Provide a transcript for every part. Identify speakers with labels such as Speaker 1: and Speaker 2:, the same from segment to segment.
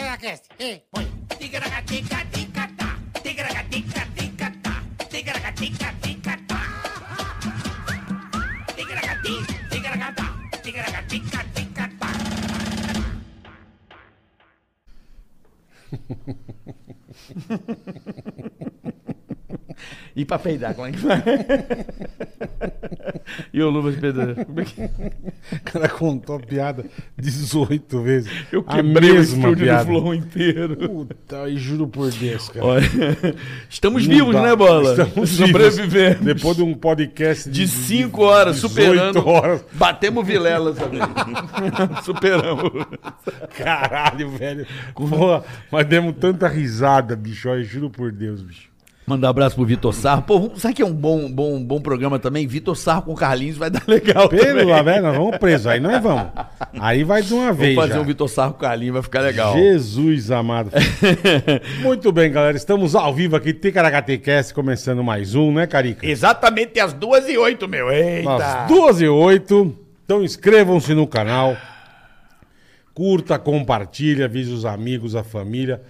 Speaker 1: Tigracast. E põe. Tigragatica-ticatá. Tigragatica-ticatá. Tigragatica-ticatá. Tigragati, tigragatá. Tigragatica-ticatá.
Speaker 2: E pra peidar, como é que vai? e o Luvas de Pedreiro? Como é que-
Speaker 3: O cara contou a piada 18 vezes.
Speaker 2: Eu
Speaker 3: A
Speaker 2: quebrei o
Speaker 3: mesma
Speaker 2: estúdio
Speaker 3: piada.
Speaker 2: do Flow inteiro.
Speaker 3: Puta, e juro por Deus, cara.
Speaker 2: Olha, estamos
Speaker 3: Não
Speaker 2: vivos,
Speaker 3: dá.
Speaker 2: né, Bola?
Speaker 3: Estamos
Speaker 2: Sobrevivemos.
Speaker 3: vivos. Depois de um podcast
Speaker 2: De 5 horas,
Speaker 3: 18
Speaker 2: superando.
Speaker 3: horas.
Speaker 2: Batemos Vilela também. superamos.
Speaker 3: Caralho, velho. Porra, mas demos tanta risada, bicho. Olha, juro por Deus, bicho.
Speaker 2: Mandar um abraço pro Vitor Sarro. Pô, vamos- sabe que é um bom, bom, bom programa também? Vitor Sarro com Carlinhos vai dar legal
Speaker 3: Pelo
Speaker 2: também.
Speaker 3: lá, velho, nós vamos preso. Aí nós vamos. Aí vai de uma
Speaker 2: Vamos
Speaker 3: vez.
Speaker 2: fazer
Speaker 3: já.
Speaker 2: um Vitor Sarro com Carlinhos, vai ficar legal.
Speaker 3: Jesus amado. Muito bem, galera. Estamos ao vivo aqui, Ticaracatecast, começando mais um, né, Carica?
Speaker 2: Exatamente às duas e oito, meu. Eita.
Speaker 3: Às 12 e 08 Então inscrevam-se no canal. Curta, compartilha, avise os amigos, a família.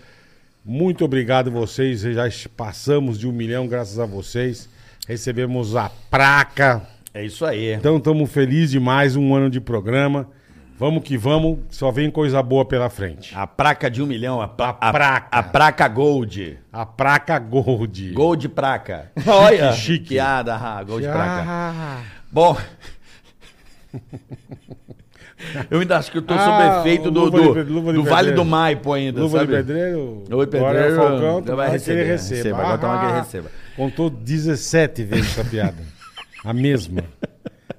Speaker 3: Muito obrigado vocês. Já passamos de um milhão, graças a vocês. Recebemos a praca.
Speaker 2: É isso aí.
Speaker 3: Então estamos felizes demais, um ano de programa. Vamos que vamos, só vem coisa boa pela frente.
Speaker 2: A placa de um milhão, a, pra-
Speaker 3: A praca.
Speaker 2: A placa Gold.
Speaker 3: A praca Gold.
Speaker 2: Gold praca. Olha.
Speaker 3: chique.
Speaker 2: Piada, ah, Gold praca.
Speaker 3: Ah,
Speaker 2: Bom. Eu ainda acho que eu tô sob
Speaker 3: Ah,
Speaker 2: efeito do,
Speaker 3: luva de
Speaker 2: do,
Speaker 3: pe- luva de
Speaker 2: do Vale
Speaker 3: pedreiro.
Speaker 2: do Maipo ainda,
Speaker 3: Luva
Speaker 2: sabe?
Speaker 3: de pedreiro.
Speaker 2: Luva de
Speaker 3: agora é
Speaker 2: pedreiro.
Speaker 3: o Falcão,
Speaker 2: vai
Speaker 3: tomara que
Speaker 2: receber.
Speaker 3: ele receba.
Speaker 2: receba. Agora toma que ele
Speaker 3: Ah,
Speaker 2: receba.
Speaker 3: Contou 17 vezes essa piada. A mesma.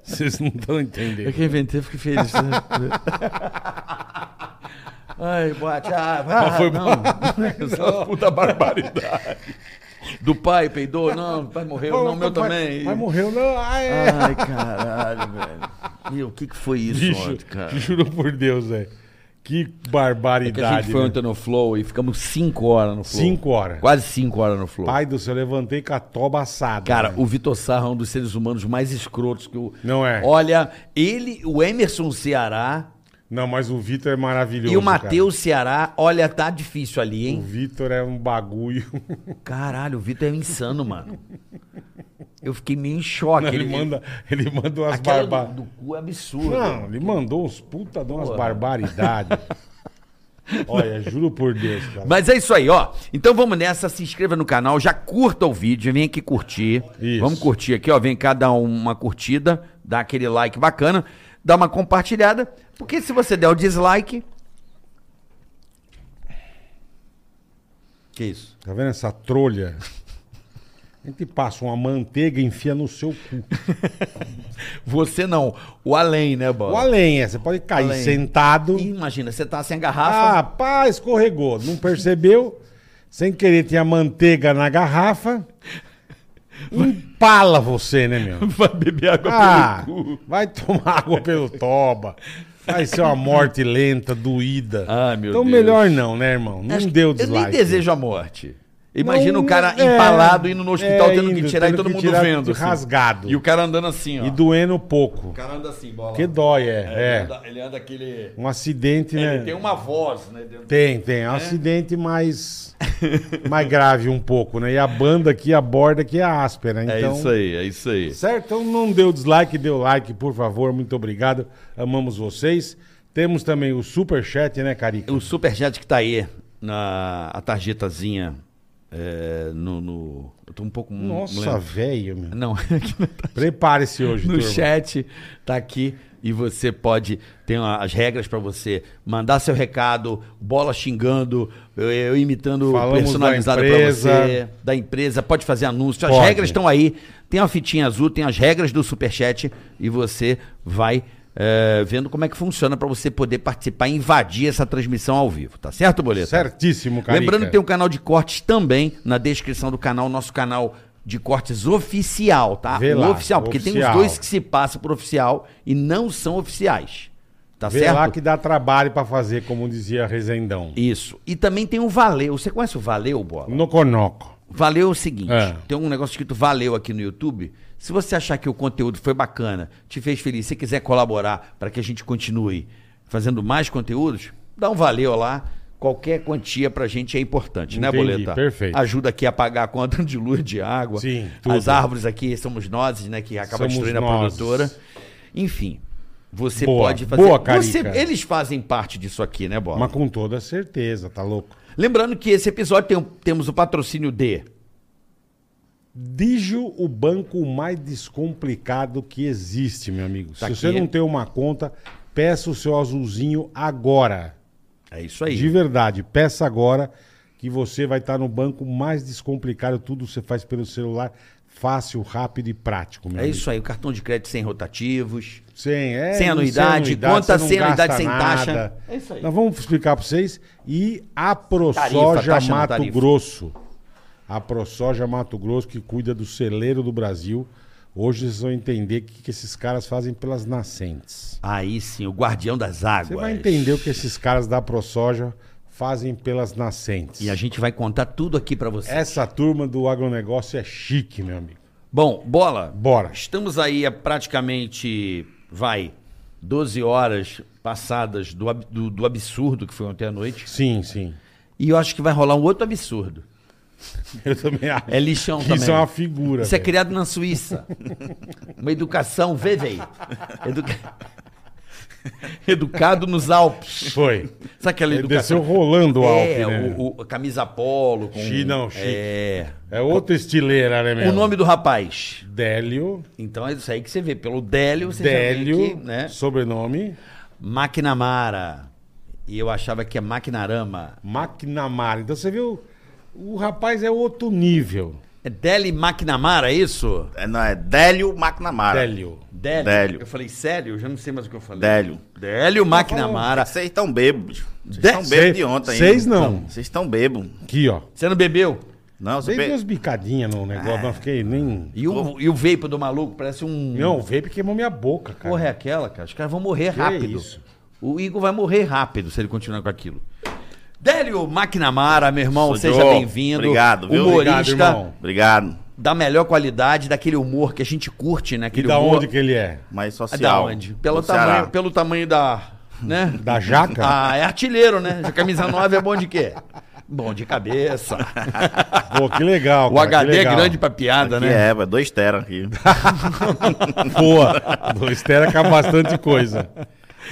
Speaker 3: Vocês não estão
Speaker 2: Eu
Speaker 3: entendendo.
Speaker 2: que inventei, fiquei feliz. né? Ai, boate. Ah, ah,
Speaker 3: foi
Speaker 2: não. Essa puta barbaridade. Do pai peidou? Não, o pai morreu. não, meu
Speaker 3: Pai-
Speaker 2: também.
Speaker 3: Mas morreu, não. Ah, é.
Speaker 2: Ai, caralho, velho. Meu, o que, que foi isso
Speaker 3: Bicho,
Speaker 2: ontem, cara? É
Speaker 3: te juro por Deus, velho. Que barbaridade.
Speaker 2: Que a gente foi
Speaker 3: né?
Speaker 2: ontem no Flow e ficamos 5 horas no Flow.
Speaker 3: Cinco horas.
Speaker 2: Quase 5 horas no Flow.
Speaker 3: Pai do céu, levantei com a toba assada.
Speaker 2: Cara,
Speaker 3: né?
Speaker 2: o Vitor Sarro é um dos seres humanos mais escrotos que o.
Speaker 3: Não é.
Speaker 2: Olha, ele, o Emerson Ceará
Speaker 3: Não, mas o Vitor é maravilhoso.
Speaker 2: e o
Speaker 3: cara.
Speaker 2: Matheus Ceará, olha, tá difícil ali,
Speaker 3: O
Speaker 2: hein?
Speaker 3: Vitor é um bagulho.
Speaker 2: Caralho, o Vitor é um insano, mano. Eu fiquei meio em choque.
Speaker 3: ele, manda, ele manda umas
Speaker 2: Aquela
Speaker 3: barba.
Speaker 2: do, do cu é absurdo.
Speaker 3: Não, ele mandou uns puta de umas barbaridades. Olha, juro por Deus, cara.
Speaker 2: Mas é isso aí, ó. Então vamos nessa, se inscreva no canal, já curta o vídeo, vem aqui curtir.
Speaker 3: Isso.
Speaker 2: Vamos curtir aqui, ó. Vem cá dar uma curtida, dá aquele like bacana, dá uma compartilhada, porque se você der o dislike. Que isso?
Speaker 3: Tá vendo essa trolha? A gente passa uma manteiga e enfia no seu cu.
Speaker 2: Você não, o além, né,
Speaker 3: O
Speaker 2: Bola?
Speaker 3: além é, você pode cair
Speaker 2: Além.
Speaker 3: sentado.
Speaker 2: Ih, Imagina, você tá sem a garrafa.
Speaker 3: Ah, pá, escorregou. Não percebeu? Sem querer tinha manteiga na garrafa. Empala você, né, meu?
Speaker 2: Vai beber água
Speaker 3: Ah, vai tomar água pelo toba. Vai ser uma morte lenta, doída.
Speaker 2: Ah, meu
Speaker 3: então
Speaker 2: Deus.
Speaker 3: melhor não, né, irmão? Não
Speaker 2: Acho que
Speaker 3: deu
Speaker 2: Eu nem
Speaker 3: dislike.
Speaker 2: desejo a morte. Imagina
Speaker 3: Não,
Speaker 2: o cara
Speaker 3: é,
Speaker 2: empalado indo no hospital
Speaker 3: é,
Speaker 2: tendo que
Speaker 3: indo,
Speaker 2: tirar e
Speaker 3: tendo
Speaker 2: todo
Speaker 3: que
Speaker 2: mundo
Speaker 3: tirar
Speaker 2: vendo. assim.
Speaker 3: de rasgado.
Speaker 2: E o cara andando assim, ó.
Speaker 3: E doendo pouco.
Speaker 2: O cara anda assim, bola.
Speaker 3: Que dói, é.
Speaker 2: Ele,
Speaker 3: é.
Speaker 2: anda, Tá, ele anda aquele.
Speaker 3: Um acidente,
Speaker 2: Ele
Speaker 3: né?
Speaker 2: É, tem uma voz, né? dentro-
Speaker 3: Tem, tem. É um acidente mais, mais grave um pouco, né? E a banda aqui, a borda aqui é áspera. Então,
Speaker 2: aí, é isso aí.
Speaker 3: Certo? Então não deu dislike, deu like, por favor. Muito obrigado. Amamos vocês. Temos também o superchat, né, Carica?
Speaker 2: O superchat que tá aí, na a tarjetazinha. é, no, no- Eu tô um pouco. não
Speaker 3: Nossa,
Speaker 2: lembro.
Speaker 3: velho, meu.
Speaker 2: Não, aqui não tá.
Speaker 3: Prepare-se hoje,
Speaker 2: no
Speaker 3: turma.
Speaker 2: chat tá aqui e você pode tem a- as regras pra você mandar seu recado, bola xingando, eu, eu imitando
Speaker 3: Falamos
Speaker 2: personalizado
Speaker 3: da
Speaker 2: pra
Speaker 3: empresa.
Speaker 2: você, da empresa, pode fazer anúncio, as
Speaker 3: Pode.
Speaker 2: regras estão aí. Tem uma fitinha azul, tem as regras do Superchat e você vai é, vendo como é que funciona pra você poder participar e invadir essa transmissão ao vivo, tá certo, Boleto?
Speaker 3: Certíssimo, Carica.
Speaker 2: Lembrando que tem um canal de cortes também na descrição do canal, nosso canal de cortes oficial, tá?
Speaker 3: Vê
Speaker 2: O
Speaker 3: lá,
Speaker 2: oficial, porque tem os
Speaker 3: oficial.
Speaker 2: dois que se passam por oficial e não são oficiais. Tá
Speaker 3: Vê
Speaker 2: certo?
Speaker 3: lá que dá trabalho pra fazer, como dizia Rezendão.
Speaker 2: Isso. E também tem o Valeu. Você conhece o Valeu, Bola?
Speaker 3: No Conoco.
Speaker 2: Valeu é o seguinte:
Speaker 3: É.
Speaker 2: tem um negócio escrito Valeu aqui no YouTube. Se você achar que o conteúdo foi bacana, te fez feliz, se quiser colaborar para que a gente continue fazendo mais conteúdos, dá um valeu lá. Qualquer quantia pra gente é importante, né,
Speaker 3: Entendi,
Speaker 2: Boleta?
Speaker 3: perfeito.
Speaker 2: Ajuda aqui a pagar a conta de luz, de água.
Speaker 3: Sim, tudo.
Speaker 2: As árvores aqui somos nós, né, que acaba
Speaker 3: Somos
Speaker 2: destruindo a
Speaker 3: nozes.
Speaker 2: produtora. Enfim, você
Speaker 3: Boa,
Speaker 2: pode fazer.
Speaker 3: boa, Carica.
Speaker 2: Você- eles fazem parte disso aqui, né, Bola?
Speaker 3: Mas com toda certeza, tá louco?
Speaker 2: Lembrando que esse episódio tem, um, temos o patrocínio de
Speaker 3: Digio, o banco mais descomplicado que existe, meu amigo.
Speaker 2: Tá
Speaker 3: Se
Speaker 2: aqui.
Speaker 3: você não tem uma conta, peça o seu azulzinho agora.
Speaker 2: É isso aí.
Speaker 3: De verdade, peça agora que você vai estar no banco mais descomplicado. Tudo você faz pelo celular, fácil, rápido e prático, meu
Speaker 2: É isso aí, o cartão de crédito sem rotativos.
Speaker 3: Sem, é,
Speaker 2: Sem
Speaker 3: não-
Speaker 2: anuidade,
Speaker 3: você
Speaker 2: conta
Speaker 3: não
Speaker 2: sem anuidade,
Speaker 3: gasta
Speaker 2: sem taxa.
Speaker 3: nada.
Speaker 2: É isso aí.
Speaker 3: Nós vamos explicar para vocês. E a ProSoja
Speaker 2: Tarifa, taxa, não
Speaker 3: Mato
Speaker 2: tarifa.
Speaker 3: Grosso. A ProSoja Mato Grosso, que cuida do celeiro do Brasil. Hoje vocês vão entender o que, que esses caras fazem pelas nascentes.
Speaker 2: Aí sim, o guardião das águas.
Speaker 3: Você vai entender o que esses caras da ProSoja fazem pelas nascentes.
Speaker 2: E a gente vai contar tudo aqui pra você.
Speaker 3: Essa turma do agronegócio é chique, meu amigo.
Speaker 2: Bom, bola.
Speaker 3: Bora.
Speaker 2: Estamos aí a praticamente, vai, 12 horas passadas do, ab- do, do absurdo que foi ontem à noite.
Speaker 3: Sim, sim.
Speaker 2: E eu acho que vai rolar um outro absurdo.
Speaker 3: Eu também acho.
Speaker 2: É lixão
Speaker 3: que
Speaker 2: também.
Speaker 3: Isso é uma figura.
Speaker 2: Isso é
Speaker 3: velho.
Speaker 2: criado na Suíça. Uma educação, vê, véi. Educa- Educado nos Alpes.
Speaker 3: Foi.
Speaker 2: Sabe aquela
Speaker 3: Ele desceu
Speaker 2: educação?
Speaker 3: rolando o Alpe,
Speaker 2: é,
Speaker 3: né?
Speaker 2: o, o- a camisa polo. Com,
Speaker 3: Chi- não, chi.
Speaker 2: É.
Speaker 3: É outra estileira, né, meu?
Speaker 2: O nome do rapaz.
Speaker 3: Délio.
Speaker 2: Então é isso aí que você vê. Pelo Délio, você já vê
Speaker 3: Délio,
Speaker 2: que, né?
Speaker 3: sobrenome.
Speaker 2: Maquinamara. E eu achava que é Maquinarama.
Speaker 3: McNamara. Então você viu, o rapaz é outro nível.
Speaker 2: É Deli Maquinamara, é isso?
Speaker 4: É, não, é Délio McNamara.
Speaker 3: Délio.
Speaker 2: Délio.
Speaker 4: Délio.
Speaker 2: Eu falei, sério? Eu já não sei mais o que eu falei.
Speaker 4: Délio.
Speaker 2: Délio Maquinamara.
Speaker 4: Vocês estão bêbados. Vocês
Speaker 2: De-
Speaker 4: estão bêbados
Speaker 3: Cê-
Speaker 4: de ontem.
Speaker 3: cês
Speaker 4: ainda.
Speaker 3: não.
Speaker 4: Vocês estão bêbados.
Speaker 3: Aqui, ó.
Speaker 2: Você não bebeu?
Speaker 4: Não, você
Speaker 3: Dei
Speaker 4: be...
Speaker 3: duas bicadinhas no negócio,
Speaker 2: É.
Speaker 3: mas fiquei nem...
Speaker 2: E o, e o vape do maluco parece um...
Speaker 3: Não, o vape queimou minha boca, cara.
Speaker 2: Porra, é aquela, cara. Os caras vão morrer
Speaker 3: Que
Speaker 4: é
Speaker 2: rápido.
Speaker 3: isso?
Speaker 2: O Igor vai morrer rápido se ele continuar com aquilo. Délio Maquinamara, meu irmão,
Speaker 4: Sou
Speaker 2: seja
Speaker 4: Joe.
Speaker 2: bem-vindo.
Speaker 4: Obrigado, viu?
Speaker 3: Obrigado,
Speaker 2: Humorista
Speaker 3: irmão.
Speaker 4: Obrigado.
Speaker 2: da melhor qualidade, daquele humor que a gente curte,
Speaker 3: E
Speaker 2: né? Aquele
Speaker 3: da
Speaker 2: humor...
Speaker 3: onde que ele é?
Speaker 4: Mas
Speaker 2: Ah,
Speaker 4: social.
Speaker 2: Da onde? Pelo
Speaker 4: do Ceará.
Speaker 2: tamanho, pelo tamanho da. Né?
Speaker 3: Da jaca?
Speaker 2: Ah, é artilheiro, né? A camisa 9 é bom de quê? Bom de cabeça.
Speaker 3: Pô, que legal,
Speaker 2: O
Speaker 3: cara, que
Speaker 2: HD é
Speaker 3: legal.
Speaker 2: grande pra piada,
Speaker 4: Que
Speaker 2: né?
Speaker 4: é, é, dois tera aqui.
Speaker 3: Boa. O Estera com bastante coisa.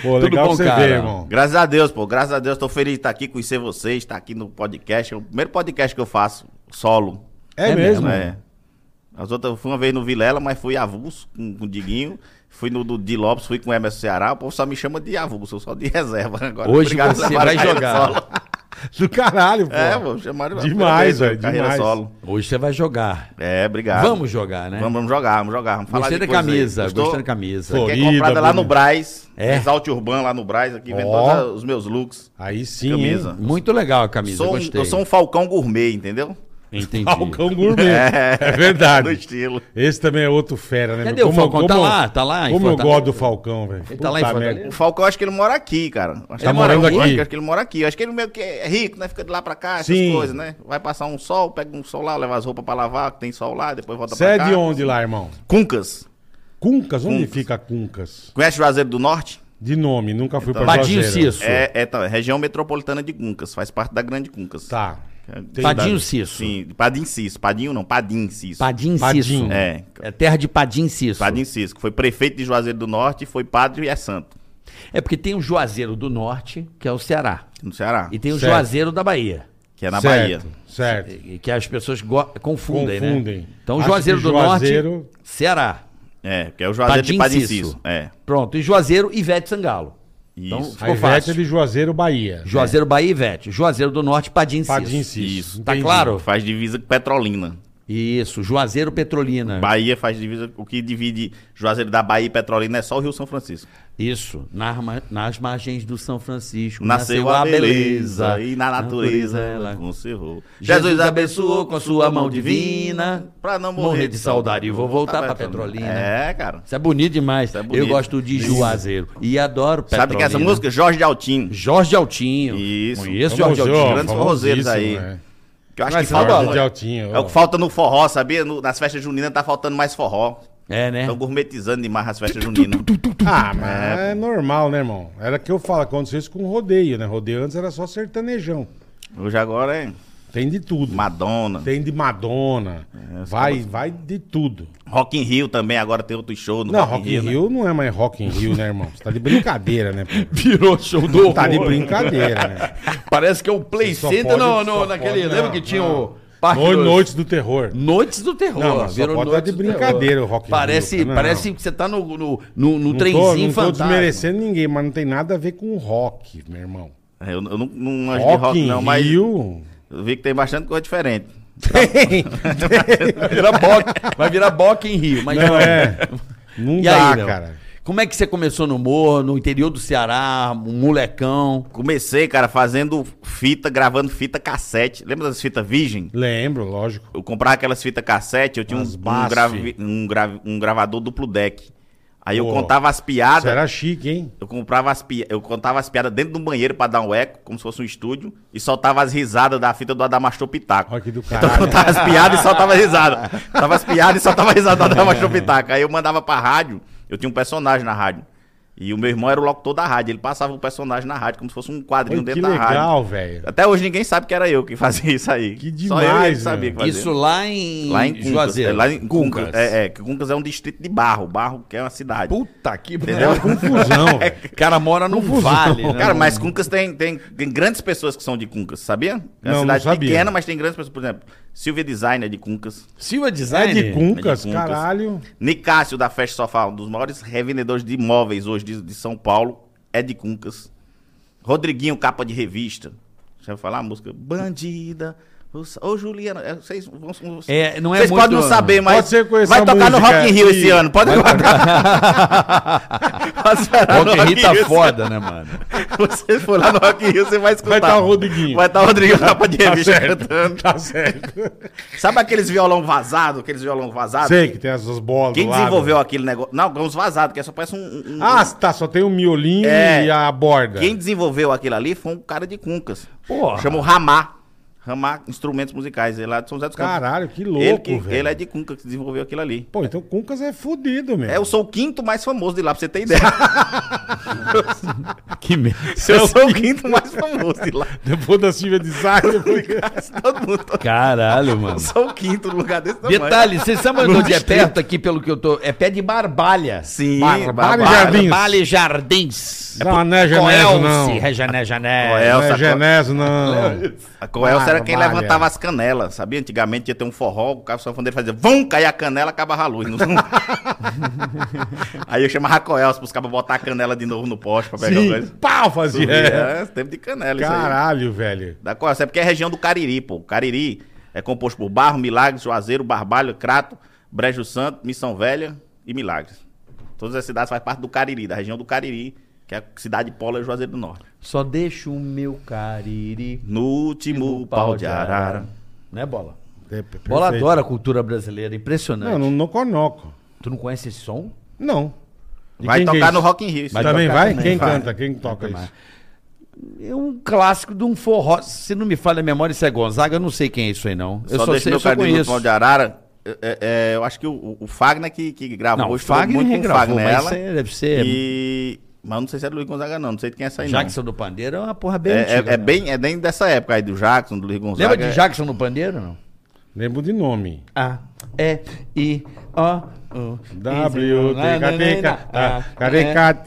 Speaker 3: Pô, legal
Speaker 2: bom,
Speaker 3: você
Speaker 2: cara?
Speaker 3: ver, irmão.
Speaker 4: Graças a Deus, pô. Graças a Deus, tô feliz de estar aqui, conhecer vocês, estar aqui no podcast. É o primeiro podcast que eu faço, solo.
Speaker 3: É,
Speaker 2: É
Speaker 3: mesmo?
Speaker 2: mesmo,
Speaker 4: É. As outras, eu fui uma vez no Vilela, mas fui avulso com, com o Diguinho. Fui no do Di Lopes, fui com o Emerson Ceará. O povo só me chama de avulso, eu sou de reserva. Agora,
Speaker 2: Hoje
Speaker 4: obrigado,
Speaker 2: você
Speaker 4: chamaram
Speaker 2: vai
Speaker 4: carreira
Speaker 2: jogar.
Speaker 4: solo.
Speaker 3: Do caralho, pô.
Speaker 4: É, pô, chamaram
Speaker 3: Demais,
Speaker 4: parabéns,
Speaker 3: velho,
Speaker 4: Carreira
Speaker 3: demais.
Speaker 4: solo.
Speaker 2: Hoje você vai jogar.
Speaker 4: É, obrigado.
Speaker 2: Vamos jogar, né?
Speaker 4: Vamos, vamos jogar, vamos jogar. Vamos falar
Speaker 2: Gostei
Speaker 4: de
Speaker 2: da
Speaker 4: coisa aí.
Speaker 2: camisa,
Speaker 4: Gostou?
Speaker 2: gostei da camisa.
Speaker 3: Pô,
Speaker 4: Quer
Speaker 3: Florida,
Speaker 4: comprada lá no
Speaker 3: bonita.
Speaker 4: Brás,
Speaker 2: É.
Speaker 4: Exalt Urban lá no Brás, aqui vendo
Speaker 3: Ó.
Speaker 4: todos os meus looks.
Speaker 3: Aí sim,
Speaker 4: Camisa.
Speaker 3: hein?
Speaker 2: Muito legal a camisa,
Speaker 4: Sou um-
Speaker 2: gostei.
Speaker 4: eu sou um falcão gourmet, entendeu?
Speaker 2: Entendi.
Speaker 3: Falcão Gourmet. É,
Speaker 4: No
Speaker 3: verdade.
Speaker 4: estilo.
Speaker 3: Esse também é outro fera, né?
Speaker 2: Cadê o Falcão? Tá lá, tá lá em
Speaker 3: Como eu
Speaker 2: Fortaleza.
Speaker 3: gosto do Falcão, velho.
Speaker 2: Ele tá lá em
Speaker 3: Puta
Speaker 2: Fortaleza?
Speaker 4: O
Speaker 2: Ele
Speaker 3: merda.
Speaker 4: Falcão, acho que ele mora aqui, cara. Acho
Speaker 3: Tá
Speaker 4: que ele mora
Speaker 3: morando aqui.
Speaker 4: Acho que ele mora aqui. Acho que ele meio que é rico, né? Fica de lá pra cá, essas
Speaker 3: Sim.
Speaker 4: coisas, né? Vai passar um sol, pega um sol lá, leva as roupas pra lavar, que tem sol lá, depois volta
Speaker 3: Você
Speaker 4: pra
Speaker 3: é
Speaker 4: cá.
Speaker 3: de onde lá, irmão?
Speaker 4: Cuncas.
Speaker 3: Cuncas? Onde
Speaker 4: Cuncas.
Speaker 3: fica Cuncas?
Speaker 4: Conhece Juazeiro do Norte?
Speaker 3: De nome, nunca fui pra
Speaker 2: Tadinho
Speaker 3: Juazeiro.
Speaker 2: Cisso.
Speaker 4: É, é, tá, região metropolitana de Cuncas. Faz parte da Grande Cuncas.
Speaker 3: Tá.
Speaker 4: É, cidade-
Speaker 2: Padinho Cisso.
Speaker 4: Sim, Padim Cisso. Padinho não, Padim Cisso.
Speaker 2: Padim
Speaker 3: Padim.
Speaker 2: Cisso. É.
Speaker 4: É,
Speaker 2: terra de Padim Cisso.
Speaker 4: Padim Cisso, que foi prefeito de Juazeiro do Norte, foi padre e é santo,
Speaker 2: É porque tem o Juazeiro do Norte, que é o Ceará.
Speaker 4: no Ceará,
Speaker 2: E tem o
Speaker 3: Certo.
Speaker 2: Juazeiro da Bahia.
Speaker 4: que é na
Speaker 3: certo,
Speaker 4: Bahia.
Speaker 3: Certo.
Speaker 2: E que as pessoas go- confundem,
Speaker 3: Confundem.
Speaker 2: né? Então,
Speaker 3: Acho
Speaker 2: Juazeiro
Speaker 3: que
Speaker 2: do
Speaker 3: Juazeiro-
Speaker 2: Norte, Ceará.
Speaker 4: É, que é o Juazeiro
Speaker 2: Padim
Speaker 4: de Padim
Speaker 2: Cisso.
Speaker 4: Cisso. É,
Speaker 2: Pronto, e Juazeiro, Ivete Sangalo. Então,
Speaker 4: Isso.
Speaker 3: A
Speaker 2: ficou
Speaker 3: Ivete
Speaker 2: fácil.
Speaker 3: é de Juazeiro, Bahia.
Speaker 4: É.
Speaker 2: Juazeiro, Bahia, Ivete. Juazeiro do Norte, Padim Cisso.
Speaker 3: Padim Cisso.
Speaker 4: Isso.
Speaker 2: Tá
Speaker 3: entendi.
Speaker 2: claro?
Speaker 4: faz divisa com Petrolina.
Speaker 2: Isso, Juazeiro, Petrolina.
Speaker 4: Bahia faz divisa, o que divide Juazeiro da Bahia e Petrolina é só o Rio São Francisco.
Speaker 2: Isso, nas, ma- nas margens do São Francisco
Speaker 4: Nasceu, a beleza, e na natureza ela conservou. Jesus abençoou com sua mão divina, pra não morrer,
Speaker 2: de saudade. E vou voltar
Speaker 4: Tá,
Speaker 2: pra Petrolina.
Speaker 4: É, cara.
Speaker 2: Isso é bonito demais.
Speaker 4: é bonito.
Speaker 2: Eu gosto de Juazeiro e adoro Petrolina.
Speaker 4: Sabe quem é essa música? Jorge de Altinho.
Speaker 2: Jorge Altinho.
Speaker 4: Isso.
Speaker 2: Conheço
Speaker 3: É. Famoso,
Speaker 2: Jorge Altinho.
Speaker 3: ó,
Speaker 4: grandes forrozeiros aí.
Speaker 3: famosíssimo, é.
Speaker 4: Que eu acho
Speaker 2: Mas
Speaker 4: que falta.
Speaker 2: Jorge
Speaker 3: de Altinho,
Speaker 4: é
Speaker 3: ó.
Speaker 4: o que falta no forró, sabia? No- nas festas juninas tá faltando mais forró.
Speaker 2: É, né?
Speaker 3: Então,
Speaker 4: Estão gourmetizando demais as festas juninas.
Speaker 3: Ah, mas é normal, né, irmão? Era que eu falo, aconteceu isso com rodeio, né? Rodeio antes era só sertanejão.
Speaker 4: Hoje agora é
Speaker 3: Tem de tudo.
Speaker 4: Madonna.
Speaker 3: Tem de Madonna. vai, vai de tudo.
Speaker 4: Rock in Rio também, agora tem outro show no
Speaker 3: Não, Rock in
Speaker 4: né?
Speaker 3: Rio não é mais Rock in Rio, né, irmão? Você tá de brincadeira, né? pô?
Speaker 2: Virou show do horror.
Speaker 3: Tá de brincadeira, né?
Speaker 2: Parece que é o Play
Speaker 3: Só pode-
Speaker 2: Center no, no-
Speaker 3: só
Speaker 2: naquele.
Speaker 3: pode-
Speaker 2: lembra
Speaker 3: não,
Speaker 2: que tinha
Speaker 3: não.
Speaker 2: o. Parque
Speaker 3: Noi-
Speaker 2: dos-
Speaker 3: Noites do Terror.
Speaker 2: Noites do Terror.
Speaker 3: Não, mas só
Speaker 2: virou
Speaker 3: pode dar de
Speaker 2: Noites do Terror.
Speaker 3: brincadeira o Rock in Rio,
Speaker 2: Parece,
Speaker 3: cara, não.
Speaker 2: parece que você tá no, no, no, no
Speaker 3: Não tô, não
Speaker 2: trenzinho
Speaker 3: tô
Speaker 2: fantasma.
Speaker 3: desmerecendo ninguém, mas não tem nada a ver com rock, meu irmão.
Speaker 4: É, Eu, eu não, não manjo de
Speaker 3: Rock,
Speaker 4: rock,
Speaker 3: in
Speaker 4: não, mas
Speaker 3: Rio...
Speaker 4: eu vi que tem bastante coisa diferente.
Speaker 2: Vai virar boca, vai virar boca em Rio. Mas
Speaker 3: Não, é. Não
Speaker 2: E
Speaker 3: dá,
Speaker 2: aí, Léo?
Speaker 3: cara.
Speaker 2: Como é que você começou no morro, no interior do Ceará, um molecão?
Speaker 4: Comecei, cara, fazendo fita, gravando fita cassete. Lembra das fitas virgem?
Speaker 3: Lembro, lógico.
Speaker 4: Eu comprava aquelas fitas cassete, eu tinha um,
Speaker 3: As
Speaker 4: um,
Speaker 3: Basf.
Speaker 4: grave- um grave- um gravador duplo deck. Aí eu
Speaker 3: Pô,
Speaker 4: contava as
Speaker 3: Isso
Speaker 4: piadas.
Speaker 3: era chique, hein?
Speaker 4: Eu comprava as pi... eu contava as piadas dentro do banheiro pra dar um eco, como se fosse um estúdio, e soltava as risadas da fita do Adamastor Pitaco.
Speaker 3: Olha que do
Speaker 4: Então eu
Speaker 3: caralho.
Speaker 4: contava as piadas e soltava risada. Contava as piadas e soltava risada do Adamastor Pitaco. Aí eu mandava pra rádio, eu tinha um personagem na rádio. E o meu irmão era o locutor da rádio, ele passava o personagem na rádio, como se fosse um quadrinho
Speaker 3: Olha que
Speaker 4: dentro da rádio.
Speaker 3: legal, velho.
Speaker 4: Até hoje ninguém sabe que era eu que fazia isso aí.
Speaker 3: Que
Speaker 4: Só eu e ele
Speaker 3: demais,
Speaker 4: sabia que fazia.
Speaker 2: Isso lá em,
Speaker 4: lá em Cuncas.
Speaker 2: Juazeiro.
Speaker 4: É, lá em Cuncas.
Speaker 2: Cuncas.
Speaker 4: É, é, que Cuncas é um distrito de Barro. Barro que é uma cidade.
Speaker 2: Puta que
Speaker 3: É uma confusão, velho.
Speaker 2: O cara mora num vale, né?
Speaker 4: Cara, mas Cuncas tem, tem, tem grandes pessoas que são de Cuncas, sabia? É uma
Speaker 3: Não, não
Speaker 4: cidade
Speaker 3: sabia.
Speaker 4: pequena, mas tem grandes pessoas. Por exemplo, Silvia Design é de Cuncas.
Speaker 2: Silva
Speaker 3: É
Speaker 2: Design?
Speaker 3: de Cuncas,
Speaker 4: É de Cuncas.
Speaker 3: caralho.
Speaker 4: Nicásio da Festa Sofá, um dos maiores revendedores de imóveis hoje de, de São Paulo, é de Cuncas. Rodriguinho, capa de revista. Deixa eu falar a música. Bandida. Ô, Sa- Ô, Juliana, é, vocês vão. vão-
Speaker 2: É, não é
Speaker 4: Vocês
Speaker 2: muito-
Speaker 4: podem não saber, mas.
Speaker 3: Pode ser com essa
Speaker 4: vai tocar no
Speaker 3: música
Speaker 4: Rock in Rio
Speaker 3: aqui.
Speaker 4: esse ano, pode guardar. Pode esperar no
Speaker 2: Rock in Rio tá
Speaker 4: esse
Speaker 2: foda, né, mano?
Speaker 4: você for lá no Rock in Rio, você vai escutar.
Speaker 3: Vai tá o Rodriguinho.
Speaker 4: Vai estar o Rodriguinho na capa de
Speaker 3: Tá
Speaker 4: revista
Speaker 3: certo.
Speaker 4: cantando.
Speaker 3: Tá certo.
Speaker 4: Sabe aqueles violão vazado, aqueles violão vazado?
Speaker 3: Sei que tem essas bolas.
Speaker 4: Ah, Quem
Speaker 3: do lado.
Speaker 4: desenvolveu aquele negócio? Não, uns vazados, que só parece um... um-
Speaker 3: Ah, tá. Só tem o miolinho
Speaker 4: É.
Speaker 3: e a borda.
Speaker 4: Quem desenvolveu aquilo ali foi um cara de Cuncas.
Speaker 2: Porra.
Speaker 4: Chamou Ramar. Ramar Instrumentos Musicais. Ele é lá de São José dos Campos.
Speaker 3: Caralho, que louco,
Speaker 4: ele, que-
Speaker 3: velho.
Speaker 4: ele é de Cuncas que desenvolveu aquilo ali.
Speaker 3: Pô, então Cuncas é fudido, meu.
Speaker 4: É, eu sou o quinto mais famoso de lá, pra você ter ideia.
Speaker 2: Que merda.
Speaker 4: eu sou o quinto mais famoso de lá.
Speaker 3: Depois da Silvia Design.
Speaker 4: Todo mundo.
Speaker 2: Caralho,
Speaker 4: Eu
Speaker 2: mano.
Speaker 4: sou o quinto no lugar desse tamanho.
Speaker 2: Detalhe, vocês sabem
Speaker 4: No
Speaker 2: onde é
Speaker 4: distrito.
Speaker 2: perto aqui, pelo que eu tô... É pé de barbalha.
Speaker 4: Sim,
Speaker 3: Barra- Barra
Speaker 4: Barbalha.
Speaker 3: Jardins.
Speaker 2: Barbalha e Jardins.
Speaker 3: Não, não é Genésio, não.
Speaker 2: Coelce, Rejané, Jané.
Speaker 4: Coelce.
Speaker 3: Não
Speaker 4: Elsa,
Speaker 3: é
Speaker 4: co-
Speaker 3: Genésio, não.
Speaker 4: A Coelce era quem
Speaker 3: Barbalha.
Speaker 4: levantava as canelas, sabia? Antigamente ia ter um forró, o carro sanfoneiro fazia, vão cair a canela, acabava a luz. Não- Aí eu chamava a Coelce pros cabos botar a canela de novo no poste pra pegar
Speaker 3: Sim,
Speaker 4: coisa.
Speaker 3: pau fazia. É.
Speaker 4: É, tempo de canela isso aí.
Speaker 3: Caralho, velho.
Speaker 4: Da Coelce, é porque é região do Cariri, pô. O Cariri é composto por Barro, Milagres, Juazeiro, Barbalho, Crato, Brejo Santo, Missão Velha e Milagres. Todas as cidades fazem parte do Cariri, da região do Cariri, que é a cidade pola e Juazeiro do Norte.
Speaker 2: Só deixa o meu cariri
Speaker 4: No último pau de arara.
Speaker 2: Né, Bola?
Speaker 3: É, per-
Speaker 2: Bola
Speaker 3: perfeito.
Speaker 2: adora a cultura brasileira, impressionante.
Speaker 4: né,
Speaker 3: Não, não, não conoco.
Speaker 2: Tu não conhece esse som?
Speaker 3: Não. E
Speaker 4: Vai
Speaker 3: quem que é
Speaker 4: tocar
Speaker 3: isso?
Speaker 4: no Rock in Rio. isso
Speaker 2: Vai
Speaker 3: também
Speaker 2: tocar
Speaker 3: vai?
Speaker 2: também,
Speaker 3: quem
Speaker 2: vai.
Speaker 3: canta? Quem toca isso?
Speaker 2: É um clássico de um forró. Se não me falha a memória, isso é Gonzaga, eu não sei quem é isso aí, não. Eu
Speaker 4: só
Speaker 2: só
Speaker 4: deixa
Speaker 2: sei, eu
Speaker 4: meu
Speaker 2: só
Speaker 4: cara de
Speaker 2: conheço.
Speaker 4: Pão de Arara. é, é, é, eu acho que o, o Fagner que, que gravou
Speaker 2: Não, o
Speaker 4: estourou
Speaker 2: Fagner
Speaker 4: muito com o
Speaker 2: regravou, mas
Speaker 4: Fagnella.
Speaker 2: isso aí deve ser-
Speaker 4: E... Mas eu não sei se é do Luiz Gonzaga, não. Não sei de quem é essa aí, não.
Speaker 2: Jackson do Pandeiro é uma porra bem
Speaker 4: É, é,
Speaker 2: antiga,
Speaker 4: é
Speaker 2: né?
Speaker 4: bem, é bem dessa época aí, do Jackson, do Luiz Gonzaga. é.
Speaker 2: Lembra de Jackson do Pandeiro, não?
Speaker 3: Lembro de nome.
Speaker 2: A, E, I, O, U,
Speaker 3: Ah. W,
Speaker 2: né,
Speaker 3: ah, T, K,
Speaker 2: É.
Speaker 3: Caracate,
Speaker 2: Caraca.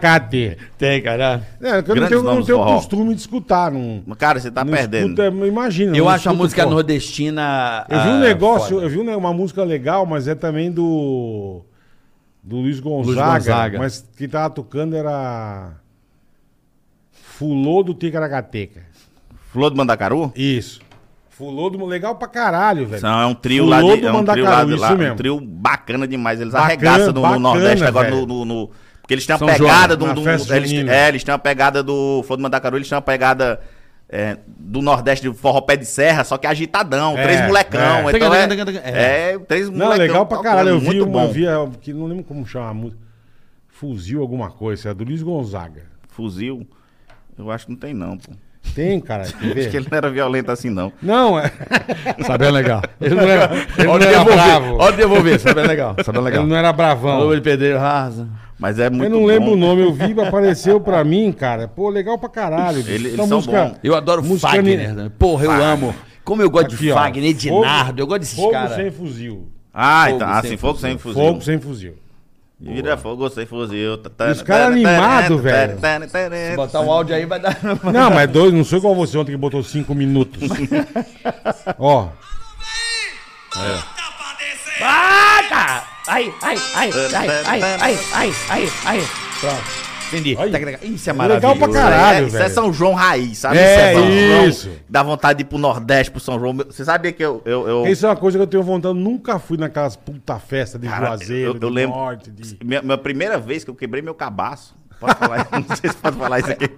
Speaker 3: Caracate.
Speaker 2: Tem, cara.
Speaker 3: É, que eu não
Speaker 4: É. Grandes
Speaker 3: tenho, não
Speaker 4: nomes
Speaker 3: tenho
Speaker 4: forró.
Speaker 3: costume de escutar. Não,
Speaker 4: Mas, Cara, você tá
Speaker 3: não
Speaker 4: perdendo.
Speaker 3: escuto, é, imagina.
Speaker 2: Eu
Speaker 3: não
Speaker 2: acho a
Speaker 3: escuto
Speaker 2: música
Speaker 3: forró.
Speaker 2: nordestina.
Speaker 3: Eu vi
Speaker 2: ah,
Speaker 4: é
Speaker 3: um negócio,
Speaker 2: foda.
Speaker 3: eu vi uma música legal, mas é também do. Do Luiz Gonzaga.
Speaker 2: Gonzaga.
Speaker 3: Mas que tava tocando era. Fulô do Ticaracateca.
Speaker 4: Flor do Mandacaru?
Speaker 3: Isso. Fulô do. Legal pra caralho, velho.
Speaker 4: Não, é um trio
Speaker 3: O
Speaker 4: lá
Speaker 3: Lobo
Speaker 4: de, é um trio lá
Speaker 3: Mandacaru,
Speaker 4: de
Speaker 3: isso
Speaker 4: lá, um
Speaker 3: mesmo.
Speaker 4: trio bacana demais. Eles
Speaker 3: Bacana,
Speaker 4: arregaçam no, no
Speaker 3: bacana,
Speaker 4: Nordeste agora no,
Speaker 3: velho.
Speaker 4: no- no- porque eles têm uma
Speaker 2: São
Speaker 4: pegada
Speaker 3: João,
Speaker 4: do,
Speaker 3: na
Speaker 4: do
Speaker 3: festa
Speaker 4: eles,
Speaker 3: junina.
Speaker 4: é, eles têm uma pegada do Flor do Mandacaru, eles têm uma pegada é, do Nordeste do forró pé de serra, só que agitadão,
Speaker 3: É,
Speaker 4: três molecão,
Speaker 3: é.
Speaker 4: então é,
Speaker 2: É.
Speaker 4: é, três
Speaker 3: Não,
Speaker 4: molecão
Speaker 3: legal pra
Speaker 4: tocando,
Speaker 3: caralho. Eu vi,
Speaker 4: muito
Speaker 3: uma,
Speaker 4: bom.
Speaker 3: eu vi a- que não lembro como chama a música. Fuzil alguma coisa, é do Luiz Gonzaga.
Speaker 4: Fuzil. Eu acho que não tem não, pô.
Speaker 3: Tem, cara. Quer ver?
Speaker 4: Acho que ele não era violento assim, não.
Speaker 3: Não, é.
Speaker 2: Sabendo legal. Ele não era, ele
Speaker 3: Ó,
Speaker 2: não
Speaker 4: é
Speaker 2: era
Speaker 3: devolver,
Speaker 2: um bravo.
Speaker 3: ó,
Speaker 2: devolver, sabendo legal. Sabendo
Speaker 3: Ele não era bravão.
Speaker 2: de pedreiro rasa.
Speaker 4: Mas é muito
Speaker 3: Eu não lembro
Speaker 4: bom.
Speaker 3: o nome, eu vi, apareceu pra mim, cara. Pô, legal pra caralho. bicho.
Speaker 4: Ele-
Speaker 3: Essa
Speaker 4: eles são bons.
Speaker 2: Eu adoro
Speaker 3: Música
Speaker 2: Fagner.
Speaker 3: ni-
Speaker 2: né? Porra, eu amo. Como eu gosto
Speaker 3: Aqui,
Speaker 2: de
Speaker 3: ó.
Speaker 2: Fagner,
Speaker 3: Fogo-
Speaker 2: Ednardo, eu gosto desses
Speaker 3: Fogo
Speaker 2: caras.
Speaker 3: sem fuzil.
Speaker 4: Ah,
Speaker 2: Fogo
Speaker 4: então,
Speaker 2: sem
Speaker 4: assim, fogo sem fuzil.
Speaker 3: Fogo sem fuzil.
Speaker 4: Vira fogo sem fuzil.
Speaker 3: Os caras animados, velho.
Speaker 2: Se botar o áudio aí vai dar.
Speaker 3: Não, mas dois, não sou igual você ontem que botou cinco minutos. Ó,
Speaker 2: Paga! Ah, tá. Ai, ai, ai, ai, ai, ai, ai, ai, ai. Pronto. Entendi.
Speaker 3: Aí.
Speaker 2: Taca-taca. Isso é
Speaker 3: Legal
Speaker 2: maravilhoso.
Speaker 3: pra caralho,
Speaker 4: Isso é
Speaker 3: velho.
Speaker 4: São João raiz, sabe?
Speaker 3: É,
Speaker 4: São João.
Speaker 3: isso.
Speaker 4: Dá vontade de ir pro Nordeste, pro São João. Você sabia que eu... eu, eu-
Speaker 3: Isso é uma coisa que eu tenho vontade. Eu nunca fui naquelas puta festa de
Speaker 4: Cara,
Speaker 3: Juazeiro,
Speaker 4: eu- eu
Speaker 3: de
Speaker 4: lembro-
Speaker 3: Norte. De...
Speaker 4: minha, minha primeira vez que eu quebrei meu cabaço. Pode falar isso? Não sei se pode falar isso aqui.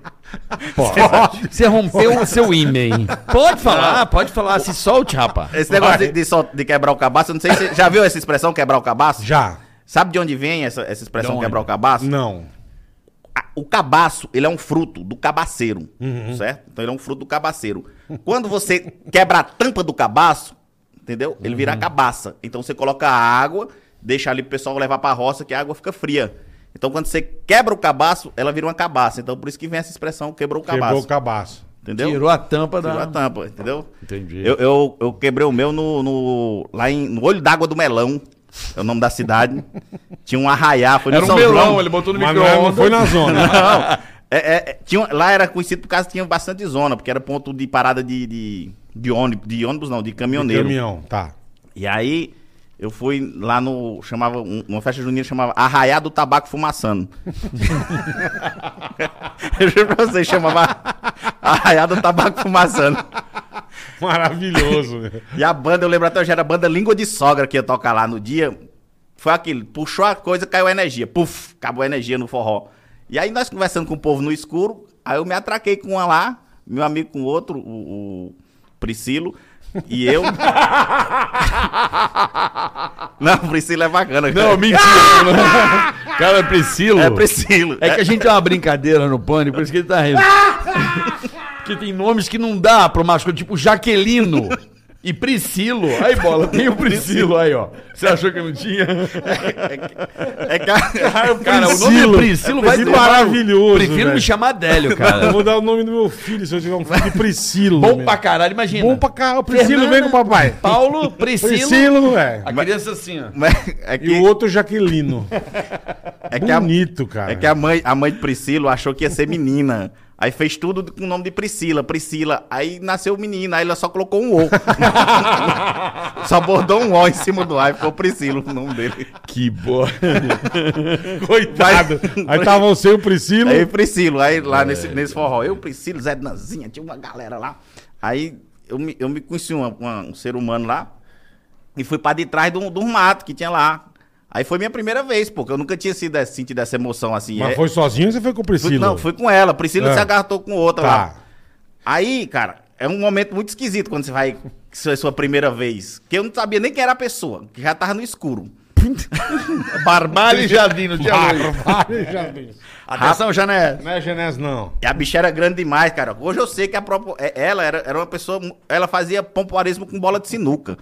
Speaker 2: Você rompeu o seu e-mail. é Pode falar, pode falar. Se solte, rapaz.
Speaker 4: Esse negócio de, de sol- de quebrar o cabaço, eu não sei se... Já viu essa expressão, quebrar o cabaço?
Speaker 3: Já.
Speaker 4: Sabe de onde vem essa, essa
Speaker 2: De
Speaker 4: expressão,
Speaker 2: onde?
Speaker 4: quebrar o cabaço?
Speaker 3: Não.
Speaker 4: A- O cabaço, ele é um fruto do cabaceiro,
Speaker 2: Uhum.
Speaker 4: certo? Então ele é um fruto do cabaceiro. Quando você quebra a tampa do cabaço, entendeu? Ele
Speaker 2: Uhum.
Speaker 4: vira cabaça. Então você coloca água, deixa ali pro pessoal levar pra roça que a água fica fria. Então quando você quebra o cabaço, ela vira uma cabaça. Então por isso que vem essa expressão quebrou o cabaço.
Speaker 3: Quebrou o cabaço.
Speaker 4: Entendeu?
Speaker 2: Tirou a tampa da.
Speaker 4: Tirou a tampa, entendeu?
Speaker 2: Entendi.
Speaker 4: Eu, eu, eu quebrei o meu no, no- lá em, no Olho d'Água do Melão, é o nome da cidade. Tinha um arraiá, foi no São João.
Speaker 2: botou
Speaker 3: Mas não, é- não foi na zona.
Speaker 4: Não. É, é, é, tinha- lá era conhecido por causa que tinha bastante zona, porque era ponto de parada de, de, de ônibus, de ônibus não, de caminhoneiro.
Speaker 3: Caminhão, tá.
Speaker 4: E aí eu fui lá no. chamava um- Uma festa junina chamava Arraiá do Tabaco Fumaçando. eu juro pra vocês, chamava Arraiá do Tabaco Fumaçando.
Speaker 3: Maravilhoso. né?
Speaker 4: E a banda, eu lembro até hoje, era a banda Língua de Sogra que ia tocar lá no dia. Foi aquilo, puxou a coisa, caiu a energia. Puf, acabou a energia no forró. E aí nós conversando com o povo no escuro, aí eu me atraquei com uma lá, meu amigo com outro, o, o Priscilo, e eu. Não, o Priscilo é bacana. cara.
Speaker 2: mentira. Cara, é Priscilo.
Speaker 4: É Priscilo.
Speaker 2: É que a gente tem uma brincadeira no pânico, por isso que ele tá rindo. que tem nomes que não dá pro masculino, tipo Jaquelino e Priscilo. Aí, bola, tem o Priscilo aí, ó. Você achou que não tinha?
Speaker 4: É que a-
Speaker 2: Cara, o nome é Priscilo, vai
Speaker 3: Priscilo
Speaker 2: tomar no-
Speaker 3: maravilhoso,
Speaker 2: Prefiro
Speaker 3: velho.
Speaker 2: me chamar Délio,
Speaker 3: Eu
Speaker 2: cara.
Speaker 3: vou dar o nome do meu filho, se eu tiver um filho de Priscilo.
Speaker 2: Bom
Speaker 3: meu.
Speaker 2: pra caralho, imagina.
Speaker 4: né?
Speaker 3: Bom pra caralho. Priscilo,
Speaker 2: Fernanda,
Speaker 3: vem com o papai.
Speaker 2: Paulo, Priscilo.
Speaker 3: Priscilo, é.
Speaker 2: A criança assim, ó.
Speaker 4: é que-
Speaker 3: E o outro Jaquelino.
Speaker 4: é que a-
Speaker 3: Bonito, cara.
Speaker 4: É que a mãe, a mãe de Priscila achou que ia ser menina. Aí fez tudo com o nome de Priscila, Priscila. Aí nasceu menina, aí ela só colocou um O. só bordou um O em cima do A e ficou Priscila o nome dele.
Speaker 2: Que boa.
Speaker 3: Coitado. Aí tava você e o Priscilo.
Speaker 4: Aí Priscila, aí lá
Speaker 3: É.
Speaker 4: nesse, nesse forró. Eu, Priscila, Zé Danzinha, tinha uma galera lá. Aí eu me, eu me conheci uma- uma- um ser humano lá e fui pra de trás de um, de um mato que tinha lá. Aí foi minha primeira vez, porque eu nunca tinha sido, eh, sentido essa emoção assim.
Speaker 3: Mas
Speaker 4: É-
Speaker 3: foi sozinho ou você foi com o
Speaker 4: fui-
Speaker 3: Priscilo?
Speaker 4: não, fui com ela. Priscila
Speaker 3: É.
Speaker 4: se agarrou com outra lá.
Speaker 3: Tá.
Speaker 4: Aí, cara, é um momento muito esquisito quando você vai. que isso é sua primeira vez. Que eu não sabia nem quem era a pessoa, que já tava no escuro.
Speaker 2: Barbalho e Jardim no dia
Speaker 3: Barbalho, já vi.
Speaker 2: Atenção, Janés.
Speaker 3: Não é Genésio, não.
Speaker 4: E a bicha era grande demais, cara. Hoje eu sei que a própria. é- Ela era, era uma pessoa. mu- Ela fazia pompoarismo com bola de sinuca.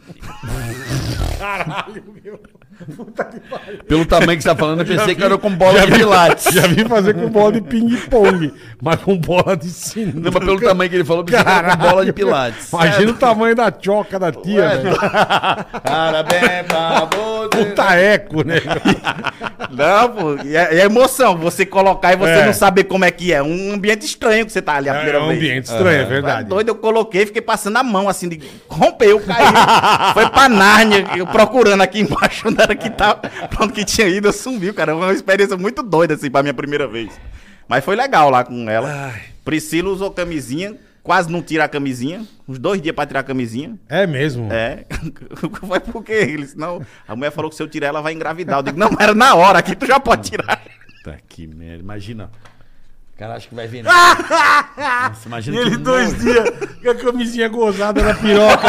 Speaker 2: Pelo tamanho que você tá falando, eu pensei que era com bola de pilates.
Speaker 3: Já vi fazer com bola de ping-pong, mas com bola de sino.
Speaker 2: Não, mas pelo tamanho que ele falou, eu pensei que era com bola de pilates.
Speaker 4: É.
Speaker 3: Imagina o tamanho da choca da tia, velho. Tá
Speaker 2: Parabéns pra você.
Speaker 3: Puta eco, né?
Speaker 4: Não, pô. E é, e é emoção você colocar e você
Speaker 3: É.
Speaker 4: não saber como é que é. Um ambiente estranho que você tá ali a
Speaker 3: É
Speaker 4: primeira
Speaker 3: um
Speaker 4: vez.
Speaker 3: ambiente estranho, é
Speaker 4: Tá
Speaker 3: verdade.
Speaker 4: doido, eu coloquei, fiquei passando a mão assim, de... rompeu, caiu. Foi pra Nárnia, eu procurando aqui embaixo onde era que tava, pra onde que tinha ido, eu sumi, cara. Foi uma experiência muito doida, assim, pra minha primeira vez. Mas foi legal lá com ela. Priscila usou camisinha, quase não tira a camisinha, uns dois dias pra tirar a camisinha.
Speaker 3: É mesmo.
Speaker 4: É, foi porque eles, não. A mulher falou que se eu tirar ela vai engravidar. Eu digo, não, era na hora, aqui tu já
Speaker 3: Ah,
Speaker 4: pode tirar.
Speaker 2: Puta que merda, imagina. Cara, acho que vai vir. né? Nossa, imagina
Speaker 3: Ele
Speaker 2: que
Speaker 3: dois dias com a camisinha gozada na piroca.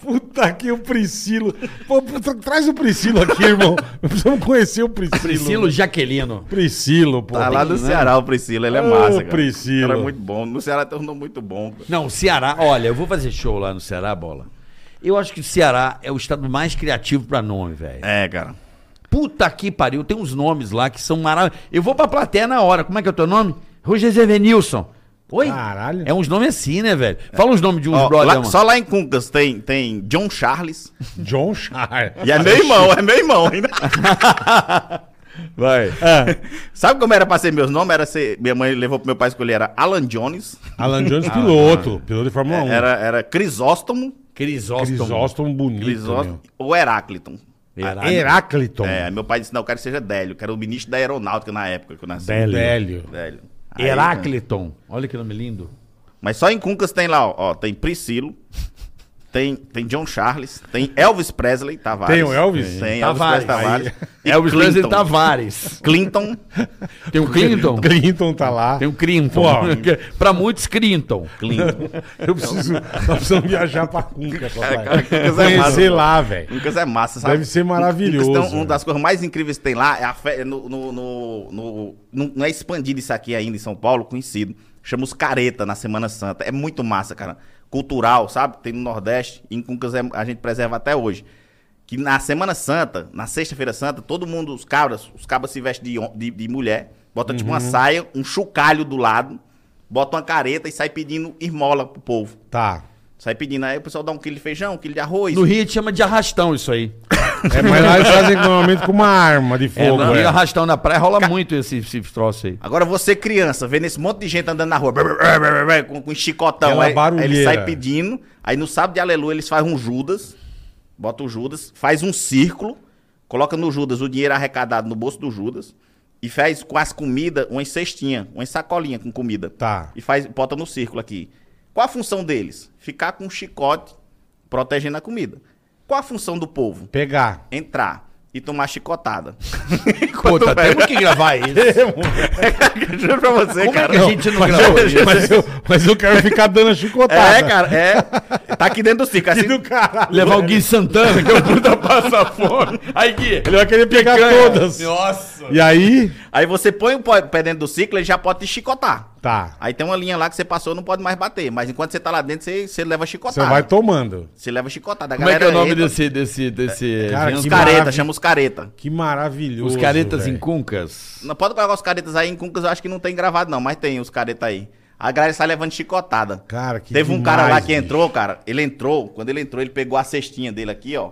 Speaker 3: Puta Tá aqui o Priscilo. Pô, pô, tra- traz o Priscilo aqui, irmão. Precisamos conhecer o Priscilo.
Speaker 2: Priscilo Jaquelino.
Speaker 3: Priscilo, pô.
Speaker 4: Tá lá do
Speaker 2: né?
Speaker 4: Ceará, o Priscila. Ele é
Speaker 3: Ô,
Speaker 4: massa, cara.
Speaker 3: Priscila.
Speaker 4: Ela é muito bom. No Ceará tornou muito bom. cara.
Speaker 2: Não, o Ceará, olha, eu vou fazer show lá no Ceará, bola. Eu acho que o Ceará é o estado mais criativo pra nome, velho.
Speaker 4: É, cara.
Speaker 2: Puta que pariu, tem uns nomes lá que são maravilhosos. Eu vou pra plateia na hora. Como é que é o teu nome? Roger Zevenilson. Oi?
Speaker 3: Caralho.
Speaker 2: É uns nomes assim, né, velho? Fala uns nomes de uns
Speaker 4: Ó,
Speaker 2: brother,
Speaker 4: lá-
Speaker 2: mano.
Speaker 4: só lá em Cuncas tem, tem John Charles.
Speaker 3: John Shire.
Speaker 4: E é meu irmão, é meu irmão ainda.
Speaker 2: Vai.
Speaker 4: Sabe como era pra ser meus nomes? Era ser, minha mãe levou pro meu pai escolher, era Alan Jones,
Speaker 3: Alan Jones, piloto. Piloto de Fórmula 1.
Speaker 4: Ah, tá. É, era, era Crisóstomo,
Speaker 2: Crisóstomo.
Speaker 3: Crisóstomo bonito.
Speaker 4: Crisóstomo
Speaker 3: meu.
Speaker 4: ou Heráclito.
Speaker 2: Herá-
Speaker 3: Heráclito.
Speaker 4: É, meu pai disse, não, eu quero que seja Délio, que era o ministro da aeronáutica na época que eu nasci.
Speaker 3: um Velho.
Speaker 2: né?
Speaker 4: Délio. Aí,
Speaker 2: Herácliton. Olha que nome lindo.
Speaker 4: Mas só em Cuncas tem lá, ó, ó, tem Priscilo, tem, tem John Charles, tem Elvis Presley Tavares.
Speaker 3: Tem o Elvis?
Speaker 4: Tem Elvis
Speaker 2: Tavares.
Speaker 4: Presley Tavares. e
Speaker 2: um Elvis
Speaker 4: Clinton.
Speaker 2: Presley Tavares.
Speaker 4: Clinton.
Speaker 2: Tem o Clinton?
Speaker 3: Clinton tá lá.
Speaker 2: Tem um- o Clinton.
Speaker 3: Pô.
Speaker 2: pra muitos, Clinton.
Speaker 4: Clinton.
Speaker 3: Eu preciso. Nós precisamos viajar pra Cunca, papai.
Speaker 4: cara, Cuncas é
Speaker 3: Conhecer
Speaker 4: massa.
Speaker 3: lá, velho.
Speaker 4: Cuncas é massa, sabe?
Speaker 3: Deve ser maravilhoso,
Speaker 4: Cuncas tem um-
Speaker 3: velho.
Speaker 4: uma das coisas mais incríveis que tem lá é a fe... no, no, no- no- não- Não é expandido isso aqui ainda em São Paulo, conhecido. Chama os careta na Semana Santa. É muito massa, cara. Cultural, sabe? Tem no Nordeste. Em Cuncas é- a gente preserva até hoje. Que na Semana Santa, na Sexta-feira Santa, todo mundo, os cabras, os cabras se vestem de, hom- de, de mulher. Bota tipo uma
Speaker 3: Uhum.
Speaker 4: saia, um chocalho do lado. Bota uma careta e sai pedindo esmola pro povo.
Speaker 3: Tá.
Speaker 4: Sai pedindo. Aí o pessoal dá um quilo de feijão, um quilo de arroz.
Speaker 2: No Rio a gente chama de arrastão isso aí.
Speaker 3: É, mas lá eles fazem normalmente com uma arma de
Speaker 2: É,
Speaker 3: fogo.
Speaker 2: no Rio
Speaker 3: é.
Speaker 2: arrastão na praia rola muito esse, esse troço aí.
Speaker 4: Agora você, criança, vendo esse monte de gente andando na rua, brr, brr, brr, brr, brr, com, com chicotão,
Speaker 3: Aquela
Speaker 4: aí, aí ele
Speaker 3: barulheira.
Speaker 4: sai pedindo, aí no sábado de aleluia eles fazem um Judas, bota o Judas, faz um círculo, coloca no Judas o dinheiro arrecadado no bolso do Judas e faz com as comidas umas cestinha, umas sacolinha com comida.
Speaker 3: Tá.
Speaker 4: E faz, bota no círculo aqui. Qual a função deles? Ficar com um chicote protegendo a comida. Qual a função do povo?
Speaker 3: Pegar.
Speaker 4: Entrar e tomar chicotada.
Speaker 2: Pô,
Speaker 4: Enquanto
Speaker 2: tá,
Speaker 4: vai-
Speaker 2: temos que gravar isso.
Speaker 4: Juro pra você,
Speaker 2: Como é
Speaker 4: cara.
Speaker 2: que a gente não
Speaker 3: Mas
Speaker 2: gravou isso?
Speaker 3: eu, mas, eu, mas eu quero ficar dando a chicotada.
Speaker 4: É, cara, é. Tá aqui dentro do circo.
Speaker 3: Tá. Que
Speaker 4: Assim,
Speaker 3: do caralho.
Speaker 2: Levar o Gui Santana, que é o puta passa fome. Aí, Gui.
Speaker 3: Ele vai querer pegar todas.
Speaker 2: Nossa.
Speaker 3: E aí?
Speaker 4: Aí você põe o pé dentro do ciclo, ele já pode te chicotar.
Speaker 3: Tá.
Speaker 4: Aí tem uma linha lá que você passou, não pode mais bater. Mas enquanto você tá lá dentro, você, você leva chicotada.
Speaker 3: Você vai tomando.
Speaker 4: Você leva chicotada. A
Speaker 2: Como é que é o nome
Speaker 4: entra-
Speaker 2: desse, desse, desse
Speaker 3: Cara,
Speaker 2: evento?
Speaker 4: Os
Speaker 3: Que
Speaker 4: careta,
Speaker 3: maravilha.
Speaker 4: chama os careta.
Speaker 3: Que maravilhoso.
Speaker 2: Os caretas
Speaker 3: velho.
Speaker 2: em cuncas.
Speaker 4: Não pode colocar os caretas aí em Cuncas, eu acho que não tem gravado não, mas tem os careta aí. A galera sai levando chicotada.
Speaker 3: Cara, que
Speaker 4: Teve um
Speaker 3: demais,
Speaker 4: cara lá que
Speaker 3: bicho.
Speaker 4: entrou, cara. Ele entrou, quando ele entrou, ele pegou a cestinha dele aqui, ó.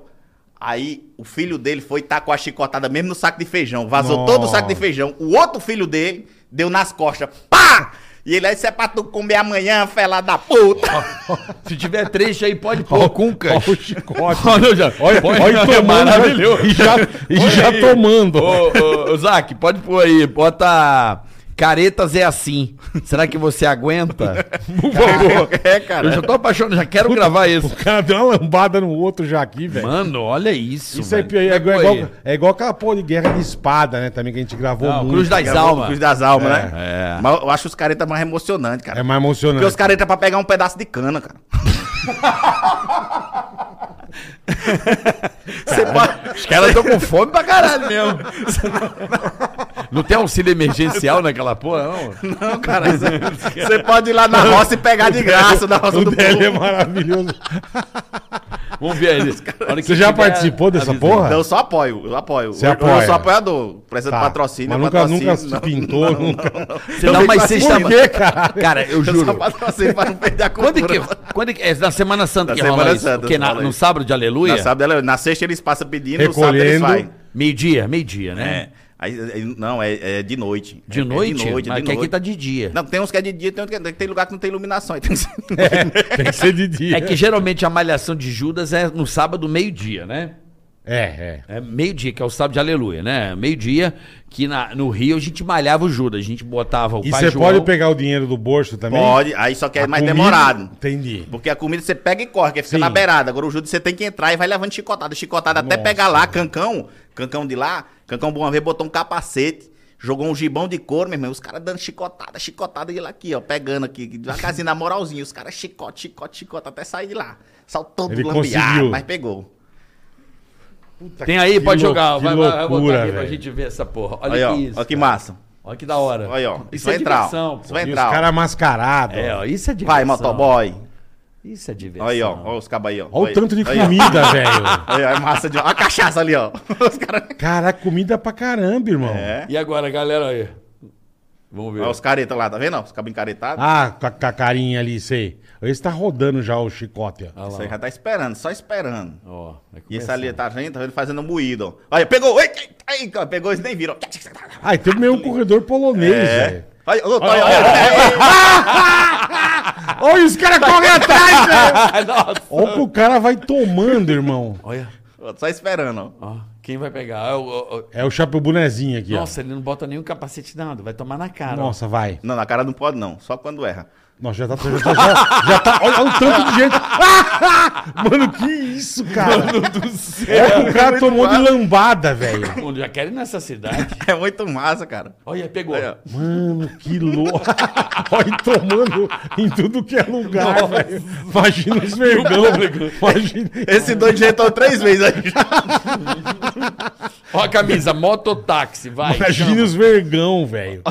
Speaker 4: Aí o filho dele foi e tacou a chicotada mesmo no saco de feijão. Vazou
Speaker 3: Nossa.
Speaker 4: todo o saco de feijão. O outro filho dele deu nas costas. Pá! E ele aí, isso é pra tu comer amanhã, fela da puta.
Speaker 2: Se tiver trecho aí, pode pôr cuncas.
Speaker 3: Olha o chicote.
Speaker 2: Olha, já-
Speaker 3: Olha,
Speaker 2: põe-
Speaker 3: olha tomando.
Speaker 2: maravilhoso.
Speaker 3: E já, e já
Speaker 2: aí.
Speaker 3: tomando.
Speaker 2: Ô, ô, ô, Zac, pode pôr aí, bota. Caretas é assim. Será que você aguenta? Por favor.
Speaker 4: É, cara.
Speaker 2: Eu já tô apaixonado, já quero gravar isso.
Speaker 3: O cara deu uma lambada no outro já aqui, velho.
Speaker 2: Mano, olha isso.
Speaker 3: Isso aí
Speaker 2: velho.
Speaker 3: é, é,
Speaker 2: Pega
Speaker 3: igual,
Speaker 2: aí.
Speaker 3: é igual aquela porra de guerra de espada, né? Também que a gente gravou
Speaker 2: Não,
Speaker 3: muito.
Speaker 2: Cruz das Almas.
Speaker 4: Cruz das almas,
Speaker 3: É,
Speaker 4: né? Mas eu acho os caretas mais emocionantes, cara.
Speaker 3: É mais
Speaker 4: Porque
Speaker 3: emocionante.
Speaker 4: os caretas pra pegar um pedaço de cana, cara. Você pode...
Speaker 2: Os caras estão com fome pra caralho mesmo. Não tem auxílio emergencial naquela porra, não?
Speaker 4: Não, cara. Você pode ir lá na roça e pegar de graça na roça
Speaker 3: O
Speaker 4: do
Speaker 3: dele é
Speaker 4: povo.
Speaker 3: maravilhoso.
Speaker 2: Vamos ver aí. Olha que
Speaker 3: Você já
Speaker 2: tiver-
Speaker 3: participou dessa
Speaker 2: avisa.
Speaker 3: porra?
Speaker 4: Não, Então, eu só apoio, eu apoio.
Speaker 3: Você
Speaker 4: eu,
Speaker 3: apoia.
Speaker 4: eu sou apoiador. Precisa
Speaker 3: Tá.
Speaker 4: de patrocínio,
Speaker 3: Mas
Speaker 4: é
Speaker 3: nunca,
Speaker 4: patrocínio.
Speaker 3: nunca se
Speaker 4: não.
Speaker 3: pintou. nunca...
Speaker 2: Você dá umas sexta
Speaker 3: Por quê, cara?
Speaker 2: Cara, eu
Speaker 4: Eu só
Speaker 2: juro.
Speaker 4: patrocínio pra não perder a
Speaker 2: Quando é
Speaker 4: cultura.
Speaker 2: que. Quando é que. É na Semana
Speaker 4: Na
Speaker 2: Santa que rola
Speaker 4: Semana
Speaker 2: isso?
Speaker 4: Santa,
Speaker 2: Porque na-
Speaker 4: rola
Speaker 2: no
Speaker 4: isso.
Speaker 2: sábado de
Speaker 4: Na,
Speaker 2: aleluia?
Speaker 4: sábado, ela- na sexta eles passam pedindo, no sábado eles
Speaker 3: Recolhendo.
Speaker 4: vai.
Speaker 2: Meio-dia? Meio-dia, né?
Speaker 4: É. Aí- aí- não, é, é de noite.
Speaker 2: De
Speaker 4: É- é
Speaker 2: noite?
Speaker 4: de noite, é
Speaker 2: Mas
Speaker 4: de
Speaker 2: que aqui
Speaker 4: noite.
Speaker 2: tá de dia.
Speaker 4: Não, tem uns que é de dia, tem, uns que é- tem lugar que não tem iluminação. aí tem uns-
Speaker 3: Tem que ser de dia.
Speaker 2: É que geralmente a malhação de Judas é no sábado, meio-dia, né?
Speaker 3: É, é.
Speaker 2: É meio-dia, que é o sábado de aleluia, né? Meio-dia, que na- no Rio a gente malhava o Judas. A gente botava o
Speaker 3: E
Speaker 2: pai
Speaker 3: você
Speaker 2: João.
Speaker 3: é pode pegar o dinheiro do bolso também?
Speaker 4: Pode, aí só que é
Speaker 3: A
Speaker 4: mais
Speaker 3: comida-
Speaker 4: demorado.
Speaker 3: Entendi.
Speaker 4: Porque a comida você pega e corre, que fica
Speaker 3: Sim.
Speaker 4: na beirada. Agora o Judas você tem que entrar e vai levando chicotada. Chicotada até
Speaker 3: Nossa.
Speaker 4: pegar lá, cancão. Cancão de lá. Cancão, uma vez, botou um capacete. Jogou um gibão de couro, meu irmão. Os caras dando chicotada, chicotada, e ele aqui, ó, pegando aqui, devagarzinho, na moralzinha. Os caras chicote, chicote, chicote, até sair de lá. Saltou do
Speaker 3: Ele
Speaker 4: lambiar,
Speaker 3: conseguiu.
Speaker 4: mas pegou.
Speaker 3: Puta,
Speaker 2: Tem aí,
Speaker 3: que
Speaker 2: pode
Speaker 3: lou-
Speaker 2: jogar.
Speaker 3: Que
Speaker 2: Vai, vai, vai
Speaker 3: loucura,
Speaker 2: botar aqui pra
Speaker 3: velho.
Speaker 2: gente ver essa porra. Olha
Speaker 4: Olha,
Speaker 2: que
Speaker 4: ó,
Speaker 2: isso.
Speaker 4: olha que
Speaker 2: cara.
Speaker 4: massa.
Speaker 2: Olha que da hora.
Speaker 4: Olha, ó. Isso,
Speaker 2: Isso
Speaker 4: vai
Speaker 2: é
Speaker 4: entrar. ó.
Speaker 2: diversão, pô.
Speaker 4: Isso vai
Speaker 3: E os
Speaker 4: entrar. ó.
Speaker 3: caras mascarados.
Speaker 2: É, ó, isso é diversão.
Speaker 4: Vai, motoboy.
Speaker 2: Isso é diversão.
Speaker 4: Olha aí, ó. Olha os cabos aí, ó.
Speaker 3: Olha o
Speaker 4: aí,
Speaker 3: tanto de
Speaker 4: aí, ó.
Speaker 3: comida, velho.
Speaker 4: Aí, ó, é massa de. Olha a cachaça ali, ó. Os caras.
Speaker 3: Caraca, comida pra caramba, irmão.
Speaker 4: É.
Speaker 2: E agora, galera, aí. Vamos ver.
Speaker 4: Olha os caretas lá, tá vendo? ó? Os cabos encaretados.
Speaker 3: Ah, com a, com a carinha ali, sei. Esse tá rodando já o chicote, ó.
Speaker 2: Olha
Speaker 4: Isso aí
Speaker 2: lá.
Speaker 4: já tá esperando, só esperando.
Speaker 2: Ó, vai
Speaker 4: E esse
Speaker 2: começar.
Speaker 4: ali tá vendo? Tá vendo? Fazendo moído, ó. Olha, pegou. Ei, ei, ei, ó, pegou, eles nem viram.
Speaker 3: Ah, e tem meio um corredor polonês,
Speaker 4: É.
Speaker 3: velho.
Speaker 4: Olha, olha, olha, olha.
Speaker 3: Olha, os caras correm atrás, velho.
Speaker 4: é-
Speaker 2: Ah, nossa.
Speaker 3: Olha o que o cara vai tomando, irmão.
Speaker 2: Olha.
Speaker 4: Ó, Só esperando, ó.
Speaker 2: Ó, quem vai pegar? Ah, o- o- o-
Speaker 3: É o chapéu bonezinho aqui, ó.
Speaker 2: Nossa, ele não bota nenhum capacete nada. Vai tomar na cara. ó.
Speaker 3: Nossa, vai.
Speaker 4: Não, na cara não pode, não. Só quando erra.
Speaker 3: Nossa, já tá. Já, tá- já- já tá- olha, olha o tanto de gente. Mano, que isso, cara?
Speaker 2: Mano do céu.
Speaker 3: Olha o que o cara tomou de lambada, velho.
Speaker 2: Mano, Já querem nessa cidade.
Speaker 4: É muito massa, cara.
Speaker 2: Olha, pegou.
Speaker 4: Aí, ó.
Speaker 3: Mano, que louco. Olha, tomando em tudo que é lugar,
Speaker 2: Nossa.
Speaker 3: velho. Imagina os vergão, velho. Imagina.
Speaker 4: Esse doido já entrou três vezes aí.
Speaker 2: Ó a camisa, mototáxi, vai.
Speaker 3: Imagina
Speaker 2: chama.
Speaker 3: os vergão, velho.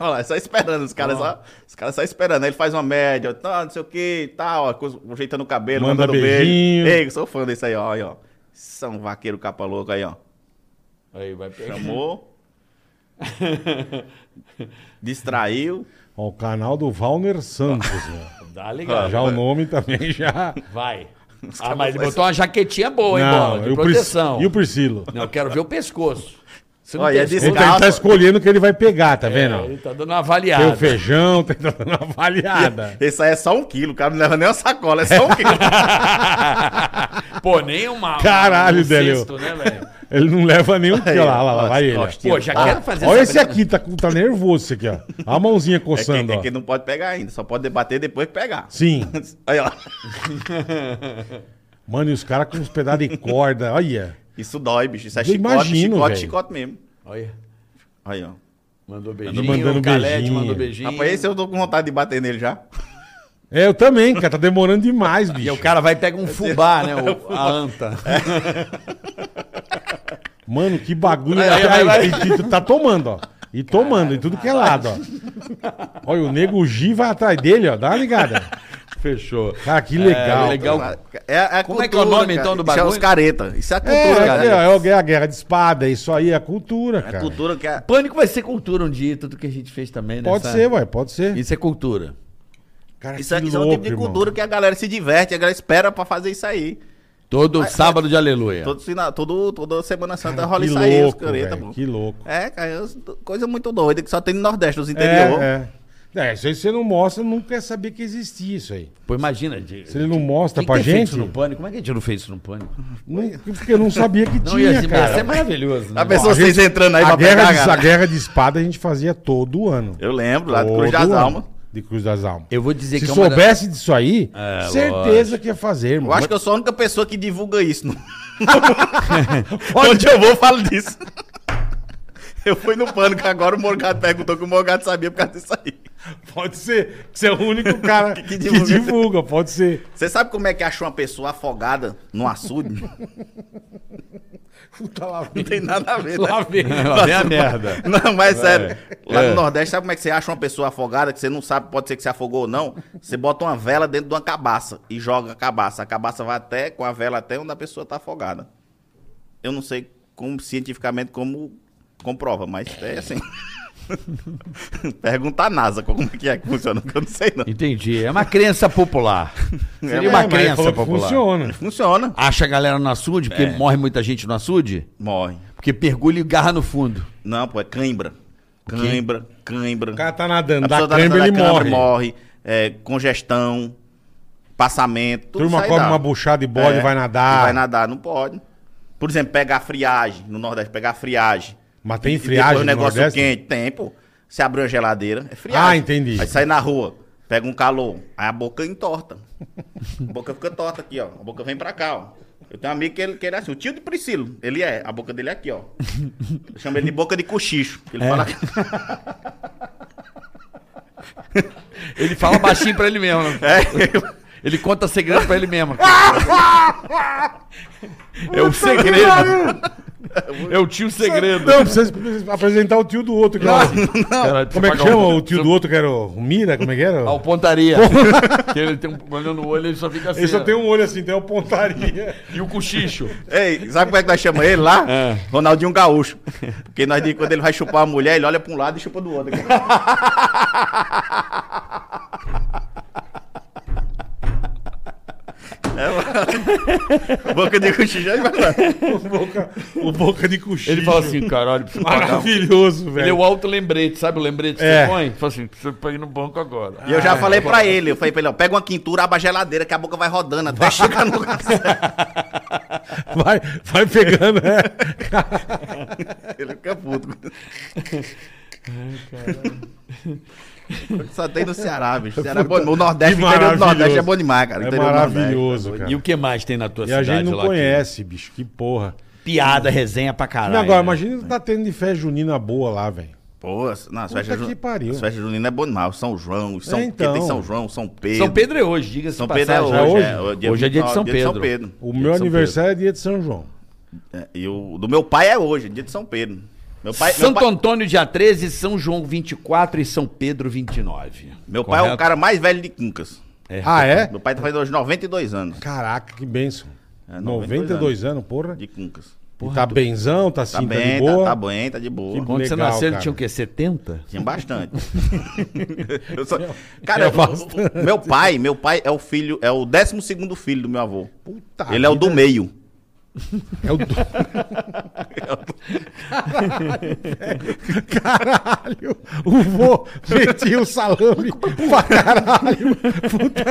Speaker 4: Olha lá, só esperando, os caras só, os caras só esperando. Aí ele faz uma média, ó, tá, não sei o que, tal, ó, coisa- ajeitando o cabelo,
Speaker 3: Manda
Speaker 4: mandando beijo.
Speaker 3: beijinho.
Speaker 4: Ei, eu sou fã desse aí, ó, aí, ó. São vaqueiro capa louco aí, ó.
Speaker 2: Aí, vai pegar.
Speaker 4: Chamou. Distraiu.
Speaker 3: Ó, o canal do Valner Santos, né? velho.
Speaker 2: Dá legal.
Speaker 3: Já o nome também já.
Speaker 2: Vai. Ah,
Speaker 4: caras
Speaker 2: mas ele
Speaker 4: fazem-
Speaker 2: botou uma jaquetinha boa, hein, bola?
Speaker 3: e
Speaker 2: De
Speaker 3: o Pris-
Speaker 2: proteção.
Speaker 3: E o Priscilo?
Speaker 2: Não, eu quero ver o pescoço. Se não
Speaker 4: Olha, é
Speaker 2: pescoço,
Speaker 3: Ele tá, ele tá escolhendo o que ele vai pegar, tá
Speaker 2: é,
Speaker 3: vendo?
Speaker 2: ele tá dando uma
Speaker 3: Tem o
Speaker 2: avaliada.
Speaker 3: feijão, tem tá dando uma avaliada.
Speaker 4: Esse aí é só um quilo, o cara não leva nem uma sacola, é só um quilo.
Speaker 2: Pô, nem uma.
Speaker 3: Caralho,
Speaker 2: um
Speaker 3: Délio.
Speaker 2: cesto, né, velho?
Speaker 3: Ele não leva nenhum quilo.
Speaker 4: Aí,
Speaker 3: Olha lá, olha lá,
Speaker 4: ó,
Speaker 3: vai ele.
Speaker 4: ó,
Speaker 2: Pô, já
Speaker 4: Ó,
Speaker 2: quero fazer
Speaker 3: Olha
Speaker 2: essa
Speaker 3: esse aqui, tá, com- tá nervoso esse aqui, ó. A mãozinha
Speaker 4: É que,
Speaker 3: coçando,
Speaker 4: é
Speaker 3: tá ó.
Speaker 4: que não pode pegar ainda, só pode debater depois que pegar.
Speaker 3: Sim.
Speaker 4: Aí, ó.
Speaker 3: Mano, e os caras com uns pedaços de corda, olha.
Speaker 4: Isso dói, bicho. Isso é
Speaker 3: Eu
Speaker 4: chicote,
Speaker 3: imagino,
Speaker 4: chicote,
Speaker 3: velho.
Speaker 4: chicote mesmo.
Speaker 2: Olha.
Speaker 4: Aí, ó.
Speaker 2: Mandou beijinho.
Speaker 3: mandando
Speaker 2: o Calete
Speaker 3: beijinho.
Speaker 2: mandou beijinho.
Speaker 4: Rapaz, esse eu tô com vontade de bater nele já.
Speaker 3: É, eu também, cara, tá demorando demais, bicho.
Speaker 2: E o cara vai e pega um fubá, né? o- a anta.
Speaker 3: Mano, que bagulho.
Speaker 4: Vai, vai,
Speaker 3: Aí,
Speaker 4: vai.
Speaker 3: e- e- tá tomando, ó. E tomando, em tudo que é lado, ó. Olha, o nego G vai atrás dele, ó. Dá uma ligada.
Speaker 2: Fechou.
Speaker 3: Cara, que legal.
Speaker 2: É legal.
Speaker 4: É, a
Speaker 2: Como é que é o nome, então, do
Speaker 4: Isso é
Speaker 2: bagulho?
Speaker 4: os careta. Isso é a
Speaker 3: É,
Speaker 4: cultura, cara.
Speaker 3: aqui, ó, é a guerra de espada, isso aí é cultura,
Speaker 4: É
Speaker 3: cara.
Speaker 4: cultura que é.
Speaker 2: Pânico vai ser cultura um dia, tudo que a gente fez também, né?
Speaker 3: Pode
Speaker 2: sabe?
Speaker 3: ser, ué, pode ser.
Speaker 2: Isso é cultura.
Speaker 3: Cara,
Speaker 4: Isso é,
Speaker 3: que
Speaker 4: isso é um
Speaker 3: louco,
Speaker 4: tipo de
Speaker 3: irmão.
Speaker 4: cultura que a galera se diverte, a galera espera pra fazer isso aí.
Speaker 2: Todo sábado de aleluia.
Speaker 4: Todo, sina- todo, toda Semana Santa
Speaker 3: É. Cara,
Speaker 4: rola
Speaker 3: que
Speaker 4: isso aí, os
Speaker 3: louco,
Speaker 4: careta,
Speaker 3: velho,
Speaker 4: pô.
Speaker 3: que louco.
Speaker 4: É, cara, é uma coisa muito doida que só tem no Nordeste, nos interior.
Speaker 3: É, é. É, isso aí você não mostra, não quer saber que existia isso aí.
Speaker 2: Pô, imagina. De,
Speaker 3: Se ele não mostra
Speaker 2: Quem
Speaker 3: tá pra
Speaker 2: tem feito
Speaker 3: gente,
Speaker 2: isso no pânico? Como é que a gente não fez isso no pânico?
Speaker 3: não- porque eu não sabia que
Speaker 2: Não,
Speaker 3: tinha,
Speaker 4: assim,
Speaker 2: ia, ser- ia
Speaker 4: é
Speaker 3: cara.
Speaker 2: ser maravilhoso,
Speaker 3: Tá
Speaker 2: né?
Speaker 4: A pessoa Tá vocês entrando aí
Speaker 3: a,
Speaker 4: pra
Speaker 3: guerra
Speaker 4: pegar,
Speaker 3: de, a
Speaker 4: cara.
Speaker 3: guerra de espada a gente fazia todo ano.
Speaker 4: Eu lembro, lá do
Speaker 3: Todo
Speaker 4: Cruz das
Speaker 3: ano.
Speaker 4: Almas.
Speaker 3: De Cruz das Almas.
Speaker 2: Eu vou dizer
Speaker 3: Se
Speaker 2: que é uma da-
Speaker 3: soubesse disso aí,
Speaker 2: É,
Speaker 3: certeza que ia fazer, irmão.
Speaker 4: Eu acho que eu sou a única pessoa que divulga isso. no- Onde eu vou, eu falo disso. Eu fui no pânico agora, o Morgado perguntou que o Morgado sabia por causa disso aí.
Speaker 3: Pode ser que você é o único cara que, divulga.
Speaker 4: divulga.
Speaker 3: pode ser.
Speaker 4: Você sabe como é que achou uma pessoa afogada no açude?
Speaker 3: Puta lá,
Speaker 4: Não tem nada a ver, né?
Speaker 2: Lá vem, lá vem a merda.
Speaker 4: Não, mas sério. Lá
Speaker 2: É.
Speaker 4: no Nordeste, sabe como é que você acha uma pessoa afogada que você não sabe, pode ser que se afogou ou não? Você bota uma vela dentro de uma cabaça e joga a cabaça. A cabaça vai até, com a vela até onde a pessoa tá afogada. Eu não sei como, cientificamente como comprova, mas é assim. Pergunta a NASA como é que é que funciona, porque eu não sei não.
Speaker 2: Entendi. É uma crença popular. Seria
Speaker 4: É,
Speaker 2: uma
Speaker 3: mas ele
Speaker 2: crença
Speaker 3: falou que
Speaker 2: popular.
Speaker 3: Funciona.
Speaker 4: Funciona.
Speaker 2: Acha a galera no açude, porque morre muita gente no açude?
Speaker 4: Morre.
Speaker 2: Porque mergulha e garra no fundo.
Speaker 4: Não, pô, é cãibra. Cãibra, cãibra.
Speaker 3: O cara tá nadando,
Speaker 4: A pessoa
Speaker 3: dá
Speaker 4: tá
Speaker 3: câimbra,
Speaker 4: na
Speaker 3: ele
Speaker 4: câimbra,
Speaker 3: morre.
Speaker 4: morre. É, congestão, passamento. Tudo
Speaker 3: Turma
Speaker 4: isso aí
Speaker 3: come
Speaker 4: dá.
Speaker 3: uma buchada de bode e vai nadar.
Speaker 4: e Vai nadar, não pode. Por exemplo, pegar a friagem, no Nordeste, pegar a friagem.
Speaker 3: Mas tem
Speaker 4: E
Speaker 3: friagem
Speaker 4: depois o
Speaker 3: no
Speaker 4: negócio
Speaker 3: Nordeste?
Speaker 4: quente, tem, pô. Você abriu a geladeira, é friagem.
Speaker 3: Ah, entendi.
Speaker 4: Aí sai na rua, pega um calor, aí a boca entorta. a boca fica torta aqui, ó. A boca vem pra cá, ó. Eu tenho um amigo que ele, que ele é assim, o tio de Priscilo. Ele é, a boca dele é aqui, ó. Eu chamo ele de boca de cochicho. Ele fala que
Speaker 2: Ele fala baixinho pra ele mesmo. né?
Speaker 4: é,
Speaker 2: Ele conta segredo pra ele mesmo. é o segredo. É o tio segredo.
Speaker 3: Não, precisa precisa apresentar o tio do outro. que era-
Speaker 2: Caralho,
Speaker 3: Como é que
Speaker 2: precisa pagar
Speaker 3: chama
Speaker 2: um-
Speaker 3: o tio do outro que era o Mira? Como é que era?
Speaker 2: Ah, o pontaria. que ele tem um problema no olho, ele só fica assim.
Speaker 3: Ele só
Speaker 2: né?
Speaker 3: tem um olho assim, tem uma pontaria.
Speaker 2: E o cochicho.
Speaker 4: Ei, sabe como é que nós chamamos ele lá?
Speaker 3: É.
Speaker 4: Ronaldinho Gaúcho. Porque nós dizemos que quando ele vai chupar a mulher, ele olha pra um lado e chupa do outro. É, mano. boca de cochicho aí, mano.
Speaker 3: o, boca, o boca de coxinha.
Speaker 2: Ele fala assim, caralho, preciso pagar.
Speaker 3: Maravilhoso,
Speaker 2: Ele é
Speaker 3: velho.
Speaker 2: o alto lembrete, sabe o lembrete que
Speaker 3: É.
Speaker 2: você põe? Fala assim, precisa ir no banco agora.
Speaker 4: E eu
Speaker 3: Ah,
Speaker 4: já falei pra ele, eu falei pra ele, ó, pega uma quintura, aba a geladeira, que a boca vai rodando até chegar no lugar certo.
Speaker 3: Vai, vai pegando, né?
Speaker 4: Ele fica puto. Só tem no Ceará, bicho. Ceará é bom, o Nordeste,
Speaker 3: Que
Speaker 4: o interior do Nordeste
Speaker 3: maravilhoso.
Speaker 4: é bom demais,
Speaker 2: tá
Speaker 4: cara.
Speaker 3: É
Speaker 4: Interior do Nordeste.
Speaker 3: maravilhoso, cara.
Speaker 2: E o que mais tem na tua
Speaker 3: É. E a
Speaker 2: cidade
Speaker 3: gente não
Speaker 2: lá que-
Speaker 3: conhece, bicho. Que porra.
Speaker 2: Piada, resenha pra caralho.
Speaker 3: Não, agora,
Speaker 2: né?
Speaker 3: imagina tá tendo de fé junina boa lá, velho.
Speaker 4: Pô, as- não, as
Speaker 3: Puta
Speaker 4: festas,
Speaker 3: que
Speaker 4: jun...
Speaker 3: pariu.
Speaker 4: as festas juninas é bom demais. São João, os São...
Speaker 3: É, então.
Speaker 4: porque tem São João, São Pedro.
Speaker 2: São Pedro é hoje, diga-se
Speaker 4: São
Speaker 2: de
Speaker 4: Pedro é
Speaker 2: passagem.
Speaker 4: hoje.
Speaker 3: hoje?
Speaker 4: o
Speaker 2: Hoje é dia de
Speaker 4: 29,
Speaker 2: São
Speaker 4: Pedro.
Speaker 3: O
Speaker 2: Dia
Speaker 3: meu
Speaker 2: de São
Speaker 3: aniversário é dia de São João.
Speaker 4: É, e o do meu pai é hoje, dia de São Pedro. Meu pai, meu
Speaker 2: Santo
Speaker 4: pai,
Speaker 2: Antônio, dia 13, São João, 24 e São Pedro, 29.
Speaker 4: meu pai é o
Speaker 2: Correto?
Speaker 4: cara mais velho de Quincas.
Speaker 3: Ah, é?
Speaker 4: Meu pai tá fazendo hoje 92 anos
Speaker 3: Caraca, que benção.
Speaker 4: É,
Speaker 3: 92,
Speaker 4: 92
Speaker 3: anos, porra.
Speaker 4: de Quincas.
Speaker 3: E tá benzão, tá
Speaker 4: Tá
Speaker 3: cinta de
Speaker 4: bem, tá,
Speaker 3: boa.
Speaker 4: tá bem, tá de boa.
Speaker 3: Que
Speaker 2: Quando você
Speaker 3: Legal,
Speaker 2: nasceu,
Speaker 3: cara.
Speaker 2: ele tinha o quê? 70?
Speaker 4: Tinha bastante. Eu só- Cara,
Speaker 3: é
Speaker 4: o- o-
Speaker 3: bastante.
Speaker 4: meu pai, meu pai é o filho, é o 12 segundo filho do meu avô.
Speaker 3: Puta
Speaker 4: Ele é o do
Speaker 3: vida.
Speaker 4: meio.
Speaker 3: É o do... Caralho, o vô metia o salame pra caralho. Puta,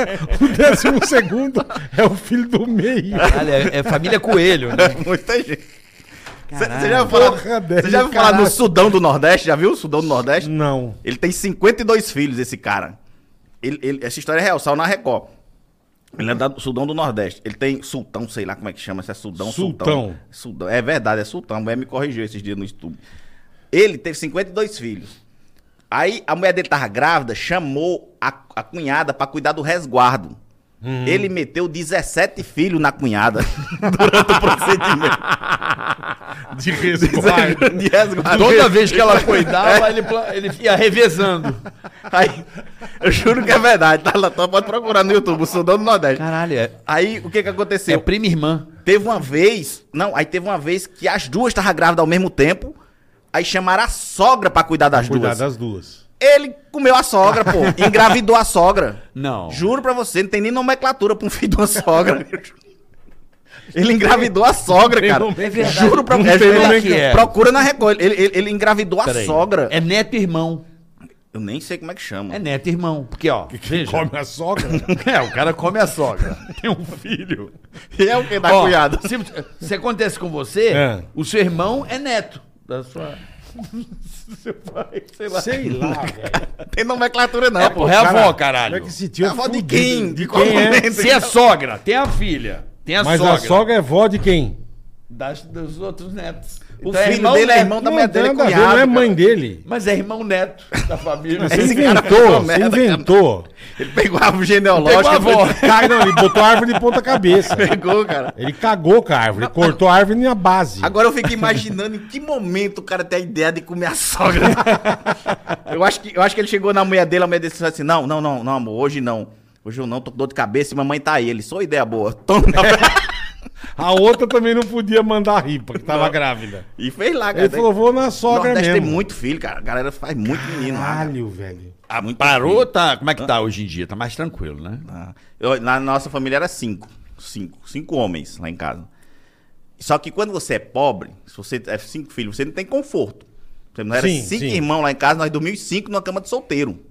Speaker 3: o décimo segundo é o filho do meio.
Speaker 2: Caralho, é, é família Coelho, né?
Speaker 4: Muita gente. Você já ouviu
Speaker 3: Porra,
Speaker 4: falar,
Speaker 3: Deus,
Speaker 4: cê já ouviu falar
Speaker 3: caralho.
Speaker 4: no Sudão do Nordeste? Já viu o Sudão do Nordeste?
Speaker 3: Não.
Speaker 4: Ele tem 52 filhos, esse cara. Ele- ele- essa história é real, saiu na Record. Ele é do Sudão do Nordeste. Ele tem sultão, sei lá como é que chama, se é Sudão, sultão.
Speaker 3: Sultão.
Speaker 4: Sudão. É verdade, é sultão. A mulher me corrigiu esses dias no YouTube. Ele teve 52 filhos. Aí a mulher dele tava grávida, chamou a, a cunhada pra cuidar do resguardo. Ele meteu 17 filhos na cunhada durante o procedimento.
Speaker 3: De resguardo.
Speaker 4: De resguardo.
Speaker 2: Toda vez que ela cuidava, ele, pla- ele ia revezando.
Speaker 4: Aí, eu juro que é verdade, tá? Lá, tá? Pode procurar no YouTube, o Sudão do Nordeste.
Speaker 2: Caralho, é,
Speaker 4: Aí, o que que
Speaker 2: é
Speaker 4: aconteceu?
Speaker 2: prima e irmã.
Speaker 4: Teve uma vez, não, aí teve uma vez que as duas estavam grávidas ao mesmo tempo, aí chamaram a sogra pra cuidar das
Speaker 3: Cuidar
Speaker 4: duas.
Speaker 3: das duas.
Speaker 4: Ele comeu a sogra, pô, engravidou a sogra.
Speaker 2: Não.
Speaker 4: Juro pra você, não tem nem nomenclatura pra um filho de uma sogra. Ele engravidou a sogra,
Speaker 3: tem
Speaker 4: cara.
Speaker 3: nome- É
Speaker 2: verdade.
Speaker 4: Juro pra
Speaker 2: Não
Speaker 4: você.
Speaker 2: tem nome que é.
Speaker 4: Procura na Record. Ele, ele- ele engravidou a
Speaker 2: Peraí.
Speaker 4: sogra.
Speaker 2: É neto e irmão.
Speaker 4: Eu nem sei como é que chama.
Speaker 2: É neto e irmão. Porque, ó. veja.
Speaker 3: Come a sogra.
Speaker 2: É, o cara come a sogra. Tem um filho.
Speaker 4: É, o que da
Speaker 2: Ó,
Speaker 4: cunhada.
Speaker 2: Se, se acontece com você,
Speaker 3: Tá É.
Speaker 2: o seu irmão é neto. Da sua. seu pai, sei lá.
Speaker 3: Sei lá, velho.
Speaker 4: Tem nomenclatura não,
Speaker 2: É,
Speaker 4: pô.
Speaker 2: porra, é a
Speaker 3: Cara,
Speaker 2: avó,
Speaker 3: Como é
Speaker 2: caralho.
Speaker 3: que esse tio
Speaker 4: A avó de
Speaker 3: fudido?
Speaker 4: quem?
Speaker 3: De
Speaker 4: De qual
Speaker 3: quem é?
Speaker 4: momento?
Speaker 2: Se é sogra, tem a filha. Tem a
Speaker 3: Mas
Speaker 2: sogra.
Speaker 3: a sogra é vó de quem?
Speaker 2: das, dos outros netos.
Speaker 4: O
Speaker 1: então
Speaker 4: filho dele é
Speaker 2: neto.
Speaker 4: irmão da mulher dele, é
Speaker 3: nada a ver,
Speaker 4: cunhado,
Speaker 3: não é
Speaker 4: cara.
Speaker 3: mãe dele.
Speaker 2: Mas é irmão neto da família.
Speaker 3: Você
Speaker 4: Esse cara fez
Speaker 3: inventou,
Speaker 4: uma
Speaker 3: você
Speaker 4: merda,
Speaker 3: inventou.
Speaker 4: Ele pegou a árvore
Speaker 2: Pegou a
Speaker 4: genealógica. e foi-
Speaker 2: avó.
Speaker 3: Cara, não, ele botou a árvore de ponta cabeça.
Speaker 4: Pegou, cara.
Speaker 3: Ele cagou com a árvore, ele cortou a árvore na base.
Speaker 4: Agora eu fico imaginando em que momento o cara tem a ideia de comer a sogra. eu, acho que, eu acho que ele chegou na mulher dele, a mulher dele disse assim: Não, não, não, não, amor, hoje não. Hoje eu não, tô com dor de cabeça e mamãe tá aí. Ele, só ideia boa. Toma.
Speaker 3: A outra também não podia mandar a ripa, que tava grávida.
Speaker 4: E fez lá, cara.
Speaker 3: Ele falou, vou na sogra
Speaker 4: É, Nordeste
Speaker 3: mesmo.
Speaker 4: tem muito filho, cara. A galera faz muito menino lá. cara.
Speaker 3: Caralho, velho.
Speaker 4: Ah, muito
Speaker 2: Parou,
Speaker 4: filho.
Speaker 2: tá?
Speaker 3: ah.
Speaker 2: Como é que tá hoje em dia? Tá mais tranquilo, né?
Speaker 4: Ah, eu- na nossa família era cinco. Cinco. Cinco homens lá em casa. Só que quando você é pobre, se você é cinco filhos, você não tem conforto. Por exemplo, Nós era
Speaker 3: Sim,
Speaker 4: cinco
Speaker 3: sim.
Speaker 4: irmãos lá em casa, nós dormíamos cinco numa cama de solteiro.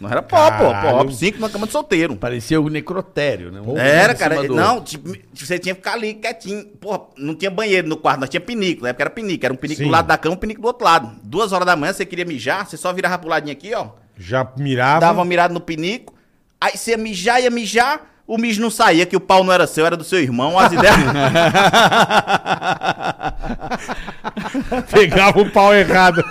Speaker 4: Não era pobre, pô,
Speaker 3: Caralho.
Speaker 4: pobre, cinco numa cama de solteiro.
Speaker 2: Parecia o necrotério, né? Um
Speaker 4: Era,
Speaker 2: em cima
Speaker 4: cara.
Speaker 2: do
Speaker 4: Não,
Speaker 2: outro.
Speaker 4: tipo, você tinha que ficar ali quietinho. Porra, não tinha banheiro no quarto, nós tinha pinico. Na época era pinico. Era um pinico
Speaker 3: Sim.
Speaker 4: do lado da cama, um pinico do outro lado. Duas horas da manhã, você queria mijar, você só virava pro ladinho aqui, ó.
Speaker 3: Já mirava.
Speaker 4: Dava uma mirada no pinico. Aí você ia mijar, ia mijar. O mijo não saía, que o pau não era seu, era do seu irmão, as ideias.
Speaker 3: Pegava o pau errado.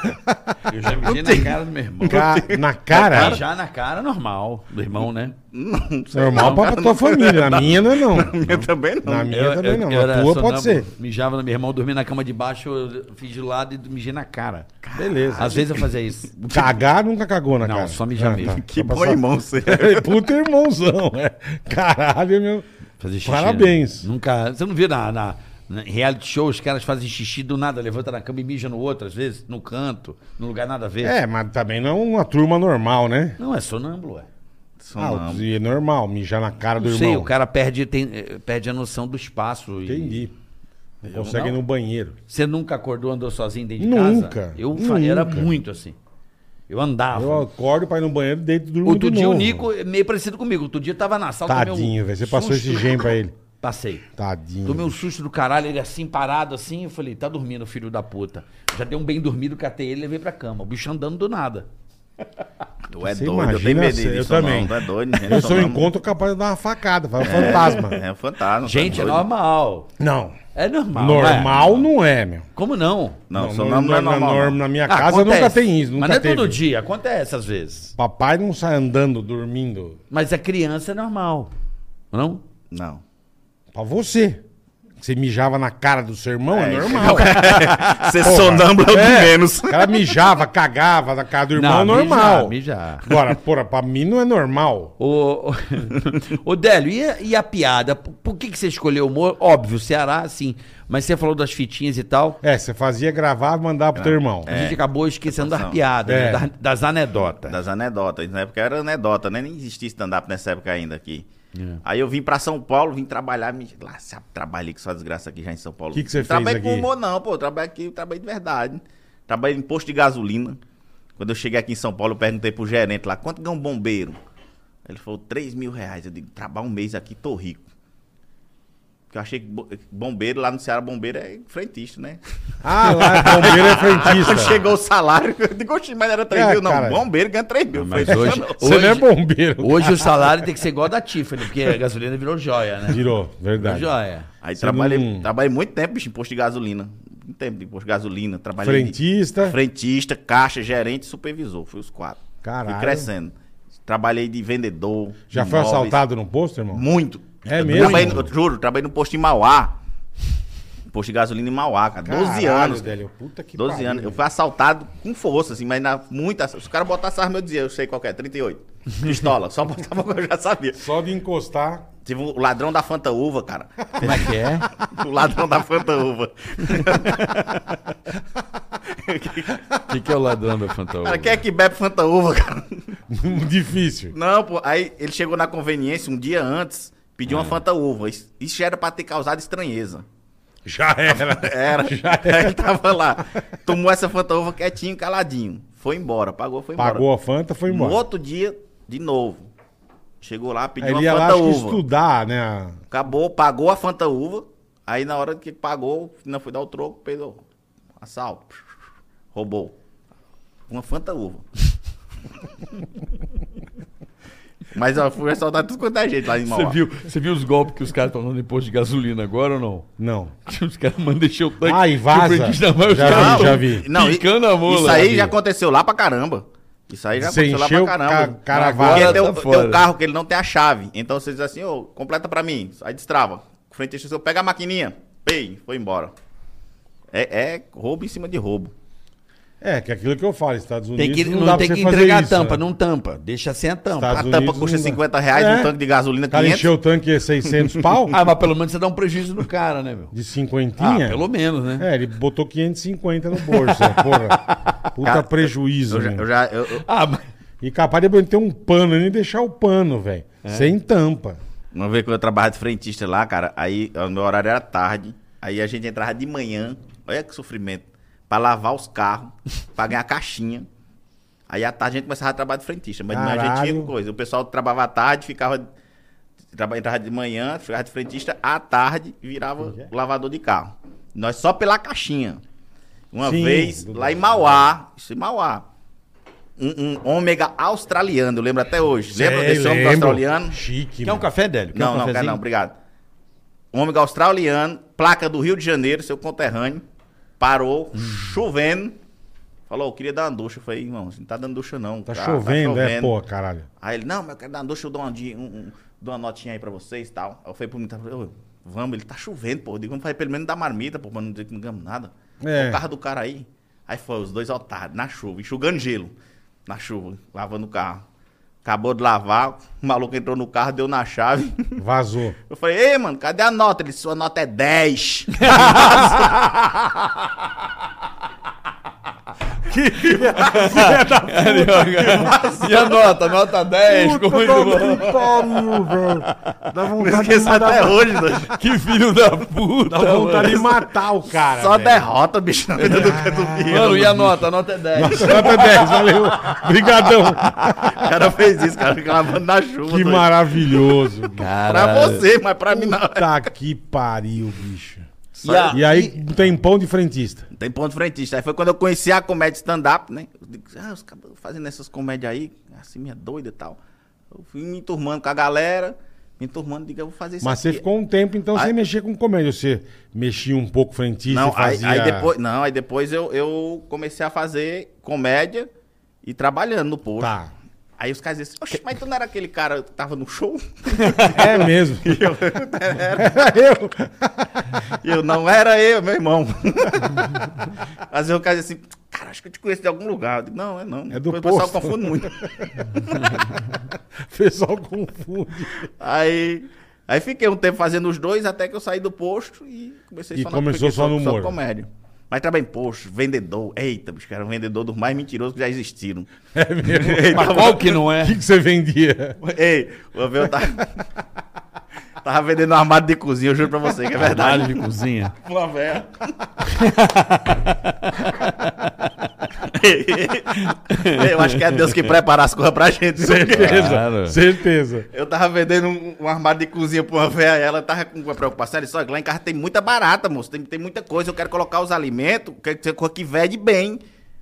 Speaker 2: Eu já mijei na cara do meu irmão.
Speaker 3: Ca- Na cara?
Speaker 2: Mijar na cara normal do irmão, né?
Speaker 3: Normal pra, pra tua família. Na minha não é não.
Speaker 4: Eu também não.
Speaker 3: Na minha também não. Na
Speaker 2: era
Speaker 3: tua pode ser.
Speaker 2: sonâmbulo. Mijava no meu irmão, dormia na cama de baixo, eu fiz de lado e mijei na cara.
Speaker 3: Beleza.
Speaker 2: Às vezes eu fazia isso.
Speaker 3: Cagar nunca cagou na
Speaker 2: Não,
Speaker 3: cara. Ah, tá.
Speaker 2: só mijar mesmo.
Speaker 4: Que
Speaker 3: Só
Speaker 4: bom
Speaker 3: passar-
Speaker 4: irmão você.
Speaker 3: Puta irmãozão, é. Caralho, meu.
Speaker 2: Fazer xixi.
Speaker 3: Parabéns.
Speaker 2: né? Nunca. Você não viu na, na- na- em reality show os caras fazem xixi do nada, levanta na cama e mija no outro, às vezes, no canto, no lugar nada a ver.
Speaker 3: É, mas também não é uma turma normal, né?
Speaker 2: Não, é sonâmbulo, é.
Speaker 3: Ah, e é normal, mijar na cara do
Speaker 2: Não
Speaker 3: irmão.
Speaker 2: sei, o cara perde, tem, eh, perde a noção do espaço. e-
Speaker 3: Entendi. Consegue ir
Speaker 2: não?
Speaker 3: no banheiro.
Speaker 2: Você nunca acordou, andou sozinho dentro de casa?
Speaker 3: Nunca,
Speaker 2: Eu fa- era
Speaker 3: nunca.
Speaker 2: muito assim. Eu andava.
Speaker 3: Eu acordo pra ir no banheiro dentro do
Speaker 2: Ah, Outro dia o Nico, é meio parecido comigo, outro dia tava na sala. tomei um
Speaker 3: Tadinho, velho. Você passou
Speaker 2: susto.
Speaker 3: esse gem pra ele.
Speaker 2: Passei.
Speaker 3: Tadinho.
Speaker 2: Tomei um susto do caralho, ele assim, parado assim. Eu falei, tá dormindo, filho da puta. Já dei um bem dormido, catei ele e levei pra cama. O bicho andando do nada.
Speaker 4: Tu é
Speaker 3: Você
Speaker 4: doido, eu tenho
Speaker 3: imagina
Speaker 4: medo
Speaker 3: assim,
Speaker 4: disso.
Speaker 3: eu também.
Speaker 4: Não, tu é doido, gente,
Speaker 3: Eu só
Speaker 2: né?
Speaker 4: não.
Speaker 3: encontro capaz de dar uma facada. Fala, fantasma.
Speaker 4: É um fantasma.
Speaker 2: Gente,
Speaker 4: tá
Speaker 2: é
Speaker 4: doido.
Speaker 2: normal.
Speaker 3: Não.
Speaker 2: É normal.
Speaker 3: Normal não é, meu.
Speaker 2: é? Como não?
Speaker 4: Não,
Speaker 3: Não,
Speaker 4: só
Speaker 3: no-
Speaker 4: não, não é
Speaker 3: na- na
Speaker 4: normal.
Speaker 3: norma-
Speaker 4: não.
Speaker 3: na minha
Speaker 2: Ah,
Speaker 3: casa
Speaker 2: acontece.
Speaker 3: nunca tem isso, nunca
Speaker 2: Mas não é
Speaker 3: teve.
Speaker 2: todo dia, acontece às vezes.
Speaker 3: Papai não sai andando, dormindo.
Speaker 2: Mas a criança é normal. Não?
Speaker 4: Não.
Speaker 3: Pra você. Você mijava na cara do seu irmão, é,
Speaker 4: É,
Speaker 3: normal.
Speaker 4: Ser sonâmbulo é o de menos.
Speaker 3: O cara mijava, cagava na cara do irmão,
Speaker 2: Não,
Speaker 3: é normal.
Speaker 2: mijar, mijar.
Speaker 3: Agora, porra, pra mim não é normal.
Speaker 2: Ô, ô, ô Délio, e a, e a piada? Por, por que, que você escolheu o humor? Óbvio, Ceará, sim. Mas você falou das fitinhas e tal.
Speaker 3: É, você fazia gravar e mandar pro teu irmão.
Speaker 2: A gente acabou esquecendo das
Speaker 4: Não.
Speaker 2: piadas,
Speaker 3: É.
Speaker 2: né? das, das anedotas.
Speaker 4: Das anedotas. Na época era anedota, né? Nem existia stand-up nessa época ainda aqui.
Speaker 3: É.
Speaker 4: Aí eu vim pra São Paulo, vim trabalhar. Me... Lá, sabe, trabalhei com essa desgraça aqui já em São Paulo.
Speaker 3: Que que você
Speaker 4: Não trabalhei
Speaker 3: fez
Speaker 4: com
Speaker 3: aqui?
Speaker 4: humor, não, pô. Eu Trabalhei aqui, eu trabalhei de verdade. Trabalhei em posto de gasolina. Quando eu cheguei aqui em São Paulo, eu perguntei pro gerente lá, quanto ganha um bombeiro? Ele falou, 3 mil reais. Eu digo, trabalho um mês aqui, tô rico. Porque eu achei que bo- bombeiro, lá no Ceará, bombeiro é frentista, né?
Speaker 3: Ah, lá, é bombeiro é
Speaker 4: Aí quando
Speaker 3: frentista.
Speaker 4: chegou o salário, eu digo, "Oxe, mas era 3
Speaker 3: É,
Speaker 4: mil, não.
Speaker 3: cara.
Speaker 4: Bombeiro ganha 3 mil.
Speaker 2: Mas
Speaker 4: Frentista
Speaker 2: hoje,
Speaker 4: não.
Speaker 3: Você não é
Speaker 2: hoje,
Speaker 3: bombeiro.
Speaker 2: hoje o salário tem que ser igual a da Tiffany, porque a gasolina virou joia, né?
Speaker 3: Virou,
Speaker 2: Virou
Speaker 3: verdade.
Speaker 2: joia.
Speaker 4: Aí
Speaker 3: Você
Speaker 4: trabalhei,
Speaker 3: não-
Speaker 4: trabalhei muito tempo, bicho, em posto de gasolina. Muito tempo em posto de gasolina. Trabalhei
Speaker 3: Frentista.
Speaker 4: de frentista, caixa, gerente, supervisor. Fui os quatro.
Speaker 3: Caralho.
Speaker 4: Fui crescendo. Trabalhei de vendedor.
Speaker 3: Já
Speaker 4: de
Speaker 3: foi
Speaker 4: imóveis.
Speaker 3: assaltado no posto, irmão?
Speaker 4: Muito.
Speaker 3: É
Speaker 4: Eu
Speaker 3: mesmo?
Speaker 4: Trabalhei, no- eu juro, trabalhei no posto em Mauá. Posto de gasolina em Mauá, cara. 12
Speaker 3: Caralho,
Speaker 4: anos.
Speaker 3: Délio, puta que
Speaker 4: 12
Speaker 3: pariu,
Speaker 4: anos. Eu
Speaker 3: velho.
Speaker 4: fui assaltado com força, assim, mas na muita. Se os caras botassem arma, eu dizia, eu sei qual que é, 38. Pistola. Só botava quando eu já sabia.
Speaker 3: Só de encostar.
Speaker 4: Tive um- o ladrão da Fanta Uva, cara.
Speaker 2: Como é que é?
Speaker 4: O ladrão da Fanta Uva.
Speaker 2: O que, que é o ladrão da fantasma?
Speaker 4: Cara, quem é que bebe Fanta Uva, cara?
Speaker 3: Difícil.
Speaker 4: Não, pô. Aí ele chegou na conveniência um dia antes, pediu
Speaker 3: É.
Speaker 4: uma Fanta Uva. Isso isso já era pra ter causado estranheza.
Speaker 3: Já era.
Speaker 4: Era.
Speaker 3: Já
Speaker 4: Aí ele tava lá. Tomou essa Fanta Uva quietinho, caladinho. Foi embora, pagou, foi embora.
Speaker 3: Pagou a Fanta, foi
Speaker 4: No
Speaker 3: embora.
Speaker 4: outro dia, de novo. Chegou lá, pediu
Speaker 3: Aí ele
Speaker 4: uma
Speaker 3: ia lá
Speaker 4: Fanta
Speaker 3: acho que
Speaker 4: Uva.
Speaker 3: estudar, né? a-
Speaker 4: Acabou, pagou a Fanta Uva. Aí na hora que pagou, não foi dar o troco, pegou. Assalto. Roubou. Uma Fanta Uva. Mas ó, fui assaltar tudo quanto é gente lá em
Speaker 2: Você
Speaker 4: Mauá.
Speaker 2: viu, você viu os golpes que os caras estão dando em posto de gasolina agora ou não?
Speaker 3: Não.
Speaker 2: Que Os caras mandam encher o tanque.
Speaker 3: Ah, e vaza.
Speaker 2: que o frentista vai, os
Speaker 3: Já
Speaker 2: caras
Speaker 3: vi,
Speaker 2: tão
Speaker 3: já vi.
Speaker 4: Ah, Não, e-
Speaker 2: Picando a mula.
Speaker 4: Isso aí
Speaker 2: já
Speaker 4: já
Speaker 2: vi.
Speaker 4: aconteceu lá pra caramba. Isso aí já
Speaker 3: Você
Speaker 4: aconteceu lá
Speaker 3: encheu
Speaker 4: pra
Speaker 3: ca-
Speaker 4: caramba.
Speaker 3: caravana.
Speaker 4: Porque
Speaker 2: Tá
Speaker 4: tem, um- tem
Speaker 2: fora.
Speaker 4: um carro que ele não tem a chave. Então você diz assim, ô, completa pra mim. Aí destrava. O frentista seu, pega a maquininha. Pei, foi embora. É, é roubo em cima de roubo.
Speaker 3: É, que é aquilo que eu falo, Estados Unidos.
Speaker 2: Tem que,
Speaker 3: não,
Speaker 2: não,
Speaker 3: dá
Speaker 2: tem
Speaker 3: pra
Speaker 2: que
Speaker 3: você fazer
Speaker 2: entregar
Speaker 3: isso,
Speaker 2: a tampa,
Speaker 3: né?
Speaker 2: não tampa. Deixa sem a tampa.
Speaker 3: Tá.
Speaker 4: A
Speaker 3: Estados
Speaker 4: tampa
Speaker 3: Unidos
Speaker 4: custa
Speaker 3: não dá.
Speaker 4: 50 reais,
Speaker 3: É.
Speaker 4: um tanque de gasolina
Speaker 3: O cara
Speaker 4: 500.
Speaker 3: encheu o tanque 600 pau
Speaker 2: Ah, mas pelo menos você dá um prejuízo no cara, né, meu?
Speaker 3: de
Speaker 2: Ah,
Speaker 3: cinquentinha.
Speaker 2: pelo menos, né?
Speaker 3: É, ele botou 550 no bolso, né, porra. Puta
Speaker 4: Cara,
Speaker 3: prejuízo,
Speaker 4: Eu já,
Speaker 3: né?
Speaker 4: eu já- eu- eu-
Speaker 2: Ah, mas...
Speaker 3: E capaz de meter um pano, nem deixar o pano, velho.
Speaker 2: É.
Speaker 3: Sem tampa.
Speaker 4: Uma vez que eu trabalhava de frentista lá, cara, aí ó, meu horário era tarde. Aí a gente entrava de manhã, olha que sofrimento, pra lavar os carros, pra ganhar caixinha. Aí à tarde a gente começava a trabalhar de frentista, mas de manhã a gente
Speaker 3: Caralho.
Speaker 4: tinha coisa. O pessoal trabalhava à tarde, ficava. traba- Entrava de manhã, ficava de frentista, à tarde virava
Speaker 3: é.
Speaker 4: lavador de carro. Nós só pela caixinha. Uma
Speaker 3: Sim,
Speaker 4: vez,
Speaker 3: do-
Speaker 4: lá em Mauá, isso em Mauá. um, um ômega australiano, eu lembro até hoje. Lembra desse ômega
Speaker 3: lembro.
Speaker 4: australiano?
Speaker 3: Chique,
Speaker 2: Quer um
Speaker 3: mano.
Speaker 2: café, Délio? Quer um
Speaker 4: Não, não, cara,
Speaker 2: cafezinho?
Speaker 4: não, obrigado. Ômega australiano, placa do Rio de Janeiro, seu conterrâneo, parou, chovendo. Falou, eu queria dar uma ducha. Eu falei, irmão, você não tá dando ducha não.
Speaker 2: Ah,
Speaker 3: Tá
Speaker 4: cara,
Speaker 3: chovendo, é, pô, caralho.
Speaker 4: Aí ele, não, mas eu quero dar uma ducha, eu dou uma, di- um- um- dou uma notinha aí pra vocês e tal. Aí eu falei pro menino, tá, eu, vamos, ele tá chovendo, pô. Eu digo, vamos fazer pelo menos da marmita, pô, pra não dizer que não ganhamos nada.
Speaker 3: É.
Speaker 4: O carro do cara aí. Aí foi, os dois otários, na chuva, enxugando gelo. Na chuva, lavando o carro. Acabou de lavar, o maluco entrou no carro, deu na chave.
Speaker 3: Vazou.
Speaker 4: Eu falei, ei, mano, cadê a nota? Ele, sua nota é 10.
Speaker 2: E a nota? Nota 10. ficou muito bom.
Speaker 3: pariu, velho. Dá vontade, de,
Speaker 4: Esqueci até hoje, doido.
Speaker 2: Que filho da puta.
Speaker 3: dá vontade de
Speaker 2: mano.
Speaker 3: matar o cara.
Speaker 4: Só
Speaker 3: velho.
Speaker 4: derrota, bicho, na vida do canto
Speaker 2: Mano, e a nota? A nota é 10.
Speaker 3: Nota 10, valeu. Obrigadão.
Speaker 4: O cara fez isso, cara, fica lavando na chuva.
Speaker 3: Que
Speaker 4: doido.
Speaker 3: maravilhoso. Cara.
Speaker 4: Pra você, mas pra mim não. Ah,
Speaker 3: Tá que pariu, bicho.
Speaker 2: E, a-
Speaker 3: E aí, um tempão de frentista.
Speaker 4: Tem ponto frentista. Aí foi quando eu conheci a comédia stand-up, né? Eu digo, ah, os caras fazendo essas comédias aí, assim, minha doida e tal. Eu fui me enturmando com a galera, me enturmando, digo, eu vou fazer isso
Speaker 3: Mas você
Speaker 4: aqui.
Speaker 3: ficou um tempo, então,
Speaker 4: Aí-
Speaker 3: sem mexer com comédia. Você mexia um pouco frentista
Speaker 4: Não,
Speaker 3: e
Speaker 4: aí,
Speaker 3: fazia...
Speaker 4: aí depois, não, aí depois eu, eu comecei a fazer comédia e trabalhando no posto.
Speaker 3: Tá.
Speaker 4: Aí os caras diziam assim, "Oxe, mas tu não era aquele cara que tava no show?
Speaker 3: É mesmo. Eu.
Speaker 4: E eu, não era eu, meu irmão. Às vezes o cara diz assim, cara, acho que eu te conheço de algum lugar. Eu digo, não, é não.
Speaker 3: É do
Speaker 4: o pessoal
Speaker 3: posto.
Speaker 4: confunde muito.
Speaker 3: O pessoal confunde.
Speaker 4: Aí, aí fiquei um tempo fazendo os dois até que eu saí do posto e comecei
Speaker 3: E
Speaker 4: só na-
Speaker 3: começou
Speaker 4: fiquei
Speaker 3: só no humor.
Speaker 4: comédia. Mas trabalhei em posto, vendedor. Eita, bicho, era um vendedor dos mais mentirosos que já existiram.
Speaker 3: É mesmo.
Speaker 2: Mas qual que não é?
Speaker 3: O que, que você vendia?
Speaker 4: Ei, uma vez eu tava, tava vendendo um armário de cozinha, eu juro pra você que é verdade.
Speaker 2: de cozinha.
Speaker 4: Uma véia. eu acho que é Deus que prepara as coisas pra gente. né?
Speaker 3: Certeza.
Speaker 2: Claro.
Speaker 3: Certeza.
Speaker 4: Eu tava vendendo um, um armário de cozinha pra uma véia, ela tava com uma preocupação, ela disse, olha, lá em casa tem muita barata, moço, tem, tem muita coisa, eu quero colocar os alimentos, quero que coisa que vende bem.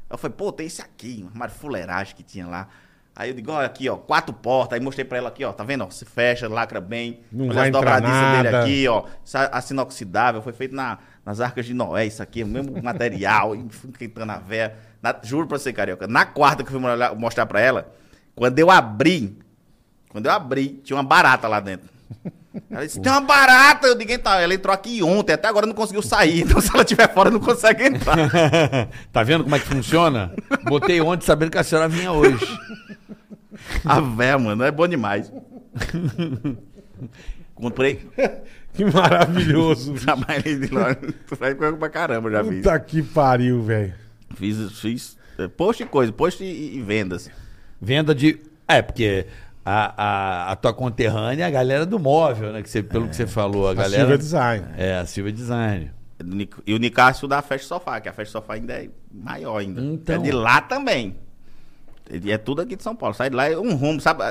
Speaker 4: Eu falei, pô, tem esse aqui, um armário fuleiragem que tinha lá. Aí eu digo, olha aqui, ó, quatro portas, aí mostrei pra ela aqui, ó, tá vendo, ó, se fecha, lacra bem.
Speaker 3: Não
Speaker 4: Olha
Speaker 3: vai
Speaker 4: as
Speaker 3: entrar
Speaker 4: dobradiças dele
Speaker 3: nada.
Speaker 4: aqui, ó, essa- aço inoxidável, foi feito na, nas arcas de Noé, isso aqui, é o mesmo material, e fui quentando a véia. Na- juro pra você, carioca, na quarta que eu fui molhar- mostrar pra ela, quando eu abri, quando eu abri, tinha uma barata lá dentro. Ela disse, tem uma barata. Eu digo, tá, ela entrou aqui ontem, até agora não conseguiu sair. Então, se ela estiver fora, não consegue entrar.
Speaker 2: Tá vendo como é que funciona? Botei ontem sabendo que a senhora vinha hoje.
Speaker 4: A véia, mano, é bom demais. Comprei,
Speaker 3: Que maravilhoso.
Speaker 4: trabalhei de loja. Trabalhei com pra caramba, já fiz.
Speaker 3: Puta que pariu, velho.
Speaker 4: Fiz, fiz eh, post e coisa, post e, e vendas.
Speaker 2: Venda de. É, porque a, a, a tua conterrânea é a galera do móvel, né? Que você, pelo que você falou,
Speaker 3: É.
Speaker 2: a,
Speaker 3: A
Speaker 2: galera.
Speaker 3: Silvia Design.
Speaker 2: É, a Silvia Design.
Speaker 4: Do Nic- E o Nicásio da Festa Sofá, que a Festa Sofá ainda é maior ainda.
Speaker 2: Então.
Speaker 4: É de lá também. E é tudo aqui de São Paulo. Sai de lá, é um rumo, sabe?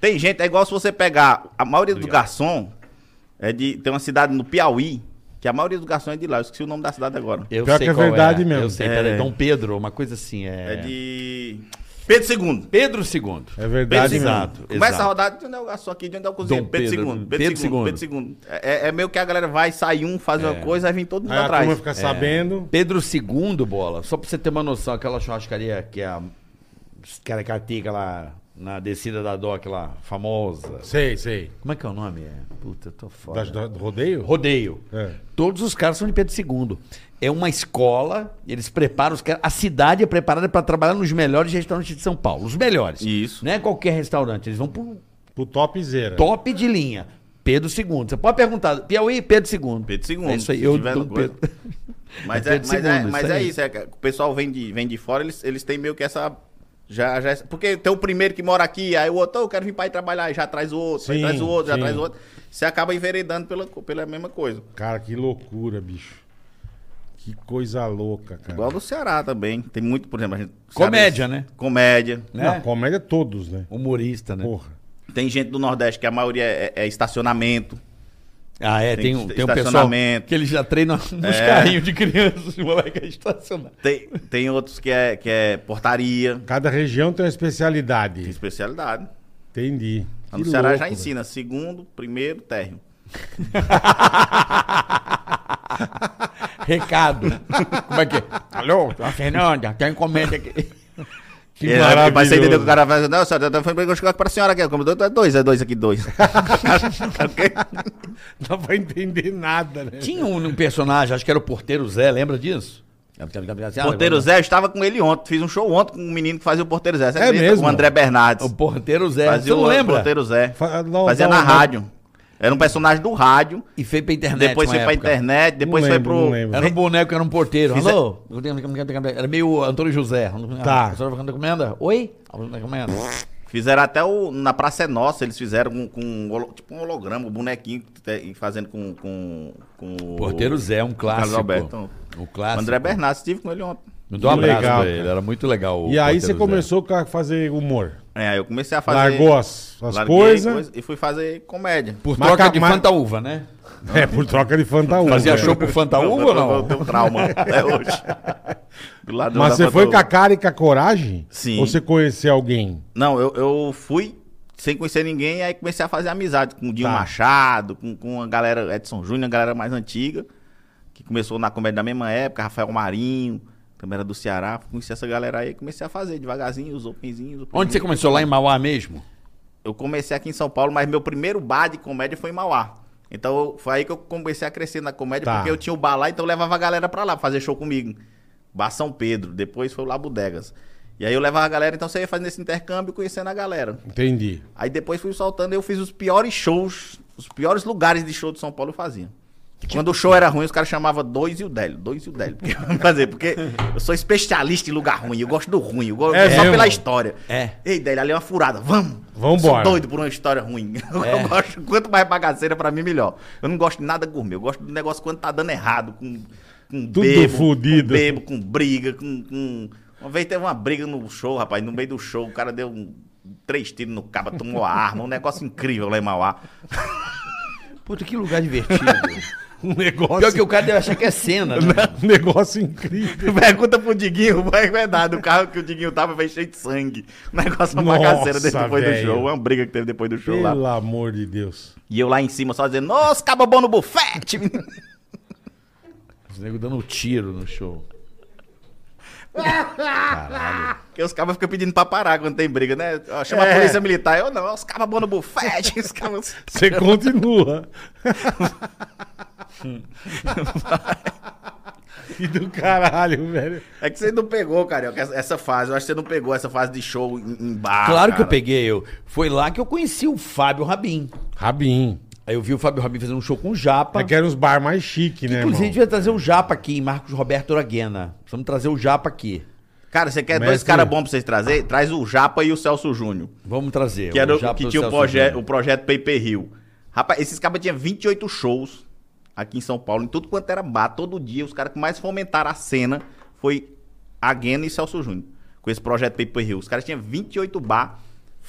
Speaker 4: Tem gente, é igual se você pegar a maioria do garçom, é de, tem uma cidade no Piauí, que a maioria do garçom é de lá. Eu esqueci o nome da cidade agora.
Speaker 2: Eu
Speaker 3: Pior
Speaker 2: sei
Speaker 3: que é
Speaker 2: qual
Speaker 3: verdade mesmo.
Speaker 2: Eu sei,
Speaker 4: É.
Speaker 2: peraí, Dom Pedro, uma coisa assim. É,
Speaker 4: É, de... Pedro II.
Speaker 2: Pedro II.
Speaker 3: É verdade
Speaker 4: Pedro
Speaker 3: mesmo.
Speaker 2: Exato.
Speaker 4: Começa a rodada de onde é o garçom aqui, de onde é o cozinheiro.
Speaker 2: Dom
Speaker 4: Pedro,
Speaker 2: Pedro,
Speaker 4: II.
Speaker 2: Pedro
Speaker 4: Pedro II. Pedro II. É, é meio que a galera vai, sai um, faz
Speaker 2: É.
Speaker 4: uma coisa, aí vem todo mundo
Speaker 3: Aí a
Speaker 4: atrás.
Speaker 3: turma fica sabendo.
Speaker 2: Pedro II, bola, só pra você ter uma noção, aquela churrascaria que é a Caracatica lá na descida da DOC lá, famosa.
Speaker 3: Sei, sei.
Speaker 2: Como é que é o nome? É? Puta, eu tô foda.
Speaker 3: Das- do do rodeio?
Speaker 2: Rodeio.
Speaker 3: É.
Speaker 2: Todos os caras são de Pedro II. É uma escola, eles preparam os caras. A cidade é preparada pra trabalhar nos melhores restaurantes de São Paulo. Os melhores.
Speaker 4: Isso.
Speaker 2: Não é qualquer restaurante, eles vão pro
Speaker 3: Pro topzera.
Speaker 2: top de linha. Pedro II. Você pode perguntar, Piauí, Pedro II.
Speaker 4: Pedro II.
Speaker 2: É isso aí,
Speaker 4: se
Speaker 2: eu
Speaker 4: tiver
Speaker 2: Dom
Speaker 4: no coisa.
Speaker 2: Pedro.
Speaker 4: Mas
Speaker 2: É
Speaker 4: é,
Speaker 2: Pedro
Speaker 4: mas, é,
Speaker 2: II,
Speaker 4: mas
Speaker 2: isso
Speaker 4: é
Speaker 2: aí.
Speaker 4: isso, é, que o pessoal vem de, vem de fora, eles, eles têm meio que essa. Já, já, porque tem o primeiro que mora aqui, aí o outro, "Oh, eu quero vir para aí trabalhar, aí já traz o outro, aí
Speaker 3: Sim,
Speaker 4: traz o outro,
Speaker 3: sim.
Speaker 4: já traz o outro. Você acaba enveredando pela, co- pela mesma coisa.
Speaker 3: Cara, que loucura, bicho. Que coisa louca, cara.
Speaker 4: Igual no Ceará também. Tem muito, por exemplo, a gente.
Speaker 2: Comédia,
Speaker 4: Ceará-
Speaker 2: né?
Speaker 4: Comédia.
Speaker 3: Não,
Speaker 2: né?
Speaker 3: comédia todos, né?
Speaker 2: Humorista, né?
Speaker 3: Porra.
Speaker 4: Tem gente do Nordeste que a maioria é, é estacionamento.
Speaker 2: Ah, é, tem,
Speaker 4: Tem
Speaker 2: um,
Speaker 4: est-
Speaker 2: tem um pessoal
Speaker 4: estacionamento.
Speaker 2: que eles já treinam nos
Speaker 4: É.
Speaker 2: carrinhos de crianças, o moleque é estacionado.
Speaker 4: Tem, tem outros que é, que é portaria,
Speaker 3: Cada região tem uma
Speaker 4: tem
Speaker 3: especialidade.
Speaker 4: especialidade.
Speaker 3: Entendi.
Speaker 4: Lá no
Speaker 3: Que
Speaker 4: Ceará
Speaker 3: louco,
Speaker 4: já
Speaker 3: velho.
Speaker 4: ensina segundo, primeiro, térreo.
Speaker 2: Recado. Como é que é? Alô, a Fernanda, tem encomenda aqui.
Speaker 3: Que
Speaker 4: É,
Speaker 3: maravilhoso.
Speaker 4: Mas você entendeu que o cara vai. Não, senhora, eu falei pra eu chegar pra senhora aqui. Como dois, é dois, é dois aqui, dois.
Speaker 3: Não dá pra entender nada, né?
Speaker 2: Tinha um, um personagem, acho que era o Porteiro Zé, lembra disso?
Speaker 4: Porteiro Zé, eu estava com ele ontem. Fiz um show ontem com um menino que fazia o Porteiro Zé. Você
Speaker 3: É
Speaker 4: acredita?
Speaker 3: mesmo?
Speaker 4: O André Bernardes.
Speaker 2: O Porteiro Zé,
Speaker 4: Fazia
Speaker 2: você não
Speaker 4: o
Speaker 2: lembra?
Speaker 4: Porteiro Zé.
Speaker 3: Fa- não,
Speaker 4: fazia
Speaker 3: não,
Speaker 4: na
Speaker 3: não.
Speaker 4: rádio. Era um personagem do rádio.
Speaker 2: E foi pra internet
Speaker 4: Depois
Speaker 2: uma
Speaker 4: foi pra
Speaker 2: época.
Speaker 4: internet. Depois
Speaker 3: Não
Speaker 4: foi
Speaker 3: lembro,
Speaker 4: pro.
Speaker 3: não lembro.
Speaker 2: Era um boneco, era um porteiro.
Speaker 4: Fiz-
Speaker 2: Alô? Era meio Antônio José.
Speaker 3: Tá.
Speaker 2: A senhora recomenda? Oi? A senhora recomenda?
Speaker 4: Fizeram até o. Na Praça é Nossa, eles fizeram com, com um holo- tipo um holograma, um bonequinho te- e fazendo com. com, com o-
Speaker 2: Porteiro Zé, assim, um
Speaker 4: Carlos
Speaker 2: clássico.
Speaker 4: Alberto.
Speaker 2: O
Speaker 4: O
Speaker 2: clássico.
Speaker 4: André Bernardes, estive com ele ontem.
Speaker 2: Me dou um
Speaker 3: Que
Speaker 2: abraço
Speaker 3: legal,
Speaker 2: pra ele,
Speaker 3: cara.
Speaker 2: era muito legal. o
Speaker 3: E aí
Speaker 2: Porteiro
Speaker 3: você
Speaker 2: Zé.
Speaker 3: começou a fazer humor.
Speaker 4: É, aí eu comecei a fazer.
Speaker 3: Largou as, as
Speaker 4: larguei
Speaker 3: coisas.
Speaker 4: coisa e fui fazer comédia.
Speaker 2: Por
Speaker 3: Mas
Speaker 2: troca
Speaker 3: ca-
Speaker 2: de
Speaker 3: mas-
Speaker 2: fantaúva, né?
Speaker 3: É, por troca de né? fantaúva.
Speaker 2: Fazia
Speaker 3: velho.
Speaker 2: show pro
Speaker 3: Tá
Speaker 2: fantaúva ou
Speaker 4: Eu- eu- Eu
Speaker 2: não?
Speaker 4: tenho trauma até hoje. Do lado do-
Speaker 3: Mas
Speaker 4: da
Speaker 3: você foi
Speaker 4: foto-
Speaker 3: com a cara e com a coragem?
Speaker 4: Sim.
Speaker 3: Ou você conheceu alguém?
Speaker 4: Não, eu, eu fui sem conhecer ninguém, aí comecei a fazer amizade com o Dinho
Speaker 3: Tá.
Speaker 4: Machado, com, com a galera Edson Júnior, a galera mais antiga, que começou na comédia da mesma época, Rafael Marinho, também era do Ceará. Conheci essa galera aí e comecei a fazer devagarzinho, os openzinhos. os
Speaker 2: Onde você
Speaker 4: openzinhos.
Speaker 2: começou? Lá em Mauá mesmo?
Speaker 4: Eu comecei aqui em São Paulo, mas meu primeiro bar de comédia foi em Mauá. Então eu- foi aí que eu comecei a crescer na comédia,
Speaker 3: Tá.
Speaker 4: porque eu tinha o bar lá, então eu levava a galera pra lá pra fazer show comigo. Bar São Pedro, depois foi lá Bodegas. E aí eu levava a galera, então você ia fazendo esse intercâmbio conhecendo a galera.
Speaker 3: Entendi.
Speaker 4: Aí depois fui soltando, eu fiz os piores shows, os piores lugares de show de São Paulo eu fazia. Quando o show era ruim, os caras chamavam dois e o Délio, dois e o Délio. Porque, fazer, porque eu sou especialista em lugar ruim, eu gosto do ruim, eu gosto
Speaker 3: É
Speaker 4: só
Speaker 3: mesmo?
Speaker 4: pela história.
Speaker 2: É.
Speaker 4: Ei, Délio, ali é uma furada, vamos.
Speaker 3: Vambora.
Speaker 4: Sou doido por uma história ruim. Eu gosto, quanto mais bagaceira pra mim, melhor. Eu não gosto de nada gourmet, eu gosto do negócio quando tá dando errado, com, com
Speaker 3: Tudo fudido.
Speaker 4: com bebo, com briga, com, com- Uma vez teve uma briga no show, rapaz, no meio do show, o cara deu um- três tiros no caba, tomou a arma, um negócio incrível lá em Mauá.
Speaker 2: Puta, que lugar divertido.
Speaker 3: Um negócio,
Speaker 2: Pior que o cara deve achar que é cena, né?
Speaker 3: um negócio incrível.
Speaker 4: Pergunta pro Diguinho, mas é verdade, o carro que o Diguinho tava veio cheio de sangue. Um negócio uma
Speaker 3: Nossa,
Speaker 4: bagaceira depois do
Speaker 3: velho.
Speaker 4: show, uma briga que teve depois do show lá.
Speaker 3: Pelo amor de Deus.
Speaker 4: E eu lá em cima só dizendo, nossa, caba bom no bufete, menino.
Speaker 2: Os nego dando um tiro no show.
Speaker 4: Porque os cabas ficam pedindo pra parar quando tem briga, né? Ó, Chama a polícia militar. Eu não, os cabas bom no bufete, os cabas...
Speaker 3: Você continua. e do caralho, velho.
Speaker 4: É que você não pegou, cara, essa essa fase. Eu acho que você não pegou essa fase de show em, em
Speaker 3: Ah,
Speaker 4: bar.
Speaker 2: claro que eu
Speaker 4: cara.
Speaker 2: peguei eu. Foi lá que eu conheci o Fábio Rabin.
Speaker 3: Rabin.
Speaker 2: Aí eu vi o Fábio Rabin fazendo um show com o Japa.
Speaker 3: É que era uns bar mais chique, né,
Speaker 2: Inclusive, a
Speaker 3: irmão?
Speaker 2: gente devia trazer o Japa aqui, Marcos Roberto Oraguena. Precisamos trazer o Japa aqui.
Speaker 4: Cara, você quer
Speaker 2: é
Speaker 4: dois
Speaker 3: Mestre-
Speaker 4: caras bons pra vocês trazer? Traz o Japa e o Celso Júnior.
Speaker 2: Vamos trazer.
Speaker 4: Que era o,
Speaker 2: Japa
Speaker 4: que
Speaker 2: do
Speaker 4: tinha o,
Speaker 2: Celso
Speaker 4: proje-
Speaker 2: Júnior.
Speaker 4: o projeto Paper Hill. Rapaz, esses cabas tinham 28 shows aqui em São Paulo, em tudo quanto era bar, todo dia. Os caras que mais fomentaram a cena foi Aguena e Celso Júnior, com esse projeto Paper Hill. Os caras tinham 28 bar,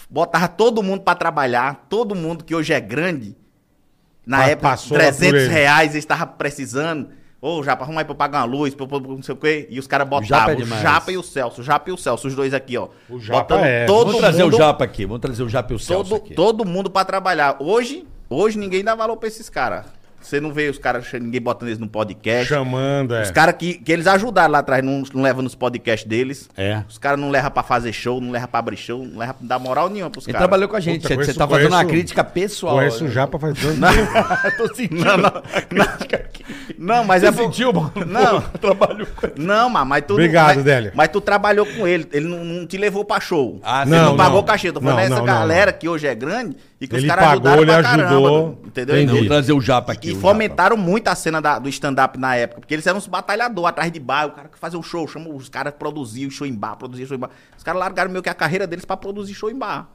Speaker 4: botava todo mundo pra trabalhar, todo mundo que hoje é grande. Na
Speaker 3: Pa-
Speaker 4: época,
Speaker 3: passou lá por
Speaker 4: 300
Speaker 3: ele.
Speaker 4: reais eles estavam precisando. Ô, Japa, arruma aí pra eu pagar uma luz, pra, pra- pra não sei o quê. E os caras
Speaker 2: Japa é
Speaker 4: botavam o
Speaker 2: demais.
Speaker 4: Japa e o Celso, o Japa e o Celso, os dois aqui, ó.
Speaker 3: O Japa
Speaker 4: Botando
Speaker 3: é.
Speaker 4: todo
Speaker 2: Vamos trazer
Speaker 4: mundo
Speaker 2: o Japa aqui. Vamos trazer o Japa e o Celso
Speaker 4: todo,
Speaker 2: aqui.
Speaker 4: todo mundo pra trabalhar. Hoje, hoje ninguém dá valor pra esses caras. Você não vê os caras, ninguém botando eles no podcast.
Speaker 3: Chamando, é.
Speaker 4: Os caras que, que eles ajudaram lá atrás, não, não levam nos podcasts deles.
Speaker 2: É.
Speaker 4: Os caras não levam pra fazer show, não levam pra abrir show, não levam pra dar moral nenhuma pros
Speaker 2: Ele
Speaker 4: caras.
Speaker 2: trabalhou com a gente.
Speaker 3: Puta,
Speaker 2: você
Speaker 3: conheço-
Speaker 2: você tá fazendo uma
Speaker 3: conheço-
Speaker 2: crítica pessoal. né?
Speaker 3: Conhece o
Speaker 2: Eu-
Speaker 4: né?
Speaker 3: Japa faz tanto
Speaker 2: Tô sentindo.
Speaker 4: Não, não, não, mas é
Speaker 2: Você
Speaker 4: por-
Speaker 2: sentiu, mano?
Speaker 4: Não.
Speaker 2: Pô, trabalho com
Speaker 4: Não, mas, mas tu.
Speaker 3: Obrigado,
Speaker 4: mas,
Speaker 3: Délio.
Speaker 4: Mas tu trabalhou com ele, ele não, não te levou pra show.
Speaker 2: Ah,
Speaker 4: ele
Speaker 2: sim.
Speaker 4: assim, não,
Speaker 2: Não,
Speaker 4: pagou
Speaker 3: não.
Speaker 4: cachê. Tô falando
Speaker 3: Não,
Speaker 4: essa
Speaker 3: não, não,
Speaker 4: galera que hoje é grande e que
Speaker 3: Ele
Speaker 4: os caras
Speaker 3: pagou,
Speaker 4: ajudaram pra
Speaker 3: ele
Speaker 4: caramba.
Speaker 3: ajudou.
Speaker 4: Entendeu?
Speaker 3: Entendi.
Speaker 2: Vamos trazer o Japa aqui.
Speaker 4: E
Speaker 2: o
Speaker 4: fomentaram muito a cena da- do stand-up na época, porque eles eram uns batalhadores atrás de bar, o cara que fazia o show, chama os caras que produziam show em bar, produziam show em bar. Os caras largaram meio que a carreira deles pra produzir show em bar.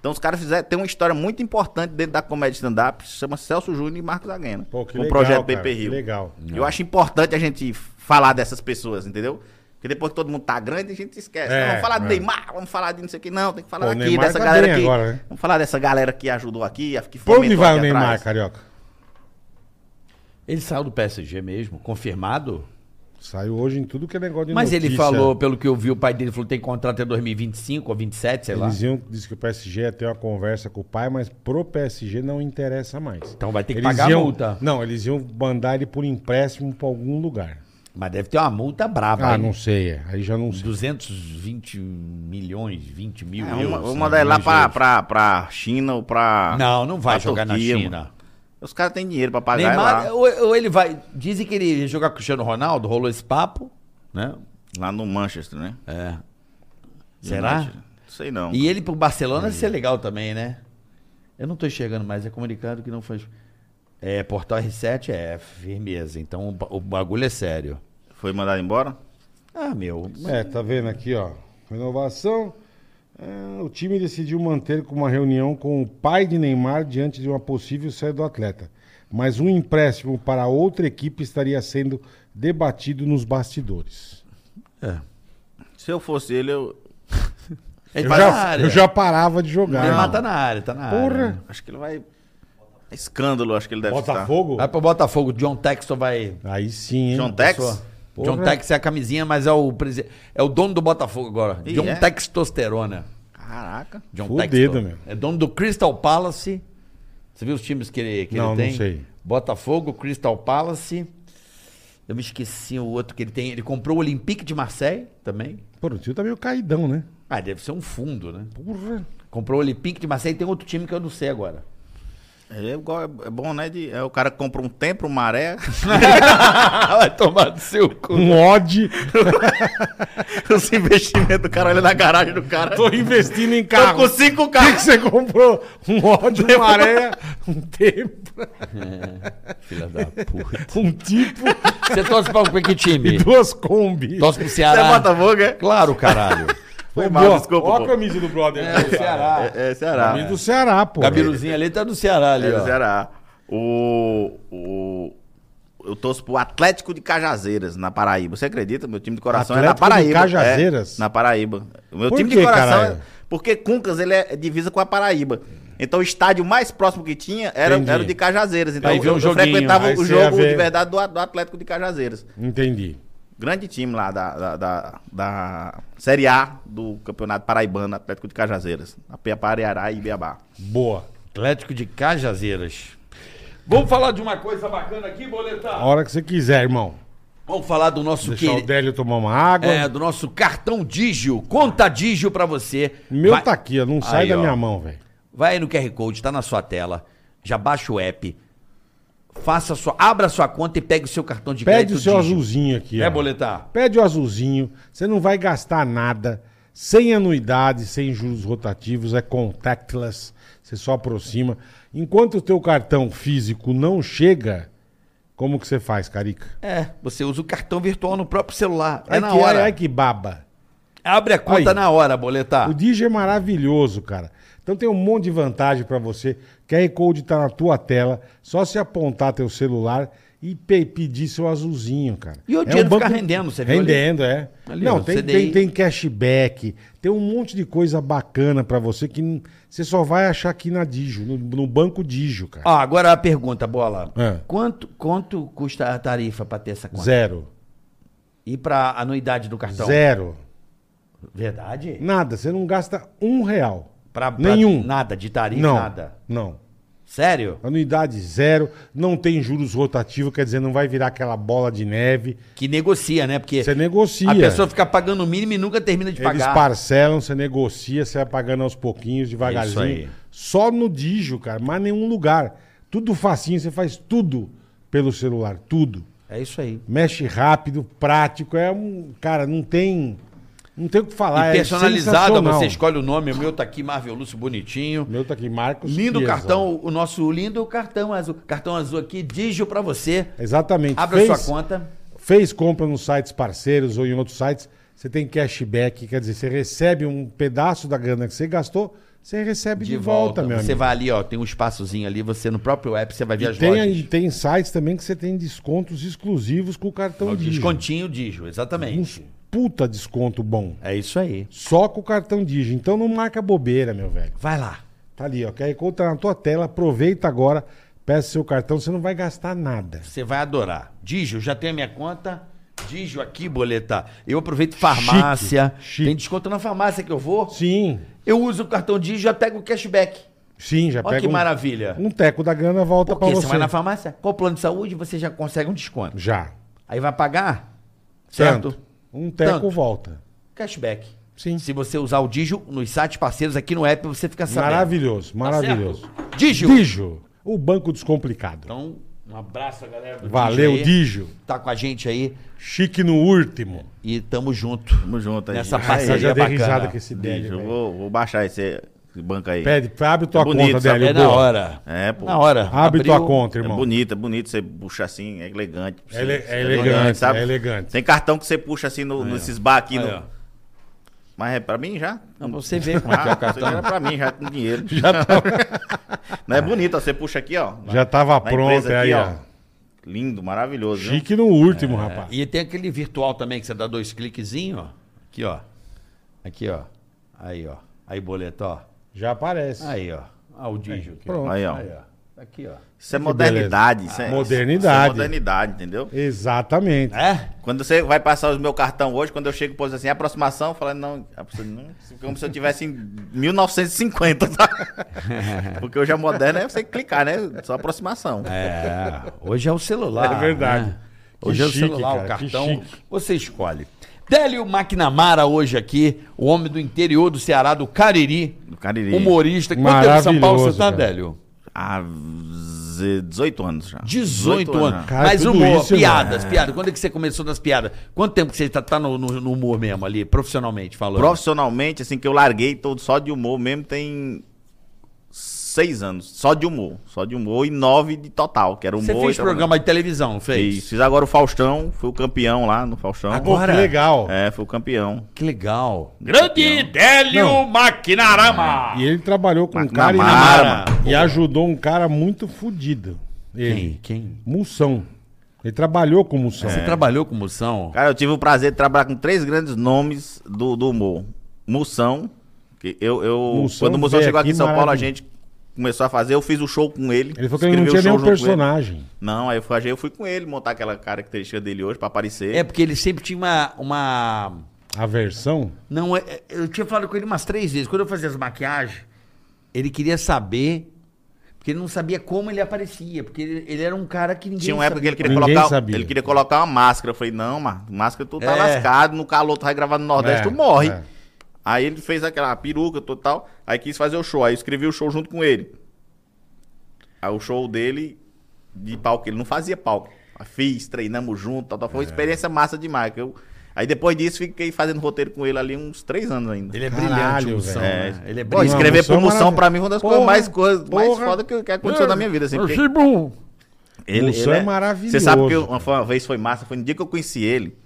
Speaker 4: Então os caras fizeram, tem uma história muito importante dentro da comédia stand-up, que se chama Celso Júnior e Marcos Aguena.
Speaker 3: Pô, que
Speaker 4: um
Speaker 3: legal,
Speaker 4: projeto
Speaker 3: cara,
Speaker 4: PP
Speaker 3: que
Speaker 4: Rio.
Speaker 3: legal.
Speaker 4: Eu acho importante a gente falar dessas pessoas, entendeu? Porque depois que todo mundo tá grande, a gente esquece.
Speaker 3: É,
Speaker 4: Não, vamos falar do
Speaker 3: é.
Speaker 4: Neymar, vamos falar de não sei o que. Não, tem que falar
Speaker 3: Pô, o
Speaker 4: aqui,
Speaker 3: Neymar
Speaker 4: dessa
Speaker 3: tá
Speaker 4: galera
Speaker 3: bem
Speaker 4: aqui.
Speaker 3: agora, né?
Speaker 4: Vamos falar dessa galera que ajudou aqui, a- que
Speaker 3: Pra onde
Speaker 4: fomentou
Speaker 3: vai
Speaker 4: aqui
Speaker 3: o Neymar,
Speaker 4: atrás.
Speaker 3: carioca?
Speaker 2: Ele saiu do PSG mesmo, confirmado?
Speaker 3: Saiu hoje em tudo que é negócio de
Speaker 2: Mas ele
Speaker 3: notícia.
Speaker 2: falou, pelo que eu vi, o pai dele falou que tem contrato até 2025 ou 27, sei lá.
Speaker 3: Eles iam, disse que o PSG ia ter uma conversa com o pai, mas pro PSG não interessa mais.
Speaker 2: Então vai ter que
Speaker 3: Eles
Speaker 2: pagar a
Speaker 3: iam-
Speaker 2: multa.
Speaker 3: Não, eles iam mandar ele por empréstimo pra algum lugar.
Speaker 2: Mas deve ter uma multa brava.
Speaker 3: Ah,
Speaker 2: hein?
Speaker 3: não sei. é. Aí já não sei.
Speaker 2: 220 milhões, 20 mil
Speaker 4: É, uma,
Speaker 2: euros.
Speaker 4: vou
Speaker 2: né?
Speaker 4: mandar ele lá
Speaker 2: Milhões
Speaker 4: pra,
Speaker 2: de
Speaker 4: pra, pra China ou pra.
Speaker 2: Não, não vai
Speaker 4: pra
Speaker 2: jogar na
Speaker 4: Turquia,
Speaker 2: China.
Speaker 4: mano. Os caras têm dinheiro pra pagar
Speaker 2: Neymar,
Speaker 4: é lá,
Speaker 2: ou, ou ele vai. Dizem que ele ia jogar com o Cristiano Ronaldo, rolou esse papo, né?
Speaker 4: lá no Manchester, né?
Speaker 2: É. Será?
Speaker 4: Manchester. Não sei não.
Speaker 2: E ele pro Barcelona ia ser legal também, né? Eu não tô enxergando mais, é comunicado que não faz. É, Portal R7 é firmeza, então o ba- o bagulho é sério.
Speaker 4: Foi mandado embora?
Speaker 2: Ah, meu.
Speaker 3: É, tá vendo aqui, ó. Renovação. É, o time decidiu manter com uma reunião com o pai de Neymar diante de uma possível saída do atleta. Mas um empréstimo para outra equipe estaria sendo debatido nos bastidores.
Speaker 4: Se eu fosse ele, eu.
Speaker 2: Ele
Speaker 3: Eu
Speaker 2: tá na
Speaker 3: já,
Speaker 2: área.
Speaker 3: eu já parava de jogar.
Speaker 2: Ele
Speaker 4: Ah.
Speaker 2: mata na área, tá na área.
Speaker 3: Porra.
Speaker 4: Acho que ele vai. É Escândalo, acho que ele deve
Speaker 3: Botafogo?
Speaker 2: Vai pro Botafogo, John Texton vai.
Speaker 3: Aí sim, hein?
Speaker 4: estar. John Tex?
Speaker 2: Pessoa.
Speaker 3: Porra.
Speaker 2: John Tex é a camisinha, mas é o, presi- é o dono do Botafogo agora.
Speaker 4: Ih,
Speaker 2: John
Speaker 4: é?
Speaker 2: Textosterona.
Speaker 4: Caraca.
Speaker 2: John
Speaker 3: Fudido,
Speaker 2: Textor.
Speaker 3: meu.
Speaker 2: É dono do Crystal Palace. Você viu os times que ele, que
Speaker 3: Não,
Speaker 2: ele
Speaker 3: não
Speaker 2: tem?
Speaker 3: sei.
Speaker 2: Botafogo, Crystal Palace. Eu me esqueci o outro que ele tem. Ele comprou o Olympique de Marseille também.
Speaker 3: Pô, o tio tá meio caidão, né?
Speaker 2: Ah, deve ser um fundo, né?
Speaker 3: Porra.
Speaker 2: Comprou o Olympique de Marseille e tem outro time que eu não sei agora.
Speaker 4: É, igual- é bom, né? de- é o cara que compra um tempo, um maré.
Speaker 2: Vai tomar do seu cu.
Speaker 3: Um ódio.
Speaker 4: os investimentos do cara olha na garagem do cara.
Speaker 3: Tô investindo em
Speaker 4: Tô
Speaker 3: carro.
Speaker 4: com cinco
Speaker 3: O que, que
Speaker 4: carros.
Speaker 3: você comprou? Um ódio, uma areia, um tempo,
Speaker 2: Filha da puta.
Speaker 3: um tipo
Speaker 2: Você torce pra pra que
Speaker 3: e
Speaker 2: time?
Speaker 3: duas Kombi.
Speaker 2: Torce pro
Speaker 4: Você é
Speaker 2: Ceará?
Speaker 4: Botafogo, é?
Speaker 2: Claro, caralho.
Speaker 4: Foi
Speaker 3: Ô,
Speaker 4: mal,
Speaker 3: Bo-
Speaker 4: desculpa,
Speaker 3: Ó
Speaker 4: pô.
Speaker 3: a camisa do brother. do Ceará.
Speaker 4: É, é Ceará.
Speaker 3: Camisa do Ceará, pô.
Speaker 2: Gabiruzinho ali tá no Ceará ali,
Speaker 4: É do
Speaker 2: ó.
Speaker 4: Ceará. O, o, eu torço pro Atlético de Cajazeiras, na Paraíba. Você acredita? Meu time de coração é na
Speaker 3: Atlético de
Speaker 4: Paraíba.
Speaker 3: Cajazeiras?
Speaker 4: É, na Paraíba. O meu
Speaker 3: Por
Speaker 4: time
Speaker 3: quê,
Speaker 4: de coração.
Speaker 3: caralho?
Speaker 4: é- porque Cuncas ele é divisa com a Paraíba. Então o estádio mais próximo que tinha era,
Speaker 3: Entendi.
Speaker 4: era o de Cajazeiras. Então
Speaker 2: Aí vê um
Speaker 4: eu, eu
Speaker 2: joguinho,
Speaker 4: frequentava
Speaker 3: aí
Speaker 4: o
Speaker 3: você ia
Speaker 4: jogo de
Speaker 3: ver.
Speaker 4: verdade do, do Atlético de Cajazeiras.
Speaker 3: Entendi.
Speaker 4: Grande time lá da, da, da, da Série A do Campeonato Paraibano, Atlético de Cajazeiras. Apareará e Ibiabá.
Speaker 3: Boa.
Speaker 2: Atlético de Cajazeiras. Vamos falar de uma coisa bacana aqui,
Speaker 3: A
Speaker 2: Boletar?
Speaker 3: hora que você quiser, irmão.
Speaker 2: Vamos falar do nosso
Speaker 3: Deixar o
Speaker 2: querido.
Speaker 3: Délio tomar uma água.
Speaker 2: É, do nosso cartão Digio. Conta Digio pra você.
Speaker 3: Meu
Speaker 2: Vai-
Speaker 3: tá aqui, ó. Não sai
Speaker 2: Aí,
Speaker 3: da
Speaker 2: ó.
Speaker 3: minha mão, velho.
Speaker 2: Vai aí no QR Code, tá na sua tela. Já baixa o app. Faça sua, abra sua conta e pegue o seu cartão de
Speaker 3: Pede
Speaker 2: crédito
Speaker 3: o seu
Speaker 2: Digio.
Speaker 3: azulzinho aqui, ó.
Speaker 2: É, Boletar?
Speaker 3: Pede o azulzinho. Você não vai gastar nada. Sem anuidade, sem juros rotativos, é contactless. Você só aproxima. Enquanto o teu cartão físico não chega, como que você faz, Carica?
Speaker 2: É, você usa o cartão virtual no próprio celular. É
Speaker 3: Ai
Speaker 2: na
Speaker 3: que-
Speaker 2: hora.
Speaker 3: Ai, ai que baba.
Speaker 2: Abre a conta
Speaker 3: Aí.
Speaker 2: na hora, Boletar.
Speaker 3: O Digi é maravilhoso, cara. Então tem um monte de vantagem pra você. QR Code tá na tua tela. Só se apontar teu celular e pe- pedir seu azulzinho, cara. É um
Speaker 2: E o dinheiro fica rendendo, você viu ali?
Speaker 3: Rendendo, é.
Speaker 2: Ali, ó,
Speaker 3: Não, tem,
Speaker 2: CDI.
Speaker 3: tem, tem cashback. Tem um monte de coisa bacana pra você que n- você só vai achar aqui na Digio, no, no Banco Digio, cara.
Speaker 2: Ó, agora a pergunta, bola.
Speaker 3: É.
Speaker 2: Quanto, quanto custa a tarifa pra ter essa conta?
Speaker 3: Zero.
Speaker 2: E pra anuidade do cartão?
Speaker 3: Zero.
Speaker 2: Verdade?
Speaker 3: Nada. Você não gasta um real.
Speaker 2: Pra, pra
Speaker 3: Nenhum.
Speaker 2: Nada, de tarifa,
Speaker 3: não.
Speaker 2: nada.
Speaker 3: Não.
Speaker 2: Sério?
Speaker 3: Anuidade zero, não tem juros rotativos, quer dizer, não vai virar aquela bola de neve.
Speaker 2: Que negocia, né? Porque
Speaker 3: Você negocia.
Speaker 2: a pessoa fica pagando o mínimo e nunca termina de
Speaker 3: Eles
Speaker 2: pagar.
Speaker 3: parcelam, você negocia, você vai pagando aos pouquinhos,
Speaker 2: É isso
Speaker 3: devagarzinho.
Speaker 2: aí.
Speaker 3: Só no Digio, cara, mas nenhum lugar. Tudo facinho, você faz tudo pelo celular, tudo.
Speaker 2: É isso aí.
Speaker 3: Mexe rápido, prático, é um, cara, não tem não tem o que falar,
Speaker 2: e
Speaker 3: é
Speaker 2: personalizada,
Speaker 3: sensacional.
Speaker 2: você escolhe o nome. O meu tá aqui, Marvel Lúcio, bonitinho.
Speaker 3: Meu tá aqui, Marcos.
Speaker 2: Lindo
Speaker 3: Chiesa.
Speaker 2: cartão, o nosso lindo cartão azul. Cartão azul aqui, digio pra você.
Speaker 3: Exatamente.
Speaker 2: Abra
Speaker 3: Fez-
Speaker 2: sua conta.
Speaker 3: fez compra nos sites parceiros ou em outros sites, você tem cashback, quer dizer, você recebe um pedaço da grana que você gastou, você recebe de, volta, meu
Speaker 2: Você
Speaker 3: amigo.
Speaker 2: vai ali, ó, tem um espaçozinho ali, você no próprio app, você vai ver
Speaker 3: E
Speaker 2: as
Speaker 3: tem,
Speaker 2: lojas.
Speaker 3: e tem sites também que você tem descontos exclusivos com o cartão
Speaker 2: O
Speaker 3: Digio.
Speaker 2: descontinho Digio, exatamente.
Speaker 3: Uns puta desconto bom.
Speaker 2: É isso aí.
Speaker 3: Só com o cartão Digio. Então não marca bobeira, meu velho.
Speaker 2: Vai lá.
Speaker 3: Tá ali, ó. QR Code tá na tua tela. Aproveita agora. Peça seu cartão, você não vai gastar nada.
Speaker 2: Você vai adorar. Digio, já tem a minha conta. Digio aqui, boleta. Eu aproveito farmácia.
Speaker 3: Chique, chique.
Speaker 2: Tem desconto na farmácia que eu vou.
Speaker 3: Sim,
Speaker 2: Eu uso o cartão Digio e já pego o cashback.
Speaker 3: sim, já
Speaker 2: Olha
Speaker 3: pega
Speaker 2: que
Speaker 3: um-
Speaker 2: maravilha.
Speaker 3: Um teco da grana volta pra
Speaker 2: Porque
Speaker 3: você.
Speaker 2: você vai na farmácia, qual o plano de saúde, você já consegue um desconto.
Speaker 3: Já.
Speaker 2: Aí vai pagar, certo?
Speaker 3: Tanto. Um teco
Speaker 2: Tanto. Tá
Speaker 3: volta.
Speaker 2: Cashback.
Speaker 3: Sim.
Speaker 2: Se você usar o Digio nos sites parceiros aqui no app, você fica sabendo.
Speaker 3: Maravilhoso,
Speaker 2: Tá certo?
Speaker 3: maravilhoso.
Speaker 2: Digio.
Speaker 3: Digio, o banco descomplicado.
Speaker 2: Então, um abraço, galera. do
Speaker 3: Valeu,
Speaker 2: aí.
Speaker 3: Digio.
Speaker 2: Tá com a gente aí
Speaker 3: Chique no último.
Speaker 2: e tamo junto.
Speaker 4: Tamo junto aí.
Speaker 2: Nessa
Speaker 4: Aí,
Speaker 2: parceria.
Speaker 3: Eu já dei
Speaker 2: é bacana.
Speaker 3: risada com esse
Speaker 4: bicho, eu
Speaker 3: beijo.
Speaker 4: vou, vou baixar esse, esse banco aí.
Speaker 3: Pede, abre tua
Speaker 4: É bonito,
Speaker 3: conta,
Speaker 4: sabe?
Speaker 3: Délio.
Speaker 2: É na
Speaker 3: boa.
Speaker 2: hora.
Speaker 4: É, pô.
Speaker 2: Na hora.
Speaker 3: Abre
Speaker 2: Abriu-
Speaker 3: tua conta,
Speaker 4: É
Speaker 3: irmão.
Speaker 4: bonito, é bonito você puxa assim, é elegante.
Speaker 3: É ele- é elegante, é elegante.
Speaker 4: Tem cartão que você puxa assim no, nesses bar aqui. no-
Speaker 2: Aí, ó.
Speaker 4: Mas é pra mim já? Ah,
Speaker 2: Não, pra você ver como é que é o
Speaker 4: isso aí era
Speaker 2: cartão.
Speaker 4: pra mim já com dinheiro. Já Não é bonito, ó, você puxa aqui, ó. na-
Speaker 3: tá- Já tava
Speaker 4: na
Speaker 3: pronto,
Speaker 4: empresa
Speaker 3: aí,
Speaker 4: aqui,
Speaker 3: ó.
Speaker 4: Lindo, maravilhoso. viu?
Speaker 3: Chique no
Speaker 2: É.
Speaker 3: último, rapaz.
Speaker 2: E tem aquele virtual também que você dá dois cliquezinhos, ó. Aqui, ó. Aqui, ó. Aí, ó. Aí, boleto, ó.
Speaker 3: Já aparece.
Speaker 2: Aí, ó. Ah, o Digio. aqui, ó.
Speaker 3: Pronto.
Speaker 4: Aí, ó.
Speaker 2: Aí, ó. Tá Aqui, ó.
Speaker 4: Isso é modernidade.
Speaker 3: beleza.
Speaker 4: Isso é,
Speaker 3: Modernidade.
Speaker 4: Isso é modernidade, entendeu?
Speaker 3: Exatamente.
Speaker 2: É?
Speaker 4: Quando você vai passar o meu cartão hoje, quando eu chego, pôs assim, aproximação, falando, não, a pessoa, não, como se eu tivesse em 1950, tá? Porque hoje a moderna é você clicar, né? Só aproximação.
Speaker 2: É. Hoje é o celular.
Speaker 3: É verdade.
Speaker 2: né?
Speaker 3: Que
Speaker 2: Hoje é o
Speaker 3: chique,
Speaker 2: celular, o
Speaker 3: cara, que
Speaker 2: cartão.
Speaker 3: chique.
Speaker 2: Você escolhe. Délio Maquinamara hoje aqui, o homem do interior do Ceará, do Cariri.
Speaker 4: Do Cariri.
Speaker 2: Humorista. Quanto tempo em São Paulo
Speaker 3: Maravilhoso,
Speaker 2: você tá,
Speaker 3: cara.
Speaker 2: Délio?
Speaker 4: Há z- 18 anos já.
Speaker 2: 18 anos.
Speaker 4: já.
Speaker 3: Cara,
Speaker 2: Mas
Speaker 3: tudo
Speaker 2: humor,
Speaker 3: isso,
Speaker 2: piadas, piadas. Quando é que você começou nas piadas? Quanto tempo que você tá, tá no, no- no humor mesmo ali, profissionalmente falando?
Speaker 4: Profissionalmente, assim, que eu larguei todo só de humor mesmo, tem seis anos. Só de humor. Só de humor e nove de total, que era humor. tá
Speaker 2: Você
Speaker 4: e
Speaker 2: fez
Speaker 4: trabalho.
Speaker 2: programa de televisão, não fez?
Speaker 4: Fiz, fiz agora o Faustão, fui o campeão lá no Faustão.
Speaker 3: Pô, que
Speaker 2: Agora-
Speaker 3: legal.
Speaker 4: É, fui o campeão.
Speaker 2: Que legal.
Speaker 1: Grande Délio
Speaker 3: Não.
Speaker 2: Ah,
Speaker 1: Maquinarama.
Speaker 3: E ele trabalhou com um cara
Speaker 4: McNamara,
Speaker 3: e,
Speaker 4: mano.
Speaker 3: e ajudou um cara muito fodido.
Speaker 2: Quem?
Speaker 3: Ele.
Speaker 2: Quem?
Speaker 3: Mussão. Ele trabalhou com
Speaker 4: É.
Speaker 3: Mussão.
Speaker 2: Você trabalhou com moção?
Speaker 4: Cara, eu tive o prazer de trabalhar com três grandes nomes do, do humor. Moção, que eu, eu
Speaker 3: Moção
Speaker 4: quando o Moção
Speaker 3: veio
Speaker 4: chegou aqui em
Speaker 3: aqui,
Speaker 4: São Paulo, a
Speaker 3: maravilha.
Speaker 4: gente começou a fazer, eu fiz o show com ele.
Speaker 3: Ele falou que ele
Speaker 4: escrevi o
Speaker 3: não
Speaker 4: show
Speaker 3: tinha nenhum
Speaker 4: junto com ele.
Speaker 3: personagem.
Speaker 4: Não, aí eu fui, eu fui com ele montar aquela característica dele hoje pra aparecer.
Speaker 2: É, porque ele sempre tinha uma. uma...
Speaker 3: A versão?
Speaker 2: Não, é- é- eu tinha falado com ele umas três vezes. Quando eu fazia as maquiagens, ele queria saber. Porque ele não sabia como ele aparecia. Porque ele, ele era um cara que ninguém
Speaker 4: Tinha uma época que ele queria
Speaker 3: Ninguém
Speaker 4: colocar,
Speaker 3: sabia.
Speaker 4: ele queria colocar uma máscara. Eu falei: "Não, mano, máscara tu tá
Speaker 2: É.
Speaker 4: lascado, no calor tu vai gravar no Nordeste,
Speaker 3: É,
Speaker 4: tu morre".
Speaker 3: é.
Speaker 4: Aí ele fez aquela peruca total, aí quis fazer o show, aí eu escrevi o show junto com ele. Aí o show dele de palco, ele não fazia palco. Aí Fiz, treinamos junto, tal, tal.
Speaker 3: É.
Speaker 4: foi uma experiência massa demais. que eu- Aí depois disso fiquei fazendo roteiro com ele ali uns três anos ainda.
Speaker 2: Ele é
Speaker 3: Caralho,
Speaker 2: brilhante, o Mussão,
Speaker 4: É,
Speaker 2: né? Ele é
Speaker 4: pô,
Speaker 2: brilhante.
Speaker 4: escrever
Speaker 3: Moção é
Speaker 4: promoção
Speaker 3: maravilhoso.
Speaker 4: pra mim foi uma das
Speaker 3: Porra,
Speaker 4: coisas mais, coisas, mais
Speaker 3: porra. É,
Speaker 4: foda que, que aconteceu na minha vida. Assim, porque-
Speaker 2: bom.
Speaker 4: ele,
Speaker 3: Moção é maravilhoso,
Speaker 4: Você sabe que eu-
Speaker 3: cara.
Speaker 4: uma, foi uma vez foi massa, foi no dia que eu conheci ele.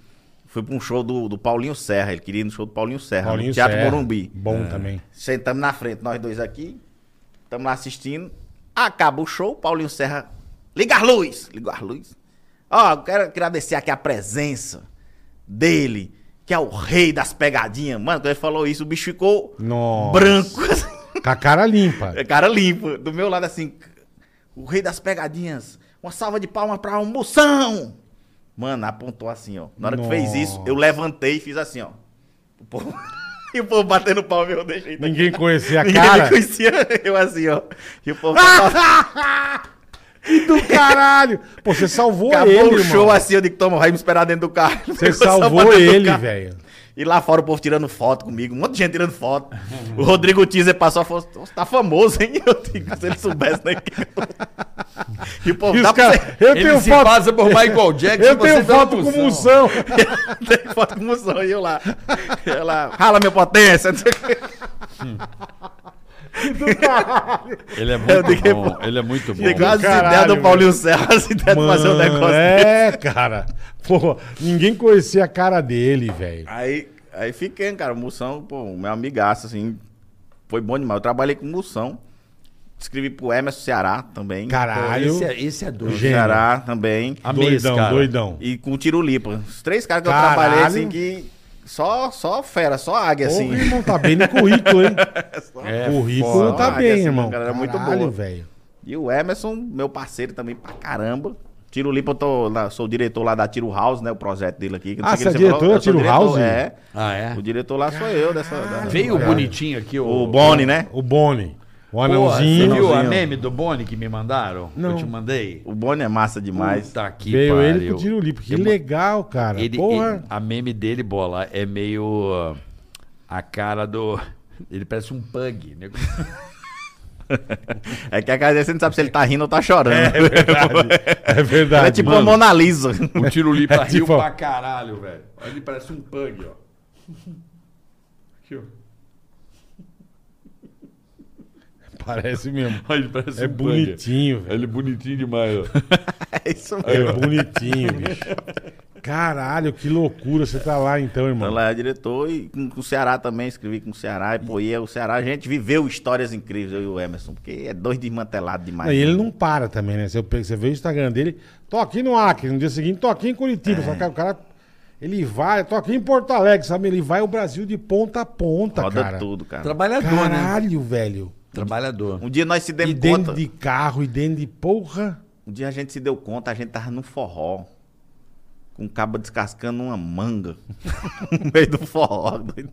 Speaker 4: Fui pra um show do, do Paulinho Serra. Ele queria ir no show do Paulinho Serra, É,
Speaker 3: Paulinho
Speaker 4: no Teatro
Speaker 3: Serra.
Speaker 4: Morumbi.
Speaker 3: é.
Speaker 4: É.
Speaker 3: Bom também.
Speaker 4: Sentamos na frente, nós dois aqui. Estamos lá assistindo. Acaba o show, Paulinho Serra. Liga as luzes! Ligou as luzes. Ó, eu quero agradecer aqui a presença dele, que é o rei das pegadinhas. Mano, quando ele falou isso, o bicho ficou
Speaker 3: Nossa.
Speaker 4: branco. assim.
Speaker 3: Com a cara limpa.
Speaker 4: É cara limpa. Do meu lado, assim, o rei das pegadinhas. Uma salva de palmas pra almoção. Mano, apontou assim, ó. Na hora que fez isso, eu levantei e fiz assim, ó. O povo- e o povo batendo palma, eu deixei. daqui.
Speaker 3: Ninguém conhecia a
Speaker 4: Ninguém me
Speaker 3: cara. Ah,
Speaker 4: conhecia, eu assim, ó. E o povo
Speaker 3: Do caralho. Pô, você salvou
Speaker 4: acabou
Speaker 3: ele,
Speaker 4: o
Speaker 3: irmão.
Speaker 4: show assim, eu digo, toma, vai me esperar dentro do carro.
Speaker 3: Você
Speaker 4: Pegou só pra
Speaker 3: salvou
Speaker 4: dentro do
Speaker 3: ele,
Speaker 4: carro.
Speaker 3: velho.
Speaker 4: E lá fora o povo tirando foto comigo, um monte de gente tirando foto. O Rodrigo Teaser passou a foto, você tá famoso, hein? Eu digo, se ele soubesse, né? que eu tô-" E o
Speaker 3: E
Speaker 4: povo,
Speaker 3: os
Speaker 4: dá pra
Speaker 3: cara-
Speaker 4: você...
Speaker 3: Eu
Speaker 2: Ele
Speaker 3: tenho
Speaker 2: se
Speaker 3: foto.
Speaker 2: passa por Michael
Speaker 4: né,
Speaker 2: Jackson.
Speaker 3: Eu tenho
Speaker 2: tá
Speaker 3: foto
Speaker 4: um
Speaker 2: no
Speaker 3: com
Speaker 2: Mussão.
Speaker 3: Mussão.
Speaker 4: Tem foto com o Mussão e eu lá. Eu lá, rala minha potência. não sei o quê.
Speaker 2: Ele é
Speaker 4: Eu
Speaker 2: muito
Speaker 4: digo,
Speaker 2: bom.
Speaker 4: pô,
Speaker 2: Ele é muito bom.
Speaker 4: Digo, as
Speaker 3: Caralho,
Speaker 4: ideias do
Speaker 3: meu.
Speaker 4: Paulinho Serra, as ideias de fazer um
Speaker 3: Mano,
Speaker 4: negócio.
Speaker 3: É, cara. Pô, ninguém conhecia a cara dele, velho.
Speaker 4: Aí, aí fiquei, cara. Moção, pô, um meu amigaço, assim. Foi bom demais. Eu trabalhei com Moção. Escrevi pro Emerson Ceará também.
Speaker 3: Caralho.
Speaker 2: Esse é, esse é doido.
Speaker 3: Gente,
Speaker 4: Ceará também.
Speaker 2: Amei esse
Speaker 3: doidão,
Speaker 2: cara.
Speaker 3: Ah, doidão.
Speaker 4: E com o Tirulipa. Os três caras que
Speaker 3: Caralho.
Speaker 4: eu trabalhei, assim, que. Só, só fera, só águia,
Speaker 3: Ô,
Speaker 4: assim.
Speaker 3: irmão, tá bem no currículo, hein?
Speaker 2: É,
Speaker 3: currículo
Speaker 4: foda.
Speaker 3: tá
Speaker 4: Ah, que
Speaker 3: bem,
Speaker 4: essa
Speaker 3: irmão.
Speaker 4: galera é muito
Speaker 3: Caralho,
Speaker 4: boa.
Speaker 3: velho.
Speaker 4: E o Emerson, meu parceiro também pra caramba. Tiro Lipa, eu tô lá- sou o diretor lá da Tiro House, né? O projeto dele aqui. que não
Speaker 3: Ah,
Speaker 4: sei o que
Speaker 3: você é
Speaker 4: ele sempre
Speaker 3: diretor da
Speaker 4: eu sou
Speaker 3: Tiro House?
Speaker 4: É.
Speaker 2: Ah, é?
Speaker 4: O diretor lá sou eu dessa. dessa-
Speaker 2: Veio bonitinho aqui o...
Speaker 4: O Boni, né?
Speaker 3: O Boni. O
Speaker 2: Porra, você
Speaker 3: anãozinho.
Speaker 2: viu a
Speaker 4: anãozinho.
Speaker 2: meme do Boni que me mandaram? Que
Speaker 3: Não.
Speaker 2: eu te mandei?
Speaker 4: O Boni é massa demais.
Speaker 2: Puta que
Speaker 3: Veio
Speaker 2: pariu.
Speaker 3: ele pro Tiro Lipo. Que
Speaker 4: é
Speaker 2: Eu-
Speaker 3: legal, cara.
Speaker 2: Ele-
Speaker 3: Porra.
Speaker 2: ele- a meme dele, bola, é meio uh, a cara do. Ele parece um pug. Né?
Speaker 4: É que a cara dele, você não sabe se ele tá rindo ou tá chorando. É,
Speaker 3: É verdade.
Speaker 4: tipo
Speaker 3: mano.
Speaker 4: a Mona Lisa.
Speaker 2: O tiro lipa
Speaker 3: É tipo-
Speaker 2: riu pra caralho, velho. Ele parece um pug, ó. Aqui, ó.
Speaker 3: Parece mesmo.
Speaker 2: Olha, Ele parece
Speaker 3: É
Speaker 2: um
Speaker 3: bonitinho,
Speaker 2: pug.
Speaker 3: velho.
Speaker 2: Ele é bonitinho demais, ó.
Speaker 4: É isso mesmo.
Speaker 3: É bonitinho, bicho. Caralho, que loucura. Você tá lá então, irmão.
Speaker 4: Então lá é diretor e com, com o Ceará também, escrevi com o Ceará. E, pô, e é o Ceará, a gente viveu histórias incríveis, eu e o Emerson, porque é dois desmantelados demais.
Speaker 3: Não, e ele não para também, né? Você, você vê o Instagram dele, tô aqui no Acre, no dia seguinte, tô aqui em
Speaker 4: É.
Speaker 3: Curitiba. Só que o cara, ele vai, tô aqui em Porto Alegre, sabe? Ele vai o Brasil de ponta a ponta,
Speaker 4: Roda
Speaker 3: tá, cara.
Speaker 4: tudo, cara.
Speaker 2: Trabalhador, né?
Speaker 3: Caralho, velho.
Speaker 2: Trabalhador.
Speaker 4: Um dia nós se
Speaker 3: E
Speaker 4: demos
Speaker 3: dentro
Speaker 4: conta.
Speaker 3: de carro, e dentro de porra.
Speaker 4: Um dia a gente se deu conta, a gente tava num forró. Com um cabo descascando uma manga. no meio do forró. doido.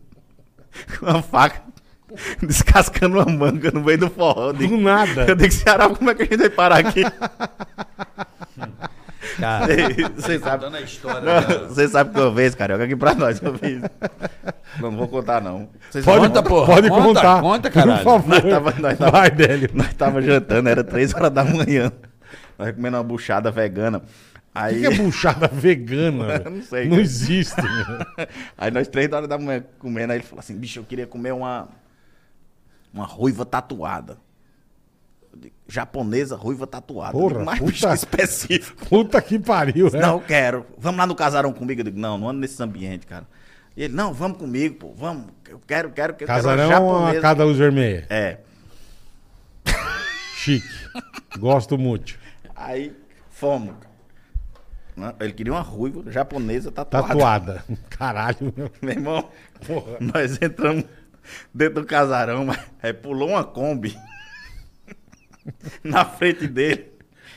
Speaker 4: Com uma faca. Descascando uma manga no meio do forró. Eu
Speaker 3: Do
Speaker 4: digo,
Speaker 3: nada.
Speaker 4: eu digo Ceará, como é que a gente vai parar aqui?
Speaker 2: Cara,
Speaker 4: Você sabe.
Speaker 2: contando a história.
Speaker 4: Não,
Speaker 2: da-
Speaker 4: Você sabe que uma vez, carioca, aqui pra nós, uma vez. Não, não vou contar, não. Vocês
Speaker 2: Conta,
Speaker 4: sabem-
Speaker 2: porra.
Speaker 3: Pode
Speaker 2: Conta,
Speaker 3: contar.
Speaker 2: conta, caralho.
Speaker 3: Por favor.
Speaker 4: Nós tava- nós tava-
Speaker 3: Vai, Délio.
Speaker 4: Nós tava jantando, era três horas da manhã. Nós comendo uma buchada vegana.
Speaker 3: O
Speaker 4: Aí,
Speaker 3: que, que é buchada vegana? velho?
Speaker 4: Não sei,
Speaker 3: Não
Speaker 4: cara.
Speaker 3: existe. né?
Speaker 4: aí nós, três horas da manhã, comendo. Aí ele falou assim: bicho, eu queria comer uma. Uma ruiva tatuada. Eu digo, Japonesa ruiva tatuada. Eu digo,
Speaker 3: Porra,
Speaker 4: Mas,
Speaker 3: puta-
Speaker 4: bicho, que específico.
Speaker 3: Puta que pariu, né?
Speaker 4: Não, eu quero. Vamos lá no casarão comigo. Eu digo, não, não ando nesses ambientes, cara. E ele, não, vamos comigo, pô. Vamos. Eu quero, quero, quero.
Speaker 3: Casarão é
Speaker 4: quero
Speaker 3: ou a cada luz vermelha?
Speaker 4: É.
Speaker 3: Chique. Gosto muito.
Speaker 4: Aí, fomos. Né? Ele queria uma ruiva japonesa tatuada.
Speaker 3: Tatuada. Caralho, meu.
Speaker 4: Meu irmão,
Speaker 3: Porra.
Speaker 4: nós entramos dentro do casarão, mas aí pulou uma Kombi na frente dele.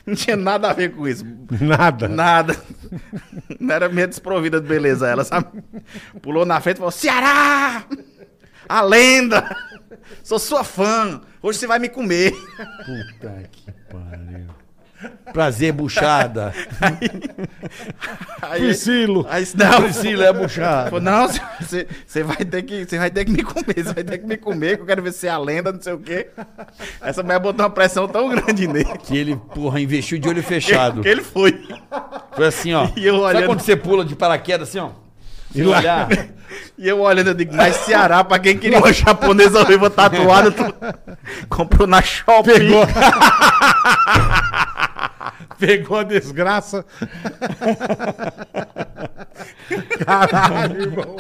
Speaker 4: Não tinha nada a ver com isso.
Speaker 3: Nada.
Speaker 4: Nada. Não era minha desprovida de beleza ela, sabe? Pulou na frente e falou: Ceará! A lenda! Sou sua fã! Hoje você vai me comer!
Speaker 2: Puta que pariu. Um Prazer, buchada.
Speaker 4: Aí,
Speaker 3: Priscilo.
Speaker 4: Aí, não,
Speaker 2: Priscila é buchada.
Speaker 4: Falou, não, você você vai, ter que- você vai ter que me comer, você vai ter que me comer, que eu quero ver se é a lenda, não sei o quê. Essa mulher botou uma pressão tão grande nele.
Speaker 2: Que ele, porra, investiu de olho fechado.
Speaker 4: Que, que ele foi.
Speaker 2: Foi assim, ó.
Speaker 4: E eu
Speaker 2: Sabe
Speaker 4: olhando-
Speaker 2: quando você pula de paraquedas assim, ó?
Speaker 3: E lá-
Speaker 2: olhar.
Speaker 4: E eu olhando, eu digo, mas Ceará, pra quem queria uma japonesa ruiva tatuada, tu... comprou na Shopping.
Speaker 3: Pegou. Pegou a desgraça. Caralho, irmão.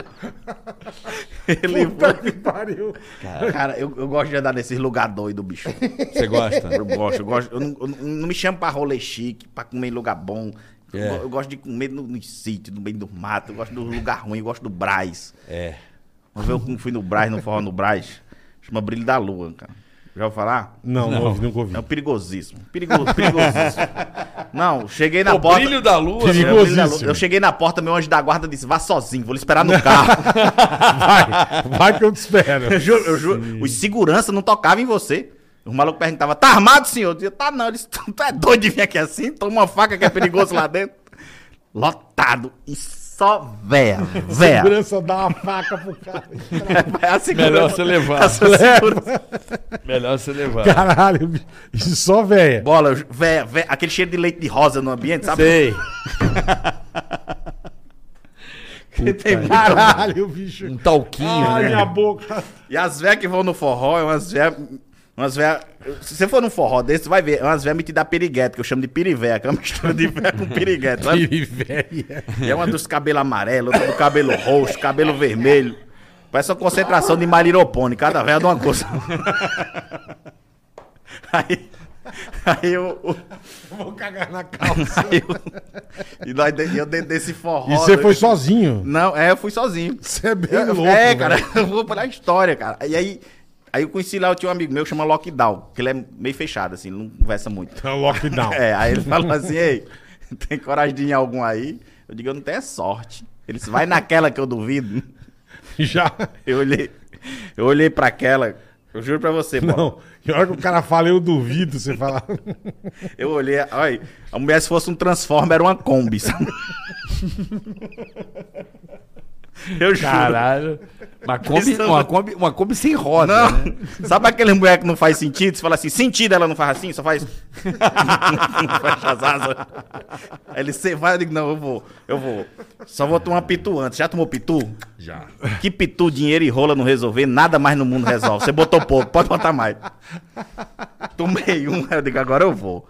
Speaker 4: Ele
Speaker 3: Puta
Speaker 4: foi.
Speaker 3: que pariu.
Speaker 4: Cara, eu, eu gosto de andar nesses lugar doido, bicho.
Speaker 2: Você gosta?
Speaker 4: Eu gosto, eu gosto. Eu não, eu não- não me chamo pra rolê chique, pra comer em lugar bom. Eu
Speaker 2: É.
Speaker 4: go- Eu, gosto de comer no, no sítio, no meio do mato. Eu gosto do lugar ruim, eu gosto do Braz.
Speaker 2: É.
Speaker 4: Uma vez eu fui no Braz, no forró no Braz, chama Brilho da Lua, cara. Já ouviu falar?
Speaker 3: Não, não ouvi, nunca ouvi.
Speaker 4: É um perigosíssimo. Perigo, perigosíssimo. Não, cheguei na
Speaker 2: O
Speaker 4: porta.
Speaker 2: brilho da lua.
Speaker 4: É, o
Speaker 3: Perigo-
Speaker 4: Brilho
Speaker 2: né?
Speaker 4: da Lua.
Speaker 3: perigosíssimo.
Speaker 4: Eu cheguei na porta, meu anjo da guarda disse: vá sozinho, vou lhe esperar no carro.
Speaker 3: Vai, vai que eu te espero.
Speaker 4: eu juro, eu juro. Os segurança não tocavam em você. Os malucos perguntavam: tá armado, senhor? Eu dizia: tá não. Eles, tu tu é doido de vir aqui assim? Toma uma faca que é perigoso lá dentro. Lotado. E só véia, véia.
Speaker 3: Segurança dá uma faca pro cara.
Speaker 4: É a segurança.
Speaker 2: Melhor você levar.
Speaker 4: A sua segurança.
Speaker 2: Melhor você levar.
Speaker 3: Caralho, bicho. isso só velha.
Speaker 4: Bola, eu- véia, véia. Aquele cheiro de leite de rosa no ambiente, sabe?
Speaker 2: Sei.
Speaker 4: Tem
Speaker 3: Caralho, bicho.
Speaker 2: Um talquinho,
Speaker 3: Ai,
Speaker 2: né?
Speaker 3: minha boca.
Speaker 4: E as velhas que vão no forró, é umas velhas. Umas velhas. Se você for num forró desse, você vai ver. É umas velhas metidas a piriguete, que eu chamo de pirivé, que é uma mistura de véia com piriguete. sabe?
Speaker 3: Que velha.
Speaker 4: E é uma dos cabelos amarelos, outra do cabelo roxo, cabelo vermelho. Parece uma concentração de mariropone, cada velha de uma coisa. Aí. Aí eu.
Speaker 3: Vou cagar na calça.
Speaker 4: Aí eu e nós, de- eu dentro desse forró.
Speaker 3: E você
Speaker 4: né?
Speaker 3: foi sozinho?
Speaker 4: Não, é, eu fui sozinho.
Speaker 3: Você é bem
Speaker 4: Eu-
Speaker 3: louco.
Speaker 4: É,
Speaker 3: velho.
Speaker 4: cara, eu vou pela história, cara. E aí, Aí eu conheci lá, eu tinha um amigo meu que chama Lockdown, que ele é meio fechado, assim, ele não conversa muito.
Speaker 3: Tá lockdown.
Speaker 4: É, aí ele falou assim, ei, tem coragem de ir em algum aí? Eu digo, eu não tenho é sorte. Ele disse, vai naquela que eu duvido.
Speaker 3: Já.
Speaker 4: Eu olhei, eu olhei pra aquela, eu juro pra você, Bola.
Speaker 3: Não. E a hora que o cara fala, eu duvido você falar.
Speaker 4: Eu olhei, olha, a mulher se fosse um Transformer era uma Kombi, sabe? Eu juro.
Speaker 2: Caralho. Uma Kombi, uma, Kombi, uma Kombi sem roda.
Speaker 4: Não,
Speaker 2: né?
Speaker 4: sabe aquele mulher que não faz sentido? Você fala assim, sentido, ela não faz assim, só faz. não fecha as asas. Aí ele, você vai, eu digo, não, eu vou, eu vou. Só vou tomar pitu antes. Já tomou pitu?
Speaker 2: Já.
Speaker 4: Que pitu, dinheiro e rola não resolver, nada mais no mundo resolve. Você botou pouco, pode botar mais. Tomei um, aí eu digo, agora eu vou.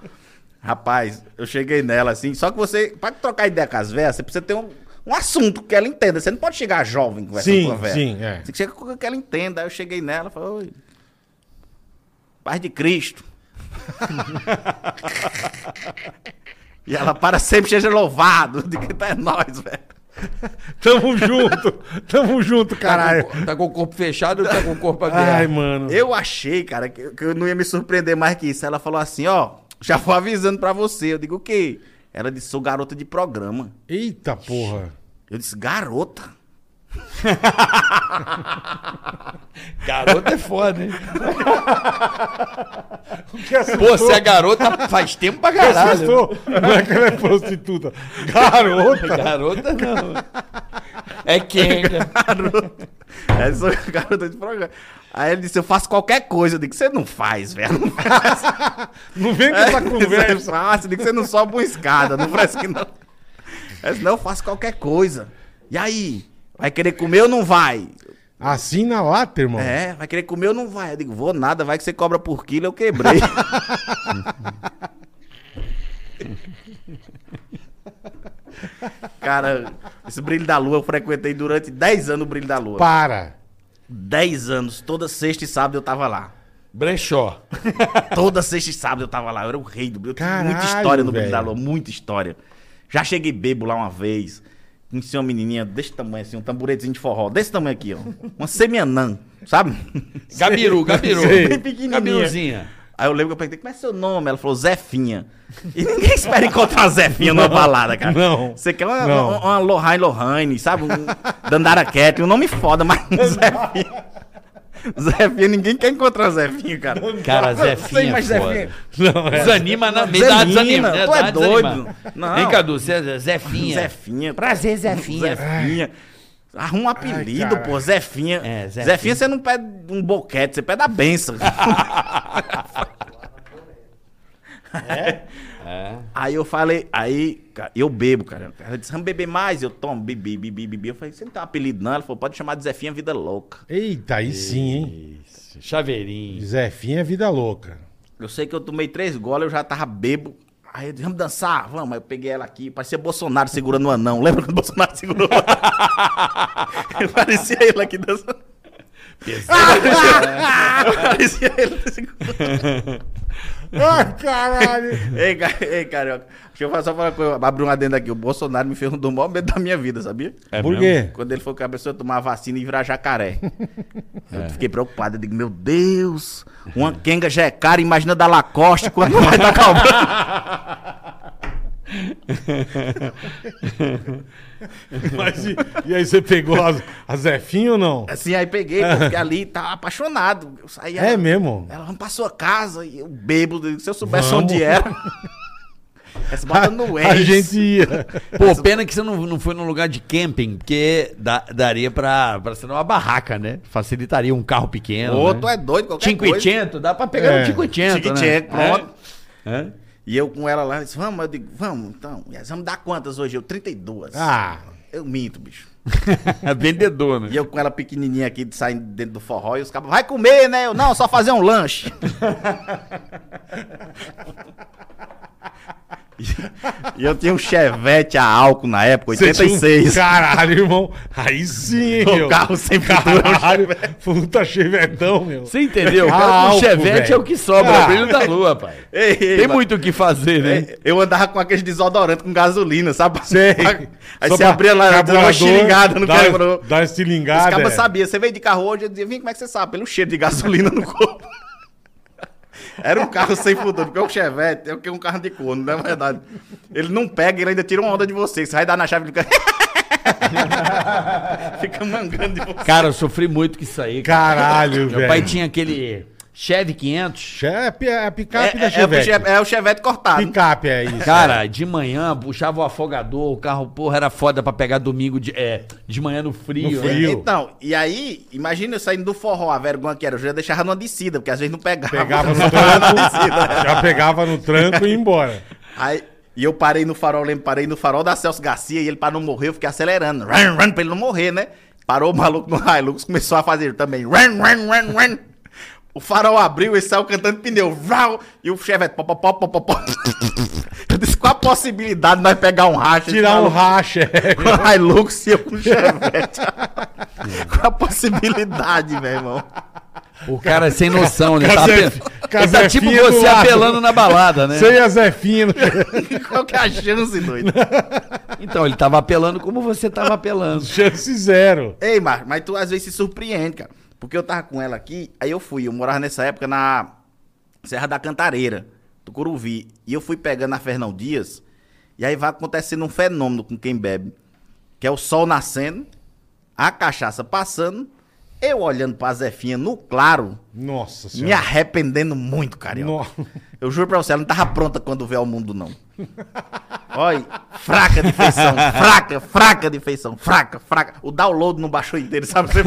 Speaker 4: Rapaz, eu cheguei nela assim, só que você, pra trocar ideia com as velhas, você precisa ter um, um assunto que ela entenda. Você não pode chegar jovem conversando
Speaker 3: Sim,
Speaker 4: com a velha.
Speaker 3: sim, é.
Speaker 4: Você chega com que ela entenda. Aí eu cheguei nela, falei, oi, paz de Cristo. e ela, para sempre, seja louvado. De que tá é nós, velho.
Speaker 3: Tamo junto. Tamo junto,
Speaker 2: Tá
Speaker 3: caralho.
Speaker 2: com, tá com o corpo fechado ou tá com o corpo aberto?
Speaker 3: Ai, mano.
Speaker 4: Eu achei, cara, que, que eu não ia me surpreender mais que isso. Ela falou assim, ó, já vou avisando pra você. Eu digo, o quê? Ela disse, sou garota de programa.
Speaker 3: Eita porra.
Speaker 4: Eu disse, garota?
Speaker 2: Garota é foda, hein? Pô, você é garota faz tempo pra caralho.
Speaker 3: Assustou. Não é que ela é prostituta. Garota.
Speaker 2: Garota não. É quenga.
Speaker 4: Garota. Ela disse, sou garota de programa. Aí ele disse, eu faço qualquer coisa. Eu digo, você não faz, velho. Não faz.
Speaker 3: Não vem com essa
Speaker 4: Você
Speaker 3: conversa.
Speaker 4: faz. Eu digo, você não sobe uma escada. Não faz que não. Ela disse, não, eu faço qualquer coisa. E aí? Vai querer comer ou não vai?
Speaker 3: Assina lá, teu irmão.
Speaker 4: É, vai querer comer ou não vai? Eu digo, vou nada, vai que você cobra por quilo, eu quebrei. Cara, esse brilho da lua eu frequentei durante 10 anos o brilho da lua.
Speaker 3: Para.
Speaker 4: 10 anos, toda sexta e sábado eu tava lá.
Speaker 2: Brechó.
Speaker 4: Toda sexta e sábado eu tava lá, eu era o rei do brilho. Eu tive muita
Speaker 3: Caralho,
Speaker 4: história no brilho
Speaker 3: velho.
Speaker 4: da lua, muita história. Já cheguei bebo lá uma vez, conheci uma menininha desse tamanho assim, um tamburetezinho de forró, desse tamanho aqui, ó. Uma semianã, sabe?
Speaker 2: Gabiru, Gabiru.
Speaker 3: Sei.
Speaker 4: Bem pequenininha.
Speaker 2: Gabiruzinha.
Speaker 4: Aí eu lembro que eu perguntei, como é seu nome? Ela falou, Zefinha. E ninguém espera encontrar a Zefinha numa balada, cara.
Speaker 3: não.
Speaker 4: Você quer uma,
Speaker 3: Não.
Speaker 4: uma, uma Lohane Lohane, sabe? Um Dandara Cat, um nome foda, mas Zefinha. Zefinha, ninguém quer encontrar a Zefinha, cara.
Speaker 2: Cara, Zefinha é foda.
Speaker 3: Não, é.
Speaker 2: Desanima na me dá desanima.
Speaker 4: Desanima,
Speaker 2: né?
Speaker 4: tu é
Speaker 2: Dá
Speaker 4: doido.
Speaker 2: desanima.
Speaker 4: Não.
Speaker 2: Hein, Cadu? Zé, Zé- Zefinha.
Speaker 4: Zefinha.
Speaker 2: Prazer, Zefinha.
Speaker 4: Zefinha. Arruma um apelido,
Speaker 3: cara.
Speaker 4: pô, Zefinha.
Speaker 2: É, Zefinha.
Speaker 4: Zefinha. você não pede um boquete, você pede a benção.
Speaker 2: É.
Speaker 4: Aí eu falei, aí ca- eu bebo, cara. Ela disse, vamos beber mais. Eu tomo, bebi, bebi, bebi. Eu falei, você não tem um apelido não? Ela falou, pode chamar de Zefinha Vida Louca.
Speaker 3: Eita, aí sim, hein?
Speaker 2: Isso. Chaveirinho.
Speaker 3: Zefinha é vida louca.
Speaker 4: Eu sei que eu tomei três goles, eu já tava bebo. Aí eu disse, vamos dançar, vamos. Aí eu peguei ela aqui, parecia Bolsonaro segurando o anão. Lembra quando o Bolsonaro segurou o anão? parecia ele aqui dançando. eu parecia ele segurando.
Speaker 3: Ai, Ah, caralho.
Speaker 4: Ei, ca- ei, carioca, deixa eu falar só falar uma coisa, abrir um adendo aqui. O Bolsonaro me fez um do maior medo da minha vida, sabia?
Speaker 3: Por
Speaker 1: mesmo?
Speaker 3: quê?
Speaker 4: Quando ele falou que a pessoa ia tomar a vacina e virar jacaré. Eu fiquei preocupado. Eu digo, meu Deus, uma quenga já é cara, imagina da Lacoste quando vai dar calma.
Speaker 3: Mas e, e aí você pegou a, a Zefinha ou não?
Speaker 4: Assim, aí peguei, pô, fiquei ali, tava apaixonado. Eu saí,
Speaker 3: É mesmo?
Speaker 4: Ela, vamos pra sua casa, e eu bêbado. eu digo, Se eu soubesse
Speaker 3: Vamos.
Speaker 4: onde era. Essa bota no
Speaker 3: a
Speaker 4: ex.
Speaker 3: gente ia.
Speaker 2: Pô, pena que você não, não foi num lugar de camping, porque dá- daria pra, pra ser uma barraca, né? Facilitaria um carro pequeno.
Speaker 4: Ô,
Speaker 2: né?
Speaker 4: tu é doido, qualquer coisa.
Speaker 2: Cinquecento, dá pra pegar
Speaker 3: É.
Speaker 2: um cinquecento, né?
Speaker 4: Cinquecento, pronto.
Speaker 2: É. É?
Speaker 4: E eu com ela lá, ela disse, vamos, eu digo, vamos, então. E elas, Vamos dar quantas hoje? Eu, 32.
Speaker 3: Ah,
Speaker 4: Eu minto, bicho.
Speaker 2: Vendedor, né?
Speaker 4: E eu com ela pequenininha aqui, de- saindo dentro do forró, e os caras, vai comer, né? Eu, não, só fazer um lanche. E eu tinha um Chevette a álcool na época,
Speaker 3: Você tinha um-
Speaker 4: 86.
Speaker 3: Caralho, irmão. Aí sim,
Speaker 4: O
Speaker 3: meu.
Speaker 4: carro sem pintura.
Speaker 3: Caralho, puta chevetão, meu.
Speaker 2: Você entendeu? O
Speaker 3: Ah,
Speaker 2: cara com
Speaker 3: álcool,
Speaker 2: chevette
Speaker 3: velho.
Speaker 2: é o que sobra, é
Speaker 3: Ah.
Speaker 2: o brilho da lua, pai.
Speaker 4: Ei, ei,
Speaker 2: Tem
Speaker 4: mas-
Speaker 2: muito o que fazer, né?
Speaker 4: É, Eu andava com aqueles desodorantes com gasolina, sabe?
Speaker 3: Sei.
Speaker 4: Aí
Speaker 3: Só
Speaker 4: você
Speaker 3: pra-
Speaker 4: abria lá, dava uma
Speaker 3: carburador,
Speaker 4: xeringada no
Speaker 3: dá- um
Speaker 4: carro.
Speaker 3: dá uma estilingada,
Speaker 4: Os cabas
Speaker 3: é.
Speaker 4: sabiam. Você veio de carro hoje, eu dizia, vem, como é que você sabe? Pelo cheiro de gasolina no corpo. Era um carro sem futuro, porque o Chevette é o que é um carro de corno, não é verdade? Ele não pega, ele ainda tira uma onda de você. Você vai dar na chave e fica... fica mangando de você.
Speaker 2: Cara, eu sofri muito com isso aí. cara.
Speaker 3: Caralho,
Speaker 2: Meu
Speaker 3: velho.
Speaker 2: pai tinha aquele Chevy 500.
Speaker 3: Che- É, pi- é a picape
Speaker 4: É, é,
Speaker 3: da
Speaker 4: é, o
Speaker 3: Chevette.
Speaker 4: Che- é o Chevette cortado.
Speaker 3: Picape é isso.
Speaker 2: Cara, de manhã puxava o afogador, o carro, porra, era foda pra pegar domingo de, é, de manhã no frio.
Speaker 3: No
Speaker 2: né?
Speaker 3: frio.
Speaker 4: Então, e aí, imagina eu saindo do forró, a vergonha que era, eu já deixava numa descida, porque às vezes não pegava.
Speaker 3: Pegava no
Speaker 4: Deixava numa descida.
Speaker 3: tranco, já pegava no tranco e ia embora.
Speaker 4: Aí, e eu parei no farol, lembro, parei no farol da Celso Garcia, e ele, pra não morrer, eu fiquei acelerando. Run, run, pra ele não morrer, né? Parou o maluco no Hilux, começou a fazer também. Run, run, run, run. O farol abriu e saiu cantando pneu. Vrau, e o Chevette. Pó, pó, pó, pó, pó, pó. Eu disse, qual a possibilidade de nós pegar um racha?
Speaker 3: Tirar um
Speaker 4: racha.
Speaker 3: racha.
Speaker 4: Com a Hilux e eu com o Chevette. Qual a possibilidade, meu irmão?
Speaker 2: O cara sem noção, né?
Speaker 3: Com a
Speaker 2: Tá,
Speaker 3: Zef-
Speaker 2: ape-
Speaker 3: com a
Speaker 2: Ele tá tipo
Speaker 3: Zefinha do
Speaker 2: você
Speaker 3: lado.
Speaker 2: apelando na balada, né?
Speaker 3: Sem a Zefinha. no-
Speaker 4: Qual que é a chance, doido?
Speaker 2: Então, ele tava apelando como você tava apelando.
Speaker 3: Chance zero.
Speaker 4: Ei, Marcos, mas tu às vezes se surpreende, cara. Porque eu tava com ela aqui, aí eu fui. Eu morava nessa época na Serra da Cantareira, do Curuvi. E eu fui pegando a Fernão Dias. E aí vai acontecendo um fenômeno com quem bebe. Que é o sol nascendo, a cachaça passando, eu olhando pra Zefinha no claro,
Speaker 3: Nossa
Speaker 4: me
Speaker 3: senhora.
Speaker 4: arrependendo muito, carioca.
Speaker 3: No-
Speaker 4: Eu juro pra você, ela não tava pronta quando veio ao mundo, não. Olha, fraca de feição, fraca, fraca de feição, fraca, fraca. O download não baixou inteiro, sabe? Você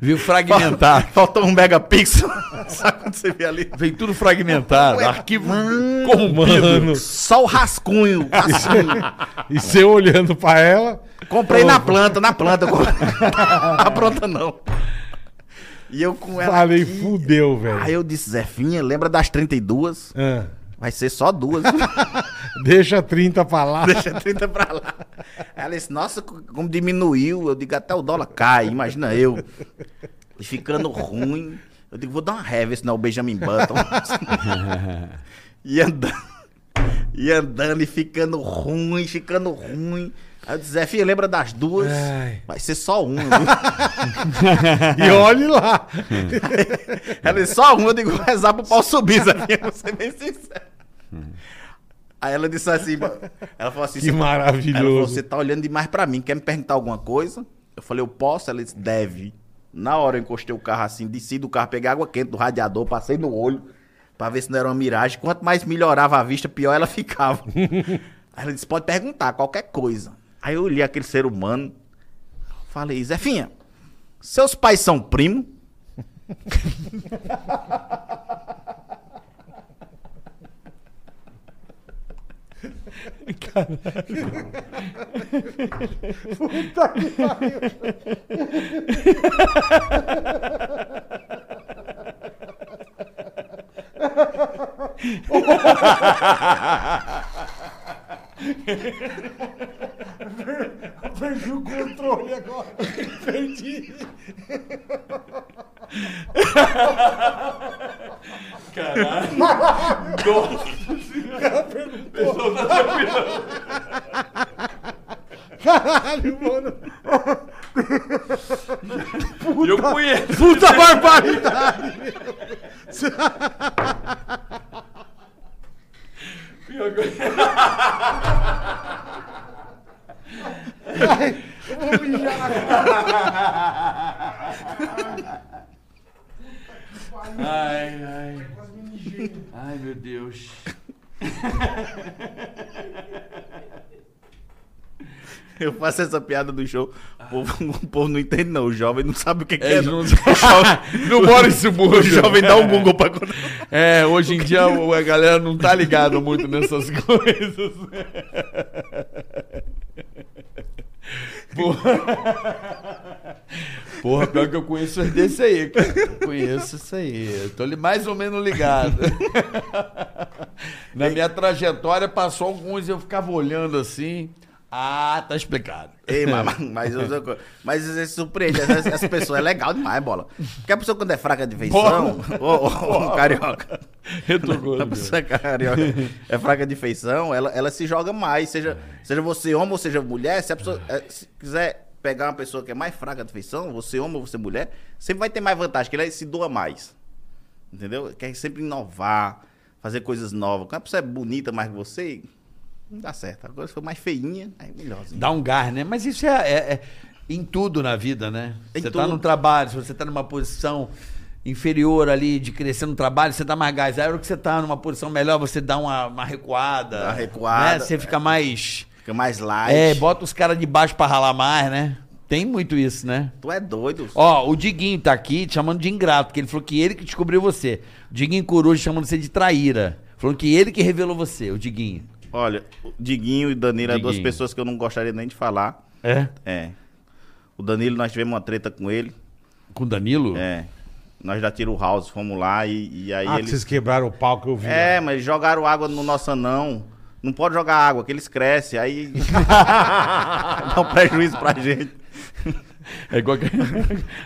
Speaker 2: Viu fragmentar.
Speaker 4: Faltou um megapixel, sabe quando você vê ali?
Speaker 2: Vem tudo fragmentado.
Speaker 4: Ué,
Speaker 2: Arquivo
Speaker 3: Mano.
Speaker 2: É corrompido.
Speaker 4: Só o rascunho, rascunho.
Speaker 3: E você olhando pra ela.
Speaker 4: Comprei na planta, na planta. eu comprei. Tá pronta, não. E eu com ela
Speaker 3: Falei,
Speaker 4: aqui.
Speaker 3: fudeu, velho.
Speaker 4: Aí eu disse, Zefinha, lembra das 32?
Speaker 3: Ah,
Speaker 4: Vai ser só duas.
Speaker 3: deixa 30 pra lá.
Speaker 4: Deixa 30 pra lá. Ela disse, nossa, como diminuiu. Eu digo, até o dólar cai, imagina eu. E ficando ruim. Eu digo, vou dar uma reva, senão é o Benjamin Button. e andando. E andando e ficando ruim, ficando ruim. Aí eu disse, Zé, filho, lembra das duas?
Speaker 3: Ai.
Speaker 4: Vai ser só uma.
Speaker 3: E olhe lá.
Speaker 4: Hum. Ela disse, só uma, eu digo, vou rezar pro pau subir, Zé Filho, vou ser bem sincero. Aí ela disse assim, ela falou assim, "Você
Speaker 3: Que
Speaker 4: tá Ela falou,
Speaker 3: maravilhoso.
Speaker 4: você tá olhando demais pra mim, quer me perguntar alguma coisa? Eu falei, eu posso? Ela disse, deve. Na hora eu encostei o carro assim, desci do carro, peguei água quente do radiador, passei no olho, pra ver se não era uma miragem. Quanto mais melhorava a vista, pior ela ficava. Aí ela disse, pode perguntar, qualquer coisa. Aí eu olhei aquele ser humano, falei, Zefinha, seus pais são primo?
Speaker 3: Perdi o controle agora. Perdi. Caralho. Caralho, mano.
Speaker 1: Eu conheço.
Speaker 2: Puta barbaridade. Ai, ai. Ai, meu Deus.
Speaker 4: Eu faço essa piada do show, o povo, o povo não entende não, o jovem não sabe o que, que é.
Speaker 2: É,
Speaker 4: não.
Speaker 2: não,
Speaker 4: Não
Speaker 2: não
Speaker 4: mora
Speaker 2: mora
Speaker 4: em
Speaker 2: em
Speaker 4: O
Speaker 2: subúrbio.
Speaker 4: jovem dá um Google pra contar.
Speaker 2: É, hoje em dia o- a galera não tá ligada muito nessas coisas. Porra. Porra, pior que eu conheço é desse aí, cara. Eu conheço isso aí. Eu tô li- mais ou menos ligado. Na minha trajetória passou alguns, eu ficava olhando assim. Ah, tá explicado.
Speaker 4: Ei, mas, mas, mas, eu- mas você surpreende as, as pessoas. É legal demais, bola. Porque a pessoa quando é fraca de feição. Ô, ô, ô, carioca.
Speaker 2: Eu tô
Speaker 4: A
Speaker 2: gordo.
Speaker 4: pessoa carioca é fraca de feição, ela, ela se joga mais. Seja, seja você homem ou seja mulher, se a pessoa eh, se quiser pegar uma pessoa que é mais fraca de feição, você homem ou você mulher, sempre vai ter mais vantagem, que ela se doa mais. Entendeu? Quer sempre inovar, fazer coisas novas. Quando a pessoa é bonita mais que você, não dá certo. Agora se for mais feinha, aí é melhorzinho.
Speaker 2: Dá um gás, né? Mas isso é, é- é em tudo na vida, né?
Speaker 4: Em
Speaker 2: você tá
Speaker 4: tudo.
Speaker 2: num trabalho, se você tá numa posição inferior ali, de crescer no trabalho, você dá mais gás. Aí, a hora que você tá numa posição melhor, você dá uma, uma recuada.
Speaker 4: Dá uma recuada,
Speaker 2: né? Você
Speaker 4: é.
Speaker 2: fica mais...
Speaker 4: Fica mais light.
Speaker 2: É, bota os caras de baixo pra ralar mais, né? Tem muito isso, né?
Speaker 4: Tu é doido.
Speaker 2: Ó, o Diguinho tá aqui te chamando de ingrato, porque ele falou que ele que descobriu você. Diguinho Coruja chamando você de traíra. Falando que ele que revelou você, o Diguinho.
Speaker 4: Olha, o Diguinho e Danilo, eram duas
Speaker 2: Diguinho.
Speaker 4: pessoas que eu não gostaria nem de falar.
Speaker 2: É?
Speaker 4: É. O Danilo, nós tivemos uma treta com ele.
Speaker 2: Com o Danilo?
Speaker 4: É. Nós da Tiro House fomos lá e, e aí
Speaker 3: Ah, que
Speaker 4: eles.
Speaker 3: vocês quebraram o pau que eu vi.
Speaker 4: É, mas eles jogaram água no nosso anão. Não pode jogar água, que eles crescem. Aí. Dá um prejuízo pra gente.
Speaker 2: É igual que-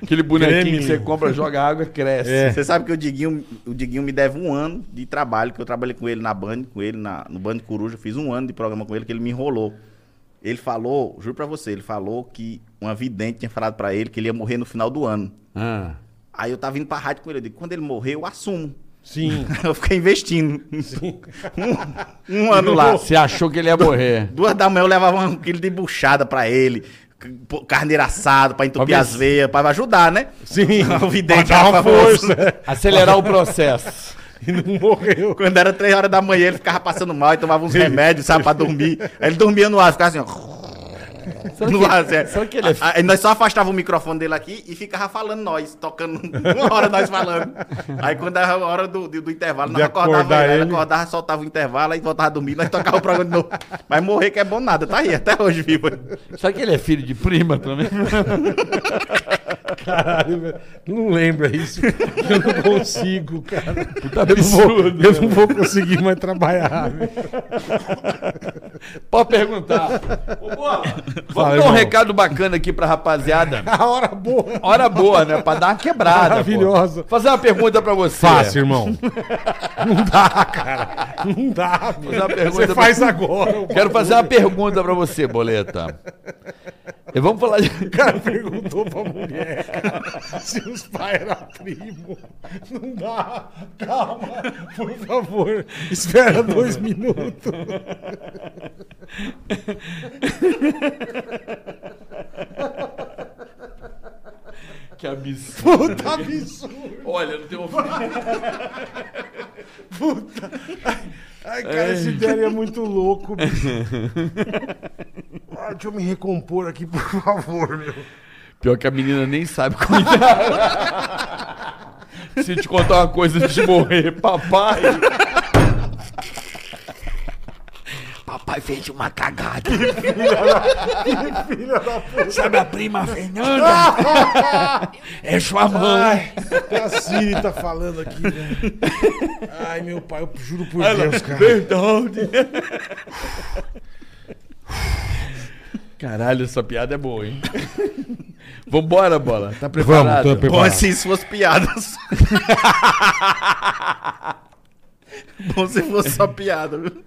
Speaker 2: aquele bonequinho
Speaker 3: Grêmio.
Speaker 2: que você compra, joga água, cresce.
Speaker 3: É.
Speaker 4: Você sabe que o Diguinho, o Diguinho me deve um ano de trabalho, que eu trabalhei com ele na Band, com ele na, no Band Coruja, fiz um ano de programa com ele, que ele me enrolou. Ele falou, juro pra você, ele falou que uma vidente tinha falado pra ele que ele ia morrer no final do ano.
Speaker 2: Ah.
Speaker 4: Aí eu tava indo pra rádio com ele, eu digo, quando ele morrer, eu assumo.
Speaker 3: Sim.
Speaker 4: Eu fiquei investindo. Um, um ano lá.
Speaker 2: Você achou que ele ia morrer.
Speaker 4: Duas da manhã eu levava um quilo de buchada pra ele, c- pô, carneiro assado pra entupir
Speaker 2: Pra ver
Speaker 4: as veias, pra ajudar, né?
Speaker 3: Sim.
Speaker 4: O vidente
Speaker 3: Pra dar uma
Speaker 4: era famoso.
Speaker 3: força.
Speaker 2: Acelerar o processo.
Speaker 3: E não morreu.
Speaker 4: Quando era três horas da manhã, ele ficava passando mal e tomava uns remédios, sabe, pra dormir. Aí ele dormia no ar, ficava assim, ó.
Speaker 2: Será
Speaker 4: no
Speaker 2: que-
Speaker 4: ar, assim.
Speaker 2: será que ele é-
Speaker 4: Aí nós só afastava o microfone dele aqui e ficava falando nós, tocando uma hora nós falando. Aí quando era a hora do, do, do intervalo, nós
Speaker 3: De
Speaker 4: acordava
Speaker 3: acordar
Speaker 4: ele, aí
Speaker 3: ele.
Speaker 4: acordava, soltava o intervalo, aí voltava a dormir, nós tocava o programa de novo. Mas morrer que é bom nada, tá aí, até hoje vivo.
Speaker 2: Será que ele é filho de prima também?
Speaker 3: Caralho, velho. Não lembra isso. Eu não consigo, cara.
Speaker 2: Tá
Speaker 3: Eu não vou,
Speaker 2: absurdo.
Speaker 3: eu não vou conseguir mais trabalhar. velho.
Speaker 2: Pode perguntar. Ô, Bola, vamos
Speaker 3: Fala,
Speaker 2: dar um
Speaker 3: irmão.
Speaker 2: recado bacana aqui pra rapaziada.
Speaker 3: A hora boa.
Speaker 2: Hora boa, né? Pra dar uma quebrada. pô.
Speaker 3: Maravilhosa.
Speaker 2: Fazer uma pergunta pra você.
Speaker 3: Fácil, irmão. Não dá, cara. Não dá.
Speaker 2: Fazer uma
Speaker 3: velho. Você
Speaker 2: pergunta pra-
Speaker 3: faz agora.
Speaker 2: Quero fazer uma pergunta pra você, Boleta. E vamos falar de...
Speaker 3: O cara perguntou pra mulher cara, se os pais eram primo. Não dá. Calma, por favor. Espera dois minutos.
Speaker 2: Que absurdo.
Speaker 3: Puta absurdo.
Speaker 2: Olha, não tem um...
Speaker 3: Ai, cara, esse Derry é muito louco. bicho. Ah, deixa eu me recompor aqui, por favor, meu.
Speaker 2: Pior que a menina nem sabe cuidar. Se te contar uma coisa antes de morrer, papai. Papai fez uma cagada. Sabe a prima Fernanda? é sua mãe.
Speaker 3: Até a Siri tá falando aqui, velho. Ai, meu pai, eu juro por Deus, cara.
Speaker 2: Perdão. Caralho, essa piada é boa, hein? Vambora, bola. Tá preparado?
Speaker 3: Vamos, tô preparado.
Speaker 4: Bom, se isso fosse piadas. bom se fosse só piada, viu?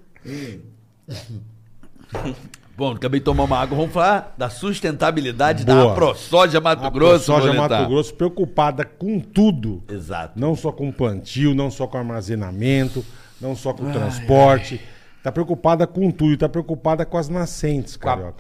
Speaker 2: Bom, acabei de tomar uma água. Vamos falar da sustentabilidade da
Speaker 3: Boa.
Speaker 2: AproSoja Mato Grosso.
Speaker 3: Soja
Speaker 2: Boletar.
Speaker 3: Mato Grosso preocupada com tudo.
Speaker 2: Exato.
Speaker 3: Não só com plantio, não só com armazenamento, não só com transporte. Tá preocupada com tudo, e tá preocupada com as nascentes,
Speaker 2: Com a
Speaker 3: cara.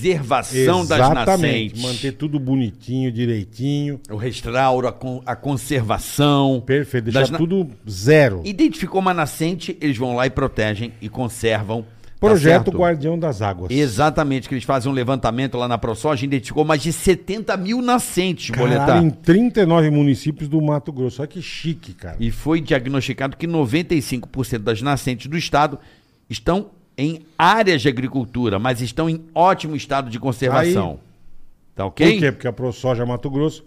Speaker 2: preservação das nascentes.
Speaker 3: manter tudo bonitinho, direitinho.
Speaker 2: O restauro, a, con- a conservação.
Speaker 3: Perfeito, deixar
Speaker 2: das na-
Speaker 3: tudo zero.
Speaker 2: Identificou uma nascente, eles vão lá e protegem e conservam. tá
Speaker 3: Projeto
Speaker 2: certo?
Speaker 3: Guardião das Águas.
Speaker 2: Exatamente, que eles fazem um levantamento lá na ProSoja, identificou mais de 70 mil nascentes,
Speaker 3: Caralho,
Speaker 2: boletar.
Speaker 3: em 39 municípios do Mato Grosso. Olha que chique, cara.
Speaker 2: E foi diagnosticado que 95% das nascentes do estado estão em áreas de agricultura, mas estão em ótimo estado de conservação. Tá ok?
Speaker 3: Por quê? Porque a ProSoja Mato Grosso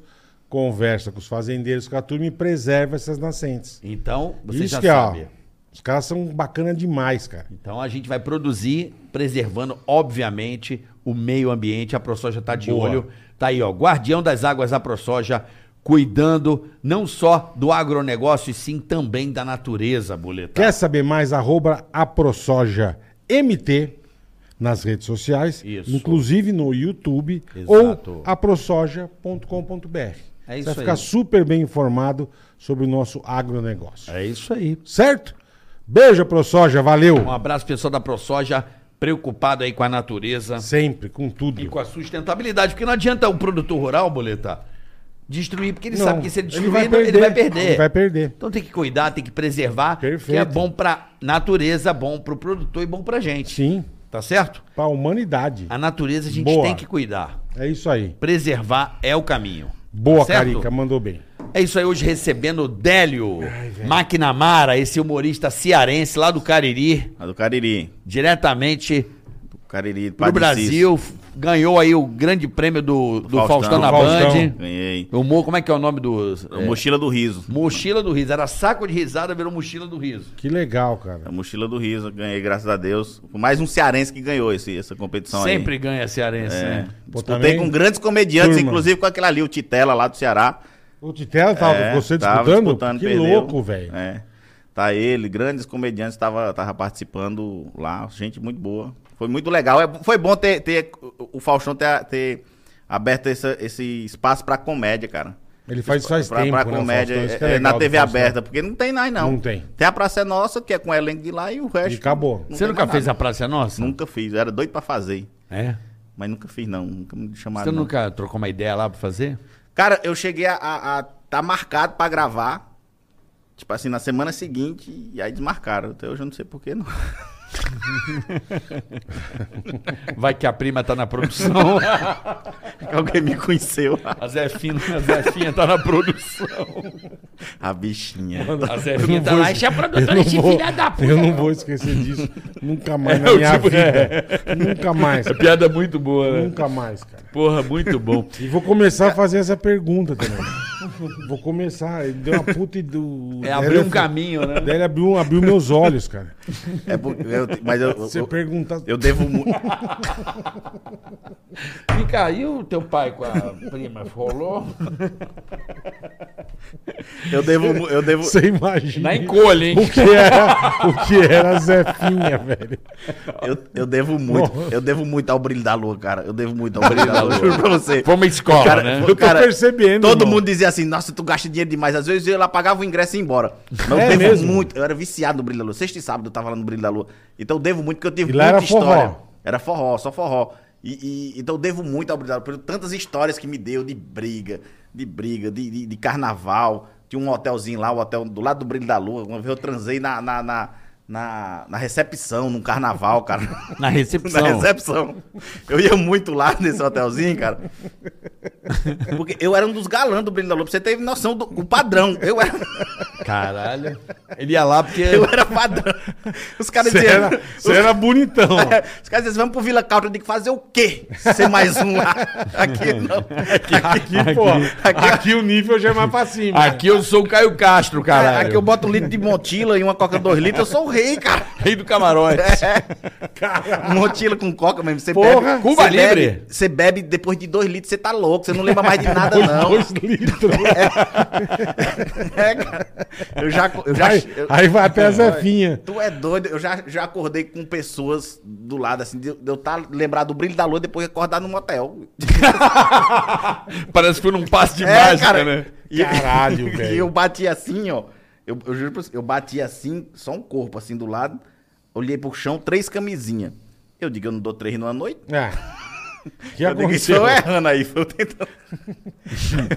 Speaker 3: conversa com os fazendeiros, com a turma e preserva essas nascentes.
Speaker 2: Então, você
Speaker 3: Isso
Speaker 2: já
Speaker 3: que é, ó,
Speaker 2: sabe.
Speaker 3: Os caras são bacana demais, cara.
Speaker 2: Então a gente vai produzir, preservando, obviamente, o meio ambiente. A ProSoja tá de
Speaker 3: Boa.
Speaker 2: olho. Tá aí, ó. Guardião das águas, a ProSoja, cuidando não só do agronegócio, e sim também da natureza, boletar.
Speaker 3: Quer saber mais? Arroba AproSojaMT nas redes sociais,
Speaker 2: Isso.
Speaker 3: inclusive no YouTube
Speaker 2: Exato.
Speaker 3: ou aprosoja.com.br.
Speaker 2: É
Speaker 3: Você
Speaker 2: isso
Speaker 3: vai
Speaker 2: aí.
Speaker 3: ficar super bem informado sobre o nosso agronegócio.
Speaker 2: É isso aí.
Speaker 3: Certo? Beijo, ProSoja, valeu!
Speaker 2: Um abraço, pessoal da ProSoja, preocupado aí com a natureza
Speaker 3: Sempre, com tudo.
Speaker 2: e com a sustentabilidade. Porque não adianta o produtor rural, boletar, destruir, porque ele
Speaker 3: Não,
Speaker 2: sabe que se ele destruir, ele vai perder. Ele vai perder.
Speaker 3: Ele vai perder.
Speaker 2: Então tem que cuidar, tem que preservar, que
Speaker 3: Perfeito.
Speaker 2: é bom pra natureza, bom pro produtor e bom pra gente.
Speaker 3: Sim,
Speaker 2: Tá certo?
Speaker 3: para a humanidade.
Speaker 2: A natureza a gente
Speaker 3: Boa.
Speaker 2: tem que cuidar.
Speaker 3: É isso aí.
Speaker 2: Preservar é o caminho.
Speaker 3: Boa,
Speaker 2: Tá certo?
Speaker 3: Carica, mandou bem.
Speaker 2: É isso aí, hoje recebendo o Délio Maquinamara, esse humorista cearense lá do Cariri,
Speaker 4: A do Cariri.
Speaker 2: diretamente
Speaker 4: O Cariri.
Speaker 2: pro Brasil. f- Ganhou aí o grande prêmio do, do Faustão,
Speaker 4: Faustão.
Speaker 2: na
Speaker 3: Do Faustão.
Speaker 2: Band.
Speaker 4: Ganhei.
Speaker 2: Humor, como é que é o nome do.
Speaker 4: A
Speaker 2: é,
Speaker 4: Mochila do Riso.
Speaker 2: mochila do Riso. Era saco de risada, virou mochila do riso.
Speaker 3: Que legal, cara.
Speaker 4: A Mochila do Riso. Ganhei, graças a Deus. Mais um cearense que ganhou esse, essa competição Então aí.
Speaker 2: Sempre ganha cearense,
Speaker 4: É.
Speaker 2: né?
Speaker 3: Pô,
Speaker 4: Disputei
Speaker 3: também-
Speaker 4: com grandes comediantes,
Speaker 3: Turma.
Speaker 4: inclusive com aquele ali, o Titela lá do Ceará.
Speaker 3: O Titela tava
Speaker 4: É,
Speaker 3: você
Speaker 4: tava
Speaker 3: disputando? que
Speaker 4: perdeu.
Speaker 3: louco, velho.
Speaker 4: É. Tá ele, grandes comediantes tava, tava participando lá, gente muito boa. Foi muito legal. É, foi bom ter, ter o Faustão ter, ter aberto essa- esse espaço pra comédia, cara.
Speaker 3: Ele faz isso faz
Speaker 4: pra,
Speaker 3: tempo,
Speaker 4: pra
Speaker 3: né, o
Speaker 4: comédia
Speaker 3: Faustão? Isso que é
Speaker 4: é,
Speaker 3: legal
Speaker 4: na
Speaker 3: do
Speaker 4: TV
Speaker 3: Faustão.
Speaker 4: aberta, porque não tem mais não.
Speaker 3: Não tem.
Speaker 4: Tem a Praça é Nossa, que é com o elenco de lá e o resto.
Speaker 3: E acabou.
Speaker 4: não
Speaker 2: Você
Speaker 4: tem
Speaker 2: nunca
Speaker 4: mais
Speaker 2: fez a
Speaker 4: nada.
Speaker 2: Praça é Nossa?
Speaker 4: Nunca fiz, eu era doido pra fazer,
Speaker 2: É.
Speaker 4: mas nunca fiz não, nunca me chamaram.
Speaker 2: Você
Speaker 4: não.
Speaker 2: nunca trocou uma ideia lá pra fazer?
Speaker 4: Cara, eu cheguei a, a, a tá marcado pra gravar. Tipo assim, na semana seguinte, e aí desmarcaram. Até hoje eu não sei porquê, não.
Speaker 2: Vai que a prima tá na produção.
Speaker 4: Alguém me conheceu.
Speaker 2: A Zefinha, a Zefinha tá na produção.
Speaker 4: A bichinha.
Speaker 2: A
Speaker 3: Eu
Speaker 2: Zefinha
Speaker 3: não
Speaker 2: tá
Speaker 3: vou-
Speaker 2: lá. Enche a
Speaker 3: eu
Speaker 2: produtora,
Speaker 3: não
Speaker 2: enche
Speaker 3: vou-
Speaker 2: filha da puta.
Speaker 3: Eu não vou esquecer disso. Nunca mais na
Speaker 2: É, o
Speaker 3: minha
Speaker 2: tipo-
Speaker 3: vida.
Speaker 4: é.
Speaker 3: Nunca mais. cara.
Speaker 2: Piada é muito boa, né?
Speaker 3: Nunca mais, cara.
Speaker 2: Porra, muito bom.
Speaker 3: E vou começar a fazer essa pergunta também. Vou começar. Ele deu uma puta e do.
Speaker 2: É abrir um caminho, né?
Speaker 3: Daí ele abriu, um- abriu meus olhos, cara.
Speaker 4: É porque eu, mas eu, eu,
Speaker 3: Você
Speaker 4: eu,
Speaker 3: pergunta.
Speaker 4: devo muito.
Speaker 2: Vem cá, e o teu pai com a prima? Rolou?
Speaker 4: Eu devo. mu- Eu devo.
Speaker 3: Você imagina.
Speaker 2: Na encolha, Tá hein?
Speaker 3: O que era, o que era a Zefinha, velho.
Speaker 4: Eu, eu devo muito. Eu devo muito ao brilho da lua, cara. Eu devo muito ao brilho da lua. Juro pra você.
Speaker 2: Foi uma escola,
Speaker 4: Cara,
Speaker 2: né?
Speaker 4: foi-
Speaker 3: Eu tô percebendo,
Speaker 4: Todo
Speaker 3: irmão.
Speaker 4: mundo dizia assim: Nossa, tu gasta dinheiro demais. Às vezes eu ia lá pagava o ingresso e ia embora. Mas eu
Speaker 3: É
Speaker 4: devo
Speaker 3: mesmo?
Speaker 4: muito. Eu era viciado no Brilho da Lua. Sexta e sábado eu tava lá no Brilho da Lua. Então eu devo muito, porque eu tive
Speaker 3: E lá
Speaker 4: muita
Speaker 3: era forró.
Speaker 4: história. Era forró, só forró. E, e- então eu devo muito ao Brilho da Lua, por tantas histórias que me deu de briga, de briga, de, de- de carnaval. Tinha um hotelzinho lá, o hotel do lado do Brilho da Lua. Uma vez eu transei na, na, na, na- na recepção, num carnaval, cara.
Speaker 2: Na recepção.
Speaker 4: Na recepção. Eu ia muito lá nesse hotelzinho, cara. Porque eu era um dos galãs do Brilho da Lua. Pra você ter noção do o padrão. Eu era,
Speaker 2: Caralho. Ele ia lá porque...
Speaker 4: eu era padrão. Os caras
Speaker 3: Você
Speaker 4: diziam.
Speaker 3: era, você era um bonitão.
Speaker 4: Os caras diziam, vamos pro Vila Cauta, eu digo, fazer o quê? Ser mais um lá. Aqui não.
Speaker 3: Aqui, pô. Aqui, o nível já é mais pra cima.
Speaker 2: Aqui eu sou o Caio Castro, caralho.
Speaker 4: Aqui eu boto um litro de Montila e uma coca dois litros, eu sou o rei, cara.
Speaker 2: Rei do camarote.
Speaker 4: Montila com coca mesmo. Você
Speaker 2: Porra,
Speaker 4: bebe,
Speaker 2: Cuba
Speaker 4: você bebe-
Speaker 2: Libre.
Speaker 4: Você bebe depois de dois litros, você tá louco, você não lembra mais de nada, não.
Speaker 3: Dois litros.
Speaker 4: É, cara. Eu já. Eu já
Speaker 3: Aí,
Speaker 4: eu-
Speaker 3: aí vai até a Zefinha.
Speaker 4: Tu é doido, eu já, já acordei com pessoas do lado, assim, de, de eu tá lembrado do brilho da lua e depois acordar no motel.
Speaker 2: Parece que foi num passe de
Speaker 4: É,
Speaker 2: mágica,
Speaker 4: cara.
Speaker 2: né?
Speaker 4: E-
Speaker 3: Caralho,
Speaker 4: e
Speaker 3: velho.
Speaker 4: eu bati assim, ó. Eu, eu juro pra você, eu bati assim, só um corpo assim do lado, olhei pro chão, três camisinhas. Eu digo, eu não dou três numa noite.
Speaker 3: Ah, O que
Speaker 4: eu digo, isso
Speaker 3: aconteceu?
Speaker 4: eu errando aí, foi eu tentando.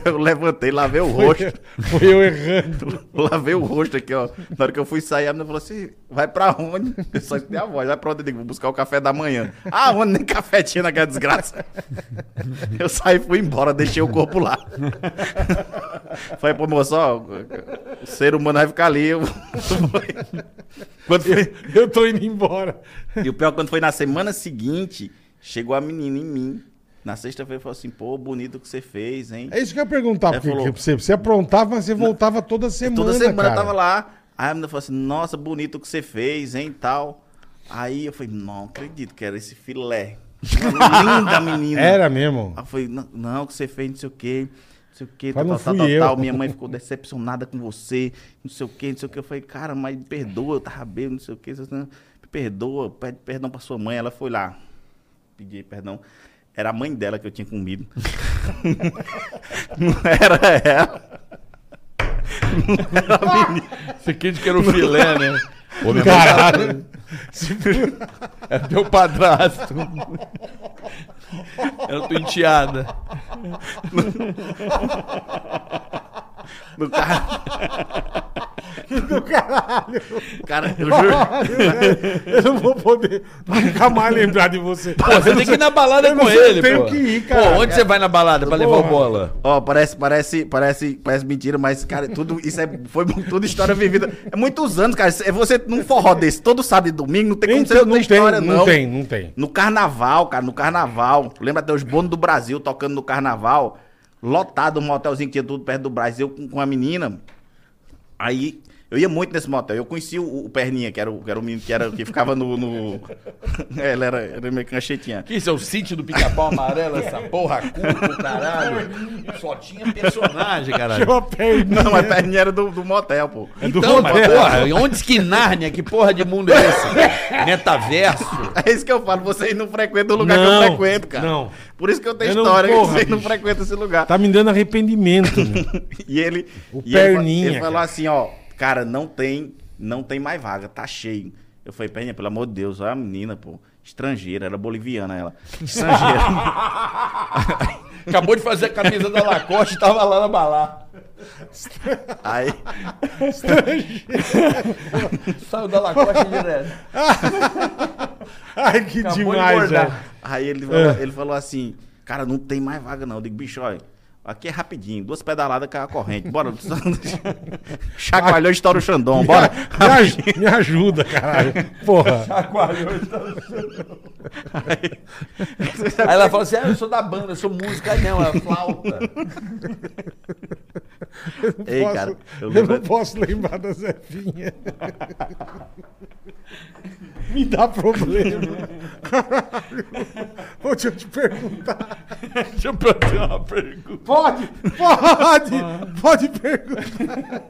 Speaker 4: eu levantei, lavei o rosto.
Speaker 3: Foi eu errando.
Speaker 4: Lavei o rosto aqui, ó. Na hora que eu fui sair, a menina falou assim: vai pra onde? Eu só escutei a voz. Vai pra onde? Eu digo, vou buscar o café da manhã. Ah, onde nem café tinha naquela desgraça. Eu saí, fui embora, deixei o corpo lá. Falei, pô, moço, ó, o ser humano vai ficar ali. Eu- Quando foi-
Speaker 3: Eu tô indo embora.
Speaker 4: E o pior, quando foi na semana seguinte, chegou a menina em mim. Na sexta-feira falou assim, pô, bonito que você fez, hein?
Speaker 3: É isso que eu ia perguntar
Speaker 4: É,
Speaker 3: porque,
Speaker 4: falou.
Speaker 3: que você. Você aprontava, mas você voltava toda semana.
Speaker 4: Toda semana
Speaker 3: cara.
Speaker 4: eu tava lá. Aí a menina falou assim, nossa, bonito o que você fez, hein, tal. Aí eu falei, não acredito que era esse filé. Uma linda menina.
Speaker 3: Era mesmo.
Speaker 4: Aí eu falei, não, não, o que você fez, não sei o quê, não sei o quê,
Speaker 3: Mas
Speaker 4: tal,
Speaker 3: não
Speaker 4: tal, tal,
Speaker 3: fui eu.
Speaker 4: tal. Minha mãe ficou decepcionada com você, não sei o quê, não sei o quê. Eu falei, cara, mas me perdoa, eu tava bêbado, não sei o quê. você não- Me perdoa, pede perdão pra sua mãe. Ela foi lá, pedi perdão. Era a mãe dela que eu tinha comido. não era ela.
Speaker 2: Você quis que era o filé, né? Ô, meu
Speaker 3: Caralho.
Speaker 2: É teu padrasto. Era tua enteada.
Speaker 4: No caralho. No caralho. Cara, eu juro.
Speaker 3: Eu não vou poder nunca mais lembrar de você.
Speaker 2: Pô, você tem que ir na balada
Speaker 3: Eu não
Speaker 2: com
Speaker 3: sei, eu
Speaker 2: ele,
Speaker 3: tenho
Speaker 2: pô.
Speaker 3: que ir, cara.
Speaker 2: Pô, onde você vai na balada pra levar o
Speaker 3: Porra.
Speaker 2: bola?
Speaker 4: Ó, parece, parece, parece, parece mentira, mas, cara, tudo isso é, foi mu- tudo história vivida. É muitos anos, cara. É você num forró desse, todo sábado e domingo, não tem
Speaker 3: Nem
Speaker 4: como você
Speaker 3: tem-
Speaker 4: não ter história, não.
Speaker 3: não tem, não tem.
Speaker 4: No carnaval, cara, no carnaval. Lembra até os bônus do Brasil tocando no carnaval. Lotado um motelzinho que tinha tudo perto do Brasil com, com a menina. Aí eu ia muito nesse motel. Eu conheci o, o Perninha, que era o, que era o menino que, era, que ficava no. no... É, ele era, era meio canchetinha.
Speaker 2: Que isso é o sítio do pica-pau amarelo, essa porra, cuco, caralho. Só tinha personagem, caralho.
Speaker 4: Não, mas Perninha era do, do motel, pô.
Speaker 3: é
Speaker 2: Então, mas, porra, e onde que Nárnia, que porra de mundo é esse? Metaverso?
Speaker 4: É isso que eu falo, vocês não frequentam o lugar
Speaker 3: Não,
Speaker 4: que eu frequento, cara.
Speaker 3: não.
Speaker 4: Por isso que eu tenho
Speaker 3: Eu não-
Speaker 4: história, que
Speaker 3: porra,
Speaker 4: vocês não
Speaker 3: bicho.
Speaker 4: frequentam esse lugar.
Speaker 3: Tá me dando arrependimento. meu.
Speaker 4: E ele.
Speaker 3: O
Speaker 4: e ele fa-
Speaker 3: Perninha,
Speaker 4: Ele falou
Speaker 3: cara.
Speaker 4: assim: ó, cara, não tem, não tem mais vaga, tá cheio. Eu falei, Perninha, pelo amor de Deus, olha a menina, pô. Estrangeira, era boliviana ela. Estrangeira.
Speaker 2: Acabou de fazer a camisa da Lacoste e tava lá na balada.
Speaker 4: Aí,
Speaker 2: Saiu da Lacoste direto.
Speaker 3: Ai, que
Speaker 2: Acabou de
Speaker 3: demais,
Speaker 2: engordar.
Speaker 3: velho. É.
Speaker 4: aí ele, falou, ele falou assim: cara, não tem mais vaga, não. Eu digo, bicho, olha. Aqui é rapidinho, duas pedaladas cai a corrente. Bora. Chacoalhou, estoura o Xandão, bora.
Speaker 3: Me, aj- me ajuda, caralho. Porra.
Speaker 2: Aí ela falou assim: ah, eu sou da banda, eu sou música. Aí não, é flauta.
Speaker 4: Ei,
Speaker 3: Posso-
Speaker 4: cara, eu
Speaker 3: eu,
Speaker 4: lembro-
Speaker 3: não posso lembrar da Zefinha. me dá problema. Caralho. Ô, Deixa eu te perguntar.
Speaker 2: Deixa eu fazer uma pergunta.
Speaker 3: Pode, pode, pode perguntar.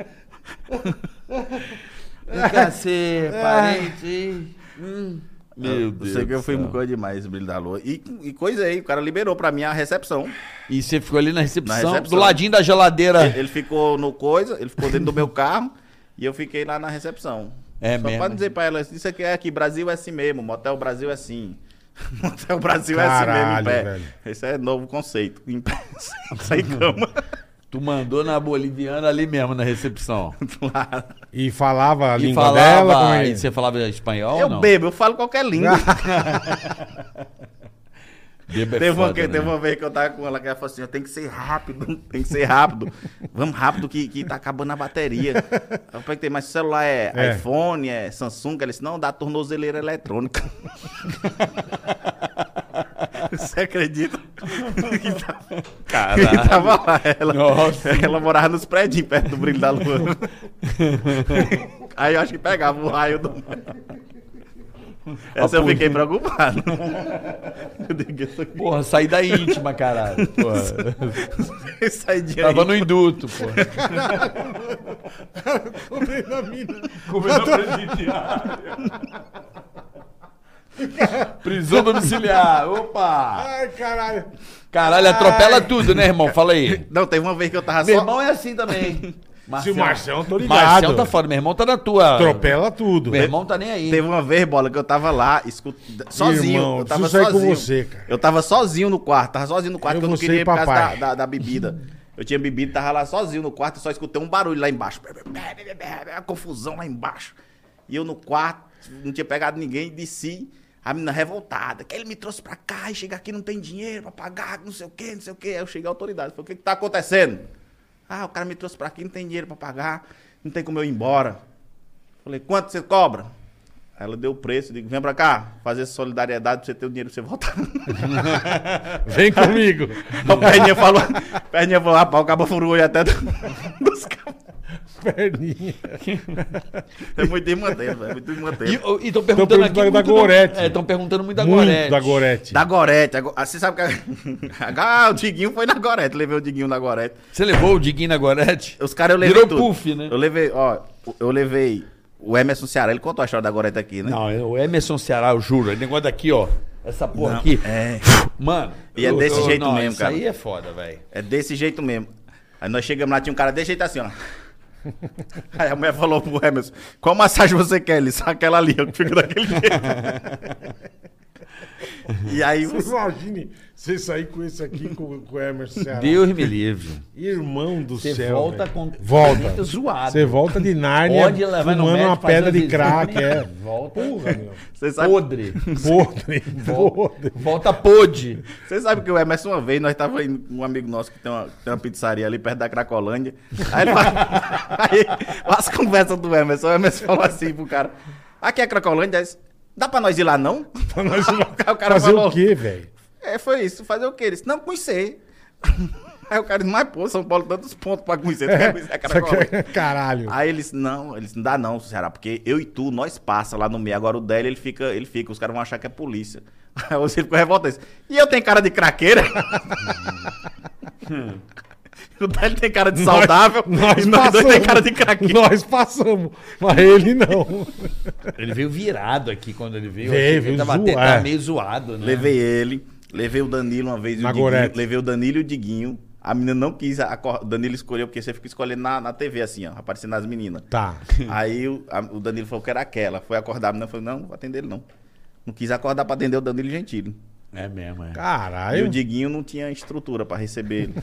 Speaker 2: Vem cá, ser assim, parente. Hum. Meu
Speaker 4: eu sei que eu fui coisa demais, Brilho da Lua. E, e coisa aí, o cara liberou pra mim a recepção.
Speaker 2: E você ficou ali na recepção,
Speaker 4: Na recepção.
Speaker 2: do ladinho da geladeira.
Speaker 4: Ele, ele ficou no coisa, ele ficou dentro do meu carro e eu fiquei lá na recepção.
Speaker 2: É
Speaker 4: Só
Speaker 2: mesmo,
Speaker 4: pra
Speaker 2: né?
Speaker 4: dizer pra ela, isso aqui é aqui, Brasil é assim mesmo, Motel Brasil é assim. Motel Brasil é assim mesmo, em
Speaker 3: Caralho,
Speaker 4: pé.
Speaker 3: velho.
Speaker 4: Esse é novo conceito, em pé, sem- sem cama.
Speaker 2: Tu mandou na boliviana ali mesmo, na recepção.
Speaker 4: Lá.
Speaker 3: E falava a
Speaker 2: E
Speaker 3: língua
Speaker 2: falava,
Speaker 3: dela? Como é?
Speaker 2: e você falava espanhol
Speaker 4: eu
Speaker 2: ou não?
Speaker 4: bebo, eu falo qualquer língua.
Speaker 2: Bebo é
Speaker 4: teve, uma,
Speaker 2: foda,
Speaker 4: que-
Speaker 2: né?
Speaker 4: teve uma vez que eu tava com ela, que ela falou assim, tem que ser rápido, tem que ser rápido. Vamos rápido que, que tá acabando a bateria. Eu perguntei, mas o celular é,
Speaker 3: É.
Speaker 4: iPhone, é Samsung? Ela disse, não, dá tornozeleira eletrônica. Você acredita?
Speaker 2: Caralho.
Speaker 4: Que tava lá, ela,
Speaker 2: Nossa.
Speaker 4: ela morava nos prédios perto do brilho da lua. Aí eu acho que pegava o raio do. Essa eu fiquei preocupado. Eu digo, isso aqui-
Speaker 2: Porra, saí da íntima, caralho. Porra.
Speaker 4: Esse aí de aí.
Speaker 2: Tava no induto, porra.
Speaker 3: Falei da mina.
Speaker 2: Prisão domiciliar. Opa!
Speaker 3: Ai, caralho.
Speaker 2: Caralho, atropela tudo, né, irmão? Fala aí.
Speaker 4: Não, teve uma vez que eu tava
Speaker 2: Meu
Speaker 4: só.
Speaker 2: irmão é assim também.
Speaker 3: Se o Marcelo, tô ligado.
Speaker 2: Ah, Marcel tá fora, meu irmão tá na tua.
Speaker 3: Atropela tudo.
Speaker 2: Meu irmão tá nem aí.
Speaker 4: Teve uma vez, bola, que eu tava lá, escut... sozinho.
Speaker 3: Irmão,
Speaker 4: eu tava
Speaker 3: preciso sair com
Speaker 4: sozinho.
Speaker 3: você, cara.
Speaker 4: Eu tava sozinho no quarto, tava sozinho no quarto,
Speaker 3: Eu,
Speaker 4: porque eu não
Speaker 3: você
Speaker 4: queria
Speaker 3: e
Speaker 4: ir por causa da,
Speaker 3: papai.
Speaker 4: da, da bebida. Eu tinha bebido, tava lá sozinho no quarto, só escutei um barulho lá embaixo. Confusão lá embaixo. E eu no quarto, não tinha pegado ninguém, desci. A menina revoltada, que ele me trouxe pra cá e chega aqui não tem dinheiro pra pagar, não sei o quê, não sei o quê. Aí eu cheguei à autoridade, falei, o que que tá acontecendo? Ah, o cara me trouxe pra aqui, não tem dinheiro pra pagar, não tem como eu ir embora. Falei, quanto você cobra? Aí Ela deu o preço, eu digo, vem pra cá, fazer solidariedade pra você ter o dinheiro pra você voltar.
Speaker 3: Vem comigo.
Speaker 4: Então, o Perninha falou, Perninha falou, rapaz, o cabo furou aí até do- dos cabos.
Speaker 3: perninha.
Speaker 4: É muito de manteiga, velho. É muito de manteiga.
Speaker 2: E estão perguntando
Speaker 3: perguntando
Speaker 2: aqui.
Speaker 3: da
Speaker 2: muito
Speaker 3: Gorete.
Speaker 2: É, estão perguntando muito da
Speaker 3: Muito
Speaker 2: Gorete.
Speaker 3: da Gorete.
Speaker 4: Da Gorete. a Go- ah, Você sabe que. a- ah, o Diguinho foi na Gorete. Levei o Diguinho na Gorete.
Speaker 2: Você levou o Diguinho na Gorete?
Speaker 4: Os caras eu levei.
Speaker 2: Virou
Speaker 4: tudo.
Speaker 2: puff, né?
Speaker 4: Eu levei, ó. Eu levei. O Emerson Ceará, ele contou a história da Gorete aqui, né?
Speaker 2: Não, é o Emerson Ceará, eu juro. É negócio daqui, ó. Essa porra
Speaker 4: Não,
Speaker 2: aqui.
Speaker 4: É,
Speaker 2: Mano.
Speaker 4: E é
Speaker 2: eu-
Speaker 4: desse
Speaker 2: eu-
Speaker 4: jeito
Speaker 2: não,
Speaker 4: mesmo,
Speaker 2: isso
Speaker 4: cara.
Speaker 2: Isso aí é foda, velho.
Speaker 4: é desse jeito mesmo. Aí nós chegamos lá, tinha um cara desse jeito assim, ó. Aí a mulher falou pro Emerson: Qual massagem você quer? Ele "Só aquela ali, ó, que fica daquele jeito. e aí.
Speaker 3: Você Imagine você sair com esse aqui com, com o Emerson Ceará.
Speaker 2: Deus me livre.
Speaker 3: Irmão do
Speaker 2: Você
Speaker 3: céu.
Speaker 2: volta
Speaker 3: velho.
Speaker 2: com
Speaker 3: Volta.
Speaker 2: zoado.
Speaker 3: Você volta de Nárnia
Speaker 2: Pode levar no
Speaker 3: fumando
Speaker 2: médico,
Speaker 3: uma
Speaker 2: fazer
Speaker 3: pedra
Speaker 2: um
Speaker 3: de
Speaker 2: exame.
Speaker 3: crack, é.
Speaker 2: Volta
Speaker 3: Porra, meu.
Speaker 4: Você sabe,
Speaker 2: podre.
Speaker 3: Podre, podre.
Speaker 2: Volta podre.
Speaker 4: Você sabe que o Emerson, uma vez, nós tava indo com um amigo nosso que tem uma, tem uma pizzaria ali perto da Cracolândia. Aí, ele fala- aí as conversas do Emerson, o Emerson falou assim pro cara: Aqui é a Cracolândia, aí disse, dá pra nós ir lá não? Pra nós ir lá. o cara
Speaker 3: Fazer
Speaker 4: falou:
Speaker 3: o quê, velho?
Speaker 4: É, foi isso, fazer o quê? Ele disse: Não, conhecer. Aí o cara disse: Mas pô, São Paulo, tantos pontos pra conhecer, tu quer conhecer a Cracolândia?
Speaker 3: Caralho.
Speaker 4: Aí eles, não, eles não dá não, Ceará, porque eu e tu, nós passa lá no meio. Agora o Délio, ele fica, ele fica, os caras vão achar que é polícia. Aí você ficou revoltado. E eu tenho cara de craqueira? o Délio tem cara de saudável e nós dois tem cara de craqueira.
Speaker 3: Nós passamos, mas ele não.
Speaker 2: Ele veio virado aqui quando ele veio.
Speaker 3: Veio,
Speaker 2: Achei que
Speaker 3: veio
Speaker 2: ele tava até
Speaker 3: zoar. é.
Speaker 2: tava meio zoado, né?
Speaker 4: Levei ele, levei o Danilo uma vez, e o
Speaker 3: Na
Speaker 4: Diguinho,
Speaker 3: Gorete.
Speaker 4: levei o Danilo e o Diguinho. A menina não quis, a, a- o Danilo escolheu, porque você fica escolhendo na, na TV, assim, ó, aparecendo as meninas.
Speaker 3: Tá.
Speaker 4: Aí o, a- o Danilo falou que era aquela. Foi acordar, a menina falou, não, não vou atender ele não. Não quis acordar pra atender o Danilo Gentili.
Speaker 2: É mesmo, é.
Speaker 4: E o
Speaker 3: Caralho.
Speaker 4: Diguinho não tinha estrutura pra receber ele.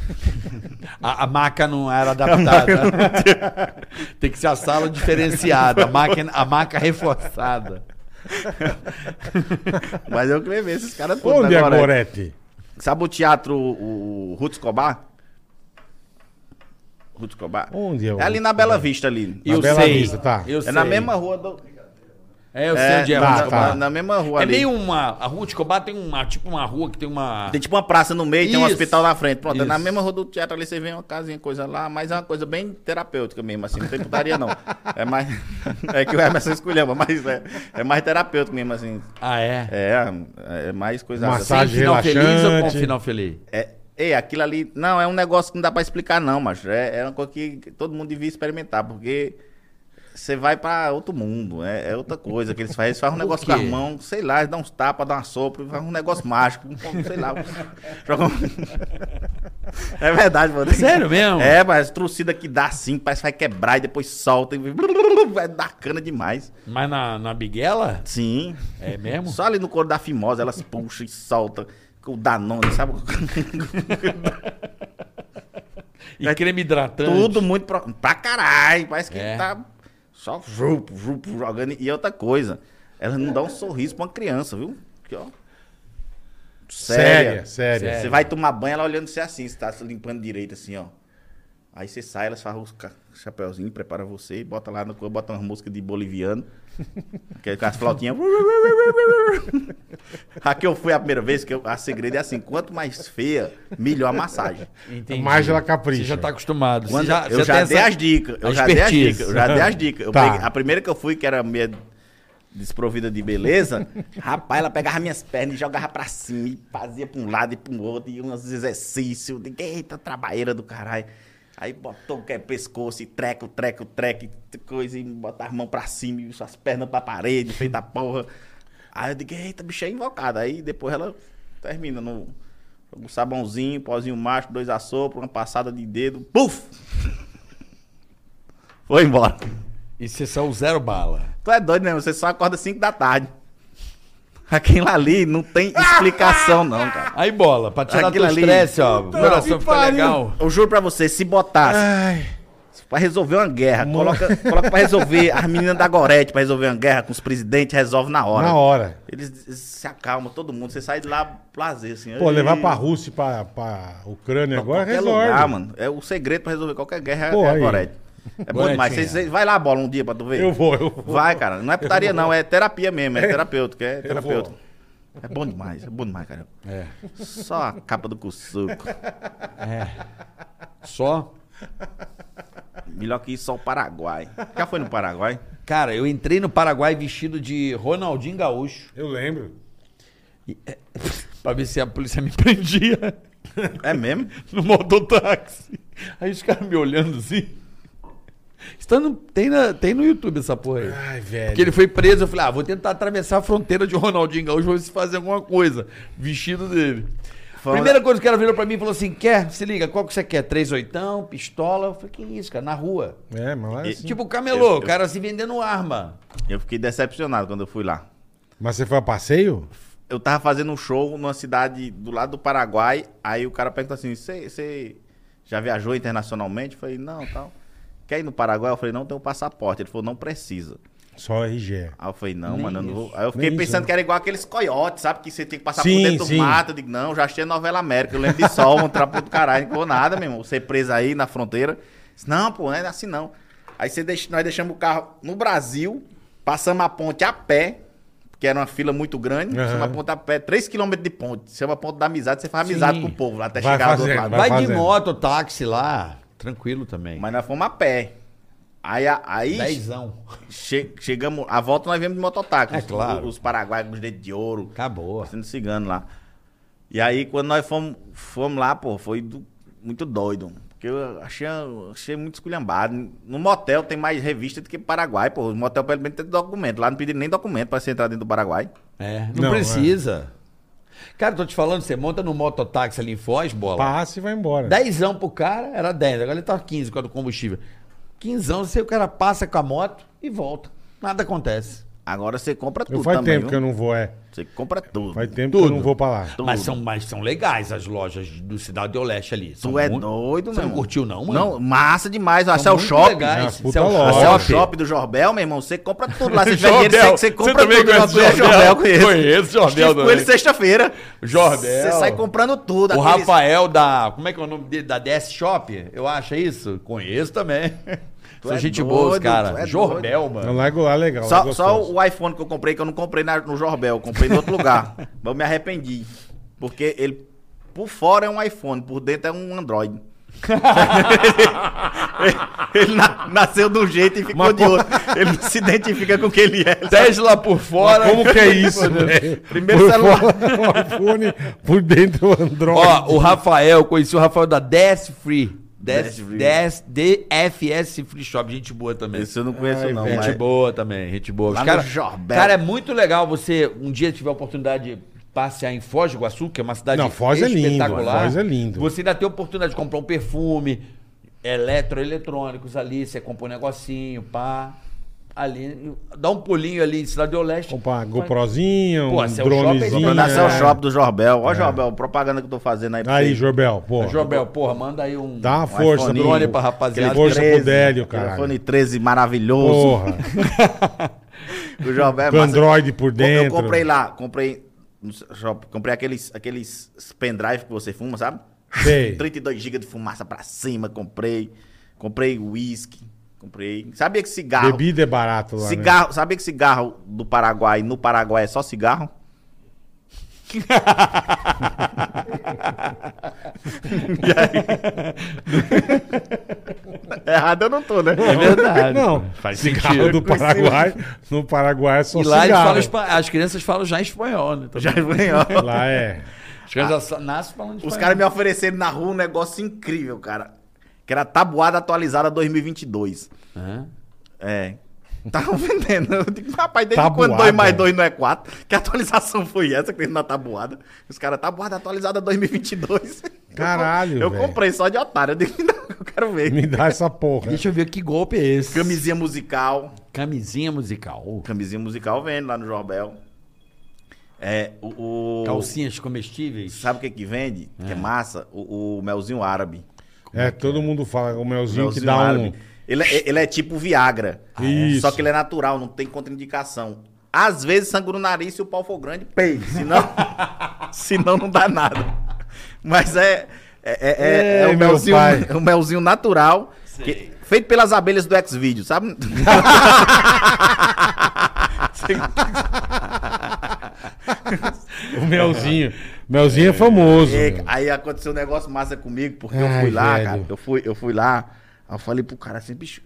Speaker 2: A, a maca não era adaptada. né? Tem que ser a sala diferenciada, a maca, a maca reforçada.
Speaker 4: Mas eu que levei esses caras tudo
Speaker 3: Onde é
Speaker 4: agora.
Speaker 3: Gorete?
Speaker 4: Sabe o teatro, o, o Ruth Escobar? Ruth Escobar?
Speaker 3: Onde é o
Speaker 4: É ali na
Speaker 3: Ruth
Speaker 4: Bela
Speaker 3: Escobar?
Speaker 4: Vista ali.
Speaker 3: Eu Bela sei. Vista, tá.
Speaker 2: Eu
Speaker 4: é
Speaker 2: sei.
Speaker 4: na mesma rua do...
Speaker 2: É, eu sei
Speaker 4: É,
Speaker 2: onde é.
Speaker 4: na,
Speaker 2: Ruth Escobar.
Speaker 4: na- na mesma rua
Speaker 2: É
Speaker 4: ali.
Speaker 2: meio uma. A rua de Escobar tem uma. Tipo uma rua que tem uma.
Speaker 4: Tem tipo uma praça no meio, tem um
Speaker 2: Isso.
Speaker 4: hospital na frente. Pronto, é na
Speaker 2: Isso.
Speaker 4: mesma rua do teatro ali você vê uma casinha, coisa lá, mas é uma coisa bem terapêutica mesmo, assim, não tem putaria não. É mais. É que o Emerson escolheu, mas é, é mais terapêutico mesmo, assim.
Speaker 2: Ah, é?
Speaker 4: É, é mais coisa
Speaker 3: Massagem.
Speaker 2: Sem final feliz ou com um
Speaker 3: relaxante.
Speaker 2: final feliz?
Speaker 4: É, é, aquilo ali. Não, é um negócio que não dá pra explicar, não, mas é, é uma coisa que todo mundo devia experimentar, porque você vai pra outro mundo, é, é outra coisa que eles fazem. Eles fazem um
Speaker 2: Por
Speaker 4: negócio
Speaker 2: quê?
Speaker 4: com a mão, sei lá, eles dão uns tapas, dão uma sopra, faz um negócio mágico, um pouco, sei lá. Joga um- É verdade, mano.
Speaker 2: Sério mesmo?
Speaker 4: É, mas trucida que dá assim, parece que vai quebrar e depois solta. E... Vai dar cana demais.
Speaker 2: Mas na, na Biguela?
Speaker 4: Sim.
Speaker 2: É mesmo?
Speaker 4: Só ali no couro da Fimosa, elas puxam e soltam. Com o Danone, sabe?
Speaker 2: E creme hidratante.
Speaker 4: Tudo muito pra, pra caralho. Parece que
Speaker 2: É.
Speaker 4: tá só jupo, jupo, jogando. E outra coisa, elas não dão um sorriso pra uma criança, viu? Aqui, ó. Séria.
Speaker 3: Séria, séria.
Speaker 2: Séria.
Speaker 4: Você vai tomar banho, ela olhando você assim, você tá se limpando direito assim, ó. Aí você sai, elas fazem os ca- chapéuzinho, prepara você, bota lá no corpo, bota uma música de boliviano. que é com as flautinhas. Aqui eu fui a primeira vez, que eu- a segredo é assim, quanto mais feia, melhor a massagem.
Speaker 2: Entendi.
Speaker 3: Mais ela capricha.
Speaker 2: Você já tá acostumado. Você
Speaker 4: Quando- eu
Speaker 2: você
Speaker 4: já
Speaker 2: tem
Speaker 4: dei
Speaker 2: essa-
Speaker 4: as dicas. Eu
Speaker 2: a
Speaker 4: já dei as
Speaker 2: expertise.
Speaker 4: dicas. Eu já dei as dicas. Eu
Speaker 3: Tá.
Speaker 4: peguei- a primeira que eu fui, que era minha desprovida de beleza, rapaz, ela pegava minhas pernas e jogava pra cima, e fazia pra um lado e pra um outro, e uns exercícios. de- Eita, trabalheira do caralho. Aí botou o que é pescoço e treco, treco, treco, e coisa, e botava as mãos pra cima e suas pernas pra parede, feita a porra. Aí eu digo, eita, bicho, é invocada. Aí depois ela termina no. Um sabãozinho, pozinho macho, dois assopros, uma passada de dedo, puf! Foi embora.
Speaker 2: E você saiu zero bala.
Speaker 4: Tu é doido mesmo, você só acorda 5 da tarde. Aquilo ali não tem explicação, não, cara.
Speaker 2: Aí bola, pra tirar
Speaker 4: Aquilo
Speaker 2: teu
Speaker 4: ali-
Speaker 2: estresse, ó. O coração
Speaker 3: que
Speaker 2: fica
Speaker 3: pariu.
Speaker 2: legal.
Speaker 4: Eu juro pra você, se botasse
Speaker 3: Ai,
Speaker 4: pra resolver uma guerra, coloca, coloca pra resolver as meninas da Gorete pra resolver uma guerra com os presidentes, resolve na hora.
Speaker 3: na hora.
Speaker 4: Eles se acalmam, todo mundo. Você sai de lá, prazer, assim.
Speaker 3: Pô,
Speaker 4: Ei,
Speaker 3: levar pra Rússia e pra, pra Ucrânia agora
Speaker 4: qualquer
Speaker 3: resolve.
Speaker 4: lugar, mano. É o segredo pra resolver qualquer guerra
Speaker 3: Pô,
Speaker 4: é a
Speaker 3: aí.
Speaker 4: Gorete. É bom demais.
Speaker 2: Goretinha.
Speaker 4: Você- você- vai lá, bola, um dia pra tu ver.
Speaker 3: Eu vou, eu vou.
Speaker 4: Vai, cara. Não é putaria, não. É terapia mesmo. É terapêutico. É
Speaker 3: vou.
Speaker 4: terapêutico. É bom demais. É bom demais, cara.
Speaker 2: É.
Speaker 4: Só a capa do Cussuco.
Speaker 2: Só?
Speaker 4: Melhor que isso, só o Paraguai. Já foi no Paraguai?
Speaker 2: Cara, eu entrei no Paraguai vestido de Ronaldinho Gaúcho
Speaker 3: Eu lembro.
Speaker 2: pra ver se a polícia me prendia
Speaker 4: É mesmo?
Speaker 2: no mototáxi. Aí os caras me olhando assim. Isso tá no- tem, na- tem no YouTube essa porra aí.
Speaker 3: Ai, velho.
Speaker 2: Porque ele foi preso, eu falei, ah, vou tentar atravessar a fronteira de Ronaldinho Gaúcho, vou ver se fazer alguma coisa. Vestido dele.
Speaker 4: Fala-
Speaker 2: Primeira coisa que o cara virou pra mim e falou assim: quer? Se liga, qual que você quer? Três oitão, pistola? Eu falei, que isso, cara? Na rua.
Speaker 3: É, mas lá é assim.
Speaker 2: Tipo camelô,
Speaker 4: Eu-
Speaker 2: o
Speaker 4: eu-
Speaker 2: cara se vendendo arma.
Speaker 4: Eu fiquei decepcionado quando eu fui lá.
Speaker 3: Mas você foi a passeio?
Speaker 4: Eu tava fazendo um show numa cidade do lado do Paraguai, aí o cara perguntou assim, você já viajou internacionalmente? Eu falei, não, tal. Quer ir no Paraguai? Eu falei, não, tenho passaporte. Ele falou, não precisa.
Speaker 3: Só RG.
Speaker 4: Aí eu falei, não,
Speaker 2: Nem
Speaker 4: mano, eu não
Speaker 2: isso.
Speaker 4: vou. Aí eu fiquei
Speaker 3: Nem isso,
Speaker 4: pensando
Speaker 3: né?
Speaker 4: que era igual aqueles coiotes, sabe? Que você tem que passar
Speaker 3: Sim,
Speaker 4: por dentro
Speaker 3: sim.
Speaker 4: do mato. Eu digo, não, já achei a novela América. Eu lembro de sol, um trapo do caralho, não vou nada, meu irmão. Você preso aí na fronteira. Disse, Não, pô, não é assim não. Aí você deixa- nós deixamos o carro no Brasil, passamos a ponte a pé, porque era uma fila muito grande,
Speaker 3: Aham.
Speaker 4: passamos a ponte a pé, 3km de ponte. Chama ponte da amizade, você faz
Speaker 2: Sim.
Speaker 4: amizade com o povo lá até
Speaker 3: Vai
Speaker 4: chegar do outro
Speaker 3: fazendo,
Speaker 4: lado.
Speaker 3: Vai
Speaker 2: Vai, de
Speaker 3: fazendo.
Speaker 2: moto, táxi lá, tranquilo também.
Speaker 4: Mas nós fomos a pé. Aí, a- aí
Speaker 2: Dezão.
Speaker 4: che- chegamos, a volta nós viemos de mototáxi.
Speaker 2: É
Speaker 4: Os-
Speaker 2: claro.
Speaker 4: Os, paraguaios com os dedos de ouro.
Speaker 2: Acabou.
Speaker 4: sendo cigano lá. E aí, quando nós fomos, fomos lá, pô, foi do- muito doido. Porque eu achei, achei muito esculhambado. No motel tem mais revista do que Paraguai, pô. O motel pelo menos tem documento. Lá não pediram nem documento pra você entrar dentro do Paraguai.
Speaker 2: É, não,
Speaker 3: Não,
Speaker 2: precisa.
Speaker 4: é.
Speaker 2: Cara, tô te falando, você monta no mototáxi ali em Foz, bola.
Speaker 3: Passa e vai embora.
Speaker 2: Dezão pro cara, era 10, agora ele tá 15 com a do combustível. Quinzão, você o cara passa com a moto e volta. Nada acontece.
Speaker 4: Agora você compra tudo
Speaker 3: Eu faz
Speaker 4: também,
Speaker 3: tempo que eu
Speaker 4: viu?
Speaker 3: não vou, é.
Speaker 4: Você compra tudo.
Speaker 3: Faz tempo que
Speaker 2: Tudo.
Speaker 3: eu não vou pra lá.
Speaker 4: Tudo.
Speaker 2: Mas são, mas são legais as lojas do Cidade do Leste ali. São
Speaker 4: Tu é
Speaker 2: muito-
Speaker 4: doido,
Speaker 2: Você
Speaker 4: meu
Speaker 2: não
Speaker 4: irmão.
Speaker 2: curtiu não, mano?
Speaker 4: Não, massa demais. A
Speaker 2: São
Speaker 4: Cell
Speaker 2: muito
Speaker 4: Shop.
Speaker 2: legais.
Speaker 3: É, puta
Speaker 2: Cell
Speaker 4: A
Speaker 3: loja.
Speaker 2: Shop.
Speaker 4: Cell Shop do Jorbel, meu irmão, você compra tudo lá. Se tiver dinheiro,
Speaker 2: Jordel.
Speaker 4: você, você compra
Speaker 2: Você também
Speaker 4: tudo. é
Speaker 2: conhece
Speaker 4: Jorbel,
Speaker 2: Jordel?
Speaker 4: Jorbel, conheço. Tipo
Speaker 2: Conheço Jordel
Speaker 4: Estive com
Speaker 2: também.
Speaker 4: ele sexta-feira.
Speaker 2: Jordel.
Speaker 4: Você sai comprando tudo.
Speaker 2: O
Speaker 4: aqueles-
Speaker 2: Rafael da. Como é que é o nome dele? Da DS Shop? Eu acho, é isso? Conheço também. São
Speaker 4: é
Speaker 2: gente
Speaker 4: doido,
Speaker 2: boa, os
Speaker 4: tu
Speaker 2: cara.
Speaker 4: é
Speaker 2: Jorbel,
Speaker 3: Eu
Speaker 2: mano.
Speaker 3: largo lá é legal. lá
Speaker 4: Só,
Speaker 3: gostoso.
Speaker 4: só o iPhone que eu comprei, que eu não comprei na- no Jorbel, eu comprei em outro lugar. Mas eu me arrependi. Porque ele, por fora é um iPhone, por dentro é um Android. ele na- nasceu de um jeito e ficou
Speaker 3: Mas
Speaker 4: de outro. Ele não se identifica com o que ele é.
Speaker 2: Tesla por fora.
Speaker 3: Como que é isso, velho?
Speaker 4: Primeiro
Speaker 3: Por
Speaker 4: celular.
Speaker 3: fora, o iPhone, por dentro o Android.
Speaker 2: Ó, o Rafael, conheci o Rafael da DS Free. DS,
Speaker 4: DS Free.
Speaker 2: DS, DFS Free Shop, gente boa também.
Speaker 4: Esse eu não conheço,
Speaker 3: Ai,
Speaker 4: não.
Speaker 2: gente
Speaker 4: mas-
Speaker 2: boa também, gente boa. Os
Speaker 4: Lá no
Speaker 2: cara,
Speaker 4: Jorbel.
Speaker 2: cara, é muito legal você um dia tiver a oportunidade de passear em Foz do Iguaçu, que é uma cidade
Speaker 3: Não, Foz é lindo,
Speaker 2: espetacular.
Speaker 3: Foz é lindo.
Speaker 2: Você ainda tem a oportunidade de comprar um perfume, eletroeletrônicos ali, você compra um negocinho, pá. Ali, dá um pulinho ali em Cidade do Leste.
Speaker 3: Comprar uma GoProzinha, um
Speaker 2: Pô, Cell Shop é
Speaker 3: dronezinho.
Speaker 4: Vou dar seu
Speaker 3: é.
Speaker 4: shop do Jorbel. Ó, Jorbel, propaganda que eu tô fazendo aí. pra
Speaker 3: Aí,
Speaker 4: você.
Speaker 3: Jorbel, pô.
Speaker 2: Jobel, porra, manda aí um.
Speaker 3: Dá uma
Speaker 4: É Um
Speaker 3: força
Speaker 4: iPhone,
Speaker 2: drone pra rapaziada.
Speaker 4: aquele
Speaker 3: Força pro Délio, caralho.
Speaker 4: Telefone 13 maravilhoso.
Speaker 3: Porra.
Speaker 4: O Jorbel é
Speaker 3: Com
Speaker 4: massa.
Speaker 3: Android por dentro.
Speaker 4: Eu comprei lá, comprei no shop, comprei aqueles, aqueles pendrive que você fuma, sabe?
Speaker 3: Sei.
Speaker 4: 32 GB de fumaça pra cima, comprei. Comprei whisky, comprei. Sabia que cigarro.
Speaker 3: Bebida é barato lá. né?
Speaker 4: cigarro, sabia que cigarro do Paraguai, no Paraguai é só cigarro? e aí? Errado eu não tô, né?
Speaker 2: É verdade.
Speaker 3: Não,
Speaker 2: Faz
Speaker 3: cigarro do
Speaker 2: sentido.
Speaker 3: Paraguai. No Paraguai é só
Speaker 2: E lá eles
Speaker 3: cigarro.
Speaker 2: falam espa- as crianças falam já espanhol, né? Então,
Speaker 4: Já vem, ó.
Speaker 3: Lá é.
Speaker 2: As crianças sa- nascem
Speaker 4: Os
Speaker 2: falando espanhol.
Speaker 4: caras me ofereceram na rua um negócio incrível, cara. Que era tabuada atualizada 2022.
Speaker 2: Hã?
Speaker 4: É. Estavam vendendo. Eu digo, rapaz, desde
Speaker 3: Tabuada.
Speaker 4: quando 2 mais 2 não é 4? Que atualização foi essa que teve na tabuada? Os caras, tabuada atualizada 2022.
Speaker 3: Caralho,
Speaker 4: Eu,
Speaker 3: velho.
Speaker 4: comprei só de otário. Eu digo, não, eu quero ver.
Speaker 3: Me dá essa porra.
Speaker 2: Deixa eu ver que golpe é esse.
Speaker 4: Camisinha musical.
Speaker 2: Camisinha musical.
Speaker 4: Camisinha musical vende lá no Jorbel. É, o. o-
Speaker 2: Calcinhas comestíveis.
Speaker 4: Sabe o que que vende? Que é massa? O, o melzinho árabe.
Speaker 3: É, todo mundo fala o melzinho
Speaker 4: Melzinho
Speaker 3: que dá
Speaker 4: árabe.
Speaker 3: um.
Speaker 4: Ele, é- ele é tipo Viagra.
Speaker 3: Ah, é?
Speaker 4: Só
Speaker 3: Isso.
Speaker 4: que ele é natural, não tem contraindicação. Às vezes sangra no nariz se o pau for grande, peide. Senão, senão não dá nada. Mas é, é, é, é- é
Speaker 3: Ei,
Speaker 4: o,
Speaker 3: meu
Speaker 4: melzinho,
Speaker 3: pai.
Speaker 4: é o melzinho natural. que- feito pelas abelhas do X-Video, sabe?
Speaker 3: O melzinho. O melzinho é famoso.
Speaker 4: É,
Speaker 3: meu.
Speaker 4: aí aconteceu um negócio massa comigo, porque
Speaker 3: Ai,
Speaker 4: eu fui lá,
Speaker 3: velho.
Speaker 4: cara. Eu fui, eu fui lá. Aí eu falei pro cara assim, bicho,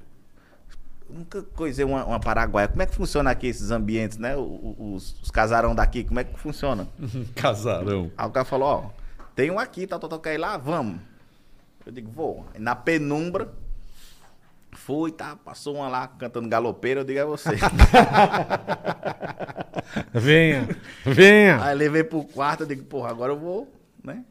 Speaker 4: eu nunca coisei uma, uma Paraguaia. Como é que funciona aqui esses ambientes, né? O- o- Os, os casarão daqui, como é que funciona?
Speaker 2: Casarão.
Speaker 4: Aí o cara falou, ó, tem um aqui, tal, tal, tal, quer ir lá? Vamos. Eu digo, vou. Aí Na penumbra, fui, tá, passou uma lá cantando galopeira, eu digo, é você.
Speaker 3: Venha, venha.
Speaker 4: Aí levei pro quarto, eu digo, porra, agora eu vou, né?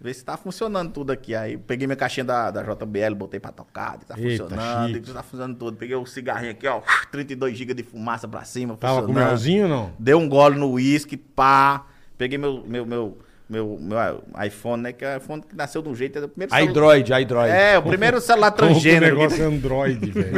Speaker 4: Ver se tá funcionando tudo aqui. Aí peguei minha caixinha da, da JBL, botei pra tocar, digo, tá
Speaker 3: Eita,
Speaker 4: funcionando,
Speaker 3: chique.
Speaker 4: digo, tá funcionando tudo. Peguei o cigarrinho aqui, ó, 32 GB de fumaça pra cima,
Speaker 3: Tava com melzinho ou não?
Speaker 4: Dei um gole no uísque, pá. Peguei meu, meu, meu, meu, meu iPhone, né? Que é o iPhone que nasceu de um jeito. Era o primeiro celular-
Speaker 2: Android, Android.
Speaker 4: É, o primeiro celular
Speaker 3: Como que o
Speaker 4: transgênero.
Speaker 3: negócio é Android, velho.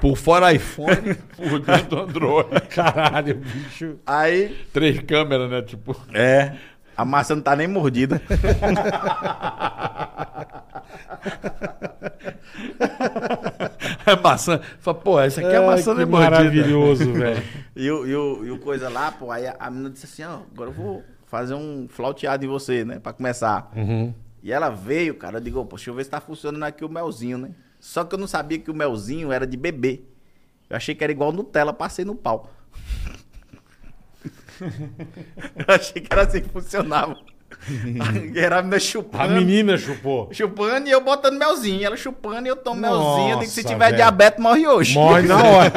Speaker 2: Por fora iPhone,
Speaker 1: Por dentro Android.
Speaker 3: Caralho, bicho.
Speaker 4: Aí.
Speaker 2: três câmeras, né? Tipo.
Speaker 4: É. A massa não tá nem mordida.
Speaker 2: É maçã. Fala, pô, essa aqui é a maçã
Speaker 3: Ai, que
Speaker 2: de mordida.
Speaker 3: maravilhoso, velho.
Speaker 4: E o, e, o, e o coisa lá, pô. Aí a, a menina disse assim: ó, agora eu vou fazer um flauteado em você, né? Pra começar.
Speaker 3: Uhum.
Speaker 4: E ela veio, cara. Eu digo, "Ô, pô, deixa eu ver se tá funcionando aqui o melzinho, né? Só que eu não sabia que o melzinho era de bebê. Eu achei que era igual Nutella, passei no pau. eu achei que era assim que funcionava. era a menina
Speaker 3: A
Speaker 4: chupando.
Speaker 3: menina chupou.
Speaker 4: Chupando e eu botando melzinho. Ela chupando e eu tomo melzinho. Eu digo, se
Speaker 3: Nossa,
Speaker 4: tiver
Speaker 3: velho.
Speaker 4: diabetes, morre hoje.
Speaker 3: Morre na hora.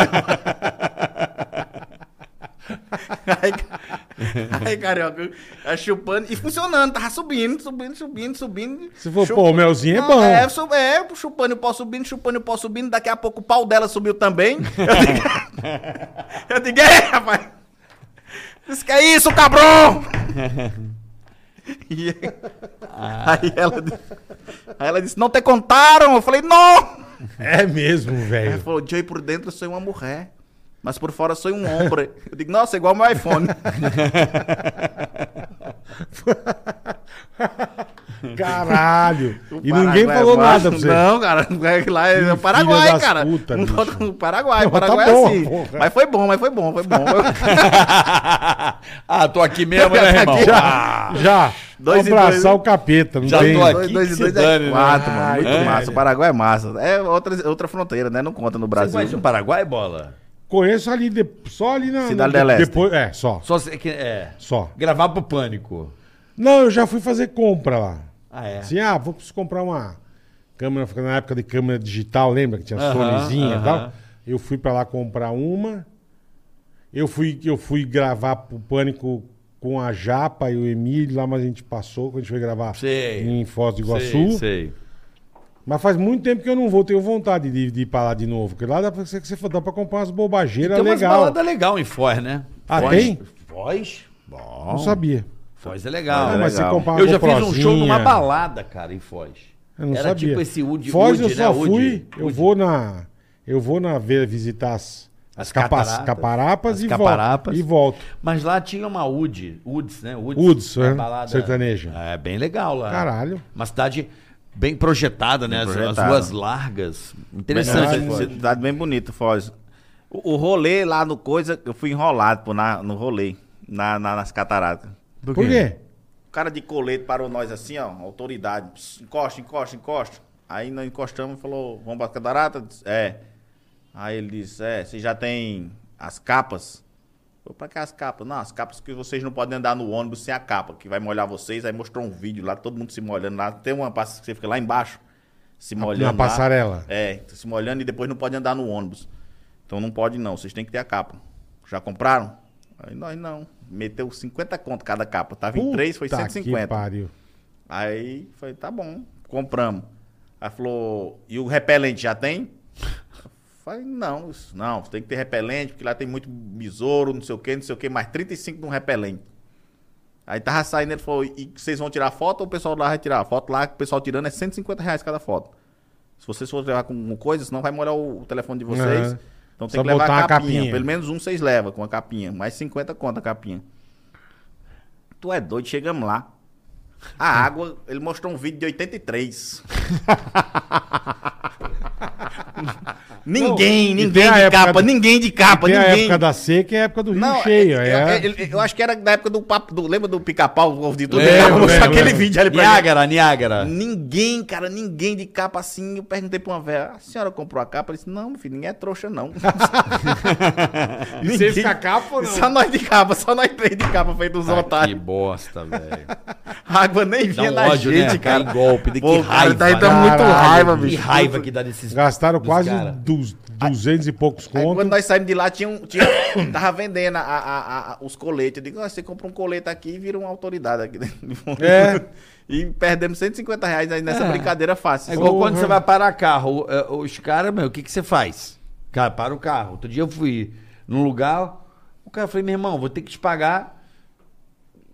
Speaker 4: aí, aí, carioca, ela chupando e funcionando. Tava subindo, subindo, subindo, subindo.
Speaker 3: Se for,
Speaker 4: Chup-
Speaker 3: pô, o melzinho é bom.
Speaker 4: É, su- é, chupando o pau subindo, chupando o pau subindo. Daqui a pouco o pau dela subiu também. Eu digo, eu digo é, rapaz. Isso que é isso, cabrão! E aí,
Speaker 3: Ah.
Speaker 4: aí ela, di- aí ela disse, não te contaram? Eu falei, não!
Speaker 3: É mesmo,
Speaker 4: Ele
Speaker 3: velho.
Speaker 4: falou, Jay, por dentro eu sou uma mulher, mas por fora eu sou um homem. Eu digo, nossa, é igual meu iPhone.
Speaker 3: Caralho. E ninguém
Speaker 4: Paraguai
Speaker 3: falou
Speaker 4: é baixo.
Speaker 3: nada pra você.
Speaker 4: Não, cara, é que lá
Speaker 3: Ih,
Speaker 4: é
Speaker 3: filha
Speaker 4: o Paraguai,
Speaker 3: das
Speaker 4: cara.
Speaker 3: puta,
Speaker 4: Não
Speaker 3: bicho.
Speaker 4: tô- o Paraguai,
Speaker 3: Não,
Speaker 4: o Paraguai
Speaker 3: tá
Speaker 4: é
Speaker 3: bom,
Speaker 4: assim.
Speaker 3: porra.
Speaker 4: Mas foi bom, mas foi bom, foi bom.
Speaker 2: ah, tô aqui mesmo, né, irmão? Ah,
Speaker 3: Já, já.
Speaker 4: Dois e
Speaker 3: abraçar
Speaker 4: dois.
Speaker 3: o capeta, não
Speaker 2: Já
Speaker 3: tem.
Speaker 2: tô aqui.
Speaker 4: Dois, dois
Speaker 2: que
Speaker 4: e
Speaker 2: se
Speaker 4: dois
Speaker 2: dane,
Speaker 4: é
Speaker 2: né?
Speaker 4: quatro,
Speaker 3: Ai,
Speaker 4: mano. Muito
Speaker 3: é.
Speaker 4: massa. O Paraguai é massa. É outra, outra fronteira, né? Não conta no
Speaker 2: Você um
Speaker 4: Brasil.
Speaker 2: conhece o Paraguai, bola?
Speaker 3: Conheço ali, de- só ali na.
Speaker 4: Cidade
Speaker 3: na-
Speaker 4: da Leste.
Speaker 3: Depois, é, só.
Speaker 2: Só se, que- é.
Speaker 3: Só.
Speaker 2: Gravar pro pânico.
Speaker 3: Não, eu já fui fazer compra lá.
Speaker 2: Ah, é.
Speaker 3: Assim, ah, vou preciso comprar uma câmera, foi na época de câmera digital, lembra que tinha
Speaker 2: Aham,
Speaker 3: Sonyzinha e tal?
Speaker 2: aham.
Speaker 3: Eu fui pra lá comprar uma. Eu fui, eu fui gravar pro Pânico com a Japa e o Emílio lá, mas a gente passou, quando a gente foi gravar
Speaker 2: Sei.
Speaker 3: em Foz do Iguaçu.
Speaker 2: Sei, sei.
Speaker 3: Mas faz muito tempo que eu não vou, tenho vontade de, de ir pra lá de novo, porque lá dá pra, você, você, dá pra comprar umas bobageiras
Speaker 2: Tem umas
Speaker 3: legal.
Speaker 2: baladas legal em Foz, né?
Speaker 3: Ah,
Speaker 2: Foz,
Speaker 3: tem?
Speaker 2: Foz? Bom.
Speaker 3: Não sabia.
Speaker 2: Foz é legal.
Speaker 4: Ah,
Speaker 3: Não, mas
Speaker 4: legal.
Speaker 3: você comprar uma
Speaker 2: Eu já fiz um
Speaker 3: GoProzinha.
Speaker 2: show numa balada, cara, em Foz.
Speaker 3: Eu não
Speaker 2: Era
Speaker 3: sabia.
Speaker 2: tipo esse Wood
Speaker 3: Foz
Speaker 2: Wood,
Speaker 3: eu só
Speaker 2: né? Wood-
Speaker 3: fui, eu
Speaker 2: Wood.
Speaker 3: vou na eu vou na ver visitar as,
Speaker 2: As
Speaker 3: as capa-
Speaker 2: cataratas.
Speaker 3: caparapas
Speaker 2: As
Speaker 3: e
Speaker 2: caparapas.
Speaker 3: volto. E volto.
Speaker 2: Mas lá tinha uma Wood, Woods, né? Woods,
Speaker 3: Woods,
Speaker 2: uma
Speaker 3: né? Sertaneja.
Speaker 2: É bem legal lá.
Speaker 3: Caralho.
Speaker 2: Uma cidade bem projetada, né? As- As
Speaker 4: projetada.
Speaker 2: ruas largas. Interessante.
Speaker 4: Cidade-
Speaker 2: Foz.
Speaker 4: é Cidade bem bonita, Foz. O, o rolê lá no coisa, eu fui enrolado pô, na, no rolê, na, na- nas cataratas.
Speaker 3: Por quê?
Speaker 4: O cara de colete parou nós assim, ó, autoridade. Pss, encosta, encosta, encosta. Aí nós encostamos e falou, vamos pra catarata? Eu disse, É. Aí ele disse, é, você já tem as capas? Eu, pra que as capas? Não, as capas que vocês não podem andar no ônibus sem a capa, que vai molhar vocês. Aí mostrou um vídeo lá, todo mundo se molhando lá. Tem uma passa que você fica lá embaixo, se molhando
Speaker 3: Na
Speaker 4: lá.
Speaker 3: passarela.
Speaker 4: É, se molhando e depois não pode andar no ônibus. Então não pode não, vocês têm que ter a capa. Já compraram? Aí nós não. Meteu 50 conto cada capa. Tava em 3, foi
Speaker 3: Puta Que
Speaker 4: 150.
Speaker 3: pariu.
Speaker 4: Aí foi, tá bom, compramos. Aí falou, e o repelente já tem? Eu Falei, não, isso- não, tem que ter repelente, porque lá tem muito besouro, não sei o que, não sei o que, mais 35 de um repelente. Aí tava saindo, ele falou, e vocês vão tirar foto ou o pessoal lá vai tirar? A foto lá, que o pessoal tirando é 150 reais cada foto. Se vocês forem levar com coisa, senão vai molhar o, o telefone de vocês.
Speaker 3: Aham.
Speaker 4: Então tem
Speaker 3: É. Só
Speaker 4: que levar
Speaker 3: botar uma
Speaker 4: a capinha.
Speaker 3: capinha.
Speaker 4: Pelo menos um vocês levam com a capinha. Mais 50 conta a capinha. Tu é doido, chegamos lá. A água, ele mostrou um vídeo de 83. Ninguém,
Speaker 3: Não, e tem
Speaker 4: ninguém
Speaker 3: a
Speaker 4: de
Speaker 3: época
Speaker 4: capa,
Speaker 3: da-
Speaker 4: ninguém de capa,
Speaker 3: Tem a
Speaker 4: ninguém.
Speaker 3: época da seca e a época do rio
Speaker 4: Não,
Speaker 3: cheio.
Speaker 4: é-
Speaker 3: é.
Speaker 4: eu, eu- eu acho que era da época do papo. do- lembra do pica-pau, o ovo de tudo?
Speaker 2: Lembro,
Speaker 4: Ele mostrou
Speaker 3: lembro,
Speaker 4: aquele
Speaker 3: lembro.
Speaker 4: vídeo ali pra gente.
Speaker 2: Niágara, Niágara.
Speaker 4: Ninguém, cara, ninguém de capa assim. Eu perguntei pra uma velha, a senhora comprou a capa? Ela disse, não, meu filho, ninguém é trouxa, não.
Speaker 3: E vocês com a capa ou não?
Speaker 4: Só nós de capa, só nós três de capa, feito uns
Speaker 2: Ah, que
Speaker 4: otários.
Speaker 2: bosta, velho.
Speaker 4: A água nem
Speaker 2: Dá
Speaker 4: vinha
Speaker 2: um
Speaker 4: na
Speaker 2: ódio,
Speaker 4: gente,
Speaker 2: né?
Speaker 4: cara.
Speaker 2: Cara, em golpe. De que
Speaker 4: Pô, cara,
Speaker 2: raiva.
Speaker 4: tá dando
Speaker 2: né?
Speaker 4: muito raiva,
Speaker 2: Que
Speaker 4: bicho.
Speaker 2: raiva que dá desses...
Speaker 3: Gastaram
Speaker 2: dos
Speaker 3: quase
Speaker 2: cara.
Speaker 3: du- 200 e poucos
Speaker 4: Aí,
Speaker 3: contos.
Speaker 4: quando nós saímos de lá, tinha um, tinha, tava vendendo a- a- a- a- os coletes. Eu digo, "Nossa, você compra um colete aqui e vira uma autoridade aqui dentro.
Speaker 3: É.
Speaker 4: E perdemos 150 reais aí nessa
Speaker 2: É.
Speaker 4: brincadeira fácil.
Speaker 2: É igual quando
Speaker 3: Porra.
Speaker 2: você vai parar carro. eh, Os caras, meu, o que, que você faz? Cara, para o carro. Outro dia eu fui num lugar, o cara falou, meu irmão, vou ter que te pagar.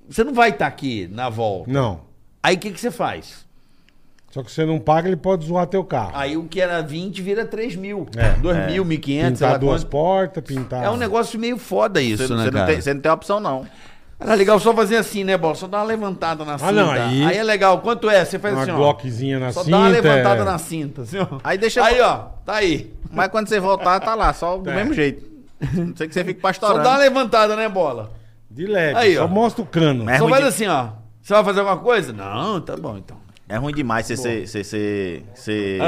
Speaker 2: Você não vai estar aqui na volta.
Speaker 3: Não.
Speaker 2: Aí o que, que você faz?
Speaker 3: Só que você não paga, ele pode zoar teu carro.
Speaker 2: Aí o que era 20 vira 3 mil.
Speaker 3: É.
Speaker 2: 2 mil, 1.500, sei lá
Speaker 3: pintar duas
Speaker 2: quanto.
Speaker 3: portas, pintar.
Speaker 2: É um negócio meio foda isso,
Speaker 4: Você,
Speaker 2: né,
Speaker 4: você não
Speaker 2: cara?
Speaker 4: tem, você não tem opção, não.
Speaker 2: Era legal só fazer assim, né, Bola? Só dar uma levantada na cinta.
Speaker 3: Ah, não, aí-
Speaker 2: é legal. Quanto é? Você faz
Speaker 3: Uma
Speaker 2: assim, ó.
Speaker 3: glockzinha na
Speaker 2: Só
Speaker 3: cinta.
Speaker 2: dá uma levantada
Speaker 3: é.
Speaker 2: na cinta, assim, ó.
Speaker 4: Aí deixa-
Speaker 2: Aí, ó. Tá aí.
Speaker 4: Mas quando você voltar, tá lá, só do mesmo jeito. Não sei que você fique
Speaker 2: Só
Speaker 4: pastorando.
Speaker 2: dá uma levantada, né, Bola?
Speaker 3: De leve.
Speaker 2: Aí,
Speaker 3: só
Speaker 2: ó.
Speaker 3: mostra o cano.
Speaker 4: É
Speaker 2: só
Speaker 4: ruim
Speaker 2: faz
Speaker 4: de-
Speaker 2: assim, ó. Você vai fazer alguma coisa? Não, tá bom, então.
Speaker 4: É ruim demais você ser. ser, ser, ser...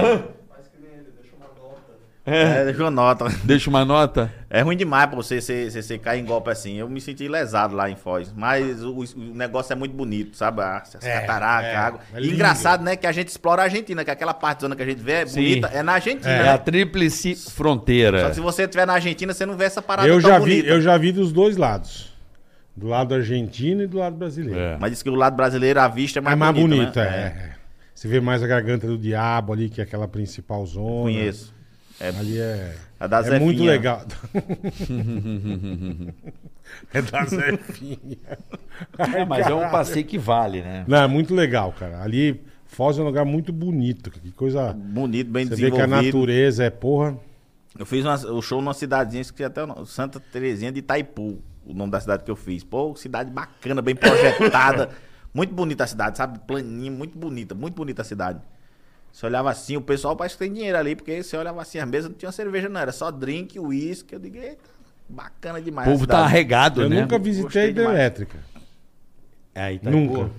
Speaker 4: É, deixa uma nota.
Speaker 2: Deixa uma nota.
Speaker 4: É ruim demais pra você, você, você, você cair em golpe assim. Eu me senti lesado lá em Foz. Mas o, o negócio é muito bonito, sabe? As, as
Speaker 3: É,
Speaker 4: cataracas,
Speaker 3: é,
Speaker 4: a água.
Speaker 3: é
Speaker 4: E
Speaker 3: lindo.
Speaker 4: engraçado, né? Que a gente explora a Argentina, que aquela parte zona que a gente vê é
Speaker 2: Sim.
Speaker 4: bonita. É na Argentina,
Speaker 2: É,
Speaker 4: né?
Speaker 2: a tríplice
Speaker 4: Só
Speaker 2: fronteira.
Speaker 4: que se você estiver na Argentina, você não vê essa parada
Speaker 3: Eu
Speaker 4: tá tão
Speaker 3: já, vi,
Speaker 4: bonita.
Speaker 3: eu já vi dos dois lados. Do lado argentino e do lado brasileiro. É,
Speaker 4: Mas diz que o lado brasileiro, a vista é mais,
Speaker 3: mais
Speaker 4: bonita.
Speaker 3: bonito,
Speaker 4: né?
Speaker 3: é. é. Você vê mais a garganta do diabo ali, que é aquela principal zona.
Speaker 4: Conheço. É,
Speaker 3: Ali é.
Speaker 4: a da
Speaker 3: é muito
Speaker 4: Zefinha.
Speaker 3: legal. é da Zefinha.
Speaker 2: É, mas é um passeio que vale, né?
Speaker 3: Não, é muito legal, cara. Ali, Foz é um lugar muito bonito. Que coisa.
Speaker 4: Bonito, bem
Speaker 3: Você vê que a
Speaker 4: desenvolvido.
Speaker 3: natureza é porra.
Speaker 4: Eu fiz uma- o show numa cidadezinha, esqueci até o nome, Santa Terezinha de Itaipu, o nome da cidade que eu fiz. Pô, cidade bacana, bem projetada. muito bonita a cidade, sabe? Planinha, muito bonita, muito bonita a cidade. Você olhava assim, o pessoal parece que tem dinheiro ali, porque você olhava assim, as mesas não tinha cerveja, não. Era só drink, uísque. Eu digo, eita, bacana
Speaker 2: O
Speaker 4: demais. a
Speaker 2: povo tá
Speaker 4: cidade.
Speaker 2: arregado,
Speaker 3: Eu
Speaker 2: né?
Speaker 3: nunca visitei a
Speaker 4: Gostei demais.
Speaker 3: hidrelétrica.
Speaker 2: É, Itaipu.
Speaker 3: Nunca.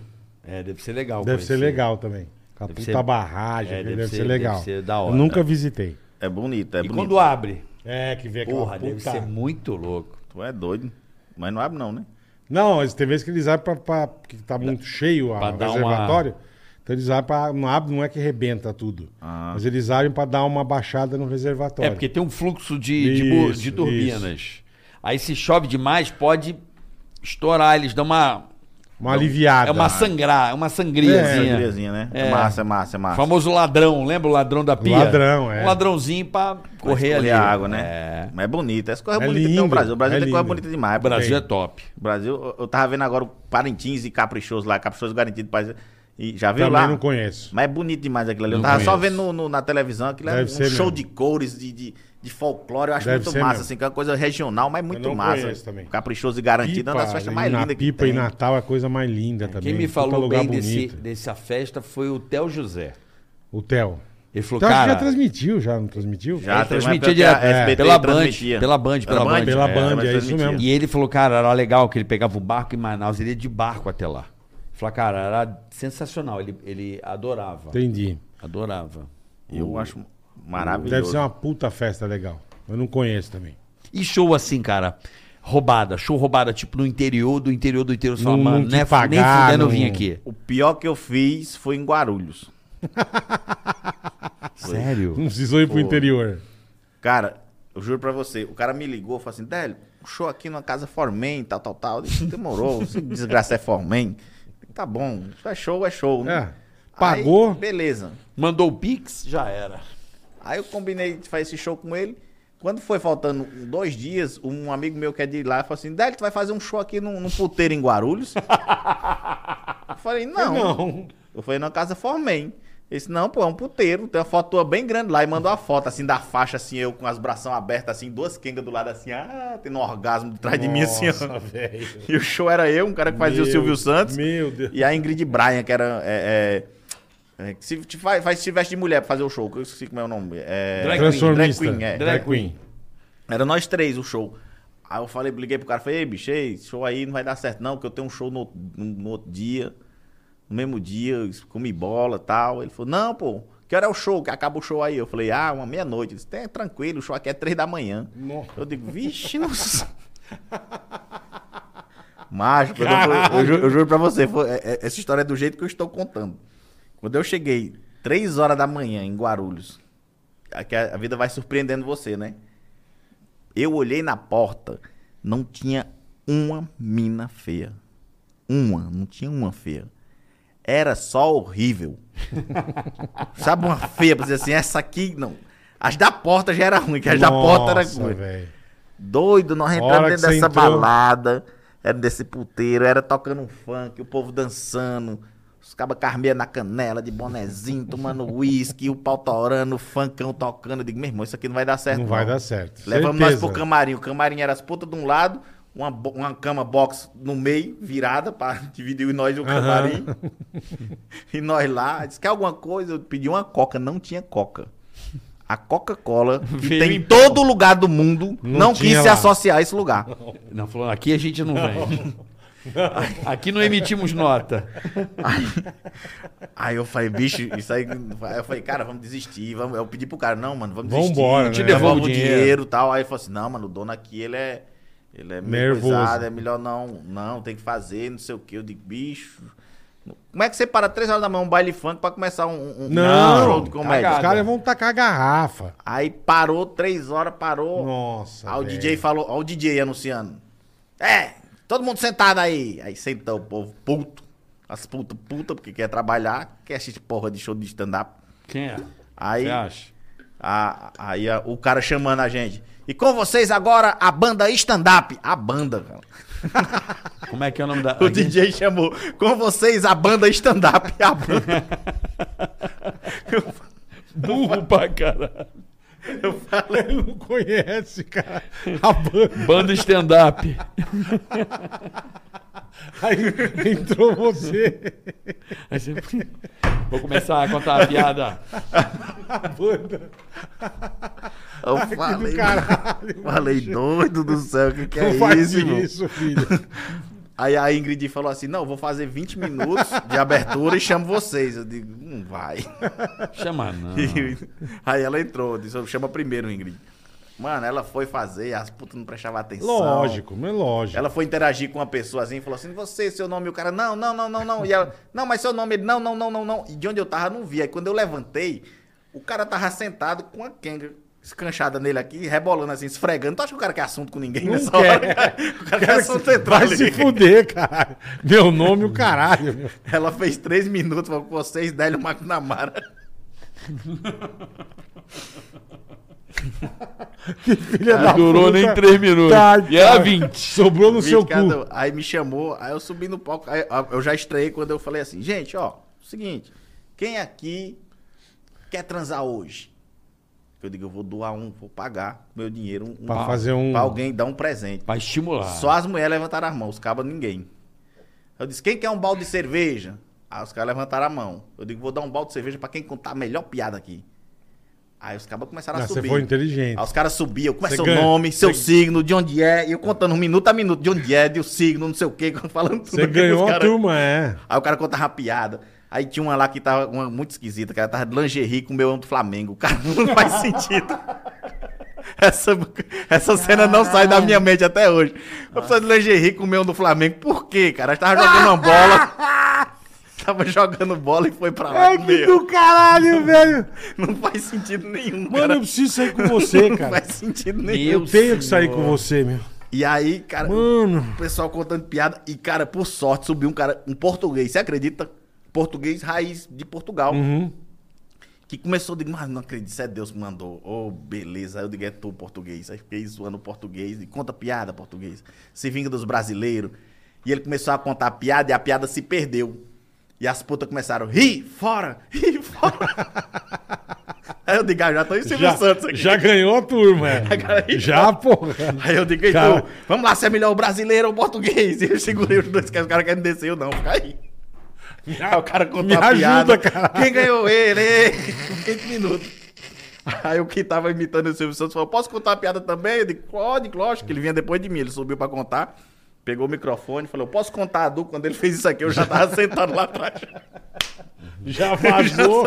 Speaker 2: É, deve ser legal.
Speaker 3: Deve ser
Speaker 2: conhecer.
Speaker 3: legal também. Com a
Speaker 2: Deve
Speaker 3: puta
Speaker 2: ser-
Speaker 3: barragem,
Speaker 2: é,
Speaker 3: deve,
Speaker 2: deve
Speaker 3: deve ser,
Speaker 2: ser-
Speaker 3: legal.
Speaker 2: deve ser da hora.
Speaker 3: Eu nunca visitei.
Speaker 4: É bonito, é
Speaker 2: E
Speaker 4: bonito.
Speaker 2: quando abre?
Speaker 3: É, que vê aquela
Speaker 2: Porra, deve
Speaker 3: puta-
Speaker 2: ser muito louco.
Speaker 4: Tu é doido. Mas não abre, não, né?
Speaker 3: Não, mas tem vezes que eles abrem pra, pra- porque tá muito cheio
Speaker 2: pra
Speaker 3: a- o
Speaker 2: dar uma-
Speaker 3: reservatório. Então eles abrem pra. Não abre, não é que rebenta tudo.
Speaker 4: Ah.
Speaker 3: Mas eles abrem pra dar uma baixada no reservatório.
Speaker 2: É, porque tem um fluxo de, de bu-
Speaker 3: Isso,
Speaker 2: de turbinas. Aí se chove demais, pode estourar, eles dão uma.
Speaker 3: Uma aliviada.
Speaker 2: É uma sangrar, é uma sangriazinha.
Speaker 4: Cervejazinha, né?
Speaker 2: É.
Speaker 4: É massa, é massa, é
Speaker 2: O
Speaker 4: massa.
Speaker 2: famoso ladrão, lembra o ladrão da pia?
Speaker 3: Ladrão, é.
Speaker 2: Um ladrãozinho pra
Speaker 4: Pra
Speaker 2: correr ali.
Speaker 4: escorrer a água, né?
Speaker 2: É.
Speaker 4: Mas é bonito. Essa coisa
Speaker 3: É
Speaker 4: é bonita tem
Speaker 3: lindo,
Speaker 4: no Brasil. O Brasil
Speaker 3: é
Speaker 4: tem coisa
Speaker 3: lindo.
Speaker 4: bonita demais.
Speaker 2: O
Speaker 4: pô.
Speaker 2: Brasil é top.
Speaker 4: Brasil, eu- eu tava vendo agora o Parintins e Caprichoso lá, Caprichoso Garantido, parece- e já viu
Speaker 3: Também
Speaker 4: lá?
Speaker 3: não conheço.
Speaker 4: Mas é bonito demais aquilo ali. Eu
Speaker 2: Não
Speaker 4: tava só vendo
Speaker 2: conheço.
Speaker 4: no- no- na televisão, aquilo é um
Speaker 3: Deve ser
Speaker 4: show
Speaker 3: mesmo.
Speaker 4: de cores, de, de, de folclore, eu acho
Speaker 3: Deve
Speaker 4: muito
Speaker 3: ser
Speaker 4: massa,
Speaker 3: mesmo.
Speaker 4: assim, que é uma coisa regional, mas muito
Speaker 3: não
Speaker 4: massa.
Speaker 3: conheço também.
Speaker 4: Caprichoso e Garantido é uma das festas mais
Speaker 3: e na
Speaker 4: lindas que
Speaker 3: Pipa
Speaker 4: tem.
Speaker 3: e Natal é a coisa mais linda também.
Speaker 2: Quem me
Speaker 3: puta
Speaker 2: falou
Speaker 3: lugar
Speaker 2: bem desse,
Speaker 3: bonito.
Speaker 2: dessa festa foi o Theo José.
Speaker 3: O Theo. O
Speaker 2: Ele falou,
Speaker 3: Theo Então, acho que já
Speaker 2: cara.
Speaker 3: transmitiu, já não transmitiu?
Speaker 4: Já
Speaker 2: Ele
Speaker 4: teve uma
Speaker 2: É, transmitia
Speaker 4: época que a
Speaker 2: direto, é,
Speaker 4: SBT
Speaker 2: pela Band,
Speaker 4: transmitia.
Speaker 2: pela Band,
Speaker 4: Era
Speaker 2: pela Band.
Speaker 3: Pela Band,
Speaker 4: mas
Speaker 3: é isso
Speaker 4: transmitia.
Speaker 3: mesmo.
Speaker 2: E ele falou, cara, era legal que ele pegava o barco em Manaus, ele ia de barco até lá. Ele falou, cara, era sensacional. Ele, ele adorava.
Speaker 3: Entendi.
Speaker 2: Adorava.
Speaker 4: Eu acho maravilhoso.
Speaker 3: Deve ser uma puta festa legal. Eu não conheço também.
Speaker 2: E show assim, cara. Roubada, show roubada, tipo no interior, do interior do interior, só,
Speaker 3: Não-
Speaker 2: mano,
Speaker 3: não te
Speaker 2: né?
Speaker 3: pagar,
Speaker 2: nem fudendo eu
Speaker 3: não-
Speaker 2: vim aqui.
Speaker 4: O pior que eu fiz foi em Guarulhos.
Speaker 2: Sério?
Speaker 3: Não precisou ir Um pro
Speaker 4: Pô.
Speaker 3: interior.
Speaker 4: Cara, eu juro pra você, o cara me ligou, falou assim, Délio, um show aqui numa casa Formen, tal, tal, tal. Eu disse, demorou, se desgraça é Formen. Tá bom, é show, é show.
Speaker 3: É.
Speaker 4: né?
Speaker 3: Pagou.
Speaker 4: Aí, beleza.
Speaker 2: Mandou o Pix? Já era.
Speaker 4: Aí eu combinei de fazer esse show com ele. Quando foi faltando dois dias, um amigo meu que é de lá falou assim: Délio, tu vai fazer um show aqui num, num puteiro em Guarulhos? eu falei, não.
Speaker 3: Não.
Speaker 4: Eu falei, na casa formei. Ele disse, não, pô, é um puteiro. Tem uma foto tua bem grande lá. E mandou a foto, assim, da faixa, assim, eu com as bração abertas, assim, duas quengas do lado, assim, ah, tendo um orgasmo atrás de mim, assim, ó.
Speaker 3: velho.
Speaker 4: E o show era eu, um cara que fazia o
Speaker 3: Meu-
Speaker 4: Silvio Santos.
Speaker 3: Meu Deus.
Speaker 4: E a Ingrid Bryan, que era é, é, É, que se te faz, faz, se veste de mulher pra fazer o show, que eu esqueci como é o nome. É...
Speaker 2: Drag queen.
Speaker 3: Transformista.
Speaker 4: Drag queen, é.
Speaker 3: Drag queen.
Speaker 4: Era nós três o show. Aí eu falei, liguei pro cara, falei, ei, bicho, ei, esse show aí não vai dar certo não, porque eu tenho um show no, outro- no, no outro dia, no mesmo dia, eu comi bola e tal. Ele falou, não, pô, que hora é o show? Que acaba o show aí? Eu falei, ah, uma meia-noite. Ele disse, é tranquilo, o show aqui é três da manhã.
Speaker 3: Nossa.
Speaker 4: Eu digo, vixe, não sei. Mágico, eu, eu ju- eu juro pra você, foi- é- é- essa história é do jeito que eu estou contando. Quando eu cheguei, três horas da manhã em Guarulhos, aqui a, a vida vai surpreendendo você, né? Eu olhei na porta, não tinha uma mina feia. Uma, não tinha uma feia. Era só horrível. Sabe uma feia, pra dizer assim, essa aqui, não. As da porta já era ruim, que é as da porta era
Speaker 3: Nossa,
Speaker 4: ruim.
Speaker 3: velho.
Speaker 4: Doido, nós
Speaker 3: Hora
Speaker 4: entramos
Speaker 3: que
Speaker 4: dentro
Speaker 3: você
Speaker 4: dessa
Speaker 3: entrou.
Speaker 4: balada, era desse puteiro, era tocando um funk, o povo dançando, os cabas carmeia na canela, de bonezinho, tomando uísque, o pau torando, o funkão tocando. Eu digo, meu irmão, isso aqui não vai dar certo.
Speaker 3: Não vai dar certo.
Speaker 4: Levamos nós
Speaker 3: Certeza.
Speaker 4: pro camarim. O camarim era as pontas de um lado, uma, bo- uma cama box no meio, virada, pra dividir nós e o camarim. e nós lá. Disse, quer alguma coisa? Eu pedi uma coca, não tinha coca. A Coca-Cola, que
Speaker 2: Veio
Speaker 4: tem
Speaker 2: em
Speaker 4: em todo lugar do mundo,
Speaker 3: Não
Speaker 4: não,
Speaker 3: tinha
Speaker 4: quis se
Speaker 3: lá.
Speaker 4: associar a esse lugar.
Speaker 2: Não, falou, aqui a gente não vem. Aqui não emitimos nota.
Speaker 4: Aí eu falei, bicho, isso aí. Aí eu falei, cara, vamos desistir. Vamos... Eu pedi pro cara, não, mano, vamos desistir.
Speaker 3: Vambora,
Speaker 4: te
Speaker 3: né?
Speaker 4: devolvo o
Speaker 2: Devolve o
Speaker 4: dinheiro e tal. Aí ele falou assim: não, mano, o dono aqui, ele é. Ele é meio
Speaker 3: Nervoso.
Speaker 4: coisado, é melhor não. Não, tem que fazer, não sei o quê. Eu digo, bicho. Como é que você para três horas da manhã um baile funk pra começar um, um,
Speaker 3: Não,
Speaker 4: um show de comédia?
Speaker 3: Os caras vão tacar a garrafa.
Speaker 4: Aí parou, três horas, parou.
Speaker 3: Nossa.
Speaker 4: Aí Ah, o
Speaker 3: velho.
Speaker 4: DJ falou, ó o DJ anunciando. É, todo mundo sentado aí. Aí sentou o povo puto. As putas puta, porque quer trabalhar, quer assistir porra de show de stand-up.
Speaker 2: Quem é?
Speaker 4: Aí,
Speaker 2: Você acha?
Speaker 4: a- aí a- o cara chamando a gente. E com vocês agora, a banda stand-up. A banda, cara.
Speaker 2: Como é que é o nome da.
Speaker 4: O DJ chamou. Com vocês, a banda stand-up. A banda.
Speaker 2: Burro pra caralho.
Speaker 4: Eu falei,
Speaker 3: Ele não conhece, cara. A banda.
Speaker 2: Banda stand-up.
Speaker 3: Aí entrou você.
Speaker 2: Aí você- Vou começar a contar a piada.
Speaker 3: A banda.
Speaker 4: eu
Speaker 3: Que
Speaker 4: falei,
Speaker 3: do caralho.
Speaker 4: falei, doido do céu, o que, que é
Speaker 3: não faz
Speaker 4: isso, irmão?
Speaker 3: isso, filho.
Speaker 4: Aí a Ingrid falou assim: não, vou fazer 20 minutos de abertura e chamo vocês. Eu digo, não vai.
Speaker 2: Chama
Speaker 3: Ah.
Speaker 2: não.
Speaker 4: Aí ela entrou, disse: eu chamo primeiro, Ingrid. Mano, ela foi fazer, as putas não prestavam atenção.
Speaker 3: Lógico, mas lógico.
Speaker 4: Ela foi interagir com uma pessoa assim, falou assim: você, seu nome, e o cara, não, não, não, não, não. E ela, não, mas seu nome, ele, não, não, não, não, não. E de onde eu tava, não vi. Aí quando eu levantei, o cara tava sentado com a kenga escanchada nele aqui, rebolando assim, esfregando. Tu acha que o cara quer assunto com ninguém
Speaker 3: Não
Speaker 4: nessa
Speaker 3: quer.
Speaker 4: hora? cara? O cara quer assunto central
Speaker 3: Vai
Speaker 4: ali.
Speaker 3: se fuder, caralho. Meu nome, o caralho. Meu.
Speaker 4: Ela fez três minutos, falou com vocês, Délio McNamara.
Speaker 3: Filha
Speaker 2: Não durou nem três minutos.
Speaker 3: Tá,
Speaker 2: E era
Speaker 3: tá.
Speaker 2: 20.
Speaker 3: Sobrou no seu
Speaker 4: Vixe,
Speaker 3: cu.
Speaker 4: cada- Aí me chamou, aí eu subi no palco, aí eu já estreiei quando eu falei assim, gente, ó, seguinte, quem aqui quer transar hoje? Eu digo, eu vou doar um, vou pagar com meu dinheiro. Um,
Speaker 3: Pra fazer um- Ah.
Speaker 4: Pra alguém dar um presente.
Speaker 2: Vai estimular.
Speaker 4: Só as mulheres levantaram as mãos, os cabas ninguém. Eu disse, quem quer um balde de cerveja? Aí os caras levantaram a mão. Eu digo, vou dar um balde de cerveja pra quem contar a melhor piada aqui. Aí os cabas começaram
Speaker 3: Ah,
Speaker 4: a subir.
Speaker 3: Você foi inteligente.
Speaker 4: Aí os caras subiam, como é
Speaker 3: Você
Speaker 4: seu
Speaker 3: ganha-
Speaker 4: nome, seu
Speaker 3: você-
Speaker 4: signo, de onde é, e eu contando um minuto a minuto, de onde é, de o signo, não sei o quê, falando tudo.
Speaker 3: Você
Speaker 4: aqui
Speaker 3: ganhou
Speaker 4: pros
Speaker 3: a
Speaker 4: caras.
Speaker 3: turma, é.
Speaker 4: Aí o cara contava piada. Aí tinha uma lá que tava uma muito esquisita, que ela tava de lingerie com o meu do Flamengo. Cara, não faz sentido. Essa, essa cena não sai da minha mente até hoje. Eu preciso de lingerie com o meu do Flamengo. Por quê, cara? Ela tava jogando uma bola. Tava jogando bola e foi pra lá.
Speaker 3: Ai,
Speaker 4: com o
Speaker 3: que
Speaker 4: meu.
Speaker 3: do caralho, velho.
Speaker 4: Não faz sentido nenhum,
Speaker 3: Mano,
Speaker 4: cara.
Speaker 3: eu preciso sair com você,
Speaker 4: Não
Speaker 3: cara.
Speaker 4: faz sentido nenhum.
Speaker 3: Eu tenho que sair com você, meu.
Speaker 4: E aí, cara,
Speaker 3: Mano.
Speaker 4: o pessoal contando piada. E, cara, por sorte, subiu um cara, um português, você acredita? Português raiz de Portugal.
Speaker 3: Uhum.
Speaker 4: Que começou, eu digo, mas não acredito, isso é Deus que mandou. Oh, beleza. Aí eu digo, é tu, português. Aí fiquei zoando o português. E conta piada, português. Se vinga dos brasileiros. E ele começou a contar a piada e a piada se perdeu. E as putas começaram, ri, fora, ri, fora. aí eu digo, ah, já tô em Silvio
Speaker 3: Já,
Speaker 4: Santos aqui.
Speaker 3: já ganhou a turma, é.
Speaker 4: Cara,
Speaker 3: Já, porra.
Speaker 4: Aí eu digo, então,
Speaker 3: Cara.
Speaker 4: vamos lá, se é melhor o brasileiro ou o português. E eu segurei os dois, que os caras querem descer, eu não, fica aí. o cara contou
Speaker 3: Me
Speaker 4: a
Speaker 3: ajuda,
Speaker 4: piada.
Speaker 3: cara.
Speaker 4: Quem ganhou ele? Com 20 minutos. Aí o que tava imitando o Silvio Santos falou: Posso contar a piada também? Eu digo: Pode, lógico, que ele vinha depois de mim. Ele subiu pra contar, pegou o microfone, falou: Posso contar a Du? Quando ele fez isso aqui, eu já tava sentado lá atrás.
Speaker 3: Já vazou.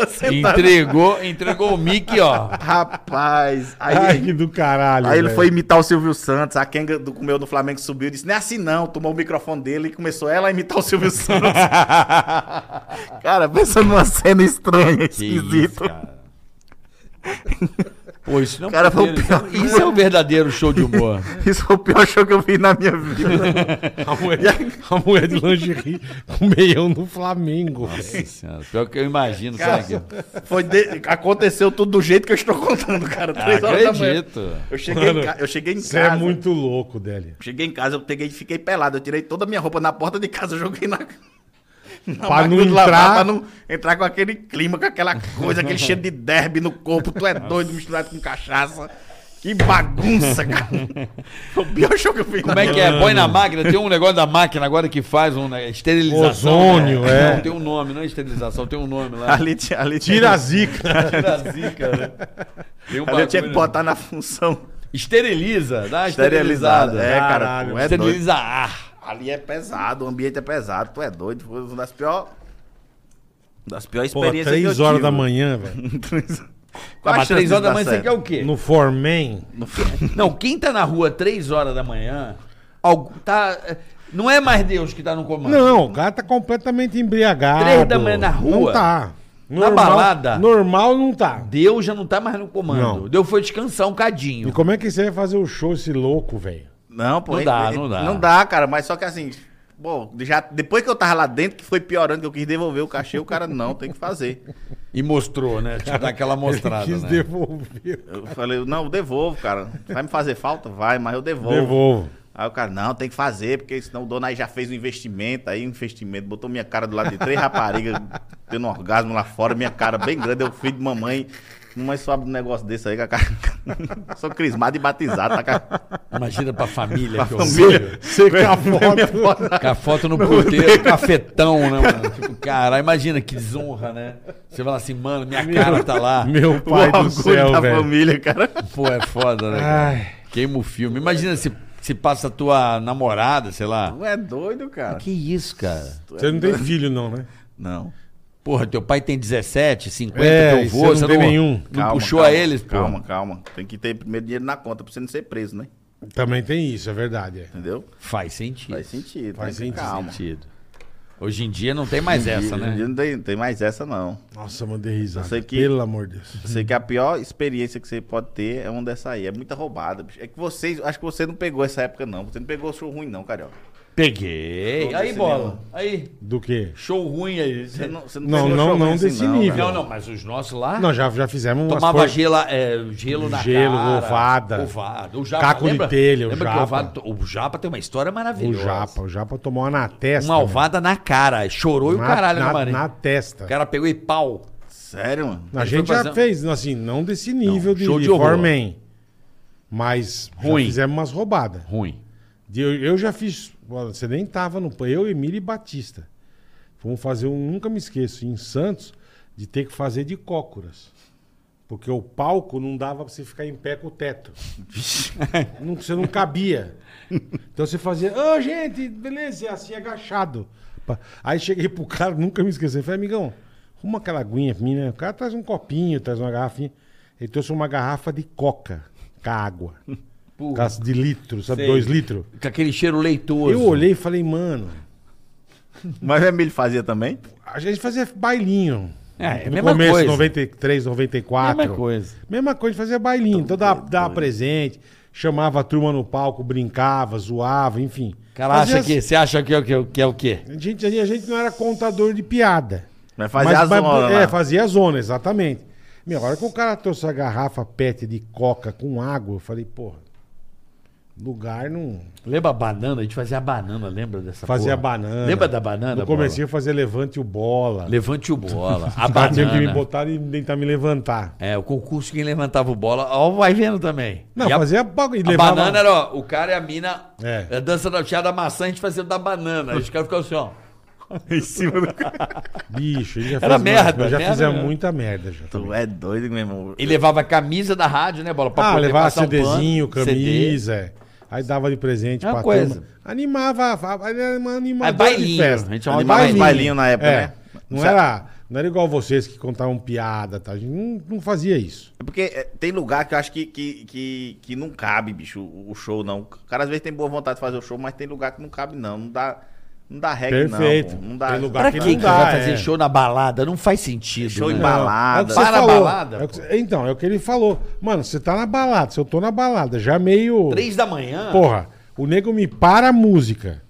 Speaker 4: Já sentado.
Speaker 2: Entregou, entregou o Mickey, ó.
Speaker 4: Rapaz, aí.
Speaker 3: Ai, que do caralho.
Speaker 4: Aí ele
Speaker 3: velho.
Speaker 4: foi imitar o Silvio Santos, a Kenga do comeu do Flamengo subiu e disse: Não é assim não, tomou o microfone dele e começou ela a imitar o Silvio Santos. cara, pensa numa cena estranha,
Speaker 2: Que
Speaker 4: esquisita.
Speaker 2: cara. Pô, isso não
Speaker 4: Cara, foi o
Speaker 2: poderia-
Speaker 4: pior.
Speaker 2: Isso é um verdadeiro show de humor.
Speaker 4: Isso foi o pior show que eu vi na minha vida.
Speaker 3: A mulher, a mulher de lingerie com meião no Flamengo.
Speaker 2: Nossa senhora, pior que eu imagino,
Speaker 4: Cara,
Speaker 2: sabe?
Speaker 4: foi de- Aconteceu tudo do jeito que eu estou contando, cara. Três horas da manhã.
Speaker 2: Acredito.
Speaker 4: Eu cheguei,
Speaker 3: Mano,
Speaker 4: em ca- eu cheguei em
Speaker 3: Você
Speaker 4: casa.
Speaker 3: é muito louco, Délio.
Speaker 4: Cheguei em casa, eu peguei e fiquei pelado. Eu tirei toda a minha roupa na porta de casa, eu joguei na. na
Speaker 3: Pra não
Speaker 4: máquina de
Speaker 3: entrar.
Speaker 4: pra não entrar com aquele clima, com aquela coisa, aquele cheiro de derby no corpo. Tu é doido misturado com cachaça. Que bagunça, cara. Foi o pior show que eu fiz.
Speaker 2: Como é que é? Põe na máquina, tem um negócio da máquina agora que faz um né, esterilização.
Speaker 3: Ozônio,
Speaker 2: né?
Speaker 3: é.
Speaker 2: Não, tem um nome, não é esterilização, tem um nome lá.
Speaker 4: Ali, tinha- ali, tinha-
Speaker 3: Tira a zica.
Speaker 2: Tira a zica, né? Tem um
Speaker 4: ali eu tinha que
Speaker 2: bagulho-
Speaker 4: botar na função
Speaker 2: Esteriliza, dá uma
Speaker 4: esterilizada.
Speaker 2: esterilizada.
Speaker 4: É, cara.
Speaker 3: Caralho.
Speaker 4: tu é doido.
Speaker 2: esteriliza ar.
Speaker 4: Ali é pesado, o ambiente é pesado. Tu é doido. Foi uma das piores. Das piores
Speaker 3: Pô,
Speaker 4: experiências que eu
Speaker 3: três horas
Speaker 4: tive.
Speaker 3: da manhã, velho.
Speaker 4: Três-
Speaker 2: Ah,
Speaker 4: Qual a
Speaker 2: mas
Speaker 4: chance
Speaker 2: três horas
Speaker 4: de
Speaker 2: da
Speaker 4: dar
Speaker 2: manhã você
Speaker 4: certo?
Speaker 2: quer o quê?
Speaker 3: No Foreman.
Speaker 4: No-
Speaker 2: Não, quem tá na rua três horas da manhã, algu- tá, eh, não é mais Deus que tá no comando.
Speaker 3: Não, o cara tá completamente embriagado.
Speaker 2: Três da manhã na
Speaker 3: Não
Speaker 2: rua?
Speaker 3: tá.
Speaker 2: balada?
Speaker 3: Normal não tá.
Speaker 2: Deus já não tá mais no comando.
Speaker 3: Não.
Speaker 2: Deus foi descansar um
Speaker 3: E
Speaker 2: cadinho.
Speaker 3: como é que você vai fazer o show esse louco, velho?
Speaker 4: Não, pô.
Speaker 2: Não
Speaker 4: ele-
Speaker 2: dá,
Speaker 4: ele-
Speaker 2: não dá.
Speaker 4: Não dá, cara, mas só que assim, bom, já, depois que eu tava lá dentro, que foi piorando, que eu quis devolver o cachê, o cara não, tem que fazer.
Speaker 2: E mostrou, né? Tipo, dá aquela mostrada,
Speaker 3: Quis
Speaker 2: né?
Speaker 3: devolver.
Speaker 4: Eu falei, não, eu devolvo, cara. Vai me fazer falta? Vai, mas eu devolvo.
Speaker 3: Devolvo.
Speaker 4: Aí o cara, não, tem que fazer, porque senão o dono aí já fez um investimento, aí um investimento, botou minha cara do lado de três raparigas, tendo um orgasmo lá fora, minha cara bem grande, eu filho de mamãe. Mas sobe um negócio desse aí, com a cara. Sou crismado e batizado, tá, cara?
Speaker 2: Imagina pra família que eu
Speaker 4: Família.
Speaker 3: Você com a
Speaker 4: Minha
Speaker 3: é foto.
Speaker 4: foto
Speaker 2: Com a foto no ponteiro, cafetão, né, mano? Tipo, cara, imagina que desonra, né? Você fala assim, mano, minha cara tá lá.
Speaker 3: Meu pai
Speaker 4: o
Speaker 3: do
Speaker 4: orgulho
Speaker 3: céu,
Speaker 4: da
Speaker 3: velho.
Speaker 4: família, cara.
Speaker 2: Pô, é foda, né? cara?
Speaker 3: Ai,
Speaker 2: Queima o filme. Imagina se, se passa a tua namorada, sei lá.
Speaker 4: Tu é doido, cara. é
Speaker 2: Que isso, cara?
Speaker 3: Você não tem filho, não, né?
Speaker 4: Não.
Speaker 2: Porra, teu pai tem 17, 50,
Speaker 3: É,
Speaker 2: teu
Speaker 3: e
Speaker 2: avô,
Speaker 3: você não
Speaker 2: você
Speaker 3: tem
Speaker 2: não,
Speaker 3: nenhum.
Speaker 2: não puxou a eles, pô.
Speaker 4: Calma, calma. Tem que ter primeiro dinheiro na conta pra você não ser preso, né?
Speaker 3: Também tem isso, é verdade. é.
Speaker 4: Entendeu?
Speaker 2: Faz sentido.
Speaker 4: Faz sentido.
Speaker 3: Faz
Speaker 4: tem que-
Speaker 3: sentido.
Speaker 4: Calma.
Speaker 2: sentido. Hoje em dia não tem mais essa,
Speaker 4: Hoje em dia
Speaker 2: né?
Speaker 4: Não tem, não tem mais essa, não.
Speaker 3: Nossa, mandei risada.
Speaker 4: Sei que-
Speaker 3: Pelo amor de Deus.
Speaker 4: Eu sei que a pior experiência que você pode ter é uma dessa aí. É muita roubada, bicho. É que vocês. Acho que você não pegou essa época, não. Você não pegou show ruim, não, carioca.
Speaker 2: Peguei.
Speaker 4: Todo
Speaker 2: Aí,
Speaker 4: esse
Speaker 2: bola.
Speaker 4: nível.
Speaker 2: Aí.
Speaker 3: Do quê?
Speaker 2: Show ruim aí.
Speaker 4: Você não, você
Speaker 3: Não,
Speaker 4: pegou
Speaker 3: não,
Speaker 4: show
Speaker 3: não
Speaker 4: ruim assim,
Speaker 3: desse nível.
Speaker 2: Não, não, mas os nossos lá.
Speaker 3: Não, já, já fizemos umas
Speaker 2: Tomava
Speaker 3: coisas-
Speaker 2: gelo, é, gelo na
Speaker 3: Gelo,
Speaker 2: cara.
Speaker 3: ovada.
Speaker 2: Ovada. O Japa,
Speaker 3: Caco de
Speaker 2: lembra?
Speaker 3: telha, o
Speaker 2: lembra
Speaker 3: Japa.
Speaker 2: Que o, ovada, o Japa tem uma história
Speaker 3: O
Speaker 2: maravilhosa.
Speaker 3: Japa. O Japa tomou uma na testa.
Speaker 2: Uma ovada na cara. Chorou e
Speaker 3: velho.
Speaker 2: Um o
Speaker 3: na,
Speaker 2: caralho na,
Speaker 3: na,
Speaker 2: parede.
Speaker 3: na
Speaker 2: O
Speaker 3: testa.
Speaker 2: cara pegou e pau.
Speaker 4: Sério, mano?
Speaker 3: A
Speaker 2: Ele
Speaker 3: gente
Speaker 2: foi
Speaker 3: já
Speaker 2: fazer-
Speaker 3: fez, assim, não desse nível de,
Speaker 2: show
Speaker 3: de
Speaker 2: de horror.
Speaker 3: Foreman. Mas
Speaker 2: Ruim.
Speaker 3: já fizemos umas roubadas.
Speaker 2: Ruim.
Speaker 3: De- Eu, eu já fiz. Você nem tava no. pan- Eu, Emílio e Batista. Fomos fazer um. Nunca me esqueço, em Santos, de ter que fazer de cócoras. Porque o palco não dava pra você ficar em pé com o teto. Não- você não cabia. Então você fazia. Ô, gente, beleza, e assim agachado. Pa- Aí cheguei pro cara, nunca me esqueci. Falei, amigão, arruma aquela aguinha pra mim, né? O cara traz um copinho, traz uma garrafinha. Ele trouxe uma garrafa de coca com água.
Speaker 2: Porra.
Speaker 3: Caça de litro, sabe?
Speaker 2: Sei.
Speaker 3: Dois litros.
Speaker 2: Com aquele cheiro leitoso.
Speaker 3: Eu olhei e falei, mano,
Speaker 4: Mas o Emílio fazia também?
Speaker 3: a gente fazia bailinho.
Speaker 2: É, é a
Speaker 3: no
Speaker 2: mesma
Speaker 3: começo,
Speaker 2: coisa.
Speaker 3: 93, 94.
Speaker 2: É Mesma coisa.
Speaker 3: Mesma coisa, fazia bailinho. Então dava, dava presente, chamava a turma no palco, brincava, zoava, enfim.
Speaker 2: Cara, acha
Speaker 3: Fazia
Speaker 2: que,
Speaker 3: as-
Speaker 2: você acha que é, o quê? que é o quê?
Speaker 3: A gente, a gente não era contador de piada.
Speaker 4: Mas fazia a zona
Speaker 3: É,
Speaker 2: né?
Speaker 4: lá.
Speaker 3: fazia a zona, exatamente. Minha, a hora que o cara trouxe a garrafa pet de coca com água, eu falei, porra, lugar não...
Speaker 2: Lembra a banana? A gente fazia a banana, lembra dessa
Speaker 3: Fazia
Speaker 2: Tá porra?
Speaker 3: banana.
Speaker 2: Lembra da banana?
Speaker 3: No comecinho eu fazia levante o bola.
Speaker 2: Bola? Levante o bola. A
Speaker 3: Os caras tinham
Speaker 2: banana.
Speaker 3: que me botar e tentar me levantar.
Speaker 2: É, o concurso quem levantava o bola, ó, vai vendo também.
Speaker 3: Não,
Speaker 2: E a,
Speaker 3: fazia bagulho. e
Speaker 2: a
Speaker 3: levava-
Speaker 2: banana era, ó, o cara e a mina,
Speaker 3: É.
Speaker 2: é. dança da tia da maçã, a gente fazia da banana. Aí os caras ficavam assim, ó.
Speaker 5: em cima do cara.
Speaker 3: Bicho, ele já
Speaker 2: Era
Speaker 3: fez
Speaker 2: merda,
Speaker 3: nós já
Speaker 2: merda,
Speaker 3: fizemos
Speaker 2: né?
Speaker 3: muita merda já.
Speaker 4: Tu é doido, meu irmão.
Speaker 2: E levava a camisa da rádio, né, Bola?
Speaker 3: Ah, levar
Speaker 2: passar um pano,
Speaker 3: CDzinho,
Speaker 2: CD.
Speaker 3: camisa. é. Aí dava de presente
Speaker 2: É uma
Speaker 3: pra
Speaker 2: coisa.
Speaker 3: turma. Animava, animava
Speaker 2: É bailinho, a gente chamava de
Speaker 4: Animava
Speaker 2: bailinho.
Speaker 4: os bailinhos na época,
Speaker 3: É.
Speaker 4: né?
Speaker 3: Não
Speaker 4: Sa-
Speaker 3: era, não era igual vocês que contavam piada, tá? A gente não, não fazia isso.
Speaker 4: É porque é, tem lugar que eu acho que, que, que, que não cabe, bicho, o o show, não. O cara às vezes tem boa vontade de fazer o show, mas tem lugar que não cabe, não. Não dá, não dá regra,
Speaker 3: Perfeito.
Speaker 4: não. pô. Não dá.
Speaker 3: Tem lugar
Speaker 2: Pra
Speaker 3: que
Speaker 2: quem
Speaker 3: não
Speaker 2: que
Speaker 3: dá,
Speaker 2: vai fazer
Speaker 3: é.
Speaker 2: show na balada? Não faz sentido.
Speaker 4: Show em
Speaker 2: né?
Speaker 4: balada.
Speaker 3: É o que você
Speaker 2: Para a
Speaker 3: falou.
Speaker 2: balada,
Speaker 3: É o que você- então, é o que ele falou. Mano, você tá na balada, se eu tô na balada, já meio.
Speaker 2: Três da manhã.
Speaker 3: Porra, o nego me para a música.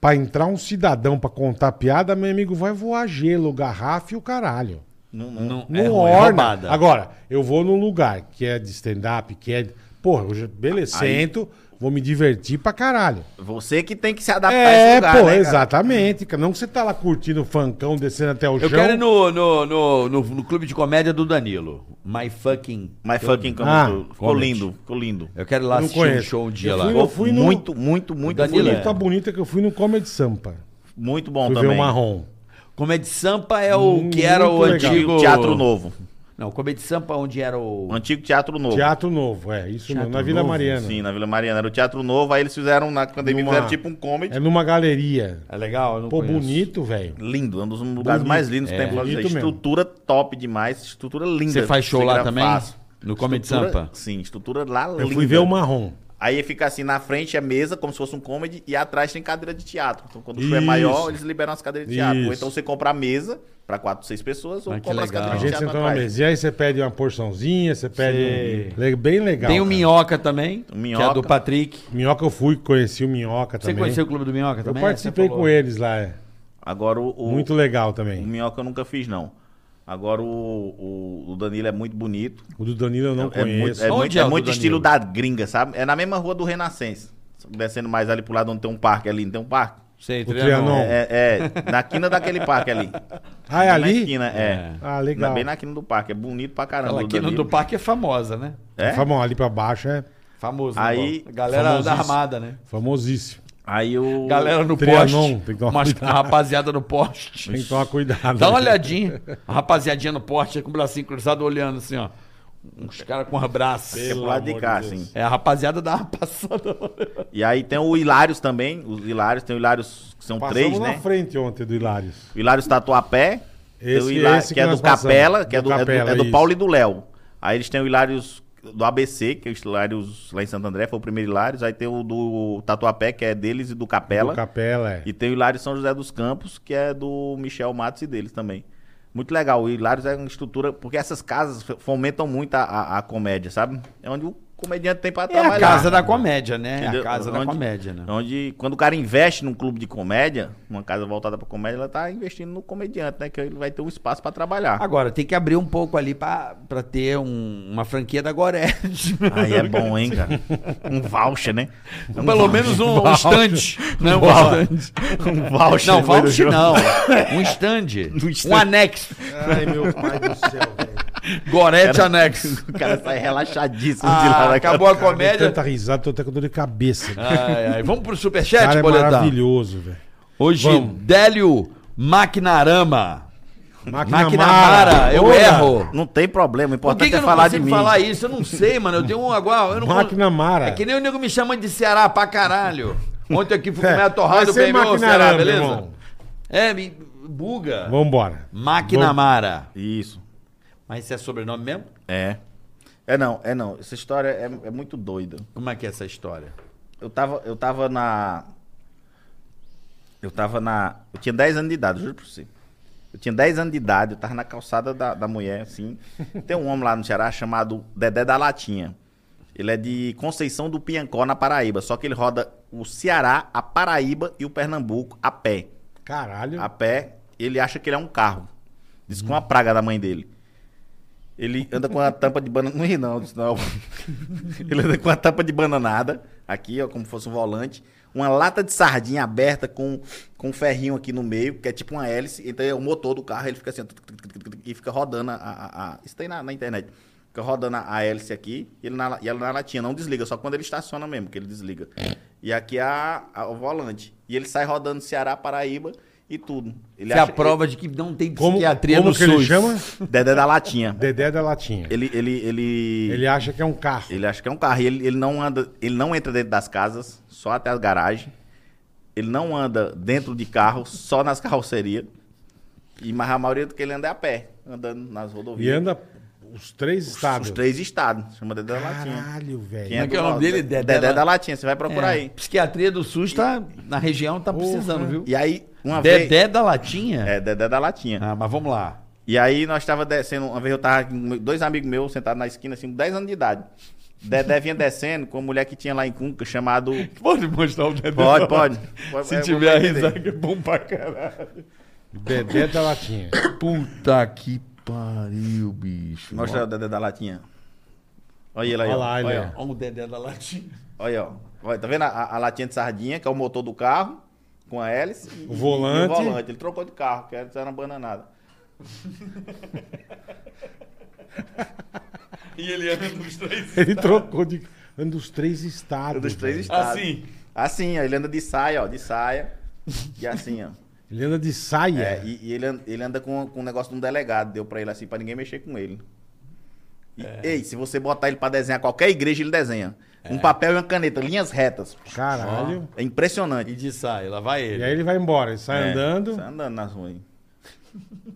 Speaker 3: Pra entrar um cidadão pra contar piada, meu amigo vai voar gelo, garrafa e o caralho.
Speaker 4: Não, não.
Speaker 3: Não
Speaker 2: É ruim, é
Speaker 3: orna.
Speaker 2: roubada.
Speaker 3: Agora, eu vou num lugar que é de stand-up, que é. Porra, eu já- beleza,
Speaker 4: Aí-
Speaker 3: sento, vou me divertir pra caralho.
Speaker 4: Você que tem que
Speaker 2: Tá
Speaker 4: se adaptar a esse
Speaker 3: É,
Speaker 4: lugar,
Speaker 3: pô,
Speaker 4: né, cara?
Speaker 3: exatamente. cara. Não que você tá lá curtindo o funkão, descendo até o
Speaker 2: Eu
Speaker 3: chão.
Speaker 2: quero ir no, no, no, no, no clube de comédia do Danilo. My fucking.
Speaker 4: Mas fucking como
Speaker 3: Ah,
Speaker 4: tu- ficou
Speaker 3: comment.
Speaker 4: lindo, ficou lindo.
Speaker 2: Eu quero ir lá
Speaker 3: Não
Speaker 2: assistir um
Speaker 3: conheço.
Speaker 2: show um dia
Speaker 3: Eu
Speaker 2: lá.
Speaker 3: fui- eu fui no-
Speaker 4: Muito, muito, muito
Speaker 2: Danilo
Speaker 4: bonito.
Speaker 2: é.
Speaker 3: Tá bonita que eu fui no Comedy Sampa.
Speaker 4: Muito bom
Speaker 3: Fui ver
Speaker 4: também.
Speaker 3: o marrom.
Speaker 2: Comedy Sampa é o que
Speaker 3: Muito
Speaker 2: era o
Speaker 3: legal.
Speaker 2: antigo.
Speaker 4: Teatro Novo.
Speaker 2: Não, Comedy Sampa é onde era o.
Speaker 4: O antigo Teatro Novo.
Speaker 3: Teatro Novo, é, isso mesmo, na
Speaker 2: Teatro
Speaker 3: Vila
Speaker 2: Novo,
Speaker 3: Mariana.
Speaker 4: Sim, na Vila Mariana. Era o Teatro Novo, aí eles fizeram, na pandemia,
Speaker 3: Numa-
Speaker 4: fizeram tipo um comedy.
Speaker 3: É numa galeria.
Speaker 2: É legal, eu não
Speaker 3: Pô,
Speaker 2: conheço.
Speaker 3: bonito, velho.
Speaker 4: Lindo, é um dos lugares mais lindos que tem pra fazer.
Speaker 3: É. Bonito mesmo.
Speaker 4: Estrutura top demais, estrutura linda.
Speaker 2: Você faz show
Speaker 4: Você
Speaker 2: lá
Speaker 4: grava
Speaker 2: também?
Speaker 4: fácil.
Speaker 2: No Comedy
Speaker 4: Estrutura-
Speaker 2: Sampa?
Speaker 4: Sim, estrutura lá linda.
Speaker 3: Eu fui ver o marrom.
Speaker 4: Aí fica assim, na frente é mesa, como se fosse um comedy, e atrás tem cadeira de teatro. Então, quando o show é
Speaker 3: Isso.
Speaker 4: maior, eles liberam as cadeiras de teatro.
Speaker 3: Isso.
Speaker 4: Ou então você compra a mesa pra quatro, seis pessoas, ou
Speaker 2: Ah, que
Speaker 4: compra as
Speaker 2: legal.
Speaker 3: A
Speaker 4: cadeiras de
Speaker 3: gente
Speaker 4: teatro
Speaker 3: sentou na
Speaker 4: tá atrás.
Speaker 3: mesa. E aí você pede uma porçãozinha, você pede
Speaker 2: Sei.
Speaker 3: um... le- Bem legal.
Speaker 2: Tem o
Speaker 3: cara.
Speaker 2: Minhoca também,
Speaker 4: O
Speaker 2: que é
Speaker 4: Minhoca.
Speaker 2: do Patrick.
Speaker 3: Minhoca eu fui, conheci o Minhoca
Speaker 2: Você
Speaker 3: também.
Speaker 2: conheceu o Clube do Minhoca
Speaker 3: Eu
Speaker 2: também?
Speaker 3: participei com eles lá, é.
Speaker 4: Agora o, o,
Speaker 3: Muito legal
Speaker 4: o
Speaker 3: também.
Speaker 4: Minhoca eu nunca fiz, não. Agora o, o, o Danilo é muito bonito.
Speaker 3: O do Danilo eu não
Speaker 4: é muito,
Speaker 3: conheço. Ah,
Speaker 4: é
Speaker 2: Onde
Speaker 4: muito,
Speaker 2: é
Speaker 4: é
Speaker 2: o do
Speaker 4: muito
Speaker 2: Danilo?
Speaker 4: estilo da gringa, sabe? É na mesma rua do Renascença. Descendo mais ali pro lado onde tem um parque ali, não tem um parque?
Speaker 2: Sei,
Speaker 3: O Trianon.
Speaker 2: Trianon.
Speaker 4: É, é, na quina daquele parque ali.
Speaker 3: Ah, é
Speaker 4: Na
Speaker 3: ali?
Speaker 4: esquina, é.
Speaker 3: Ah, legal.
Speaker 4: Bem na quina do parque. É bonito pra caramba.
Speaker 2: Aquela
Speaker 4: o
Speaker 2: aqui no
Speaker 4: Danilo.
Speaker 2: do parque é famosa, né?
Speaker 4: É?
Speaker 3: Famão, ali pra baixo é
Speaker 2: Famoso.
Speaker 4: Aí,
Speaker 2: né, Bola? galera da
Speaker 3: famosíssimo.
Speaker 2: armada, né?
Speaker 3: famosíssimo.
Speaker 4: Aí o.
Speaker 2: Galera no
Speaker 3: Trianon,
Speaker 2: poste.
Speaker 3: tem que tomar
Speaker 2: Mas
Speaker 3: cuidado.
Speaker 2: a rapaziada no poste.
Speaker 3: Tem que tomar cuidado.
Speaker 2: Dá uma olhadinha. A rapaziadinha no poste com o bracinho cruzado olhando assim, ó. Uns caras com os braços.
Speaker 4: é pro lado de cá, assim.
Speaker 2: É, a rapaziada dá uma passada.
Speaker 4: E aí tem o Hilários também. Os Hilários, tem o Hilários, que são
Speaker 3: Passamos
Speaker 4: três,
Speaker 3: na
Speaker 4: né?
Speaker 3: frente ontem do Hilários.
Speaker 4: O Hilários Tatuapé. tem o
Speaker 3: Esse-
Speaker 4: Hilá-
Speaker 3: esse
Speaker 4: que,
Speaker 3: que
Speaker 4: é
Speaker 3: nós
Speaker 4: do
Speaker 3: passamos.
Speaker 4: Capela, que é
Speaker 3: Do
Speaker 4: do, é do-
Speaker 3: Capela,
Speaker 4: é do
Speaker 3: isso.
Speaker 4: Paulo e do Léo. Aí eles têm o Hilários do ABC, que é o Hilários lá em Santo André, foi o primeiro Hilários. Aí tem o do Tatuapé, que é deles e do Capela.
Speaker 3: Do Capela, é.
Speaker 4: E tem o Hilário São José dos Campos, que é do Michel Matos e deles também. Muito legal. O Hilários é uma estrutura, porque essas casas f- fomentam muito a, a- a comédia, sabe? É onde o comediante tem pra
Speaker 2: É a
Speaker 4: trabalhar.
Speaker 2: casa da comédia, né? É
Speaker 4: Entendeu?
Speaker 2: a casa da
Speaker 4: Onde-
Speaker 2: comédia, né?
Speaker 4: Onde, quando o cara investe num clube de comédia, uma casa voltada pra comédia, ela tá investindo no comediante, né? Que ele vai ter um espaço pra trabalhar.
Speaker 2: Agora, tem que abrir um pouco ali pra, pra ter um- uma franquia da Gorete.
Speaker 4: Aí é bom, hein, cara? Um voucher, né? Um
Speaker 2: Pelo
Speaker 4: voucher.
Speaker 2: menos um, um stand. Né? Um stand.
Speaker 4: Um voucher.
Speaker 2: Não,
Speaker 4: no meio do
Speaker 2: voucher
Speaker 4: jogo.
Speaker 2: não. Um stand. Um anexo.
Speaker 3: Ai, meu pai do céu, velho.
Speaker 2: Gorete anexo.
Speaker 4: O cara sai relaxadíssimo de lá. né?
Speaker 2: Ah,
Speaker 4: da
Speaker 2: acabou a
Speaker 3: Dei
Speaker 2: comédia.
Speaker 3: tanta risada, tô até com dor de cabeça. O
Speaker 2: Ai, ai. Vamos pro
Speaker 3: cara
Speaker 2: superchat,
Speaker 3: é
Speaker 2: boletar.
Speaker 3: maravilhoso, velho.
Speaker 2: Hoje,
Speaker 3: Vamos.
Speaker 2: Délio Maquinarama. Maquinamara,
Speaker 3: Maquinamara,
Speaker 2: eu
Speaker 3: Ora,
Speaker 2: erro.
Speaker 4: Não tem problema, o
Speaker 2: Por que,
Speaker 4: importante
Speaker 2: que eu
Speaker 4: é
Speaker 2: não
Speaker 4: falar de
Speaker 2: consigo
Speaker 4: mim.
Speaker 2: falar isso? Eu não sei, mano. Eu tenho um agora. Eu não
Speaker 3: Maquinamara.
Speaker 2: É que nem o nego me chama de Ceará pra caralho. Ontem aqui fui comer a
Speaker 3: É, Vai
Speaker 2: torrada,
Speaker 3: ser
Speaker 2: bem meu
Speaker 3: Maquinarama,
Speaker 2: Ceará, beleza?
Speaker 3: irmão.
Speaker 2: É, me buga.
Speaker 3: Vambora.
Speaker 2: Maquinamara.
Speaker 4: Isso.
Speaker 2: Mas isso é sobrenome mesmo?
Speaker 4: É. É não, é não. Essa história é, é muito doida.
Speaker 2: Como é que é essa história?
Speaker 4: Eu tava, eu tava na. Eu tava na. Eu tinha 10 anos de idade, juro pra você. Eu tinha 10 anos de idade, eu tava na calçada da, da mulher, assim. Tem um homem lá no Ceará chamado Dedé da Latinha. Ele é de Conceição do Piancó, na Paraíba. Só que ele roda o Ceará, a Paraíba e o Pernambuco a pé.
Speaker 3: Caralho.
Speaker 4: a pé, ele acha que ele é um carro. Diz que é uma praga da mãe dele. Ele anda com uma tampa de banana. Não ri não, disso não. Ele anda com uma tampa de bananada, aqui, ó, como fosse um volante. Uma lata de sardinha aberta com, com um ferrinho aqui no meio, que é tipo uma hélice. Então é o motor do carro, ele fica assim, ó, tuc, tuc, tuc, tuc, tuc, e fica rodando a. a- a- isso tem na, na internet. Fica rodando a, a hélice aqui e, ele na, e ela na latinha. Não desliga, só quando ele estaciona mesmo, que ele desliga. E aqui é a, a- o volante. E ele sai rodando Ceará, Paraíba. e tudo. Ele
Speaker 2: Isso é a prova de que não tem
Speaker 3: Como,
Speaker 2: psiquiatria
Speaker 3: como
Speaker 2: no
Speaker 3: que ele
Speaker 2: SUS.
Speaker 3: chama?
Speaker 4: Dedé da latinha.
Speaker 3: Dedé da Latinha. Ele,
Speaker 4: Ele, ele, ele, ele...
Speaker 3: acha que é um carro.
Speaker 4: acha que é um carro. E ele, ele não anda, ele não entra dentro das casas, só até as garagens. Ele não anda dentro de carro, só nas carrocerias. E mas a maioria do que ele anda é a pé, andando nas rodovias.
Speaker 3: E
Speaker 2: é
Speaker 3: anda os três estados.
Speaker 4: Os três estados. Chama Dedé da Latinha.
Speaker 3: Caralho,
Speaker 4: Quem
Speaker 3: velho.
Speaker 2: é que é o
Speaker 4: do
Speaker 2: nome
Speaker 4: norte?
Speaker 2: dele?
Speaker 4: Dedé,
Speaker 2: Dedé La-
Speaker 4: da Latinha. Você vai procurar
Speaker 2: É,
Speaker 4: aí.
Speaker 2: Psiquiatria do SUS tá na região, tá precisando, viu?
Speaker 4: E aí, uma vez...
Speaker 2: Dedé da latinha?
Speaker 4: É, Dedé da Latinha.
Speaker 2: Ah, mas vamos lá.
Speaker 4: E aí nós tava descendo, uma vez eu tava com dois amigos meus sentados na esquina, assim, com 10 anos de idade. Dedé vinha descendo com uma mulher que tinha lá em Cunca, chamado...
Speaker 1: Pode mostrar o dedo.
Speaker 4: Pode, pode. Pode-
Speaker 1: Se
Speaker 2: um
Speaker 4: é,
Speaker 1: tiver a
Speaker 4: vou entender.
Speaker 1: risada, é bom pra caralho.
Speaker 3: Dedé da Latinha.
Speaker 2: Puta que pariu, bicho.
Speaker 4: Mostra o Dedé da latinha. Olha ele aí,
Speaker 3: Olha
Speaker 4: ó.
Speaker 3: lá, ele.
Speaker 4: olha,
Speaker 3: ó.
Speaker 2: Olha o Dedé da latinha.
Speaker 4: ó. olha, ó. Olha, tá vendo a, a latinha de sardinha, que é o motor do carro, com a hélice. e-
Speaker 3: O
Speaker 4: e
Speaker 3: volante.
Speaker 4: o volante. Ele trocou de carro, que antes era uma bananada.
Speaker 1: E ele anda nos três.
Speaker 3: Ele trocou de. Anda os três estados.
Speaker 4: É Dos três
Speaker 3: velho.
Speaker 2: Tá.
Speaker 4: estados.
Speaker 1: Assim.
Speaker 4: Assim, ó. Ele anda de saia, ó. De saia. E assim, ó.
Speaker 3: Ele anda de saia.
Speaker 4: É, e, e ele, an- ele anda com, com um negócio de um delegado, deu pra ele assim, pra ninguém mexer com ele. E,
Speaker 3: É.
Speaker 4: Ei, se você botar ele pra desenhar qualquer igreja, ele desenha. Um papel e uma caneta, linhas retas.
Speaker 3: Caralho.
Speaker 4: É impressionante.
Speaker 2: E de saia, lá vai ele.
Speaker 3: E aí ele vai embora, ele sai
Speaker 4: É,
Speaker 3: Tá andando.
Speaker 4: Sai andando nas ruas. aí.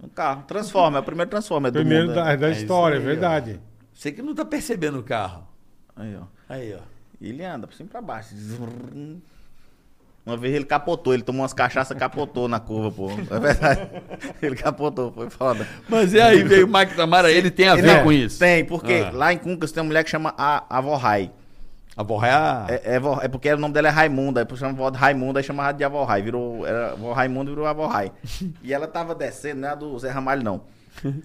Speaker 4: Um carro. Transforma, é o primeiro transforma do
Speaker 3: Primeiro
Speaker 4: mundo. né?
Speaker 3: da, da
Speaker 2: É isso
Speaker 3: história, é
Speaker 2: aí, ó.
Speaker 3: verdade.
Speaker 2: Você que não tá percebendo o carro.
Speaker 4: Aí, ó.
Speaker 2: Aí, ó.
Speaker 4: E ele anda pra cima e pra baixo. Zurrum. Uma vez ele capotou, ele tomou umas cachaças, capotou na curva, pô. É verdade. Ele capotou, foi foda.
Speaker 2: Mas e aí, veio o Mike Tamara, ele tem a ver
Speaker 4: Não,
Speaker 2: com isso.
Speaker 4: Tem, porque
Speaker 2: Ah.
Speaker 4: lá em Cuncas tem uma mulher que chama a, a Vó Rai.
Speaker 2: A borra é a...
Speaker 4: É, é, vó- é porque o nome dela é Raimunda, aí chama vó de Raimunda, aí chamava de Avó Rai. Virou, era avó Raimunda virou Avó Rai. E ela tava descendo, não é a do Zé Ramalho não.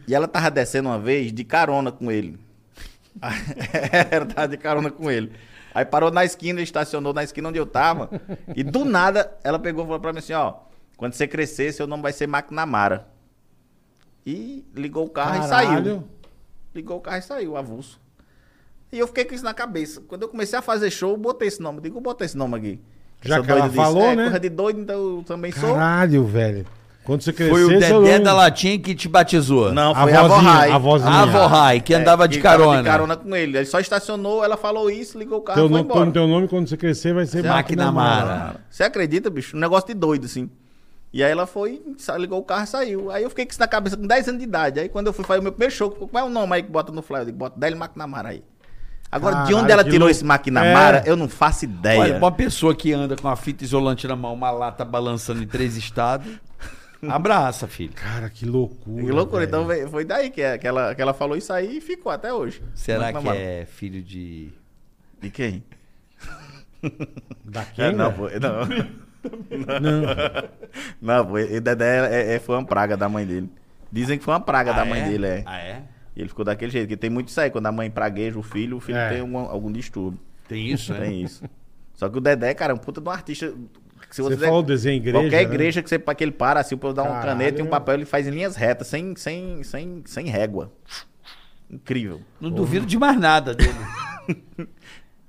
Speaker 4: E ela tava descendo uma vez de carona com ele. ela tava de carona com ele. Aí parou na esquina, estacionou na esquina onde eu tava. E do nada ela pegou e falou pra mim assim: ó, quando você crescer, seu nome vai ser McNamara. E ligou o
Speaker 2: Tá,
Speaker 4: carro e saiu. Ligou o carro e saiu, avulso. E eu fiquei com isso na cabeça. Quando eu comecei a fazer show, eu botei esse nome. Eu Digo, eu botei esse nome aqui.
Speaker 3: Já
Speaker 4: Essa
Speaker 3: que ela
Speaker 4: doida disse,
Speaker 3: falou,
Speaker 4: é,
Speaker 3: né?
Speaker 4: Corra de doido, então eu também
Speaker 3: Caralho, velho. Quando você crescer,
Speaker 2: Foi o
Speaker 3: É, seu
Speaker 2: Dedé
Speaker 3: nome-
Speaker 2: da latinha que te batizou.
Speaker 4: sou. Não,
Speaker 3: A
Speaker 4: foi a Vorrai.
Speaker 3: vozinha, a vozinha.
Speaker 2: A Vorrai, que andava de carona.
Speaker 4: É, de carona com ele. Ele só estacionou, ela falou isso, ligou o
Speaker 2: Tá,
Speaker 4: carro
Speaker 3: Teu,
Speaker 4: e foi
Speaker 3: nome-
Speaker 4: embora.
Speaker 3: teu nome, quando você crescer, vai ser
Speaker 2: Zé McNamara.
Speaker 4: Cara, Você acredita, bicho? Um negócio de doido, assim. E aí ela foi, sa- ligou o carro e saiu. Aí eu fiquei com isso na cabeça com 10 anos de idade. Aí quando eu fui fazer o meu primeiro show, qual é o nome aí que bota no flyer? Eu digo, bota Délio McNamara aí. Agora, de
Speaker 3: Caralho,
Speaker 4: onde ela
Speaker 3: que
Speaker 4: tirou
Speaker 3: louco.
Speaker 4: esse McNamara,
Speaker 3: É.
Speaker 4: eu não faço ideia.
Speaker 2: Olha, uma pessoa que anda com a fita isolante na mão, uma lata balançando em três estados, abraça, filho.
Speaker 3: Cara, que loucura.
Speaker 4: Que loucura.
Speaker 3: velho.
Speaker 4: Então veio- foi daí que, é- que ela, que ela falou isso aí e ficou até hoje.
Speaker 2: Será
Speaker 4: Muito
Speaker 2: que
Speaker 4: mamado.
Speaker 2: é filho de...
Speaker 4: De quem?
Speaker 3: Da quem,
Speaker 4: É, não,
Speaker 3: velho?
Speaker 4: pô, não. Não, pô, e Dedé é- é- foi uma praga da mãe dele. Dizem que foi uma praga da
Speaker 2: Ah,
Speaker 4: mãe dele, é.
Speaker 2: Ah, é?
Speaker 4: E ele ficou daquele jeito, porque tem muito isso aí. Quando a mãe pragueja o filho, o filho
Speaker 3: É.
Speaker 4: tem algum, algum distúrbio.
Speaker 2: Tem isso, né?
Speaker 4: Tem isso. Só que o Dedé, cara, é um puta de um artista. que Se
Speaker 3: Você
Speaker 4: der-
Speaker 3: falou desenho igreja,
Speaker 4: Qualquer
Speaker 3: né?
Speaker 4: igreja que, você, que ele para, assim, o povo dá uma
Speaker 3: Caralho.
Speaker 4: caneta e um papel, ele faz em linhas retas, sem, sem, sem, sem régua. Incrível.
Speaker 2: Não duvido de mais nada dele.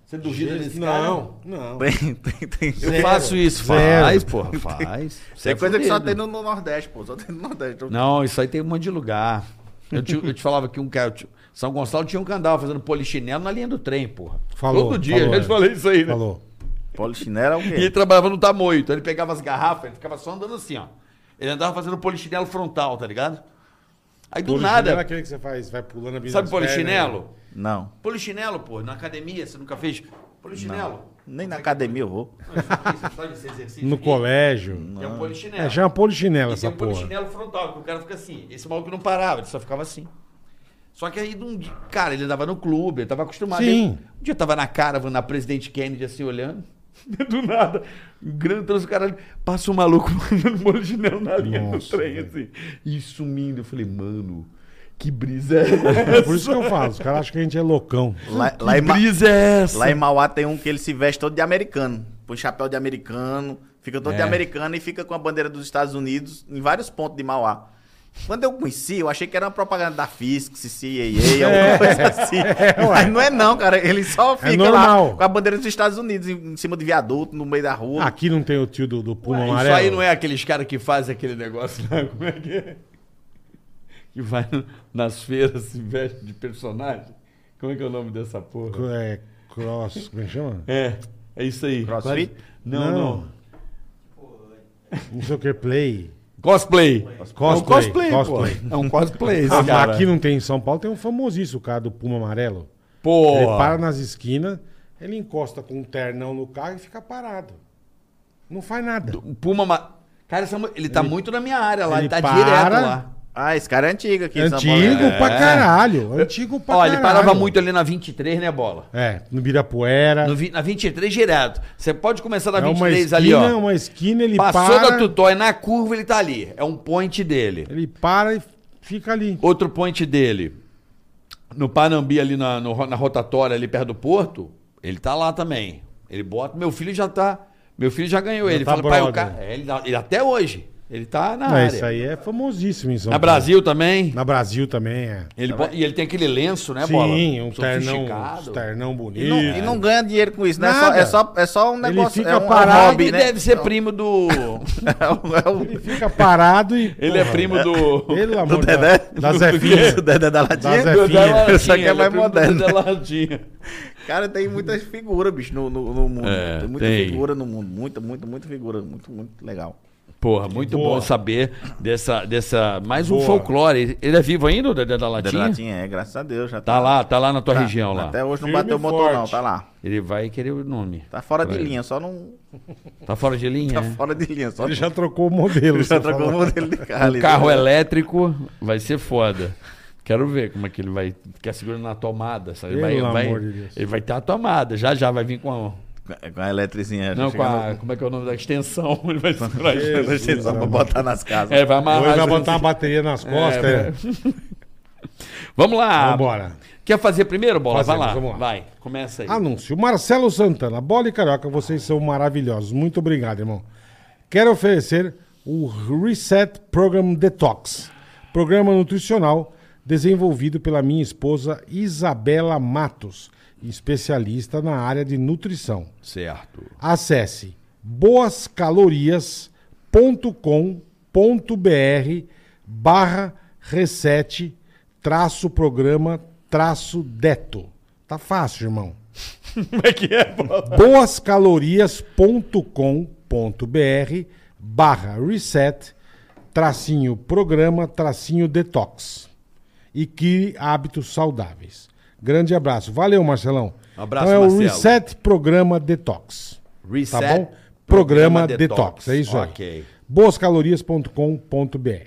Speaker 2: Você duvida desse cara?
Speaker 3: Não, não.
Speaker 4: Tem, tem, tem.
Speaker 2: Eu
Speaker 3: Zero.
Speaker 2: faço isso.
Speaker 3: Zero.
Speaker 2: Faz, porra, faz.
Speaker 4: Isso
Speaker 2: Você
Speaker 4: é coisa que só
Speaker 2: fudido.
Speaker 4: tem no, no Nordeste, pô. Só tem no Nordeste. Então,
Speaker 2: Não, isso aí tem um monte de lugar. Eu te, eu te falava que um cara. São Gonçalo tinha um que andava fazendo polichinelo na linha do trem, porra.
Speaker 3: Falou,
Speaker 2: Todo dia,
Speaker 3: falou,
Speaker 2: eu
Speaker 3: é.
Speaker 2: te falei isso aí, né?
Speaker 3: Falou.
Speaker 4: Polichinela é o
Speaker 2: E ele
Speaker 4: quê?
Speaker 2: trabalhava no tamoio, então ele pegava as garrafas, ele ficava só andando assim, ó. Ele andava fazendo polichinelo frontal, tá ligado? Aí do
Speaker 3: Polichinelo é
Speaker 2: nada.
Speaker 3: aquele que você faz, vai pulando a vida das
Speaker 2: Sabe
Speaker 3: pernas,
Speaker 2: polichinelo?
Speaker 3: né?
Speaker 4: Não.
Speaker 2: Polichinelo, pô, na academia, você nunca fez? Polichinelo.
Speaker 4: Nem na academia eu vou.
Speaker 2: Mas isso aqui, você sabe esse exercício
Speaker 3: né? No
Speaker 2: aqui?
Speaker 3: colégio.
Speaker 2: Tem um polichinelo.
Speaker 3: É, chama polichinelo
Speaker 2: E tem
Speaker 3: essa
Speaker 2: um
Speaker 3: porra.
Speaker 2: polichinelo frontal, que o cara fica assim. Esse maluco não parava, ele só ficava assim. Só que aí, num dia- cara, ele andava no clube, ele tava acostumado.
Speaker 3: Sim.
Speaker 2: Ele- um dia eu tava na cara, na presidente Kennedy, assim, olhando. Do nada, um grande trans, o cara passa um maluco mandando polichinelo na linha
Speaker 3: Nossa,
Speaker 2: do trem,
Speaker 3: velho.
Speaker 2: assim. E sumindo. Eu falei, mano, que brisa é
Speaker 3: Por isso que eu falo, os caras acham que a gente é loucão.
Speaker 4: Lá, lá, em
Speaker 2: Que
Speaker 4: Ma-
Speaker 2: brisa é essa?
Speaker 4: lá em Mauá tem um que ele se veste todo de americano. Põe chapéu de americano, fica todo de
Speaker 2: É.
Speaker 4: americano e fica com a bandeira dos Estados Unidos em vários pontos de Mauá. Quando eu conheci, eu achei que era uma propaganda da Fisk, CCAA, alguma coisa assim. Mas não é não, cara. Ele só fica
Speaker 3: normal. Ah,
Speaker 4: lá com a bandeira dos Estados Unidos em em cima de viaduto, no meio da rua.
Speaker 3: Aqui não tem o tio do, do pulo amarelo.
Speaker 2: Isso aí não é aqueles caras que fazem aquele negócio, não. Como é que é? Que vai no- nas feiras, se veste de personagem. Como é que é o nome dessa porra?
Speaker 3: É cross, como é que chama?
Speaker 2: É, é isso aí.
Speaker 4: Crossfit?
Speaker 2: Quase-
Speaker 3: Não.
Speaker 2: Não, não.
Speaker 3: Não sei o que, play.
Speaker 2: Cosplay.
Speaker 3: Cosplay,
Speaker 2: é um cosplay,
Speaker 3: cosplay.
Speaker 2: pô. É um cosplay
Speaker 3: Ah,
Speaker 2: esse
Speaker 3: mas
Speaker 2: cara.
Speaker 3: aqui não tem em São Paulo, tem um famosíssimo, o cara do Puma Amarelo.
Speaker 2: Pô.
Speaker 3: Ele para nas esquinas, ele encosta com um ternão no carro e fica parado. Não faz nada.
Speaker 2: O Puma... ma- Cara, essa mu- ele tá muito na minha área lá.
Speaker 3: ele
Speaker 2: Ele, tá
Speaker 3: para-
Speaker 2: direto lá.
Speaker 4: Ah, esse cara é antigo aqui. em São Paulo.
Speaker 3: Antigo
Speaker 4: É.
Speaker 3: pra caralho. Antigo pra
Speaker 2: É. Ó,
Speaker 3: caralho.
Speaker 2: ele parava muito ali na 23, né, Bola?
Speaker 3: É, no Birapuera.
Speaker 2: No vi- na 23 direto. Você pode começar na
Speaker 3: é uma
Speaker 2: 23
Speaker 3: esquina,
Speaker 2: ali, ó.
Speaker 3: uma esquina, ele
Speaker 2: Passou
Speaker 3: para.
Speaker 2: da Tutói na curva, ele tá ali. É um point dele.
Speaker 3: Ele para e fica ali.
Speaker 2: Outro point dele, no Panambi, ali na, no ro- na rotatória, ali perto do Porto, ele tá lá também. Ele bota, meu filho já tá. Meu filho já ganhou
Speaker 3: Já
Speaker 2: ele.
Speaker 3: tá
Speaker 2: Fala, pai, o
Speaker 3: brother."
Speaker 2: cara. é, Ele, dá- ele até hoje. Ele tá na
Speaker 3: Não,
Speaker 2: área.
Speaker 3: isso aí é famosíssimo em São
Speaker 2: Na
Speaker 3: Paulo.
Speaker 2: Brasil também.
Speaker 3: Na Brasil também, é.
Speaker 2: Ele bo- e ele tem aquele lenço, né, Bola?
Speaker 3: Sim, um ternão, um
Speaker 2: Sofisticado.
Speaker 3: ternão bonito.
Speaker 4: É. E não, e não ganha dinheiro com isso, né? É só,
Speaker 3: Nada.
Speaker 4: é, só, é só um
Speaker 3: Ele
Speaker 4: negócio.
Speaker 3: fica
Speaker 4: é um, é um
Speaker 3: parado
Speaker 4: hobby,
Speaker 2: Ah, ele
Speaker 4: né?
Speaker 2: deve ser primo do.
Speaker 4: É um- é um-
Speaker 3: Ele fica parado e...
Speaker 2: ele é
Speaker 3: porra,
Speaker 2: primo do.
Speaker 3: Pelo
Speaker 4: do
Speaker 3: amor de
Speaker 2: é?
Speaker 4: Dedé?
Speaker 3: Deus. Da Zefinha.
Speaker 4: Do Dedé da Latinha?
Speaker 3: Da Zé- Zefinha.
Speaker 4: Essa aqui é mais moderna.
Speaker 2: moderna.
Speaker 4: Cara, tem muitas figuras, bicho, no, no, no mundo.
Speaker 2: É,
Speaker 4: tem muita
Speaker 2: tem.
Speaker 4: figura no mundo. Muita, muita, muita figura. Muito, muito legal.
Speaker 2: Porra, muito
Speaker 3: Boa.
Speaker 2: bom saber dessa. dessa mais um
Speaker 3: Boa.
Speaker 2: folclore. Ele é vivo ainda, o Dedé da
Speaker 4: Dedé
Speaker 2: Latinha?
Speaker 4: da Latinha, é, graças a Deus. Já
Speaker 2: Tá lá, tá lá na tua
Speaker 4: Tá.
Speaker 2: região lá.
Speaker 4: Até hoje não
Speaker 3: Firme
Speaker 4: bateu
Speaker 3: e
Speaker 4: o motor, não.
Speaker 3: forte.
Speaker 4: Tá lá.
Speaker 2: Ele vai querer o nome.
Speaker 4: Tá fora de
Speaker 2: Vai.
Speaker 4: linha, só não.
Speaker 2: Tá fora de linha?
Speaker 4: Tá
Speaker 2: né?
Speaker 4: fora de linha, só
Speaker 3: Ele
Speaker 4: não.
Speaker 3: já trocou o modelo.
Speaker 4: Ele
Speaker 3: você
Speaker 4: já trocou o
Speaker 3: falou.
Speaker 4: modelo de carro ali.
Speaker 2: Um
Speaker 4: né?
Speaker 2: Carro é elétrico vai ser foda. Quero ver como é que ele vai ficar segurando na tomada. Sabe? Ele,
Speaker 3: Pelo
Speaker 2: vai, vai-
Speaker 3: amor de Deus.
Speaker 2: ele vai ter a tomada. Já já vai vir com a.
Speaker 4: Com a eletrizinha. já
Speaker 2: Não, com
Speaker 4: chega
Speaker 2: a.
Speaker 4: no-
Speaker 2: Como é que é o nome da extensão? Ele vai segurar a extensão.
Speaker 4: Só pra botar nas casas.
Speaker 2: É, vai amarrar.
Speaker 3: Hoje vai
Speaker 2: essa-
Speaker 3: botar uma bateria nas costas.
Speaker 2: É, Ah.
Speaker 3: É,
Speaker 2: Vamos lá.
Speaker 3: Vambora.
Speaker 2: Quer fazer primeiro, Bola?
Speaker 3: Fazemos,
Speaker 2: vai lá.
Speaker 3: vamos lá. Ah.
Speaker 2: Vai, começa aí.
Speaker 3: Anúncio. Marcelo Santana, bola e carioca, vocês são maravilhosos. Muito obrigado, irmão. Quero oferecer o Reset Program Detox, programa nutricional desenvolvido pela minha esposa Isabela Matos, especialista na área de nutrição.
Speaker 2: Certo.
Speaker 3: Acesse boascalorias.com.br barra reset traço programa traço deto. Tá fácil, irmão.
Speaker 2: Como é que é, Bola?
Speaker 3: boascalorias.com.br barra reset tracinho programa tracinho detox e crie hábitos saudáveis. Grande abraço. Valeu, Marcelão.
Speaker 2: Um Abraço,
Speaker 3: então é o
Speaker 2: Marcelo.
Speaker 3: Reset Programa Detox.
Speaker 2: Reset
Speaker 3: tá bom? Programa,
Speaker 2: Programa
Speaker 3: Detox.
Speaker 2: Detox.
Speaker 3: É isso aí.
Speaker 2: Ok.
Speaker 3: Boascalorias.com.br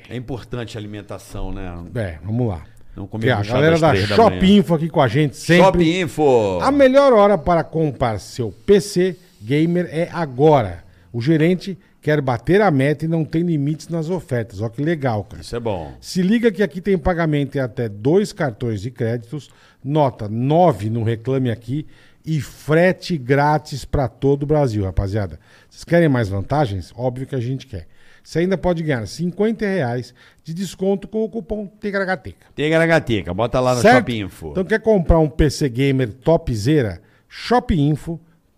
Speaker 2: É importante a alimentação, né?
Speaker 3: É, vamos lá.
Speaker 2: Não comer
Speaker 3: Tem a
Speaker 2: buchada
Speaker 3: galera
Speaker 2: às
Speaker 3: da
Speaker 2: três da
Speaker 3: Shop
Speaker 2: manhã.
Speaker 3: Info aqui com a gente sempre.
Speaker 2: Shop Info.
Speaker 3: A melhor hora para comprar seu PC gamer é agora. O gerente quer bater a meta e não tem limites nas ofertas. Olha que legal, cara.
Speaker 2: Isso é bom.
Speaker 3: Se liga que aqui tem pagamento em até dois cartões de créditos, nota 9 no Reclame Aqui e frete grátis para todo o Brasil, rapaziada. Vocês querem mais vantagens? Óbvio que a gente quer. Você ainda pode ganhar R$ 50 reais de desconto com o cupom TECRAGATECA.
Speaker 2: Tem garagateca, bota lá no
Speaker 3: Certo?
Speaker 2: Shop Info.
Speaker 3: Então quer comprar um PC Gamer topzera?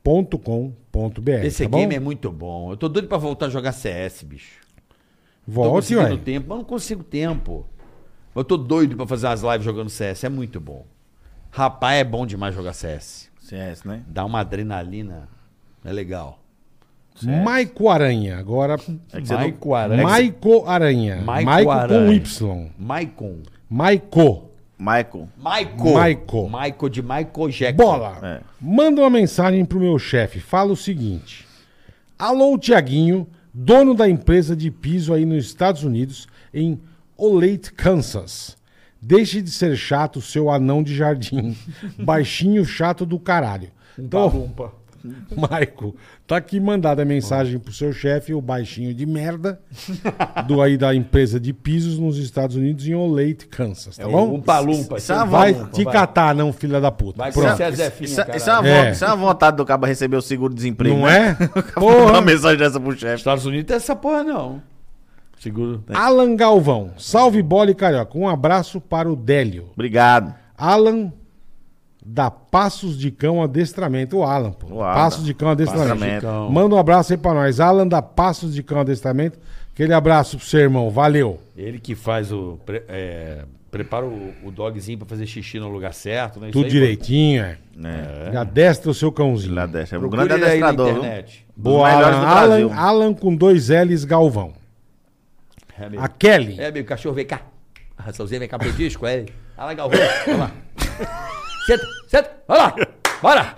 Speaker 3: shopinfo.com.br
Speaker 2: Esse
Speaker 3: tá bom?
Speaker 2: game é muito bom. Eu tô doido pra voltar a jogar CS, bicho. tô
Speaker 3: Volte,
Speaker 2: conseguindo
Speaker 3: ué.
Speaker 2: tempo, mas não consigo tempo. Eu tô doido pra fazer umas lives jogando CS, é muito bom. Rapaz, é bom demais jogar CS.
Speaker 4: CS, né?
Speaker 2: Dá uma adrenalina, é legal.
Speaker 3: Maico Aranha, agora...
Speaker 4: É que você não-
Speaker 2: Maico Aranha.
Speaker 3: Maico Aranha.
Speaker 2: Maico
Speaker 3: Maico com
Speaker 2: Aranha.
Speaker 3: Y.
Speaker 2: Maicon.
Speaker 3: Maico.
Speaker 4: Michael.
Speaker 2: Maico.
Speaker 3: Maico.
Speaker 2: Maico de Maico Jackson.
Speaker 3: Bola.
Speaker 4: É.
Speaker 3: Manda uma mensagem pro meu chefe. Fala o seguinte. Alô, Tiaguinho, dono da empresa de piso aí nos Estados Unidos, em Olate, Kansas. Deixe de ser chato, seu anão de jardim. Baixinho chato do caralho. Então, Maico, tá aqui mandada a mensagem pro seu chefe, o baixinho de merda, do aí da empresa de pisos nos Estados Unidos, em Olate, Kansas, tá
Speaker 2: É
Speaker 3: bom?
Speaker 2: um palumpa.
Speaker 4: Isso é uma
Speaker 3: Vai
Speaker 4: Vamos,
Speaker 3: te catar, não, filha da puta.
Speaker 2: Vai
Speaker 3: Pronto.
Speaker 2: Você é Zefinho,
Speaker 4: Isso, isso- isso é uma,
Speaker 2: caralho.
Speaker 4: vo-
Speaker 3: É.
Speaker 4: isso é uma vontade do cabo receber o seguro-desemprego.
Speaker 3: Não
Speaker 4: né?
Speaker 3: é?
Speaker 4: Vou dar uma
Speaker 3: Porra.
Speaker 4: mensagem dessa pro chefe.
Speaker 2: Estados Unidos não tem essa porra, não. Os Seguro.
Speaker 3: Né? Alan Galvão. Salve bola e carioca. Um abraço para o Délio.
Speaker 4: Obrigado.
Speaker 3: Alan da Passos de Cão Adestramento. O Alan, pô.
Speaker 4: O Alan.
Speaker 3: Passos de Cão Adestramento.
Speaker 4: Adestramento.
Speaker 3: Manda um abraço aí pra nós. Alan da Passos de Cão Adestramento. Aquele abraço pro seu irmão. Valeu.
Speaker 2: Ele que faz o. pre- é, prepara o, o dogzinho pra fazer xixi no lugar certo, né? Isso
Speaker 3: Tudo
Speaker 2: aí,
Speaker 3: direitinho, é.
Speaker 4: É.
Speaker 3: E Adestra o seu cãozinho.
Speaker 4: Ele adestra. É um
Speaker 2: Procure
Speaker 4: grande
Speaker 2: ele aí na
Speaker 4: adestrador. viu?
Speaker 2: internet.
Speaker 4: Dos
Speaker 3: Boa,
Speaker 4: melhores do
Speaker 3: Alan.
Speaker 4: Brasil.
Speaker 3: Alan, Alan com dois L's Galvão.
Speaker 2: pô. É, amigo.
Speaker 3: A Kelly.
Speaker 2: É, amigo, cachorro, vem cá. A raçãozinha vem cá pro disco, é. Olha lá, Galvão. Vamos lá. Senta, senta. Olha lá. Bora.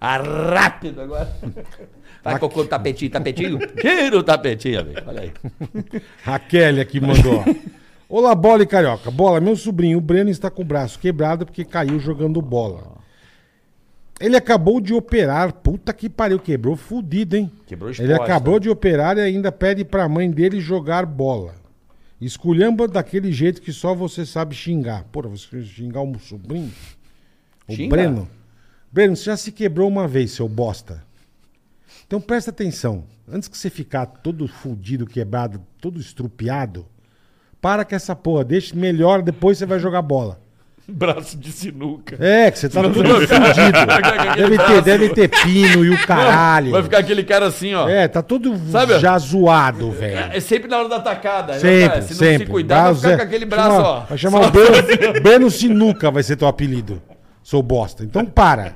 Speaker 2: Ah, rápido agora. Vai cocô no tapetinho, tapetinho. Tira o tapetinho, amigo. Olha aí.
Speaker 3: A Kelly aqui mandou. ó. Olá, bola e carioca. Bola, meu sobrinho, o Breno, está com o braço quebrado porque caiu jogando bola. Ele acabou de operar. Puta que pariu, quebrou fudido, hein?
Speaker 2: Quebrou
Speaker 3: Ele
Speaker 2: exposta.
Speaker 3: acabou de operar e ainda pede pra mãe dele jogar bola. Esculhamba daquele jeito que só você sabe xingar. Porra, você xingar o sobrinho? O
Speaker 2: Xinga.
Speaker 3: Breno? Breno, você já se quebrou uma vez, seu bosta. Então presta atenção. Antes que você ficar todo fudido, quebrado, todo estrupiado, para com essa porra, deixa melhor, depois você vai jogar bola.
Speaker 1: Braço de sinuca.
Speaker 3: É, que você tá todo fudido. Deve ter, deve ter pino e o caralho.
Speaker 2: assim. Vai ficar aquele cara assim, ó.
Speaker 3: É, tá todo
Speaker 2: Sabe?
Speaker 3: já zoado, velho.
Speaker 2: É sempre na hora da atacada. né,
Speaker 3: Sempre,
Speaker 2: cara? Se
Speaker 3: sempre.
Speaker 2: não se cuidar, vai
Speaker 3: Braço,
Speaker 2: ficar
Speaker 3: é.
Speaker 2: com aquele braço,
Speaker 3: Chama-
Speaker 2: ó. assim.
Speaker 3: Vai chamar o Breno, Breno Sinuca, vai ser teu apelido. Sou bosta. Então para.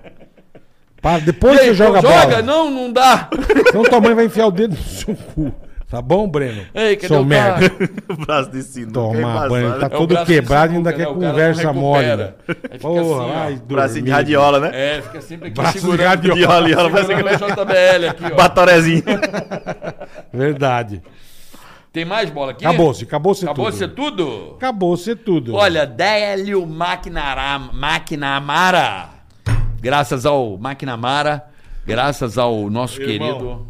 Speaker 3: Para, depois
Speaker 2: E aí,
Speaker 3: você joga, bola.
Speaker 2: joga? Não, não dá.
Speaker 3: Então tua mãe vai enfiar o dedo no seu cu. Tá bom, Breno?
Speaker 2: Ei, cadê
Speaker 3: Sou
Speaker 2: o
Speaker 3: merda.
Speaker 2: cara?
Speaker 4: O Um braço de sinuca. é
Speaker 3: Toma,
Speaker 4: embaçado,
Speaker 3: Breno, tá
Speaker 4: né?
Speaker 2: o
Speaker 3: todo
Speaker 2: braço de
Speaker 3: quebrado e
Speaker 2: sinuca,
Speaker 3: ainda quer
Speaker 2: né? O cara não
Speaker 3: conversa mole. né?
Speaker 2: recupera. Aí fica
Speaker 3: Porra,
Speaker 2: assim, ó.
Speaker 3: vai
Speaker 4: Bracinho Um de
Speaker 3: dormir.
Speaker 4: radiola, né?
Speaker 2: É, fica sempre aqui
Speaker 3: Braço de
Speaker 2: segurando.
Speaker 3: radiola.
Speaker 4: Radiola, radiola, vai ser
Speaker 2: segurando o JBL aqui, ó.
Speaker 4: Batorezinho.
Speaker 3: Verdade.
Speaker 2: Tem mais bola aqui?
Speaker 3: Acabou-se, acabou-se tudo.
Speaker 2: Acabou ser tudo?
Speaker 3: Acabou-se tudo.
Speaker 2: Olha, Délio Maquinara- Maquinamara. Graças ao Maquinamara, graças ao nosso
Speaker 1: Irmão.
Speaker 2: querido.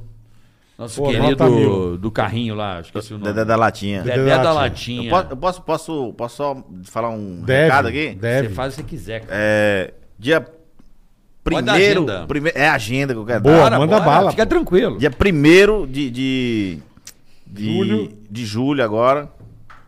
Speaker 2: Nosso
Speaker 3: Pô, nota
Speaker 2: querido
Speaker 3: mil.
Speaker 2: do carrinho lá, esqueci o nome.
Speaker 4: Dedé da latinha.
Speaker 2: Dedé
Speaker 3: Dedé
Speaker 2: da
Speaker 3: da
Speaker 4: Eu
Speaker 2: Latinha.
Speaker 4: po- eu posso, posso, posso só falar um recado aqui?
Speaker 3: deve,
Speaker 2: Você
Speaker 3: deve.
Speaker 2: faz o que você quiser, cara.
Speaker 4: É, dia
Speaker 2: Pode dar
Speaker 4: primeiro,
Speaker 2: agenda.
Speaker 4: prime- é a agenda que eu quero
Speaker 3: Boa.
Speaker 4: dar.
Speaker 3: Pô, manda bala,
Speaker 2: Fica
Speaker 3: pô.
Speaker 2: tranquilo.
Speaker 4: Dia 1 de, de, de,
Speaker 3: Julho.
Speaker 4: de julho agora.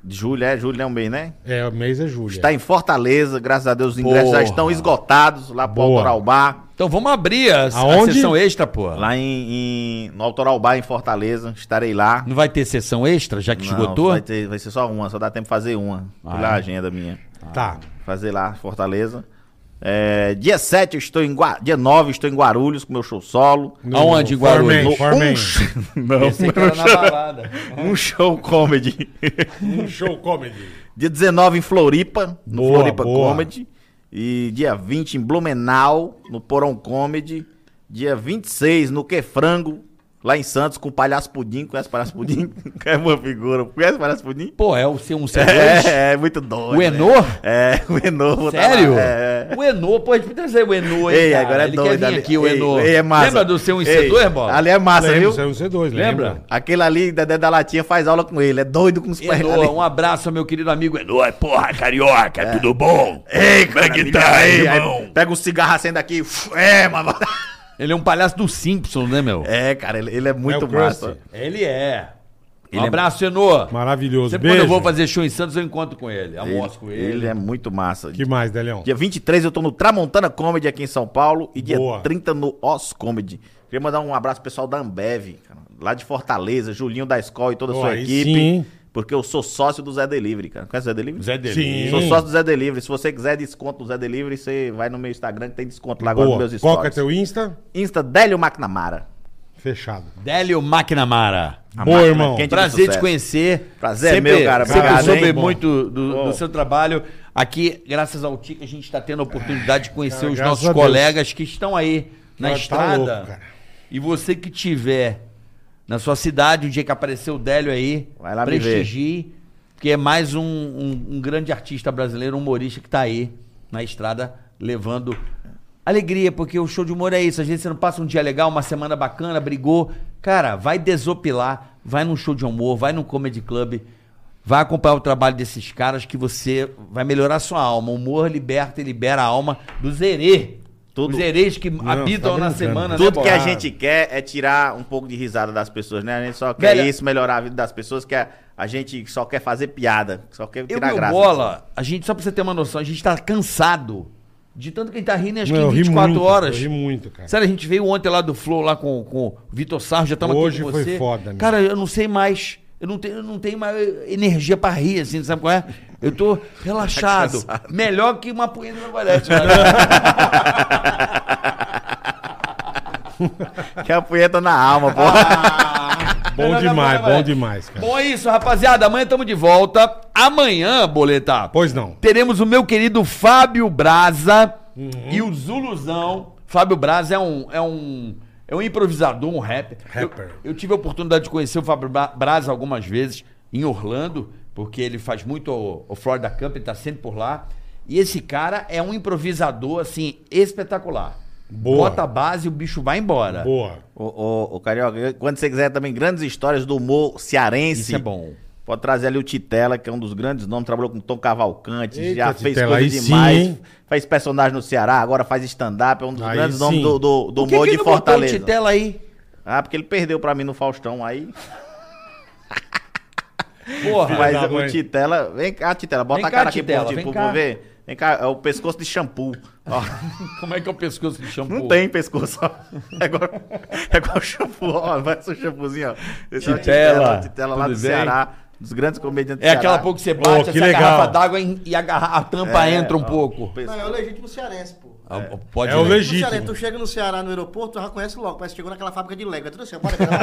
Speaker 4: De julho, é, julho é um mês, né?
Speaker 3: É, o mês é julho.
Speaker 4: Está em Fortaleza, graças a Deus os ingressos
Speaker 2: Porra.
Speaker 4: já estão esgotados lá pro
Speaker 3: Boa.
Speaker 4: Autoral Bar.
Speaker 2: Então vamos abrir a, a
Speaker 3: Aonde?
Speaker 2: sessão extra, pô.
Speaker 4: Lá em, em- no Autoral Bar em Fortaleza, estarei lá.
Speaker 2: Não vai ter sessão extra, já que
Speaker 4: Não,
Speaker 2: esgotou?
Speaker 4: Vai, ter- vai ser só uma, só dá tempo de fazer uma.
Speaker 2: Ah,
Speaker 4: pela
Speaker 2: é?
Speaker 4: agenda minha.
Speaker 3: Tá.
Speaker 4: Fazer lá, Fortaleza. É, dia 7 eu estou em Gua... Dia 9 eu estou em Guarulhos com meu show solo. Um
Speaker 3: No-
Speaker 2: Aonde, em
Speaker 3: Formen,
Speaker 2: Guarulhos?
Speaker 3: Formen.
Speaker 4: Não,
Speaker 2: Pensei que era na balada.
Speaker 4: um show comedy.
Speaker 3: Um show comedy.
Speaker 4: Dia 19 em Floripa, no
Speaker 3: Boa,
Speaker 4: Floripa
Speaker 3: boa.
Speaker 4: Comedy. E dia 20 em Blumenau, no Porão Comedy. Dia 26 no Que Frango, lá em Santos, com o Palhaço Pudim. Conhece o Palhaço Pudim? Que é uma figura. Conhece o Palhaço Pudim?
Speaker 2: Pô, é o C1, C2?
Speaker 4: É, é muito doido.
Speaker 2: O
Speaker 4: né?
Speaker 2: Enor?
Speaker 4: É, o Enor. vou tá lá.
Speaker 2: Sério?
Speaker 4: É, é.
Speaker 2: O Enô, pô, a gente podia trazer o Enô aí.
Speaker 4: Ei,
Speaker 2: cara.
Speaker 4: agora é
Speaker 2: Ele
Speaker 4: doido.
Speaker 2: quer vir
Speaker 4: ali.
Speaker 2: aqui, o
Speaker 4: Ei,
Speaker 2: Enô.
Speaker 4: ei, é massa.
Speaker 2: Lembra do seu
Speaker 4: Ei,
Speaker 2: C2, bola?
Speaker 4: Ali é
Speaker 1: Ah,
Speaker 4: massa,
Speaker 3: Lembra,
Speaker 4: viu?
Speaker 3: saiu no C2, lembra?
Speaker 4: Aquele ali, Dedé da Latinha, faz aula com ele. É doido com os pés ali.
Speaker 2: Enô, um abraço ao meu querido amigo Enô. É, Porra, carioca,
Speaker 4: É.
Speaker 2: tudo bom?
Speaker 4: Ei, como é que tá,
Speaker 2: aí,
Speaker 4: hein,
Speaker 2: irmão?
Speaker 4: Pega um cigarro, acende aqui. uf, É, mano.
Speaker 2: Ele é um palhaço do Simpsons, né, meu?
Speaker 4: É, cara, ele, ele é muito
Speaker 3: o Krusty.
Speaker 4: massa.
Speaker 2: Ele é. um
Speaker 4: Ele é-
Speaker 2: abraço, Enô.
Speaker 3: Maravilhoso.
Speaker 2: Sempre
Speaker 3: Beijo.
Speaker 2: quando eu vou fazer show em Santos, eu encontro com ele. Almoço com
Speaker 4: Ele, ele é muito massa.
Speaker 3: Que mais, Deleão?
Speaker 4: Dia 23 eu tô no Tramontana Comedy aqui em São Paulo e dia
Speaker 3: Boa.
Speaker 4: 30 no Os Comedy. Queria mandar um abraço pro pessoal da Ambev, cara, lá de Fortaleza, Julinho da escola e toda a
Speaker 3: Pô,
Speaker 4: sua
Speaker 3: aí
Speaker 4: equipe.
Speaker 3: sim, hein?
Speaker 4: Porque eu sou sócio do Zé Delivery, cara. Conhece o Zé Delivery?
Speaker 2: Zé
Speaker 3: Sim.
Speaker 2: dele.
Speaker 4: Sou sócio do Zé Delivery. Se você quiser desconto do Zé Delivery, você vai no meu Instagram que tem desconto lá agora
Speaker 3: Boa.
Speaker 4: nos meus
Speaker 3: Qual que é
Speaker 4: stories.
Speaker 3: teu Insta?
Speaker 4: Insta Délio McNamara.
Speaker 3: Fechado.
Speaker 2: Délio McNamara.
Speaker 4: A
Speaker 3: Boa,
Speaker 4: máquina
Speaker 3: irmão.
Speaker 4: quente do
Speaker 2: Prazer te
Speaker 4: sucesso.
Speaker 2: conhecer.
Speaker 4: Prazer é meu, cara.
Speaker 2: Sempre
Speaker 4: Obrigado,
Speaker 2: soube
Speaker 4: hein?
Speaker 2: muito do,
Speaker 4: Bom.
Speaker 2: do seu trabalho. Aqui, graças ao TIC, a gente está tendo a oportunidade de conhecer
Speaker 3: Cara,
Speaker 2: os
Speaker 3: graças
Speaker 2: nossos
Speaker 3: a Deus.
Speaker 2: colegas que estão aí na
Speaker 3: Cara, tá
Speaker 2: estrada.
Speaker 3: louco, cara.
Speaker 2: e você que tiver na sua cidade, o dia que apareceu o Délio aí,
Speaker 4: Vai lá me
Speaker 2: prestigie, porque é mais um, um- um grande artista brasileiro, um humorista que está aí na estrada levando alegria, porque o show de humor é isso. Às vezes você não passa um dia legal, uma semana bacana, brigou. Cara, vai desopilar, vai num show de humor, vai num comedy club, vai acompanhar o trabalho desses caras que você vai melhorar sua alma. O humor liberta e libera a alma do zerê.
Speaker 4: Tudo,
Speaker 1: Os hereis que habitam
Speaker 3: tá
Speaker 1: na
Speaker 3: brincando.
Speaker 1: semana, né,
Speaker 4: tudo que a
Speaker 1: Borracha?
Speaker 4: gente quer é tirar um pouco de risada das pessoas, né? A gente só quer
Speaker 1: Velho,
Speaker 4: isso, melhorar a vida das pessoas, que a, a gente só quer fazer piada, só quer
Speaker 1: Ah, Eu
Speaker 4: tirar
Speaker 1: e o
Speaker 4: graça. assim.
Speaker 1: Bola, a gente, só pra você ter uma noção, a gente tá cansado. De tanto que a gente tá rindo, acho que
Speaker 3: Não, eu
Speaker 1: em
Speaker 3: ri
Speaker 1: 24
Speaker 3: muito,
Speaker 1: horas.
Speaker 3: eu ri muito, cara.
Speaker 1: Sério, a gente veio ontem lá do Flow, lá com, com o Vitor Sarro, já estamos aqui
Speaker 3: Hoje
Speaker 1: com
Speaker 3: foi
Speaker 1: você.
Speaker 3: foda, meu.
Speaker 1: Cara, eu não sei mais. Eu não tenho, eu não tenho mais energia pra rir, assim, sabe qual é? Eu tô
Speaker 2: Tá
Speaker 1: relaxado. Melhor que uma punheta no guarete, cara.
Speaker 4: Que é a punheta na alma, pô.
Speaker 1: Ah.
Speaker 3: Bom demais, bom demais, cara.
Speaker 1: Bom, é isso, rapaziada. Amanhã estamos de volta. Amanhã, boletar.
Speaker 3: Pois não.
Speaker 1: Teremos o meu querido Fábio Braza e o Zuluzão. Fábio Braza é um, é um, é um improvisador, um rapper.
Speaker 3: Rapper.
Speaker 1: Eu, eu tive a oportunidade de conhecer o Fábio Bra- Braza algumas vezes em Orlando, porque ele faz muito o, o Florida Camp, ele tá sempre por lá. E esse cara é um improvisador, assim, espetacular.
Speaker 3: Boa.
Speaker 1: Bota a base e o bicho vai embora.
Speaker 3: Boa.
Speaker 4: Ô, ô, ô, Carioca, eu- quando você quiser também grandes histórias do humor cearense.
Speaker 1: Isso é bom.
Speaker 4: Pode trazer ali o Titela, que é um dos grandes nomes, trabalhou com Tom Cavalcante,
Speaker 3: Eita,
Speaker 4: já fez
Speaker 3: Titela, aí
Speaker 4: coisa
Speaker 3: sim,
Speaker 4: demais.
Speaker 3: hein?
Speaker 4: fez personagem no Ceará, agora faz stand-up, é um dos
Speaker 3: Aí
Speaker 4: grandes
Speaker 3: sim.
Speaker 4: nomes do, do, do
Speaker 1: Por que
Speaker 4: humor
Speaker 1: que
Speaker 4: de
Speaker 1: não botou o
Speaker 4: Fortaleza.
Speaker 1: Titela aí?
Speaker 4: Ah, porque ele perdeu pra mim no Faustão aí.
Speaker 1: Porra.
Speaker 4: Mas
Speaker 3: da
Speaker 4: o
Speaker 3: mãe.
Speaker 4: Titela. Vem cá, Titela, bota
Speaker 1: Vem
Speaker 4: a
Speaker 1: cá,
Speaker 4: cara aqui
Speaker 1: Titela,
Speaker 4: pro,
Speaker 1: vem
Speaker 4: pro,
Speaker 1: cá.
Speaker 4: pro ver. Vem cá, é o pescoço de shampoo. Ó,
Speaker 1: Como é que é o pescoço de shampoo?
Speaker 4: não tem pescoço, ó. É igual, é igual shampoo, ó. Vai ser o shampoozinho, ó. Esse é o
Speaker 1: Titela,
Speaker 4: Titela, Titela lá do
Speaker 1: tudo bem?
Speaker 4: Ceará, dos grandes comediantes
Speaker 1: É
Speaker 4: do
Speaker 1: aquela
Speaker 4: Ceará.
Speaker 1: pouco que você
Speaker 3: Ô,
Speaker 1: bate,
Speaker 3: que
Speaker 1: essa
Speaker 3: legal.
Speaker 1: garrafa d'água em- e a, garra- a tampa
Speaker 4: É,
Speaker 1: entra um
Speaker 4: ó,
Speaker 1: pouco.
Speaker 4: pescoço.
Speaker 5: Não, é o legítimo cearense, pô.
Speaker 1: Ah, Pode
Speaker 3: É o
Speaker 1: ler.
Speaker 3: legítimo.
Speaker 5: No Ceará, tu chega no Ceará, no aeroporto, tu já conhece logo, parece que chegou naquela fábrica de Lego. É tudo assim, ó, bora aquela...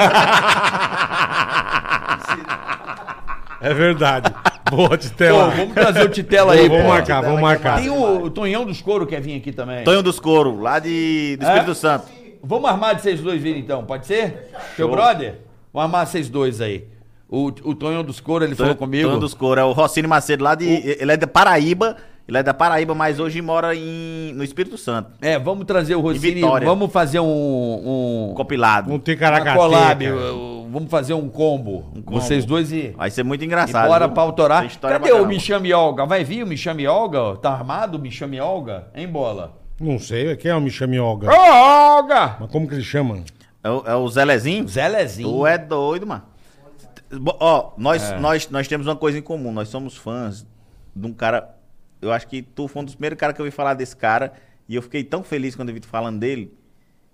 Speaker 3: É verdade. Boa,
Speaker 1: Pô,
Speaker 3: Titela.
Speaker 1: vamos trazer o Titela aí,
Speaker 3: Vamos
Speaker 1: pô.
Speaker 3: marcar, vamos marcar.
Speaker 1: Tem um o, o Tonhão dos Couro quer vir aqui também.
Speaker 4: Tonho dos Couro, lá de, do
Speaker 1: É?
Speaker 4: Espírito Santo.
Speaker 1: Vamos armar de vocês dois virem então, pode ser? Seu brother? Vamos armar vocês dois aí. O, o Tonhão dos Couro, ele falou comigo.
Speaker 4: Tonho dos Couro, é o Rocine Macedo lá de. Ele é da Paraíba. Ele é da Paraíba, mas hoje mora em, no Espírito Santo.
Speaker 1: É, vamos trazer o Rosini,
Speaker 4: Vitória.
Speaker 1: vamos fazer um... um
Speaker 4: Compilado.
Speaker 3: Um
Speaker 1: uma
Speaker 3: ticaracatê.
Speaker 1: collab,
Speaker 3: cara.
Speaker 1: uh, vamos fazer um combo.
Speaker 4: combo.
Speaker 1: Vocês dois e...
Speaker 4: Vai ser muito
Speaker 1: E
Speaker 4: engraçado.
Speaker 1: bora
Speaker 4: viu?
Speaker 1: pra
Speaker 4: Tem
Speaker 1: autorar.
Speaker 4: história
Speaker 1: Cadê o
Speaker 4: bacana.
Speaker 1: Michame Olga? Vai vir o Michame Olga? Tá armado o Michame Olga? Hein, bola?
Speaker 3: Não sei, quem é o Michel
Speaker 1: Ah!
Speaker 3: Mioga?
Speaker 1: Olga!
Speaker 3: Mas como que ele chama?
Speaker 4: É o, é o Zelezinho?
Speaker 1: Zé Lezinho.
Speaker 4: Tu é doido, mano. Bo- Ó, nós,
Speaker 1: É.
Speaker 4: nós, nós temos uma coisa em comum. Nós somos fãs de um cara. Eu acho que tu foi um dos primeiros caras que eu ouvi falar desse cara. E eu fiquei tão feliz quando eu vi tu falando dele.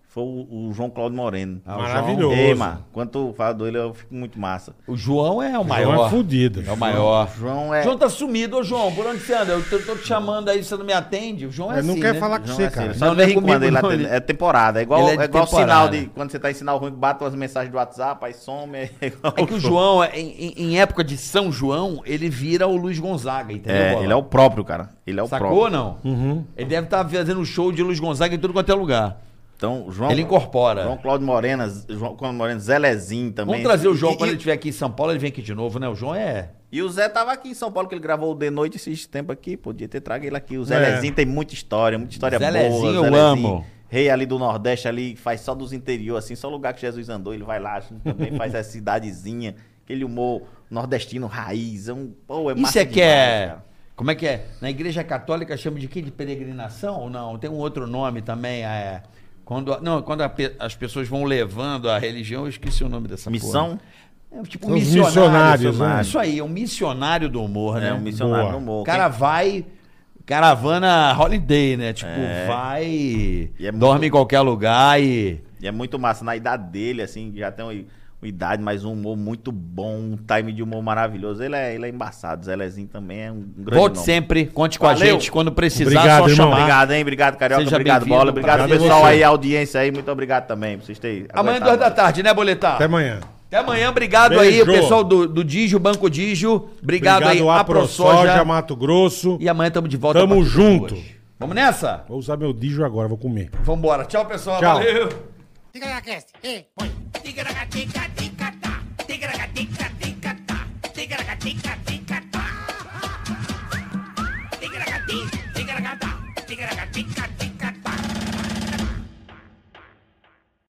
Speaker 4: Foi o, o João Cláudio Moreno.
Speaker 1: Ah, o
Speaker 3: Maravilhoso.
Speaker 4: Ei, mano, quando tu fala dele, eu fico muito massa.
Speaker 1: O João é o maior.
Speaker 3: João é fudido.
Speaker 1: É o maior.
Speaker 4: João é.
Speaker 1: João tá sumido, ô João. Por onde você anda? Eu tô, tô te chamando aí, você não me atende. O João é
Speaker 3: Ele
Speaker 1: assim,
Speaker 3: não quer
Speaker 1: né?
Speaker 3: falar com
Speaker 4: João
Speaker 3: você,
Speaker 4: é assim,
Speaker 3: cara.
Speaker 4: ele Só
Speaker 1: Não,
Speaker 4: não,
Speaker 1: não é
Speaker 4: vem
Speaker 1: comigo,
Speaker 4: quando ele,
Speaker 1: não,
Speaker 4: atende-
Speaker 1: ele-
Speaker 4: É temporada. É igual,
Speaker 1: Ele é
Speaker 4: é
Speaker 1: de
Speaker 4: igual
Speaker 1: temporada.
Speaker 4: sinal de. Quando você tá em sinal ruim, bate umas mensagens do WhatsApp, aí some. É, igual
Speaker 1: É que o João, é- em, em- em época de São João, ele vira o Luiz Gonzaga, entendeu?
Speaker 4: É,
Speaker 1: bola?
Speaker 4: ele é o próprio, cara. Ele é o
Speaker 1: Sacou ou
Speaker 4: próprio.
Speaker 1: não?
Speaker 3: Uhum.
Speaker 1: Ele deve estar fazendo show de Luiz Gonzaga em tudo quanto é lugar.
Speaker 4: Então, João.
Speaker 1: Ele incorpora.
Speaker 4: João Cláudio Morena, João Cláudio Morena, Zelezinho também.
Speaker 1: Vamos trazer o João
Speaker 4: E-
Speaker 1: quando
Speaker 4: e,
Speaker 1: ele estiver aqui em São Paulo, ele vem aqui de novo, né? O João é.
Speaker 4: E o Zé tava aqui em São Paulo, que ele gravou o De Noite esses tempo aqui. Podia ter trago ele aqui. O Zé
Speaker 3: É.
Speaker 4: Lezinho tem muita história, muita história
Speaker 1: Zé
Speaker 4: boa.
Speaker 1: Lezinho, eu amo.
Speaker 4: Rei ali do Nordeste, ali, faz só dos interior, assim, só lugar que Jesus andou, ele vai lá, assim, também faz essa cidadezinha, aquele humor nordestino raiz. É um, pô, é
Speaker 1: Isso
Speaker 4: massa
Speaker 1: é que
Speaker 4: demais,
Speaker 1: é.
Speaker 4: cara.
Speaker 1: Como é que é? Na igreja católica chama de quê? De peregrinação ou não? Tem um outro nome também. É... Quando, não, quando a pe- as pessoas vão levando a religião, eu esqueci o nome dessa
Speaker 4: Missão?
Speaker 1: porra. É tipo um
Speaker 3: São os
Speaker 1: missionário.
Speaker 3: missionários, né?
Speaker 1: Isso aí, é um missionário do humor, né?
Speaker 4: É um missionário do
Speaker 3: Boa.
Speaker 4: humor.
Speaker 1: O cara vai. Caravana holiday, né? Tipo, vai.
Speaker 4: E é muito-
Speaker 1: dorme em qualquer lugar e.
Speaker 4: E é muito massa. Na idade dele, assim, já tem uma, uma idade, mas um humor muito bom, um time de humor maravilhoso. Ele é, ele é embaçado. Zé Lezinho também é um grande
Speaker 1: Volte
Speaker 4: nome.
Speaker 1: sempre, conte com a
Speaker 4: Valeu.
Speaker 1: gente. Quando precisar,
Speaker 3: Obrigado,
Speaker 1: só
Speaker 3: irmão.
Speaker 1: chamar.
Speaker 4: Obrigado, hein? Obrigado, Carioca.
Speaker 1: Seja
Speaker 4: obrigado,
Speaker 1: bem-vindo.
Speaker 4: Bola. Obrigado,
Speaker 3: Obrigado a
Speaker 4: pessoal
Speaker 3: você.
Speaker 4: aí, a audiência aí. Muito obrigado também. Pra vocês terem
Speaker 1: Amanhã,
Speaker 4: aguentado
Speaker 1: duas da
Speaker 4: nós.
Speaker 1: tarde, né, Boletar?
Speaker 3: Até amanhã.
Speaker 1: Até amanhã, obrigado
Speaker 3: Beijo.
Speaker 1: aí, o pessoal do, do Digio, Banco Digio. Obrigado, aí,
Speaker 3: a
Speaker 1: a ProSoja.
Speaker 3: Mato Grosso.
Speaker 1: E amanhã estamos de volta.
Speaker 3: Tamo
Speaker 1: a partir das
Speaker 3: junto.
Speaker 1: duas. Vamos nessa?
Speaker 3: Vou usar meu dijo agora, vou comer.
Speaker 1: Vambora. Tchau, pessoal.
Speaker 3: Tchau.
Speaker 1: Valeu.
Speaker 6: Tica na cast, eh, põe. Tica na tica tica tá. Tica na tica tica tá. Tica na tica tica tá. Tica na tica tica tá. Tica na tica